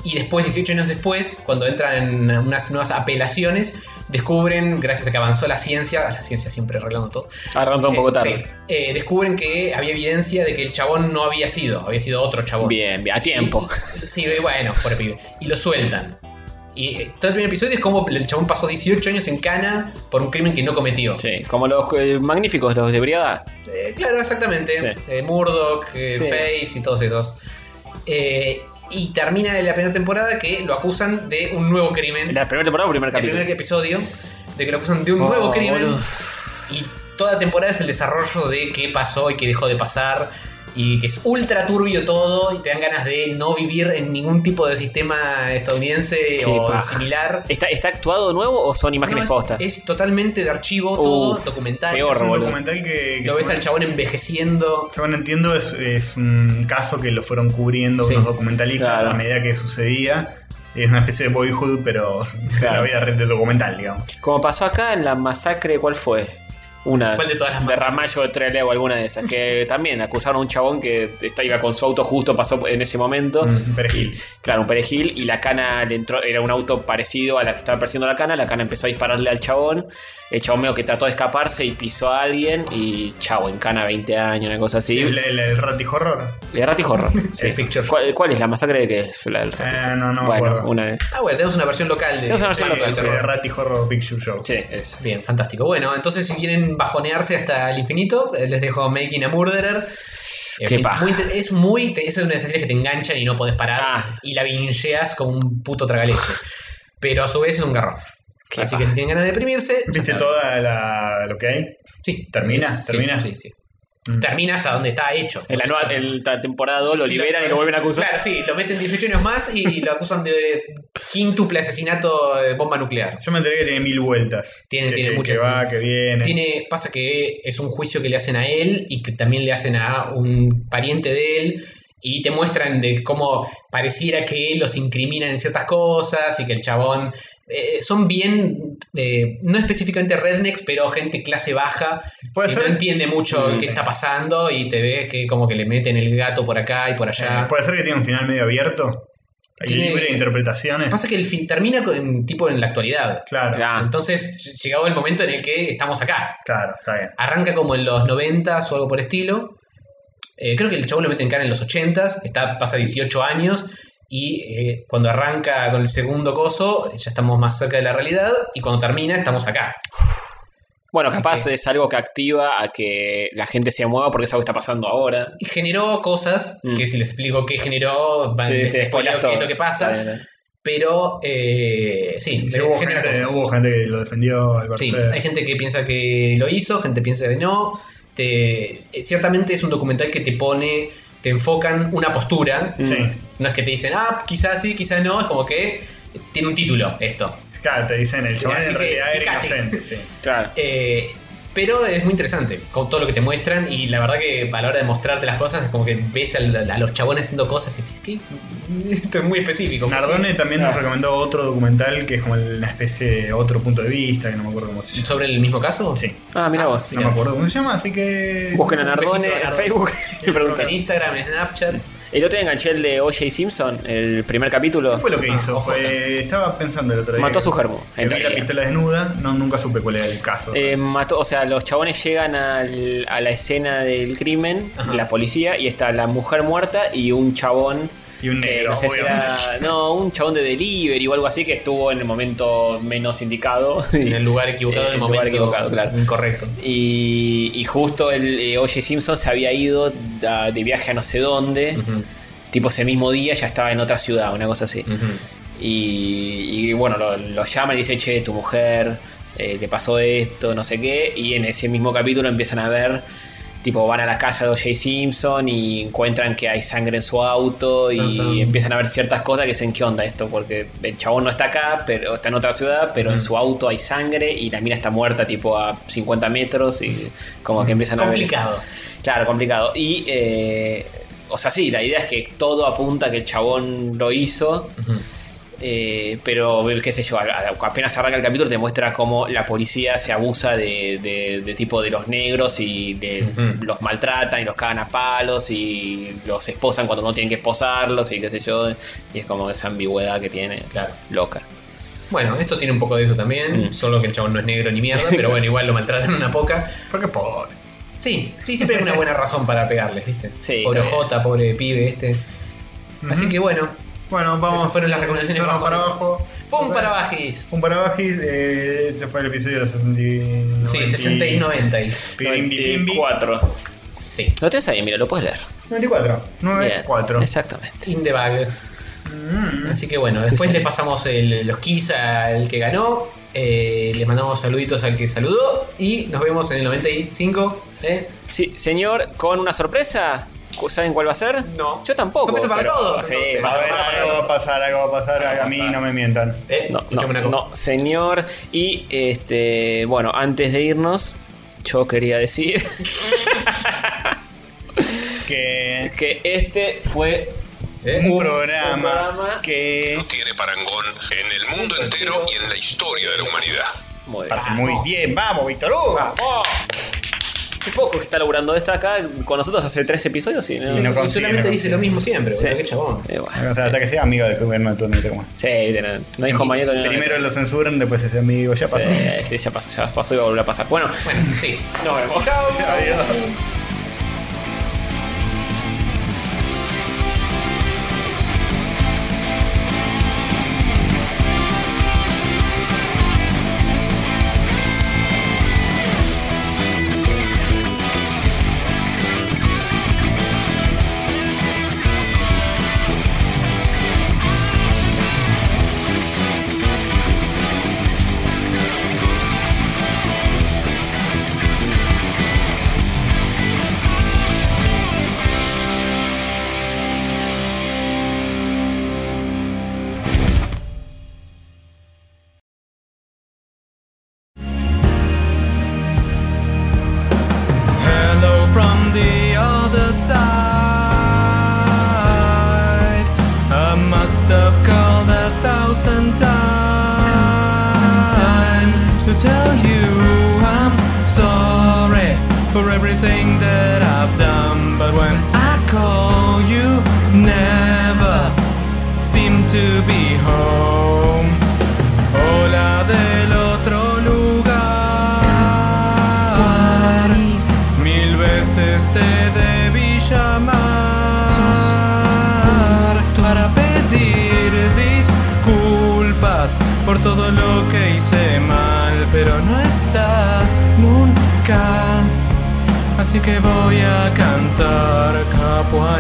[SPEAKER 3] Y después, 18 años después, cuando entran en unas nuevas apelaciones, descubren, gracias a que avanzó la ciencia, la ciencia siempre arreglando todo,
[SPEAKER 4] Arrancó un poco
[SPEAKER 3] eh,
[SPEAKER 4] tarde.
[SPEAKER 3] sí, eh, descubren que había evidencia de que el chabón no había sido, había sido otro chabón.
[SPEAKER 4] Bien, bien, a tiempo.
[SPEAKER 3] Y- sí, bueno, por pibe. Y lo sueltan. Y eh, todo el primer episodio es como el chabón pasó 18 años en cana por un crimen que no cometió.
[SPEAKER 4] Sí, como los eh, magníficos, los de Brigada.
[SPEAKER 3] Eh, claro, exactamente.
[SPEAKER 4] Sí.
[SPEAKER 3] Eh, Murdoch, eh,
[SPEAKER 4] Sí.
[SPEAKER 3] Face y todos esos. Eh, y termina la primera temporada que lo acusan de un nuevo crimen.
[SPEAKER 4] ¿La primera temporada o primer
[SPEAKER 3] el
[SPEAKER 4] capítulo?
[SPEAKER 3] primer episodio de que lo acusan de un
[SPEAKER 4] Oh,
[SPEAKER 3] nuevo crimen.
[SPEAKER 4] boludo.
[SPEAKER 3] Y toda temporada es el desarrollo de qué pasó y qué dejó de pasar. Y que es ultra turbio todo. Y te dan ganas de no vivir en ningún tipo de sistema estadounidense
[SPEAKER 4] Qué
[SPEAKER 3] o
[SPEAKER 4] paja.
[SPEAKER 3] similar.
[SPEAKER 4] ¿Está, ¿Está actuado nuevo o son imágenes
[SPEAKER 3] No, es-
[SPEAKER 4] postas?
[SPEAKER 3] es, totalmente de archivo, todo
[SPEAKER 4] Uf,
[SPEAKER 3] documental.
[SPEAKER 4] peor,
[SPEAKER 2] es un
[SPEAKER 4] boludo.
[SPEAKER 2] documental que, que
[SPEAKER 3] Lo ves
[SPEAKER 2] según-
[SPEAKER 3] al chabón envejeciendo.
[SPEAKER 2] según entiendo, es, es un caso que lo fueron cubriendo
[SPEAKER 3] Sí.
[SPEAKER 2] unos documentalistas
[SPEAKER 4] Claro.
[SPEAKER 2] a medida que sucedía. Es una especie de boyhood, pero
[SPEAKER 4] Claro.
[SPEAKER 2] de la vida red de documental, digamos.
[SPEAKER 4] Como pasó acá en la masacre, ¿cuál fue? Una
[SPEAKER 3] ¿Cuál de todas las masacres?
[SPEAKER 4] Ramallo de Trelew o alguna de esas. Que también acusaron a un chabón que está, iba con su auto justo, pasó en ese momento.
[SPEAKER 3] Mm.
[SPEAKER 2] Un perejil.
[SPEAKER 4] Y- claro, un perejil. Y la cana le entró, era un auto parecido a la que estaba persiguiendo la cana. La cana empezó a dispararle al chabón. El chabón medio que trató de escaparse y pisó a alguien. Y chavo, en cana 20 años, una cosa así.
[SPEAKER 2] El, el, el Ratty Horror.
[SPEAKER 4] El ratty horror. sí.
[SPEAKER 3] picture.
[SPEAKER 4] ¿Cuál, cuál es la masacre de que es? La del ratty?
[SPEAKER 2] Eh, no, no me
[SPEAKER 4] bueno,
[SPEAKER 2] acuerdo.
[SPEAKER 4] una vez.
[SPEAKER 3] Ah, bueno, tenemos una versión local de.
[SPEAKER 4] Tenemos una
[SPEAKER 2] Sí,
[SPEAKER 4] versión
[SPEAKER 3] de-
[SPEAKER 4] local,
[SPEAKER 2] el,
[SPEAKER 4] sí.
[SPEAKER 2] el Ratty Horror Picture Show.
[SPEAKER 4] Sí, es.
[SPEAKER 3] Bien, fantástico. Bueno, entonces si quieren bajonearse hasta el infinito, eh, les dejo Making a Murderer. Eh,
[SPEAKER 4] Qué
[SPEAKER 3] muy-
[SPEAKER 4] paja.
[SPEAKER 3] muy inter- es muy. te- es una de esas series que te enganchan y no podés parar.
[SPEAKER 4] Ah.
[SPEAKER 3] Y la vincheas como un puto tragaleche. Pero a su vez es un garrón.
[SPEAKER 4] Qué
[SPEAKER 3] Así
[SPEAKER 4] paja.
[SPEAKER 3] que si tienen ganas de deprimirse. ya
[SPEAKER 2] ¿Viste
[SPEAKER 3] saben.
[SPEAKER 2] toda la, lo que hay?
[SPEAKER 3] Sí.
[SPEAKER 2] ¿Termina?
[SPEAKER 3] Sí,
[SPEAKER 2] ¿Termina?
[SPEAKER 3] sí, sí. Termina hasta donde está hecho.
[SPEAKER 4] Mm. En la
[SPEAKER 3] Sí,
[SPEAKER 4] nueva
[SPEAKER 3] sí.
[SPEAKER 4] en la temporada 2 lo
[SPEAKER 3] Sí,
[SPEAKER 4] liberan y lo vuelven a acusar.
[SPEAKER 3] Claro, sí, lo meten 18 años más y lo acusan de quíntuple asesinato de bomba nuclear.
[SPEAKER 2] Yo me enteré que tiene mil vueltas.
[SPEAKER 3] Tiene-
[SPEAKER 2] que,
[SPEAKER 3] tiene
[SPEAKER 2] que-
[SPEAKER 3] muchas,
[SPEAKER 2] Que va,
[SPEAKER 3] sí.
[SPEAKER 2] que viene.
[SPEAKER 3] Tiene, pasa que es un juicio que le hacen a él y que también le hacen a un pariente de él y te muestran de cómo pareciera que los incriminan en ciertas cosas y que el chabón eh, son bien eh, no específicamente rednecks pero gente clase baja
[SPEAKER 2] Puede
[SPEAKER 3] que
[SPEAKER 2] ser.
[SPEAKER 3] no entiende mucho
[SPEAKER 4] Mm.
[SPEAKER 3] qué está pasando y te ves que como que le meten el gato por acá y por allá
[SPEAKER 2] Eh, Puede ser que tiene un final medio abierto. Hay
[SPEAKER 3] Tiene-
[SPEAKER 2] libre de interpretaciones.
[SPEAKER 3] pasa que el fin termina con, tipo en la actualidad
[SPEAKER 2] Claro,
[SPEAKER 4] Ah.
[SPEAKER 3] entonces ll- llegado el momento en el que estamos acá
[SPEAKER 2] claro, está bien.
[SPEAKER 3] Arranca como en los 90s o algo por el estilo. Eh, creo que el chabón lo mete en cara en los 80s. Está, pasa 18 años. Y eh, cuando arranca con el segundo coso, ya estamos más cerca de la realidad. Y cuando termina, estamos acá.
[SPEAKER 4] Bueno, capaz
[SPEAKER 3] Sí.
[SPEAKER 4] es algo que activa a que la gente se mueva porque es algo que está pasando ahora.
[SPEAKER 3] Y generó cosas
[SPEAKER 4] Mm.
[SPEAKER 3] que, si les explico qué generó, van
[SPEAKER 4] Sí,
[SPEAKER 3] a
[SPEAKER 4] te spoileas
[SPEAKER 3] qué es
[SPEAKER 4] todo.
[SPEAKER 3] lo que pasa.
[SPEAKER 4] Está bien.
[SPEAKER 3] Pero eh, sí,
[SPEAKER 2] Sí, hubo,
[SPEAKER 3] genera
[SPEAKER 2] gente,
[SPEAKER 3] cosas.
[SPEAKER 2] hubo gente que lo defendió al
[SPEAKER 3] Sí,
[SPEAKER 2] parecer.
[SPEAKER 3] hay gente que piensa que lo hizo, gente piensa que no. Te- eh, ciertamente es un documental que te pone, te enfocan una postura.
[SPEAKER 4] Mm.
[SPEAKER 2] Sí.
[SPEAKER 3] No es que te dicen, ah, quizás sí, quizás no, es como que tiene un título esto.
[SPEAKER 2] Claro, te dicen el chaval
[SPEAKER 3] Así
[SPEAKER 2] en
[SPEAKER 3] que,
[SPEAKER 2] realidad era
[SPEAKER 3] fíjate.
[SPEAKER 2] inocente. Sí.
[SPEAKER 4] Claro.
[SPEAKER 3] Eh, pero es muy interesante con todo lo que te muestran y la verdad que a la hora de mostrarte las cosas es como que ves al- a, los chabones haciendo cosas y dices, ¿qué? Esto es muy específico.
[SPEAKER 2] Nardone también nos recomendó otro documental que es como una especie de otro punto de vista, que no me acuerdo cómo se llama.
[SPEAKER 3] ¿Sobre el mismo caso?
[SPEAKER 2] Sí,
[SPEAKER 4] Ah, mira
[SPEAKER 3] Ah,
[SPEAKER 4] vos.
[SPEAKER 2] no me acuerdo cómo se llama, así que.
[SPEAKER 4] Busquen a
[SPEAKER 3] Un
[SPEAKER 4] Nardone
[SPEAKER 3] besito a
[SPEAKER 4] en
[SPEAKER 3] Nardone.
[SPEAKER 4] Facebook y preguntan.
[SPEAKER 3] En Instagram, en Snapchat.
[SPEAKER 4] El otro día enganché el de O.J. Simpson, el primer capítulo.
[SPEAKER 2] ¿Qué fue lo que
[SPEAKER 3] Ah,
[SPEAKER 2] hizo?
[SPEAKER 3] ojo.
[SPEAKER 2] Fue- estaba pensando el otro día.
[SPEAKER 4] Mató a
[SPEAKER 2] que-
[SPEAKER 4] su germo,
[SPEAKER 2] que
[SPEAKER 4] en
[SPEAKER 2] vi la
[SPEAKER 4] realidad.
[SPEAKER 2] pistola desnuda, no, nunca supe cuál era el caso.
[SPEAKER 4] Eh, mató, o sea, los chabones llegan al- a la escena del crimen,
[SPEAKER 3] Ajá.
[SPEAKER 4] la policía, y está la mujer muerta y un chabón.
[SPEAKER 2] y un
[SPEAKER 4] que
[SPEAKER 2] negro,
[SPEAKER 4] no sé si
[SPEAKER 2] obviamente.
[SPEAKER 4] era- no, un chabón de delivery o algo así que estuvo en el momento menos indicado.
[SPEAKER 3] En el lugar equivocado,
[SPEAKER 4] Eh,
[SPEAKER 3] en el
[SPEAKER 4] el lugar
[SPEAKER 3] momento
[SPEAKER 4] equivocado, claro.
[SPEAKER 3] incorrecto.
[SPEAKER 4] Y, y justo el eh, O.J. Simpson se había ido da- de viaje a no sé dónde. tipo ese mismo día ya estaba en otra ciudad, una cosa así. Y, y, bueno, lo, lo llama y dice, che, tu mujer, eh, te pasó esto, no sé qué. Y en ese mismo capítulo empiezan a ver, tipo, van a la casa de O.J. Simpson y encuentran que hay sangre en su auto y
[SPEAKER 3] Sansan.
[SPEAKER 4] empiezan a ver ciertas cosas que dicen, ¿qué onda esto? Porque el chabón no está acá, pero está en otra ciudad, pero en su auto hay sangre y la mina está muerta, tipo, a 50 metros y como que empiezan a ver...
[SPEAKER 3] Complicado.
[SPEAKER 4] Claro, complicado. Y, eh, o sea, sí, la idea es que todo apunta a que el chabón lo hizo. Eh, pero, qué sé yo, a- a- apenas arranca el capítulo te muestra cómo la policía se abusa de, de- de tipo de los negros y de- los maltratan y los cagan a palos y los esposan cuando no tienen que esposarlos y qué sé yo. Y es como esa ambigüedad que tiene,
[SPEAKER 3] Claro.
[SPEAKER 4] loca.
[SPEAKER 3] Bueno, esto tiene un poco de eso también.
[SPEAKER 4] Mm.
[SPEAKER 3] Solo que el chabón no es negro ni mierda, pero bueno, igual lo maltratan una poca.
[SPEAKER 2] Porque pobre.
[SPEAKER 3] Sí, sí, siempre hay una buena razón para pegarles, ¿viste?
[SPEAKER 4] Sí,
[SPEAKER 3] pobre
[SPEAKER 4] está bien.
[SPEAKER 3] Jota, pobre pibe este. Así
[SPEAKER 2] Ujú.
[SPEAKER 3] que bueno,
[SPEAKER 2] Bueno, vamos.
[SPEAKER 3] Esas fueron las recomendaciones
[SPEAKER 2] Tonos
[SPEAKER 3] bajo.
[SPEAKER 2] para abajo.
[SPEAKER 3] ¡pum para bajis!
[SPEAKER 2] Un para abajo. Eh, ese fue el episodio de los 60 y
[SPEAKER 3] Sí, 60 y 90. y-
[SPEAKER 2] Pirimbi, pirimbi.
[SPEAKER 4] 94.
[SPEAKER 3] Sí,
[SPEAKER 4] Lo tenés ahí, mira, lo puedes leer.
[SPEAKER 2] 94.
[SPEAKER 4] Bien,
[SPEAKER 2] 94.
[SPEAKER 4] Exactamente.
[SPEAKER 3] in the bag.
[SPEAKER 2] Mm.
[SPEAKER 3] Así que bueno, después le pasamos el- los keys al que ganó. eh, le mandamos saluditos al que saludó. Y nos vemos en el 95. ¿eh?
[SPEAKER 4] Sí, señor, con una sorpresa. ¿Saben cuál va a ser?
[SPEAKER 3] No.
[SPEAKER 4] Yo tampoco.
[SPEAKER 3] Sorpresa para
[SPEAKER 4] pero-
[SPEAKER 3] todos,
[SPEAKER 4] Sí,
[SPEAKER 3] entonces.
[SPEAKER 4] va
[SPEAKER 2] A
[SPEAKER 4] a
[SPEAKER 2] ver,
[SPEAKER 4] ser
[SPEAKER 2] algo va a pasar, algo va a pasar. A mí no me mientan.
[SPEAKER 3] ¿Eh?
[SPEAKER 4] No,
[SPEAKER 3] Escuchame una
[SPEAKER 4] no,
[SPEAKER 3] cosa.
[SPEAKER 4] no, señor. Y este, bueno, antes de irnos, yo quería decir
[SPEAKER 2] Que.
[SPEAKER 4] que este fue
[SPEAKER 3] ¿Eh?
[SPEAKER 2] Un
[SPEAKER 4] un
[SPEAKER 2] programa
[SPEAKER 4] programa
[SPEAKER 2] que.
[SPEAKER 5] No tiene parangón en el mundo entero y en la historia de la humanidad.
[SPEAKER 4] muy
[SPEAKER 2] Parece muy bien. Vamos, Víctor Hugo.
[SPEAKER 4] ¡Vamos! Qué poco que está laburando esta acá con nosotros hace tres episodios y no.
[SPEAKER 2] Sí, no.
[SPEAKER 3] Y
[SPEAKER 2] consigue,
[SPEAKER 3] solamente
[SPEAKER 2] no
[SPEAKER 3] dice
[SPEAKER 2] consigue.
[SPEAKER 3] lo mismo siempre,
[SPEAKER 4] Sí.
[SPEAKER 3] boludo, qué chabón.
[SPEAKER 4] Eh, bueno.
[SPEAKER 2] O sea, hasta que sea amigo de Superman, tú no te como-
[SPEAKER 4] Sí, no, no dijo Mañeto ni nada.
[SPEAKER 2] Primero lo censuran, después es amigo. Ya pasó.
[SPEAKER 4] Eh, sí, ya pasó, ya pasó y va a volver a pasar. Bueno,
[SPEAKER 3] Bueno, sí.
[SPEAKER 4] nos vemos.
[SPEAKER 2] Adiós.
[SPEAKER 1] Hello from the other side. I must have called a thousand times to tell you I'm sorry for everything that I've done. But when I call you, never seem to be home. Hola del otro lugar. Mil veces te debí llamar para pedir disculpas por todo lo que hice mal, pero no estás nunca. Así que voy a cantar Capuanis.